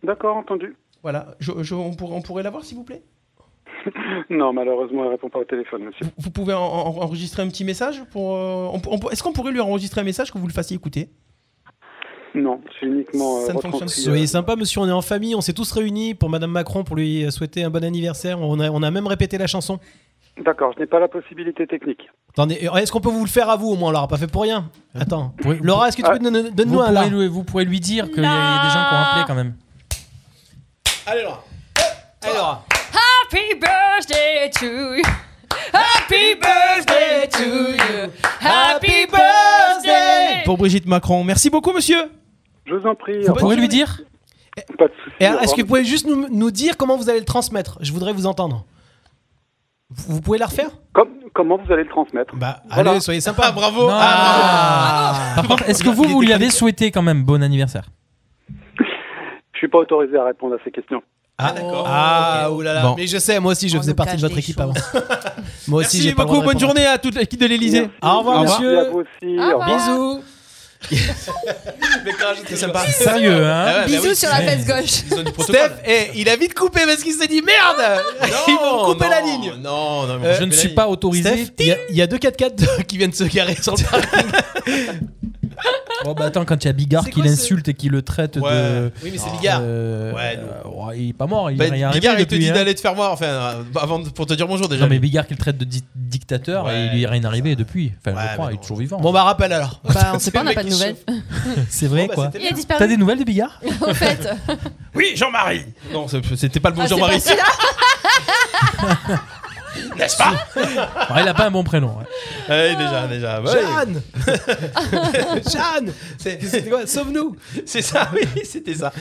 Speaker 17: D'accord, entendu.
Speaker 3: Voilà, je- je- on, pourrait, on pourrait la voir s'il vous plaît
Speaker 17: Non, malheureusement, elle répond pas au téléphone, monsieur.
Speaker 3: Vous pouvez en- en- enregistrer un petit message pour, euh, on- on- Est-ce qu'on pourrait lui enregistrer un message que vous le fassiez écouter
Speaker 17: Non, c'est uniquement. euh,
Speaker 3: Ça ne fonctionne
Speaker 17: retranscrit,
Speaker 5: Soyez
Speaker 17: euh,
Speaker 5: sympa, monsieur. On est en famille. On s'est tous réunis pour Madame Macron pour lui euh, souhaiter un bon anniversaire. On a, on a même répété la chanson.
Speaker 17: D'accord, je n'ai pas la possibilité technique.
Speaker 5: Attendez, euh, est-ce qu'on peut vous le faire à vous au moins, Laura Pas fait pour rien. Attends. Laura, est-ce que tu peux nous- nous-
Speaker 4: vous,
Speaker 5: donne-nous un là
Speaker 4: pourrez lui, vous pourrez lui dire qu'il y, a il y a des gens qui ont appelé quand même.
Speaker 5: Allez, Laura. Allez, Laura.
Speaker 6: hein. Happy birthday to you Happy birthday to you Happy birthday
Speaker 3: Pour Brigitte Macron, merci beaucoup monsieur
Speaker 17: Je vous en prie.
Speaker 5: Vous pourrez lui
Speaker 4: dire
Speaker 17: Pas de soucis.
Speaker 5: Et alors,
Speaker 17: au
Speaker 5: est-ce que
Speaker 17: revoir.
Speaker 5: vous pouvez juste nous, nous dire comment vous allez le transmettre Je voudrais vous entendre. Vous vous pouvez la refaire
Speaker 17: Comme- comment vous allez le transmettre
Speaker 5: Bah,
Speaker 17: Voilà.
Speaker 5: allez, soyez sympa. Ah,
Speaker 3: bravo. ah,
Speaker 4: Ah. Par contre, est-ce que vous, vous lui avez souhaité quand même bon anniversaire
Speaker 17: Je suis pas autorisé à répondre à ces questions.
Speaker 3: Oh,
Speaker 5: Ah, d'accord. Ah, oulala.
Speaker 4: Bon.
Speaker 5: Mais je sais, moi aussi, je faisais partie de votre équipe avant. moi aussi,
Speaker 3: Merci
Speaker 5: j'ai pas le
Speaker 3: beaucoup,
Speaker 5: droit de
Speaker 3: bonne
Speaker 5: répondre.
Speaker 3: journée à toute l'équipe de l'Elysée.
Speaker 5: Au revoir, monsieur.
Speaker 17: Merci à vous aussi.
Speaker 6: Ah,
Speaker 17: au revoir.
Speaker 5: Bisous.
Speaker 3: C'est sympa.
Speaker 4: Sérieux, hein
Speaker 3: Ah ouais, bah
Speaker 6: Bisous
Speaker 3: oui.
Speaker 6: sur la fesse gauche
Speaker 3: Steph, eh, il a vite coupé parce qu'il s'est dit merde Ils vont couper la ligne Non, non,
Speaker 5: Euh, Steph, Il y a- il y, a deux 4x4
Speaker 3: qui viennent se garer sur le
Speaker 4: Oh bah attends, quand il y a Bigard qui l'insulte et qui le traite de.
Speaker 3: Oui, mais c'est Bigard. Bah,
Speaker 4: Euh, euh, ouais, il est pas mort, il
Speaker 5: Bah,
Speaker 4: est rien
Speaker 3: Bigard,
Speaker 4: arrivé
Speaker 3: il te
Speaker 4: depuis,
Speaker 3: dit
Speaker 4: hein.
Speaker 3: d'aller te faire voir, enfin, euh, avant de- pour te dire bonjour déjà.
Speaker 4: Non mais Bigard qui le traite de di- dictateur et il lui est rien arrivé depuis. Enfin, je crois, il est toujours vivant.
Speaker 5: Bon, bah, rappelle alors.
Speaker 6: Bah, on sait pas, on n'a pas de nouvelles.
Speaker 4: C'est vrai
Speaker 5: bah,
Speaker 4: quoi.
Speaker 6: Il a disparu.
Speaker 4: T'as des nouvelles de Bigard
Speaker 6: En fait,
Speaker 3: Oui, Jean-Marie Non, c'est- c'était pas le bon
Speaker 6: Ah, c'est
Speaker 3: Jean-Marie.
Speaker 6: pas celui-là.
Speaker 3: N'est-ce pas
Speaker 4: Bon, il a pas un bon prénom. ouais.
Speaker 3: Ouais, Ah déjà, déjà. bah ouais.
Speaker 5: Jeanne Jeanne C'est- C'était quoi Sauve-nous
Speaker 3: C'est ça, oui, c'était ça.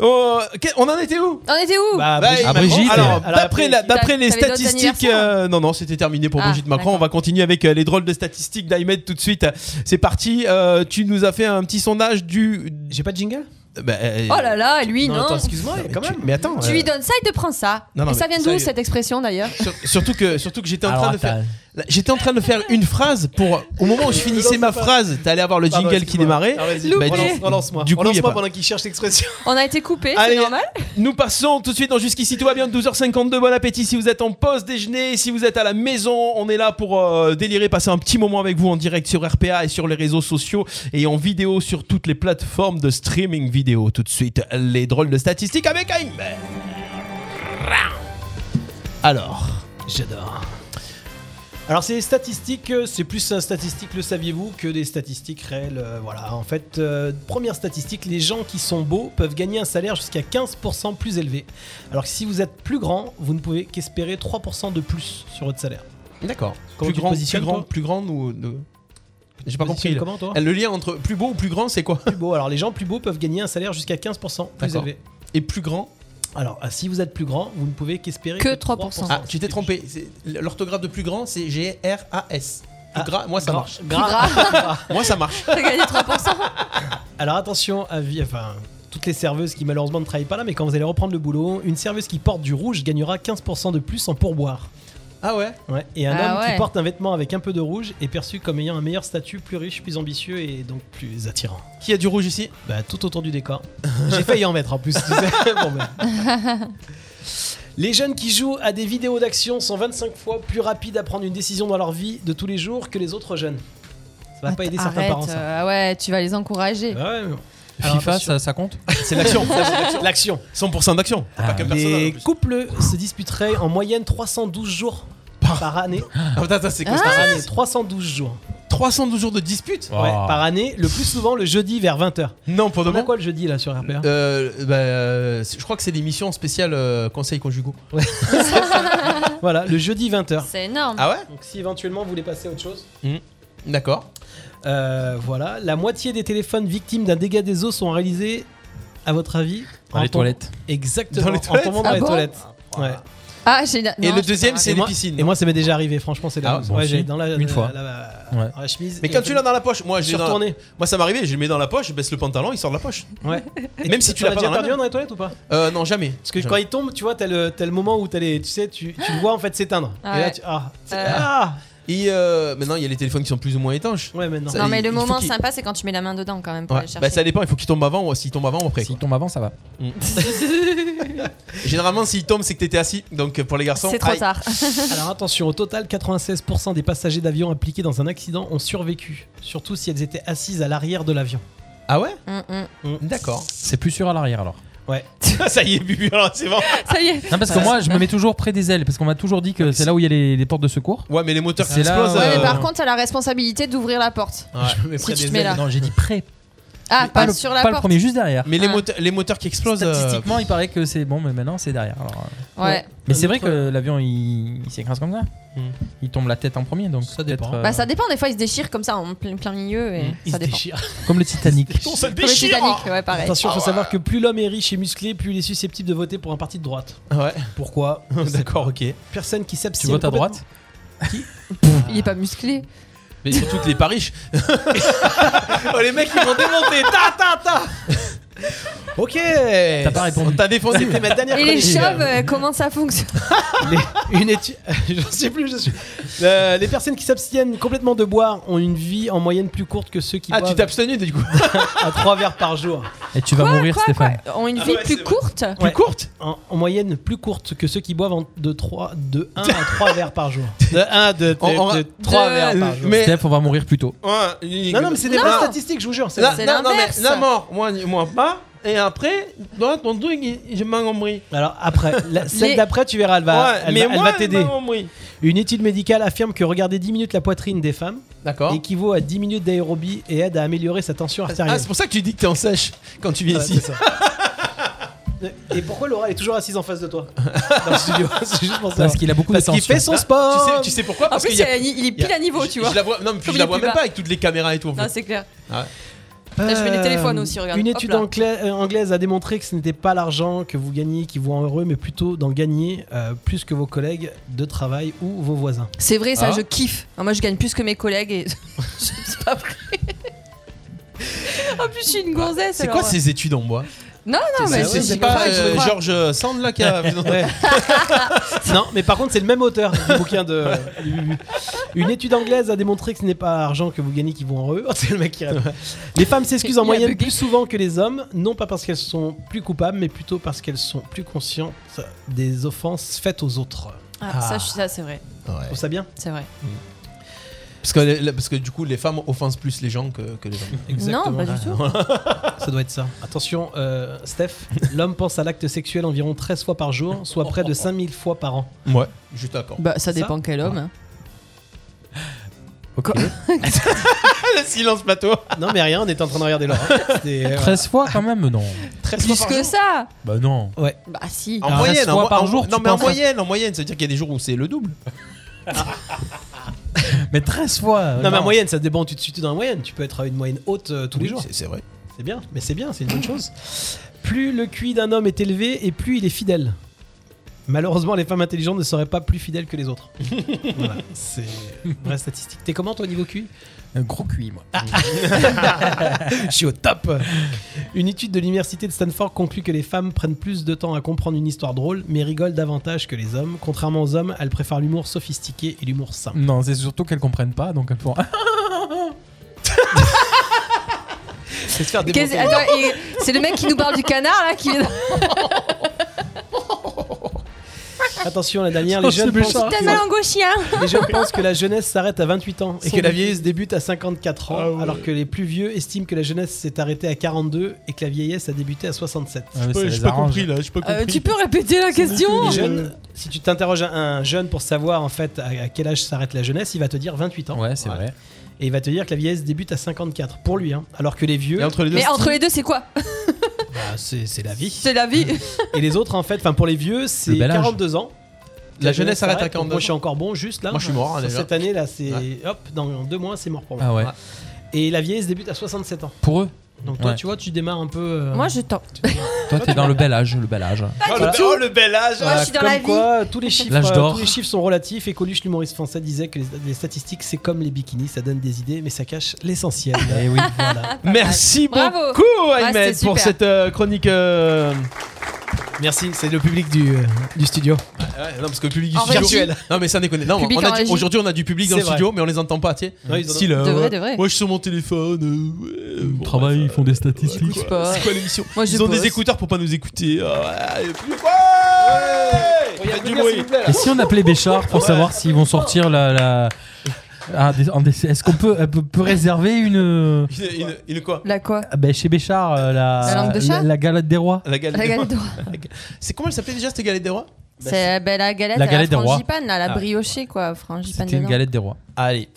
Speaker 3: Oh, que- on en était où
Speaker 6: On était où
Speaker 3: Bah, Macron- Alors, d'après la- d'après les
Speaker 6: T'avais d'autres
Speaker 3: statistiques.
Speaker 6: anniversaires
Speaker 3: euh, non, non, c'était terminé pour
Speaker 6: Ah,
Speaker 3: Brigitte Macron. On va continuer avec euh, les drôles de statistiques d'Ahmed tout de suite. C'est parti. euh, tu nous as fait un petit sondage du. Bah, euh,
Speaker 5: J'ai pas de jingle
Speaker 6: Oh là là, et lui, non.
Speaker 3: attends, excuse-moi,
Speaker 6: Non, mais
Speaker 3: quand
Speaker 6: tu-
Speaker 3: même. Mais attends.
Speaker 6: Tu
Speaker 3: euh,
Speaker 6: lui donnes ça, il te prend ça.
Speaker 3: Non, non,
Speaker 6: Et ça
Speaker 3: mais
Speaker 6: vient d'où
Speaker 3: sérieux.
Speaker 6: cette expression d'ailleurs
Speaker 3: Surtout que, surtout que j'étais en
Speaker 4: Alors,
Speaker 3: train de faire. là, J'étais en train de faire une phrase pour. Au moment où je finissais ma phrase, t'allais avoir le
Speaker 5: Pardon,
Speaker 3: jingle qui
Speaker 5: excuse-moi.
Speaker 3: démarrait.
Speaker 5: Ah, vas-y,
Speaker 3: Bah,
Speaker 5: relance-
Speaker 3: du-
Speaker 5: relance-moi.
Speaker 3: Du coup, il y a
Speaker 5: Relance-moi
Speaker 3: pas.
Speaker 5: pendant qu'il cherche l'expression.
Speaker 6: On a été coupé,
Speaker 3: Allez,
Speaker 6: c'est normal
Speaker 3: Nous passons tout de suite dans Jusqu'ici tout va bien, 12h52, bon appétit si vous êtes en pause déjeuner, si vous êtes à la maison, on est là pour euh, délirer, passer un petit moment avec vous en direct sur RPA et sur les réseaux sociaux et en vidéo sur toutes les plateformes de streaming vidéo. Tout de suite, les drôles de statistiques avec Aïm. Alors,
Speaker 5: j'adore. Alors c'est les statistiques, euh, c'est plus un statistique le saviez-vous que des statistiques réelles. euh, voilà, en fait, euh, première statistique, les gens qui sont beaux peuvent gagner un salaire jusqu'à 15% plus élevé. Alors que si vous êtes plus grand, vous ne pouvez qu'espérer 3% de plus sur votre salaire.
Speaker 3: D'accord.
Speaker 5: Comment
Speaker 3: Plus
Speaker 5: tu te
Speaker 3: grand, plus
Speaker 5: positionnes,
Speaker 3: grand,
Speaker 5: toi
Speaker 3: plus grand ou... ou- J'ai pas
Speaker 5: Tu te
Speaker 3: compris.
Speaker 5: positionnes comment, toi
Speaker 3: Le lien entre plus beau ou plus grand, c'est quoi
Speaker 5: Plus beau. Alors les gens plus beaux peuvent gagner un salaire jusqu'à 15% plus
Speaker 3: D'accord.
Speaker 5: élevé.
Speaker 3: Et plus grand
Speaker 5: Alors ah, si vous êtes plus grand, vous ne pouvez qu'espérer
Speaker 6: Que
Speaker 5: 3%.
Speaker 3: Ah, tu t'es trompé. C'est- L'orthographe de plus grand, c'est G-R-A-S.
Speaker 5: Ah,
Speaker 3: Plus gras, moi ça
Speaker 5: gras-
Speaker 3: marche.
Speaker 5: gras. Plus gras.
Speaker 3: moi ça marche.
Speaker 6: T'as gagné 3%
Speaker 5: Alors attention, à vie- enfin, toutes les serveuses qui malheureusement ne travaillent pas là, mais quand vous allez reprendre le boulot, une serveuse qui porte du rouge gagnera 15% de plus en pourboire.
Speaker 3: Ah ouais
Speaker 5: Ouais. Et un
Speaker 6: Ah
Speaker 5: homme
Speaker 6: ouais.
Speaker 5: qui porte un vêtement avec un peu de rouge est perçu comme ayant un meilleur statut, plus riche, plus ambitieux et donc plus attirant.
Speaker 3: Qui a du rouge ici
Speaker 5: Bah tout autour du décor. J'ai failli en mettre en plus. tu sais. Bon, bah. Les jeunes qui jouent à des vidéos d'action sont 25 fois plus rapides à prendre une décision dans leur vie de tous les jours que les autres jeunes. Ça va pas aider certains
Speaker 6: Arrête,
Speaker 5: parents ça.
Speaker 6: euh, ah ouais, tu vas les encourager.
Speaker 5: Ouais, mais bon.
Speaker 3: Ah,
Speaker 5: Alors,
Speaker 4: FIFA,
Speaker 5: attention.
Speaker 4: ça, ça compte
Speaker 5: C'est l'action. ça, c'est l'action. L'action.
Speaker 3: 100% d'action. Pas que personne, en
Speaker 5: Les
Speaker 3: plus.
Speaker 5: couples se disputeraient en moyenne 312 jours par, année.
Speaker 3: Ah, attends, attends, c'est quoi,
Speaker 5: Par
Speaker 3: ça
Speaker 5: année, 312 jours.
Speaker 3: 312 jours de dispute
Speaker 5: Ouais, par année, le plus souvent le jeudi vers 20h.
Speaker 3: Non, pour demain.
Speaker 5: On a quoi le jeudi là sur RPA
Speaker 3: Euh, bah, euh, je crois que c'est l'émission spéciale euh, Conseil conjugaux.
Speaker 5: Voilà, le jeudi 20h.
Speaker 6: C'est énorme.
Speaker 3: Ah ouais
Speaker 5: Euh. Donc si éventuellement vous voulez passer à autre chose.
Speaker 3: Hmm, D'accord.
Speaker 5: Euh, voilà, la moitié des téléphones victimes d'un dégât des eaux sont réalisés, à votre avis
Speaker 4: Dans
Speaker 5: en
Speaker 4: les
Speaker 5: tom-
Speaker 4: toilettes.
Speaker 5: Exactement,
Speaker 4: Dans les toilettes
Speaker 5: en tombant dans
Speaker 6: Ah
Speaker 5: les
Speaker 6: bon
Speaker 5: toilettes. Ouais.
Speaker 6: Ah, j'ai... non, je sais pas.
Speaker 5: Et moi- Et moi, ça m'est déjà arrivé, franchement, c'est la
Speaker 3: Ah, bon,
Speaker 5: ouais,
Speaker 3: si.
Speaker 5: j'ai dans la,
Speaker 3: Une
Speaker 5: la-
Speaker 3: fois.
Speaker 5: la- la-
Speaker 3: Ouais.
Speaker 5: dans la chemise.
Speaker 3: Mais
Speaker 5: et
Speaker 3: quand
Speaker 5: je-
Speaker 3: tu l'as dans la poche, moi j'ai
Speaker 5: Sur
Speaker 3: dans-
Speaker 5: ton nez.
Speaker 3: Moi ça m'arrivait, je le mets dans la poche, je baisse le pantalon, il sort de la poche.
Speaker 5: Ouais. Et
Speaker 3: Même
Speaker 5: tu-
Speaker 3: si tu
Speaker 5: t'en
Speaker 3: l'as
Speaker 5: as
Speaker 3: pas
Speaker 5: déjà
Speaker 3: dans la
Speaker 5: perdu
Speaker 3: main.
Speaker 5: dans les toilettes ou pas
Speaker 3: Euh, non, jamais.
Speaker 5: Parce que quand il tombe, tu vois, t'as le, t'as le moment où t'as les, tu sais, tu, tu le vois en fait s'éteindre.
Speaker 6: Ah
Speaker 5: et là,
Speaker 6: ouais.
Speaker 5: tu, ah, c'est-
Speaker 6: Euh.
Speaker 5: ah
Speaker 3: Et euh, maintenant il y a les téléphones qui sont plus ou moins étanches.
Speaker 5: Ouais, maintenant.
Speaker 6: Non, mais le
Speaker 3: ça. il- il
Speaker 6: moment
Speaker 3: faut qu'il-
Speaker 6: sympa, c'est quand tu mets la main dedans quand même pour
Speaker 3: Ouais.
Speaker 6: aller chercher.
Speaker 3: Bah ça dépend, il faut qu'il tombe avant ou s'il tombe avant ou après. S'il
Speaker 4: tombe avant, ça va.
Speaker 3: Généralement s'il tombe c'est que t'étais assis, donc euh, pour les garçons.
Speaker 6: C'est trop
Speaker 3: aïe.
Speaker 6: tard.
Speaker 5: Alors attention, au total, 96% des passagers d'avion impliqués dans un accident ont survécu, surtout si elles étaient assises à l'arrière de l'avion.
Speaker 3: Ah ouais
Speaker 6: Mm, mm.
Speaker 3: D'accord. Ah,
Speaker 4: C'est plus sûr à l'arrière alors.
Speaker 5: Ouais.
Speaker 3: ça y est, Bubu, alors c'est bon.
Speaker 6: Ça y est.
Speaker 4: Non, parce que moi, je me mets toujours près des ailes, parce qu'on m'a toujours dit que c'est là où il y a les, les portes de secours.
Speaker 3: Ouais, mais les moteurs euh,
Speaker 4: qui
Speaker 6: Ouais, mais par contre, t'as la responsabilité d'ouvrir la porte. Si tu te mets là.
Speaker 4: Non, j'ai dit près.
Speaker 6: Ah,
Speaker 4: pas
Speaker 6: pas,
Speaker 4: le-
Speaker 6: sur la
Speaker 4: pas le
Speaker 6: porte.
Speaker 4: premier, juste derrière.
Speaker 3: Mais les, moteurs, les moteurs qui explosent. euh,
Speaker 4: Statistiquement, il paraît que c'est bon, mais maintenant c'est derrière. alors, euh,
Speaker 6: Ouais.
Speaker 4: Mais c'est vrai que l'avion il, il s'écrase comme ça. Il tombe la tête en premier, donc Hmm. euh, ça dépend.
Speaker 6: Bah ça dépend, des fois ils se déchirent comme ça en plein, plein milieu et ça dépend.
Speaker 4: Comme le Titanic.
Speaker 6: Comme le Titanic, ouais, pareil.
Speaker 5: Attention, faut savoir que plus l'homme est riche et musclé, plus il est susceptible de voter pour un parti de droite.
Speaker 3: Ouais.
Speaker 5: Pourquoi
Speaker 3: D'accord, ok.
Speaker 5: Personne qui s'abstient.
Speaker 4: Tu votes à
Speaker 5: complètement-
Speaker 4: droite
Speaker 6: Il est pas musclé.
Speaker 3: Mais surtout que les pas riches. oh, les mecs, ils m'ont démonté. Ta, ta, ta.
Speaker 5: Ok
Speaker 3: Eh,
Speaker 5: T'as
Speaker 4: pas répondu.
Speaker 3: T'as défendu.
Speaker 5: C'était ma dernière
Speaker 6: Et les
Speaker 5: chronique.
Speaker 6: chauves, euh, comment ça fonctionne
Speaker 5: Les- une étude. J'en sais plus, je suis. Euh, les personnes qui s'abstiennent complètement de boire ont une vie en moyenne plus courte que ceux qui
Speaker 3: Ah, tu
Speaker 5: boivent
Speaker 3: t'es abstenu du coup.
Speaker 5: à trois verres par jour.
Speaker 4: Et tu vas mourir, Stéphane.
Speaker 6: Ont
Speaker 3: Ah
Speaker 6: une vie plus courte
Speaker 3: Plus courte
Speaker 5: En, en moyenne, plus courte que ceux qui boivent en- de, 3, de 1 à 3 verres par jour. De 1 à 2,
Speaker 3: On- on-
Speaker 5: 3
Speaker 3: de-
Speaker 5: verres par jour.
Speaker 3: Mais-
Speaker 4: Steph, on va mourir plus tôt.
Speaker 5: Non, non, mais c'est des vraies statistiques, je vous jure. c'est
Speaker 3: Non,
Speaker 5: vrai.
Speaker 3: non, non, mais la mort, moi, moi pas. Et après, dans ton truc, il- je m'en compris.
Speaker 5: Alors après, la- celle
Speaker 3: Les-
Speaker 5: d'après, tu verras, elle va,
Speaker 3: Ouais,
Speaker 5: elle
Speaker 3: mais
Speaker 5: va- elle
Speaker 3: moi,
Speaker 5: va
Speaker 3: Bah, elle
Speaker 5: t'aider.
Speaker 3: m'a compris.
Speaker 5: Une étude médicale affirme que regarder 10 minutes la poitrine des femmes
Speaker 3: D'accord.
Speaker 5: équivaut à 10 minutes d'aérobie et aide à améliorer sa tension artérielle.
Speaker 3: Ah, c'est pour ça que tu dis que t'es en sèche quand tu viens
Speaker 5: Ouais,
Speaker 3: ici.
Speaker 5: c'est ça. Et pourquoi Laura elle est toujours assise en face de toi dans le studio C'est juste pour savoir.
Speaker 4: Parce qu'il a beaucoup de
Speaker 5: Parce qu'il
Speaker 4: tension.
Speaker 5: fait son sport.
Speaker 3: Tu sais, tu sais pourquoi
Speaker 6: En plus,
Speaker 3: qu'il y a-
Speaker 6: il est- il est
Speaker 3: il y a-
Speaker 6: pile à niveau, tu
Speaker 3: je-
Speaker 6: vois.
Speaker 3: Je la vois, non, mais puis je
Speaker 6: Comme il
Speaker 3: la
Speaker 6: est
Speaker 3: vois
Speaker 6: plus
Speaker 3: même
Speaker 6: bas.
Speaker 3: pas avec toutes les caméras et tout. en
Speaker 6: Non,
Speaker 3: fait.
Speaker 6: c'est clair.
Speaker 3: Ah ouais.
Speaker 6: Là, je fais les
Speaker 5: Euh,
Speaker 6: téléphones aussi, regarde.
Speaker 5: Une
Speaker 6: Hop
Speaker 5: étude
Speaker 6: là.
Speaker 5: angla- euh, anglaise a démontré que ce n'était pas l'argent que vous gagnez qui vous rend heureux, mais plutôt d'en gagner euh, plus que vos collègues de travail ou vos voisins.
Speaker 6: C'est vrai, ça,
Speaker 5: Ah.
Speaker 6: je kiffe. Ah, moi, je gagne plus que mes collègues et. c'est pas vrai. en plus, je suis une gonzesse.
Speaker 3: C'est quoi
Speaker 6: alors.
Speaker 3: ces études en bois
Speaker 6: Non, non, mais.
Speaker 3: C'est c'est pas euh, Georges euh, Sand là qui a.
Speaker 5: Ouais. non, mais par contre, c'est le même auteur du bouquin de. du Bubu. Une étude anglaise a démontré que ce n'est pas l'argent que vous gagnez qui vous rend heureux. C'est le mec qui rêve. Les femmes s'excusent
Speaker 4: Il
Speaker 5: en
Speaker 4: a
Speaker 5: moyenne
Speaker 4: bugué.
Speaker 5: plus souvent que les hommes, non pas parce qu'elles sont plus coupables, mais plutôt parce qu'elles sont plus conscientes des offenses faites aux autres.
Speaker 6: Ah, ça, je suis ça, c'est vrai.
Speaker 5: Je trouve ça bien
Speaker 6: C'est vrai.
Speaker 3: Parce que, les- parce que du coup, les femmes offensent plus les gens que, que les hommes.
Speaker 5: Exactement.
Speaker 6: Non, pas du tout.
Speaker 5: ça doit être ça. Attention, euh, Steph, l'homme pense à l'acte sexuel environ 13 fois par jour, soit près
Speaker 6: Oh.
Speaker 5: de 5000 fois par an.
Speaker 3: Ouais, je suis d'accord.
Speaker 6: Bah, ça dépend quel homme. hein.
Speaker 3: Ah, Le silence plateau.
Speaker 5: Non, mais rien, on était en train de regarder Laura. C'était, euh,
Speaker 4: 13 fois quand même, non.
Speaker 5: 13
Speaker 6: Plus que ça
Speaker 4: Bah non.
Speaker 5: Ouais.
Speaker 6: Bah, si.
Speaker 3: En
Speaker 4: Ah,
Speaker 3: moyenne,
Speaker 4: 13
Speaker 3: en,
Speaker 4: fois
Speaker 3: mo-
Speaker 4: par
Speaker 3: en-
Speaker 4: jour,
Speaker 3: Non,
Speaker 4: tu
Speaker 3: mais en
Speaker 4: penses à-
Speaker 3: moyenne, en moyenne, ça veut dire qu'il y a des jours où c'est le double.
Speaker 4: Mais 13 fois.
Speaker 5: Non, mais en moyenne, ça dépend, tu te situes dans la moyenne. Tu peux être à une moyenne haute euh, tous les jours.
Speaker 3: C'est vrai.
Speaker 5: C'est bien, mais c'est bien, c'est une bonne chose. Plus le QI d'un homme est élevé et plus il est fidèle. Malheureusement, les femmes intelligentes ne seraient pas plus fidèles que les autres. voilà, c'est vraie statistique. T'es comment toi au niveau QI
Speaker 4: Un gros QI, moi.
Speaker 5: Je suis au top Une étude de l'université de Stanford conclut que les femmes prennent plus de temps à comprendre une histoire drôle, mais rigolent davantage que les hommes. Contrairement aux hommes, elles préfèrent l'humour sophistiqué et l'humour simple.
Speaker 4: Non, c'est surtout qu'elles comprennent pas, donc elles font. ah,
Speaker 5: C'est se faire
Speaker 6: Qu'est-ce- attends, et- C'est le mec qui nous parle du canard là qui est.
Speaker 3: Ah,
Speaker 5: Attention, la dernière,
Speaker 6: Oh,
Speaker 5: les
Speaker 6: c'est
Speaker 5: jeunes pensent
Speaker 6: méchant. T'as
Speaker 5: que-
Speaker 6: mal en gauchien.
Speaker 5: Les jeunes pensent que la jeunesse s'arrête à 28 ans et
Speaker 6: Sans
Speaker 5: que la
Speaker 6: doute. Ah
Speaker 5: vieillesse débute à 54 ans, alors que les plus vieux estiment que la jeunesse s'est arrêtée à 42 et que la vieillesse a débuté à 67.
Speaker 3: Ah.
Speaker 4: mais Ouais, Ah, ça j'ai les pas arrange. compris,
Speaker 3: là, j'ai pas
Speaker 6: Euh, tu peux répéter la question
Speaker 5: Les jeunes, si tu t'interroges à un jeune pour savoir en fait à à quel âge s'arrête la jeunesse, il va te dire 28 ans.
Speaker 4: Ouais, c'est vrai.
Speaker 5: Et il va te dire que la vieillesse débute à 54 pour lui, hein. alors que les vieux.
Speaker 6: Mais entre les deux, c'est quoi
Speaker 5: Bah, c'est c'est la vie.
Speaker 6: C'est la vie.
Speaker 5: Et les autres, en fait, enfin pour les vieux, c'est
Speaker 3: Le bel âge.
Speaker 5: 42 ans.
Speaker 3: La jeunesse s'arrête à 42
Speaker 5: Moi, je suis
Speaker 3: ans.
Speaker 5: encore bon, juste là.
Speaker 3: Moi, je suis mort, hein,
Speaker 5: Sur
Speaker 3: déjà.
Speaker 5: Cette année, là, c'est
Speaker 3: Ouais.
Speaker 5: hop, dans deux mois, c'est mort pour moi.
Speaker 4: Ah ouais.
Speaker 5: Et la vieillesse débute à 67 ans.
Speaker 4: Pour eux.
Speaker 5: Donc toi,
Speaker 4: Ouais.
Speaker 5: tu vois, tu démarres un peu. euh,
Speaker 6: Moi, je tente.
Speaker 4: Toi, t'es dans le bel âge, le bel âge.
Speaker 5: Pas
Speaker 3: le, oh, le bel âge
Speaker 5: Voilà, comme quoi, tous les chiffres,
Speaker 4: L'âge
Speaker 5: euh,
Speaker 4: d'or.
Speaker 5: tous les chiffres sont relatifs. Et Coluche, l'humoriste français, disait que les, les statistiques, c'est comme les bikinis, ça donne des idées, mais ça cache l'essentiel.
Speaker 4: Eh oui.
Speaker 5: Voilà.
Speaker 3: Merci
Speaker 6: Bravo.
Speaker 3: beaucoup,
Speaker 6: Ouais,
Speaker 3: Ahmed,
Speaker 6: c'était
Speaker 3: pour
Speaker 6: super.
Speaker 3: cette euh, chronique. euh,
Speaker 5: Merci, c'est le public du, euh, du studio.
Speaker 3: Ouais, non, parce que le public du
Speaker 6: En
Speaker 3: studio.
Speaker 6: virtuel.
Speaker 3: Non, mais ça déconne. Non,
Speaker 6: Public
Speaker 3: on a
Speaker 6: en
Speaker 3: du-
Speaker 6: régie.
Speaker 3: aujourd'hui, on a du public dans
Speaker 5: C'est
Speaker 3: le studio, mais on les entend pas, tu sais.
Speaker 5: Ouais, ils en ont-
Speaker 3: Style, euh,
Speaker 6: De vrai,
Speaker 3: ouais,
Speaker 6: de vrai.
Speaker 3: Moi, je suis sur mon téléphone. euh, ouais, bon,
Speaker 4: Travail, ils font des statistiques.
Speaker 6: Écoute pas.
Speaker 3: C'est quoi l'émission
Speaker 6: Moi, je
Speaker 3: Ils ont
Speaker 6: bosse.
Speaker 3: des écouteurs pour pas nous écouter. Ah, ouais, plus- ouais Faites du bruit.
Speaker 4: Et si on appelait Béchard pour savoir s'ils vont sortir la. la- Ah, des- en des- Est-ce qu'on peut, elle peut, peut réserver une.
Speaker 3: Une- une- une quoi
Speaker 6: La quoi
Speaker 4: Ah, ben, chez Béchard, euh, la,
Speaker 6: La langue de chat
Speaker 4: la galette des rois.
Speaker 3: La galette
Speaker 6: La galette
Speaker 3: des
Speaker 6: des
Speaker 3: rois. C'est comment elle s'appelait déjà cette galette des rois
Speaker 6: C'est ben, la galette,
Speaker 4: La
Speaker 6: à
Speaker 4: galette des rois.
Speaker 6: frangipane, là, la
Speaker 4: Ah.
Speaker 6: briochée quoi, frangipane
Speaker 4: C'était une
Speaker 6: dedans.
Speaker 4: galette des rois.
Speaker 3: Allez,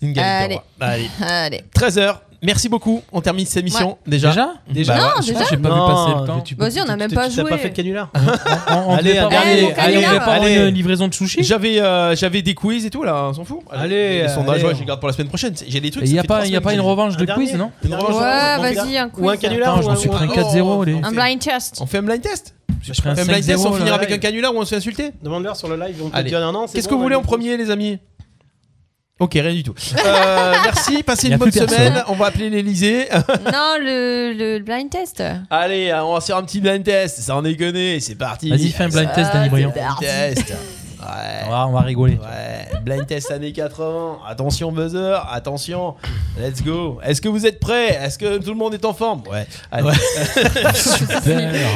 Speaker 3: une galette des
Speaker 6: Allez.
Speaker 3: rois. Allez.
Speaker 6: Ah, Allez.
Speaker 3: 13h, merci beaucoup. On termine cette émission déjà.
Speaker 4: Déjà
Speaker 3: Déjà
Speaker 6: Non,
Speaker 3: ouais, je sais pas,
Speaker 6: déjà.
Speaker 3: J'ai pas
Speaker 5: Non,
Speaker 3: vu passer le
Speaker 5: mais
Speaker 3: temps.
Speaker 5: tu peux-
Speaker 6: Vas-y, on a même
Speaker 5: tu-
Speaker 6: pas
Speaker 5: tu t'as
Speaker 6: joué.
Speaker 5: pas fait de canular
Speaker 4: Bah, On, on
Speaker 5: Allez,
Speaker 4: devait pas avoir
Speaker 5: allez,
Speaker 4: une- on
Speaker 6: allez,
Speaker 4: devait pas avoir
Speaker 5: allez.
Speaker 4: une livraison de sushi
Speaker 3: J'avais euh, j'avais des quiz et tout là, on s'en fout.
Speaker 5: Allez,
Speaker 3: les sondages,
Speaker 5: allez.
Speaker 3: ouais, je les garde pour la semaine prochaine. J'ai des trucs.
Speaker 4: Il n'y
Speaker 3: ça
Speaker 4: a
Speaker 3: fait
Speaker 4: pas,
Speaker 3: trois
Speaker 4: il y a
Speaker 3: semaines
Speaker 4: pas
Speaker 3: que
Speaker 4: une
Speaker 3: j'ai-
Speaker 4: revanche de
Speaker 5: Un
Speaker 4: quiz,
Speaker 5: dernier
Speaker 4: non
Speaker 3: Une revanche.
Speaker 6: Ouais,
Speaker 3: on fait
Speaker 6: vas-y, un quiz.
Speaker 5: Ou un canular
Speaker 4: Attends, je
Speaker 5: ou
Speaker 4: me suis
Speaker 5: ou
Speaker 4: pris un
Speaker 5: Oh,
Speaker 4: 4-0, les.
Speaker 3: on
Speaker 6: Un
Speaker 3: fait-
Speaker 6: blind test.
Speaker 3: On fait un blind test.
Speaker 4: Je ferai
Speaker 3: On
Speaker 4: un
Speaker 3: fait un blind
Speaker 4: 5-0.
Speaker 3: test, on finira
Speaker 4: là.
Speaker 3: avec un canular ou on se fait insulter
Speaker 5: Demande-leur sur le live, ils vont te
Speaker 3: Allez.
Speaker 5: dire non, non. c'est
Speaker 3: Qu'est-ce
Speaker 5: bon,
Speaker 3: que vous
Speaker 5: on
Speaker 3: voulez
Speaker 5: va
Speaker 3: en
Speaker 5: mettre-
Speaker 3: premier, les amis Ok, rien du tout. Euh, merci, passez
Speaker 4: Il y a
Speaker 3: une bonne
Speaker 4: plus personne.
Speaker 3: semaine. On va appeler l'Elysée.
Speaker 6: non, le, le blind test.
Speaker 3: Allez, euh, on va se faire un petit blind test. Ça en est connu, c'est parti.
Speaker 4: Vas-y, fais un blind
Speaker 3: Ça,
Speaker 4: test, Danny
Speaker 3: c'est
Speaker 4: Briand.
Speaker 3: Blind test. Ouais.
Speaker 4: Ah, on va rigoler.
Speaker 3: Ouais, blind test années 80. Attention buzzer, attention. Let's go. Est-ce que vous êtes prêts Est-ce que tout le monde est en forme Ouais. Allez.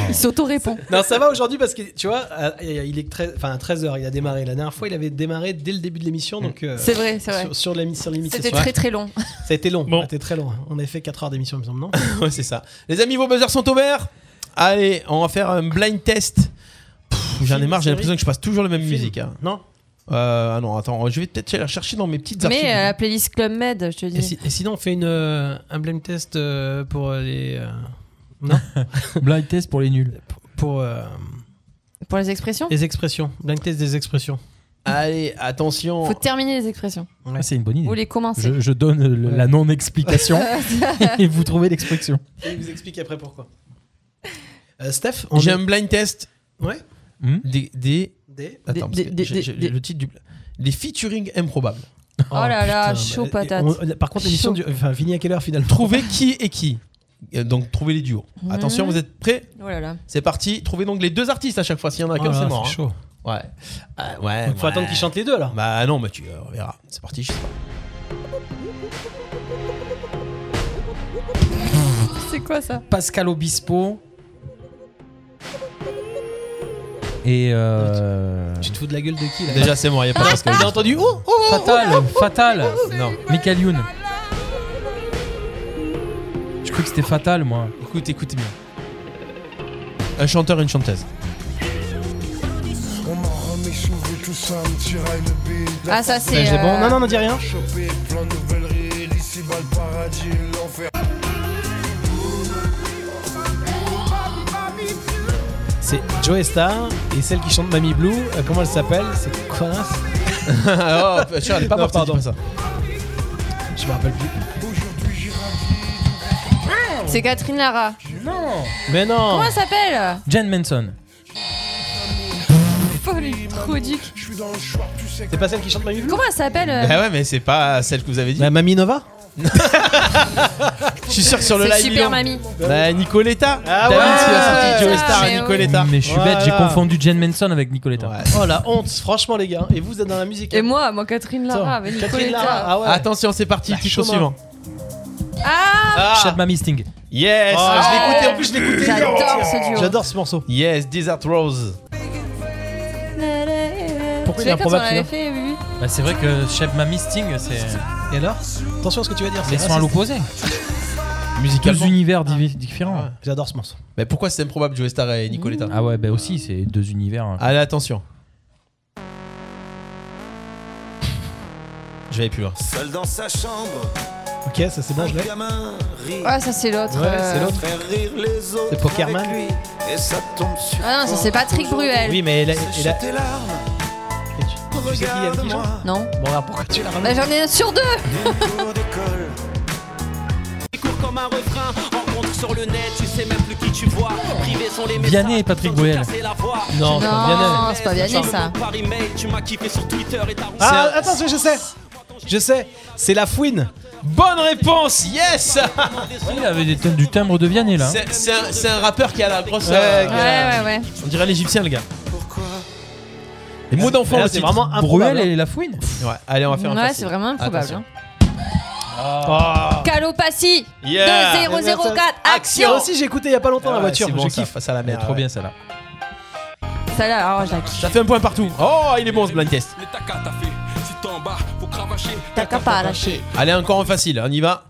Speaker 6: Il s'auto-répond.
Speaker 5: Non, ça va aujourd'hui parce que tu vois, euh, il est 13, enfin 13h, il a démarré. La dernière fois, il avait démarré dès le début de l'émission. donc euh,
Speaker 6: C'est vrai, c'est vrai.
Speaker 5: Sur, sur l'émission sur l'émission.
Speaker 6: C'était très très long.
Speaker 5: Ça a été long.
Speaker 11: Bon.
Speaker 5: Ça a été très long. hein. On a fait 4 heures d'émission, il me semble, non
Speaker 3: Ouais, c'est ça. Les amis, vos buzzers sont ouverts. Allez, on va faire un blind test. Pff, J'en ai marre, j'ai l'impression que je passe toujours la même musique. hein.
Speaker 5: Non
Speaker 3: Euh, ah non, attends, je vais peut-être aller chercher dans mes petites archives.
Speaker 6: Mais euh, la playlist Club Med, je te dis.
Speaker 5: et, si- et sinon, on fait une, euh, un blame test euh, pour les. euh, Non
Speaker 4: Blind test pour les nuls.
Speaker 5: pour euh,
Speaker 6: Pour les expressions
Speaker 5: les expressions, blind test des expressions.
Speaker 3: Allez, attention.
Speaker 6: Faut terminer les expressions.
Speaker 4: Ah, c'est une bonne idée.
Speaker 6: Ou les commencer.
Speaker 4: Je, je donne le- la non-explication et vous trouvez l'expression.
Speaker 5: Je vous explique après pourquoi. Euh, Steph, on
Speaker 3: J'ai un
Speaker 5: est-
Speaker 3: blind test.
Speaker 5: Ouais.
Speaker 3: Des, des,
Speaker 5: Des-
Speaker 3: Attends, parce
Speaker 5: des-
Speaker 3: que
Speaker 5: des-
Speaker 3: j'ai-
Speaker 5: des-
Speaker 3: j'ai
Speaker 5: des-
Speaker 3: le titre du. Des featuring improbables.
Speaker 6: Oh là là, chaud
Speaker 5: Et
Speaker 6: patate.
Speaker 5: on- par contre, l'émission
Speaker 6: Chaud.
Speaker 5: du- enfin, finit à quelle heure finalement
Speaker 3: Trouvez qui et qui. Euh, Donc, trouvez les duos.
Speaker 6: Mmh.
Speaker 3: Attention, vous êtes prêts
Speaker 6: Oh là là.
Speaker 3: C'est parti. Trouvez donc les deux artistes à chaque fois. S'il y en a
Speaker 5: Oh
Speaker 3: qu'un,
Speaker 5: là
Speaker 3: c'est
Speaker 5: là,
Speaker 3: mort.
Speaker 5: c'est
Speaker 3: hein.
Speaker 5: chaud.
Speaker 3: Ouais. Ah, ouais.
Speaker 5: Donc, faut attendre qu'ils chantent les deux alors.
Speaker 3: Bah non, mais tu euh, on verra. C'est parti. je sais pas.
Speaker 6: C'est quoi ça
Speaker 4: Pascal Obispo. Et. Euh...
Speaker 5: Tu te fous de la gueule de qui là
Speaker 3: Déjà, c'est mort. Il y a pas Pascal.
Speaker 5: J'ai entendu. Oh, oh, oh,
Speaker 4: Fatal, fatal.
Speaker 3: Non.
Speaker 4: Michael Youn. Je crois que c'était fatal, moi. Écoute, écoute bien.
Speaker 3: Un chanteur et une chanteuse.
Speaker 18: On m'a remis chauvé tout ça, me tiraille le bide.
Speaker 6: Ah,
Speaker 2: Bah,
Speaker 6: ça, c'est, C'est bon euh,
Speaker 5: Non, non, non, dis rien.
Speaker 18: Chopé plein de nouvelles ici bas le paradis, l'enfer.
Speaker 5: C'est Joe Star et celle qui chante Mamie Blue. euh, comment elle s'appelle C'est quoi
Speaker 3: oh, tiens, elle est pas
Speaker 5: Non,
Speaker 3: morte,
Speaker 5: pardon.
Speaker 3: dis pas ça.
Speaker 5: Je me rappelle plus.
Speaker 6: C'est Catherine Lara. Non.
Speaker 4: Mais non
Speaker 6: Comment elle s'appelle
Speaker 4: Jen Manson.
Speaker 6: Paul Trudic.
Speaker 5: C'est pas celle qui chante Mamie Blue
Speaker 6: Comment elle s'appelle
Speaker 5: Ah
Speaker 6: euh
Speaker 3: Bah ouais, mais c'est pas celle que vous avez dit.
Speaker 5: Mamie Nova
Speaker 3: Je suis sûr que sur le
Speaker 6: C'est
Speaker 3: live.
Speaker 6: super
Speaker 3: ils l'ont.
Speaker 6: mamie.
Speaker 3: Bah, Nicoletta.
Speaker 5: Ah
Speaker 3: David,
Speaker 5: ouais.
Speaker 3: il a sorti Joe
Speaker 5: Ah,
Speaker 3: Star
Speaker 5: mais
Speaker 3: à Nicoletta.
Speaker 4: Mais je suis bête, j'ai confondu Jen Manson avec Nicoletta.
Speaker 5: Oh la honte, franchement les gars. Et vous vous êtes dans la musique.
Speaker 6: Et moi, moi Catherine Lara
Speaker 5: Attends,
Speaker 6: avec
Speaker 5: Catherine
Speaker 6: Nicoletta.
Speaker 5: Lara, ah ouais. hein.
Speaker 3: Attention, c'est parti. Petit show
Speaker 5: chômage.
Speaker 3: suivant. Ah.
Speaker 6: Ah,
Speaker 4: Shut Mamie Sting.
Speaker 3: Yes.
Speaker 5: Oh,
Speaker 3: je l'ai écouté. En plus, je l'ai écouté.
Speaker 6: J'adore ce duo.
Speaker 5: J'adore ce morceau.
Speaker 3: Yes, Desert Rose.
Speaker 5: Pourquoi
Speaker 6: Tu
Speaker 5: il est
Speaker 6: sais quand on
Speaker 5: improbable
Speaker 6: l'avait
Speaker 5: celui-là
Speaker 6: fait, oui.
Speaker 4: Bah, c'est vrai que Shep Mamie Sting, c'est.
Speaker 5: Et alors Attention à ce que tu vas dire.
Speaker 4: Ils
Speaker 5: c'est Ah.
Speaker 4: sont à
Speaker 5: raciste.
Speaker 4: l'opposé. Deux univers divi- différents.
Speaker 5: J'adore ce morceau.
Speaker 3: Mais pourquoi c'est improbable Joe Star et Nicoletta
Speaker 4: Ah ouais, bah aussi, c'est deux univers. hein.
Speaker 3: Allez, attention. Je vais aller plus hein. loin.
Speaker 7: Seul dans sa chambre,
Speaker 5: Ok, ça c'est bon, Ah, je l'ai.
Speaker 7: gamin rit.
Speaker 6: Ah, ça c'est l'autre.
Speaker 5: Ouais,
Speaker 6: euh.
Speaker 5: c'est l'autre.
Speaker 7: Faire rire les autres.
Speaker 5: C'est Pokerman.
Speaker 7: avec lui, Et ça tombe sur
Speaker 6: Ah non, ça c'est Patrick Bruel.
Speaker 5: Oui, mais elle a. elle a-
Speaker 7: tes larmes.
Speaker 5: Tu sais qui elle dit, genre
Speaker 6: Non.
Speaker 5: Ah, Bon, alors pourquoi tu la
Speaker 6: Bah,
Speaker 5: ramènes
Speaker 6: j'en ai un sur deux.
Speaker 7: Cours d'école.
Speaker 19: court comme un refrain, rencontre sur le net, tu sais même plus qui tu vois. Privés sont les messages,
Speaker 4: Vianney et Patrick Bruel.
Speaker 5: Non, c'est pas Vianney.
Speaker 6: Non, c'est pas Vianney ça.
Speaker 19: par email, tu m'as kiffé sur Twitter et t'as
Speaker 5: Ah, attention, je sais Je sais C'est la fouine Hein
Speaker 3: Bonne réponse, yes
Speaker 4: Il avait des thèmes du timbre de Vianney là. hein.
Speaker 3: C'est- C'est un, c'est un rappeur qui a la grosse.
Speaker 5: Ouais,
Speaker 3: euh,
Speaker 5: qui
Speaker 6: Ouais, ouais, ouais.
Speaker 3: On dirait l'Égyptien, le gars. Les mots d'enfant,
Speaker 5: Là,
Speaker 3: le
Speaker 5: c'est
Speaker 3: titre.
Speaker 5: vraiment
Speaker 4: Bruel
Speaker 5: improbable. hein.
Speaker 4: et la fouine.
Speaker 3: Ouais, allez, on va faire un
Speaker 6: Ouais,
Speaker 3: facile.
Speaker 6: c'est vraiment improbable.
Speaker 3: Attention.
Speaker 6: hein.
Speaker 5: Oh,
Speaker 3: Ah.
Speaker 6: Calopassi
Speaker 3: Yeah.
Speaker 6: 2004
Speaker 5: Ça
Speaker 6: Action
Speaker 5: aussi, j'ai écouté il y a pas longtemps dans la
Speaker 3: Ah ouais,
Speaker 5: voiture,
Speaker 3: c'est bon,
Speaker 5: je
Speaker 3: ça,
Speaker 5: kiffe.
Speaker 3: Face à la mer.
Speaker 4: Trop
Speaker 3: ouais.
Speaker 4: bien celle-là.
Speaker 6: Celle-là, alors je la kiffe.
Speaker 3: Ça fait un point partout. Oh, il est bon ce blind test.
Speaker 19: Les tacas t'as fait, si t'es en bas, faut cravacher.
Speaker 6: T'as qu'à pas arracher.
Speaker 3: Allez, encore un facile, hein, on y va.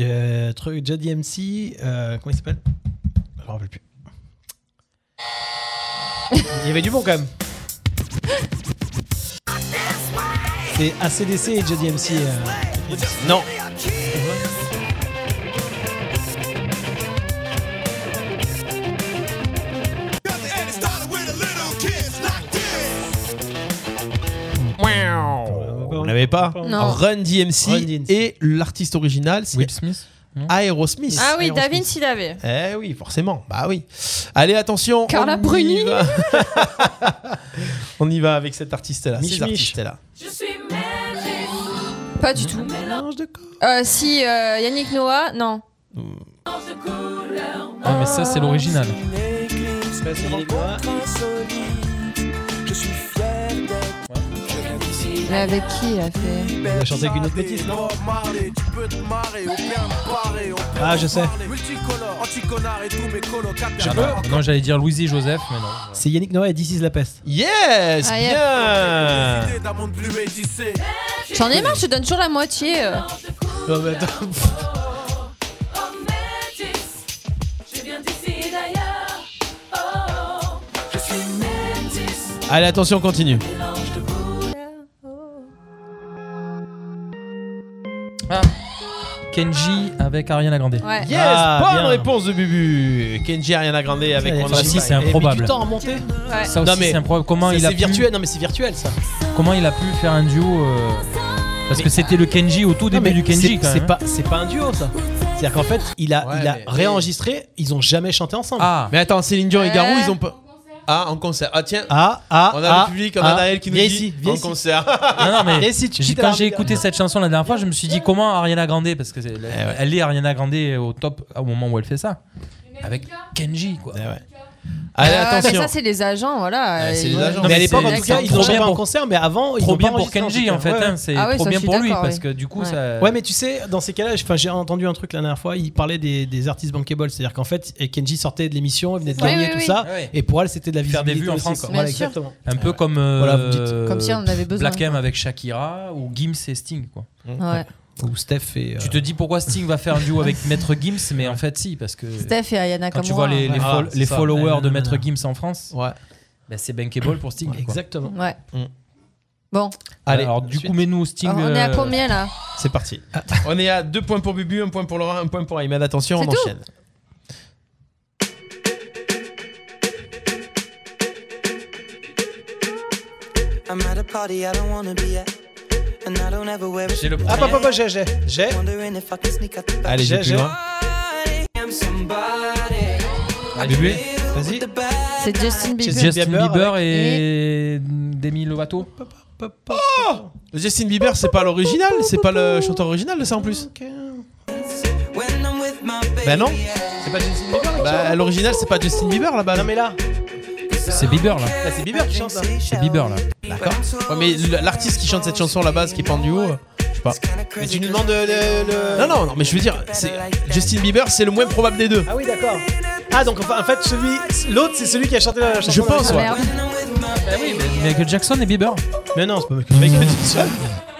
Speaker 5: Euh, truc, Jaddy MC, euh, comment il s'appelle Je me rappelle plus. Il y avait du bon quand même. C'est ACDC et Jaddy MC. euh.
Speaker 3: Non. Vous n'avez pas
Speaker 6: Non.
Speaker 3: Run DMC,
Speaker 5: Run DMC.
Speaker 3: et l'artiste original, c'est
Speaker 4: Will Smith.
Speaker 3: Aerosmith.
Speaker 6: Ah oui,
Speaker 3: Aerosmith.
Speaker 6: David s'il avait.
Speaker 3: Eh oui, forcément. Bah oui. Allez, attention.
Speaker 6: Carla
Speaker 3: on y
Speaker 6: Bruni.
Speaker 3: va. on y va avec cet artiste-là.
Speaker 5: Mich
Speaker 3: Cet
Speaker 5: Mich.
Speaker 3: artiste-là.
Speaker 6: Pas du tout.
Speaker 5: Mélange de corps.
Speaker 6: Euh, si euh, Yannick Noah, non.
Speaker 4: Non, mais ça, c'est l'original.
Speaker 5: Ouais, c'est Yannick Noah.
Speaker 6: Mais avec qui il a fait
Speaker 5: Il a chanté avec une autre bêtise, non Ah, je sais.
Speaker 4: Ah bah, Non, j'allais dire Louisie Joseph, mais non.
Speaker 5: C'est Yannick Noah et This is la peste.
Speaker 3: Yes
Speaker 6: Ah, yep.
Speaker 4: Ah.
Speaker 3: Bien
Speaker 6: J'en ai marre, je te donne toujours la moitié. euh.
Speaker 5: Non, Oh, mais attends.
Speaker 3: Allez, attention, on continue.
Speaker 4: Ah. Kenji avec Ariana Grande.
Speaker 6: Ouais.
Speaker 3: Yes,
Speaker 4: Ah,
Speaker 3: bonne réponse de Bubu. Kenji Ariana Grande avec
Speaker 4: Ça
Speaker 3: Wanda
Speaker 4: aussi,
Speaker 3: Sykes.
Speaker 4: c'est improbable.
Speaker 5: Mais du temps à monter.
Speaker 6: Ouais.
Speaker 4: Ça aussi,
Speaker 3: Non, mais
Speaker 4: c'est improbable. Comment
Speaker 5: C'est-
Speaker 4: il a
Speaker 5: c'est
Speaker 4: pu-
Speaker 5: virtuel, non mais c'est virtuel ça.
Speaker 4: Comment il a pu faire un duo euh, Parce que c'était le Kenji au tout
Speaker 5: Non,
Speaker 4: début
Speaker 5: mais
Speaker 4: du
Speaker 5: c'est-
Speaker 4: Kenji. quand
Speaker 5: C'est
Speaker 4: même,
Speaker 5: pas, c'est pas un duo ça. C'est-à-dire qu'en fait, il a, il a
Speaker 3: mais- Ah.
Speaker 5: réenregistré, ils ont jamais chanté ensemble.
Speaker 4: hein. Ah.
Speaker 3: Mais attends, Céline Dion et
Speaker 5: Euh.
Speaker 3: Garou, ils ont pas. Ah, en concert. Ah, tiens.
Speaker 5: Ah, ah,
Speaker 3: On a
Speaker 5: ah,
Speaker 3: le public, on
Speaker 5: ah.
Speaker 3: a Daniel qui nous
Speaker 5: Viens
Speaker 3: dit.
Speaker 5: ici, viens
Speaker 3: en
Speaker 5: ici.
Speaker 3: concert.
Speaker 4: hein. Non, non, mais
Speaker 5: Et si tu
Speaker 4: j'ai-
Speaker 5: quittes
Speaker 4: quand
Speaker 5: la
Speaker 4: j'ai
Speaker 5: Barbie,
Speaker 4: écouté cette chanson la dernière fois, je me suis dit comment Ariana Grande, parce
Speaker 5: Eh
Speaker 4: que c'est- elle est Ariana Grande au top au moment où elle fait ça, avec Kenji quoi.
Speaker 3: Allez,
Speaker 6: Ah, mais ça, c'est les agents,
Speaker 5: Eh,
Speaker 6: voilà.
Speaker 4: c'est
Speaker 6: Ils-
Speaker 4: les agents.
Speaker 5: mais à
Speaker 4: mais
Speaker 5: l'époque,
Speaker 4: c'est-
Speaker 5: en tout cas,
Speaker 4: c'est
Speaker 5: ils
Speaker 4: trop
Speaker 5: ont
Speaker 4: bien
Speaker 5: bien pas en
Speaker 4: pour-
Speaker 5: concert, mais avant, ils
Speaker 4: trop
Speaker 5: ont
Speaker 4: bien
Speaker 5: pas
Speaker 4: pour
Speaker 5: enregistré,
Speaker 4: Kenji,
Speaker 5: en tout
Speaker 4: en
Speaker 5: cas.
Speaker 4: fait,
Speaker 5: Ouais,
Speaker 4: hein,
Speaker 5: ouais.
Speaker 4: c'est Ah ouais, trop ça, bien je suis pour lui, d'accord, parce oui. que du coup,
Speaker 5: ouais.
Speaker 4: ça-
Speaker 5: Ouais, mais tu sais, dans ces cas-là, enfin, j'ai entendu un truc la dernière fois. Il parlait des, des artistes bankable, c'est-à-dire qu'en fait, Kenji sortait de l'émission, il venait de
Speaker 6: Oui,
Speaker 5: gagner
Speaker 6: oui,
Speaker 5: tout
Speaker 6: oui.
Speaker 5: ça,
Speaker 6: Ouais.
Speaker 5: et pour elle, c'était de la
Speaker 4: faire
Speaker 5: visibilité
Speaker 4: des vues en
Speaker 5: aussi,
Speaker 4: France.
Speaker 5: quoi.
Speaker 4: quoi.
Speaker 5: Voilà, exactement.
Speaker 4: Un peu comme, euh,
Speaker 5: Voilà, vous dites.
Speaker 6: Comme si on en avait besoin,
Speaker 4: Black M avec Shakira ou Gims et Sting. Quoi.
Speaker 5: Euh.
Speaker 6: Ouais.
Speaker 5: Ou Steph et. euh,
Speaker 4: Tu te dis pourquoi Sting va faire un duo avec Maître Gims, mais en fait, si, parce que.
Speaker 6: Steph et Ayana
Speaker 4: Quand tu
Speaker 6: Kamura,
Speaker 4: vois les,
Speaker 6: ouais.
Speaker 4: les,
Speaker 6: Ah,
Speaker 4: fol-
Speaker 6: c'est
Speaker 4: les
Speaker 6: ça.
Speaker 4: followers de
Speaker 6: Nanana.
Speaker 4: Maître Gims en France, bah, c'est bankable pour Sting. quoi.
Speaker 5: Exactement.
Speaker 6: Ouais.
Speaker 3: Mm.
Speaker 6: Bon,
Speaker 4: Allez, alors du coup, mets-nous Sting.
Speaker 6: Alors, Ah, on est à
Speaker 3: euh,
Speaker 6: combien là
Speaker 3: C'est parti. on est à 2 points pour Bubu, 1 point pour Laura, 1 point pour Ayman. Attention, on
Speaker 6: C'est tout
Speaker 3: enchaîne.
Speaker 20: I'm at a party I don't wanna be at. And I don't ever wear a
Speaker 5: J'ai le Ah, papa, papa, j'ai, j'ai, j'ai.
Speaker 20: Wondering if I can sneak out the back.
Speaker 5: Allez, j'ai plus loin.
Speaker 20: I'm somebody.
Speaker 4: Bubu
Speaker 5: Vas-y.
Speaker 6: C'est Justin Bieber.
Speaker 4: Justin Bieber et Demi Lovato.
Speaker 3: Oh Justin Bieber, c'est pas l'original, c'est pas le chanteur original de ça en plus.
Speaker 20: When I'm with my baby.
Speaker 3: Bah
Speaker 5: Ben
Speaker 3: non.
Speaker 5: C'est pas Justin Bieber qui
Speaker 3: Bah,
Speaker 5: chante
Speaker 3: l'original, c'est pas Justin Bieber là-bas. Non,
Speaker 5: mais là.
Speaker 4: C'est Bieber là.
Speaker 5: Là, c'est Bieber qui chante là.
Speaker 4: C'est Bieber là.
Speaker 3: D'accord. Ouais, mais l- l'artiste qui chante cette chanson là-bas, ce qui est pas en duo, euh, je sais pas.
Speaker 5: Mais tu nous demandes euh, le. le-
Speaker 3: Non, non, non, mais je veux dire, c'est- Justin Bieber, c'est le moins probable des deux.
Speaker 5: Ah oui, d'accord. Ah, donc enfin, en fait, celui, l'autre, c'est celui qui a chanté la chanson.
Speaker 3: Je pense,
Speaker 5: de-
Speaker 6: Ah,
Speaker 3: ouais.
Speaker 4: Michael Jackson et Bieber.
Speaker 5: Mais non, c'est pas Michael Jackson.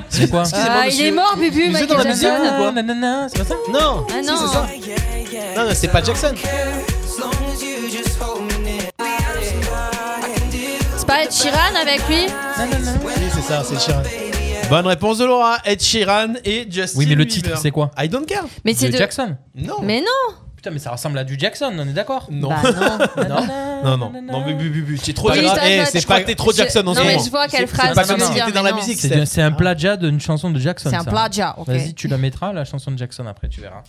Speaker 4: C'est quoi
Speaker 6: Ah, il est mort, Bubu,
Speaker 5: Vous
Speaker 6: Michael
Speaker 5: êtes dans la musique
Speaker 6: Jackson.
Speaker 5: ou quoi
Speaker 4: Nanana, c'est pas ça
Speaker 5: Non,
Speaker 6: Ah
Speaker 5: si,
Speaker 6: non.
Speaker 5: c'est ça. Non, non, c'est pas Jackson.
Speaker 6: C'est pas Ed Sheeran avec lui
Speaker 5: Oui, c'est ça, c'est Sheeran.
Speaker 3: Bonne réponse de Laura, Ed Sheeran et Justin
Speaker 4: Oui, mais le
Speaker 3: Bieber.
Speaker 4: titre, c'est quoi
Speaker 3: I don't care.
Speaker 6: Mais c'est
Speaker 4: De
Speaker 6: de-
Speaker 4: Jackson.
Speaker 3: Non.
Speaker 6: Mais non
Speaker 4: Putain, mais ça ressemble à du Jackson, on est d'accord
Speaker 3: Non.
Speaker 6: Bah non.
Speaker 3: Non, non, non, mais bu, bu, bu, c'est trop
Speaker 6: Oui,
Speaker 3: Jackson.
Speaker 6: ça,
Speaker 3: Eh,
Speaker 6: ça,
Speaker 3: c'est
Speaker 6: je
Speaker 3: pas
Speaker 6: crois-
Speaker 3: t'es trop
Speaker 6: je-
Speaker 3: Jackson en
Speaker 6: non,
Speaker 3: ce
Speaker 6: mais
Speaker 3: moment.
Speaker 6: je vois quelle
Speaker 3: C'est-
Speaker 6: phrase
Speaker 3: C'est pas
Speaker 6: tu
Speaker 3: comme
Speaker 6: veux
Speaker 3: si
Speaker 6: dire,
Speaker 3: t'étais dans
Speaker 6: mais
Speaker 3: la
Speaker 6: non.
Speaker 3: musique,
Speaker 4: C'est
Speaker 3: Steph.
Speaker 4: un- c'est un plagiat d'une chanson de Jackson.
Speaker 6: C'est un
Speaker 4: ça.
Speaker 6: plagiat, ok.
Speaker 4: Vas-y, tu la mettras, la chanson de Jackson, après, tu verras.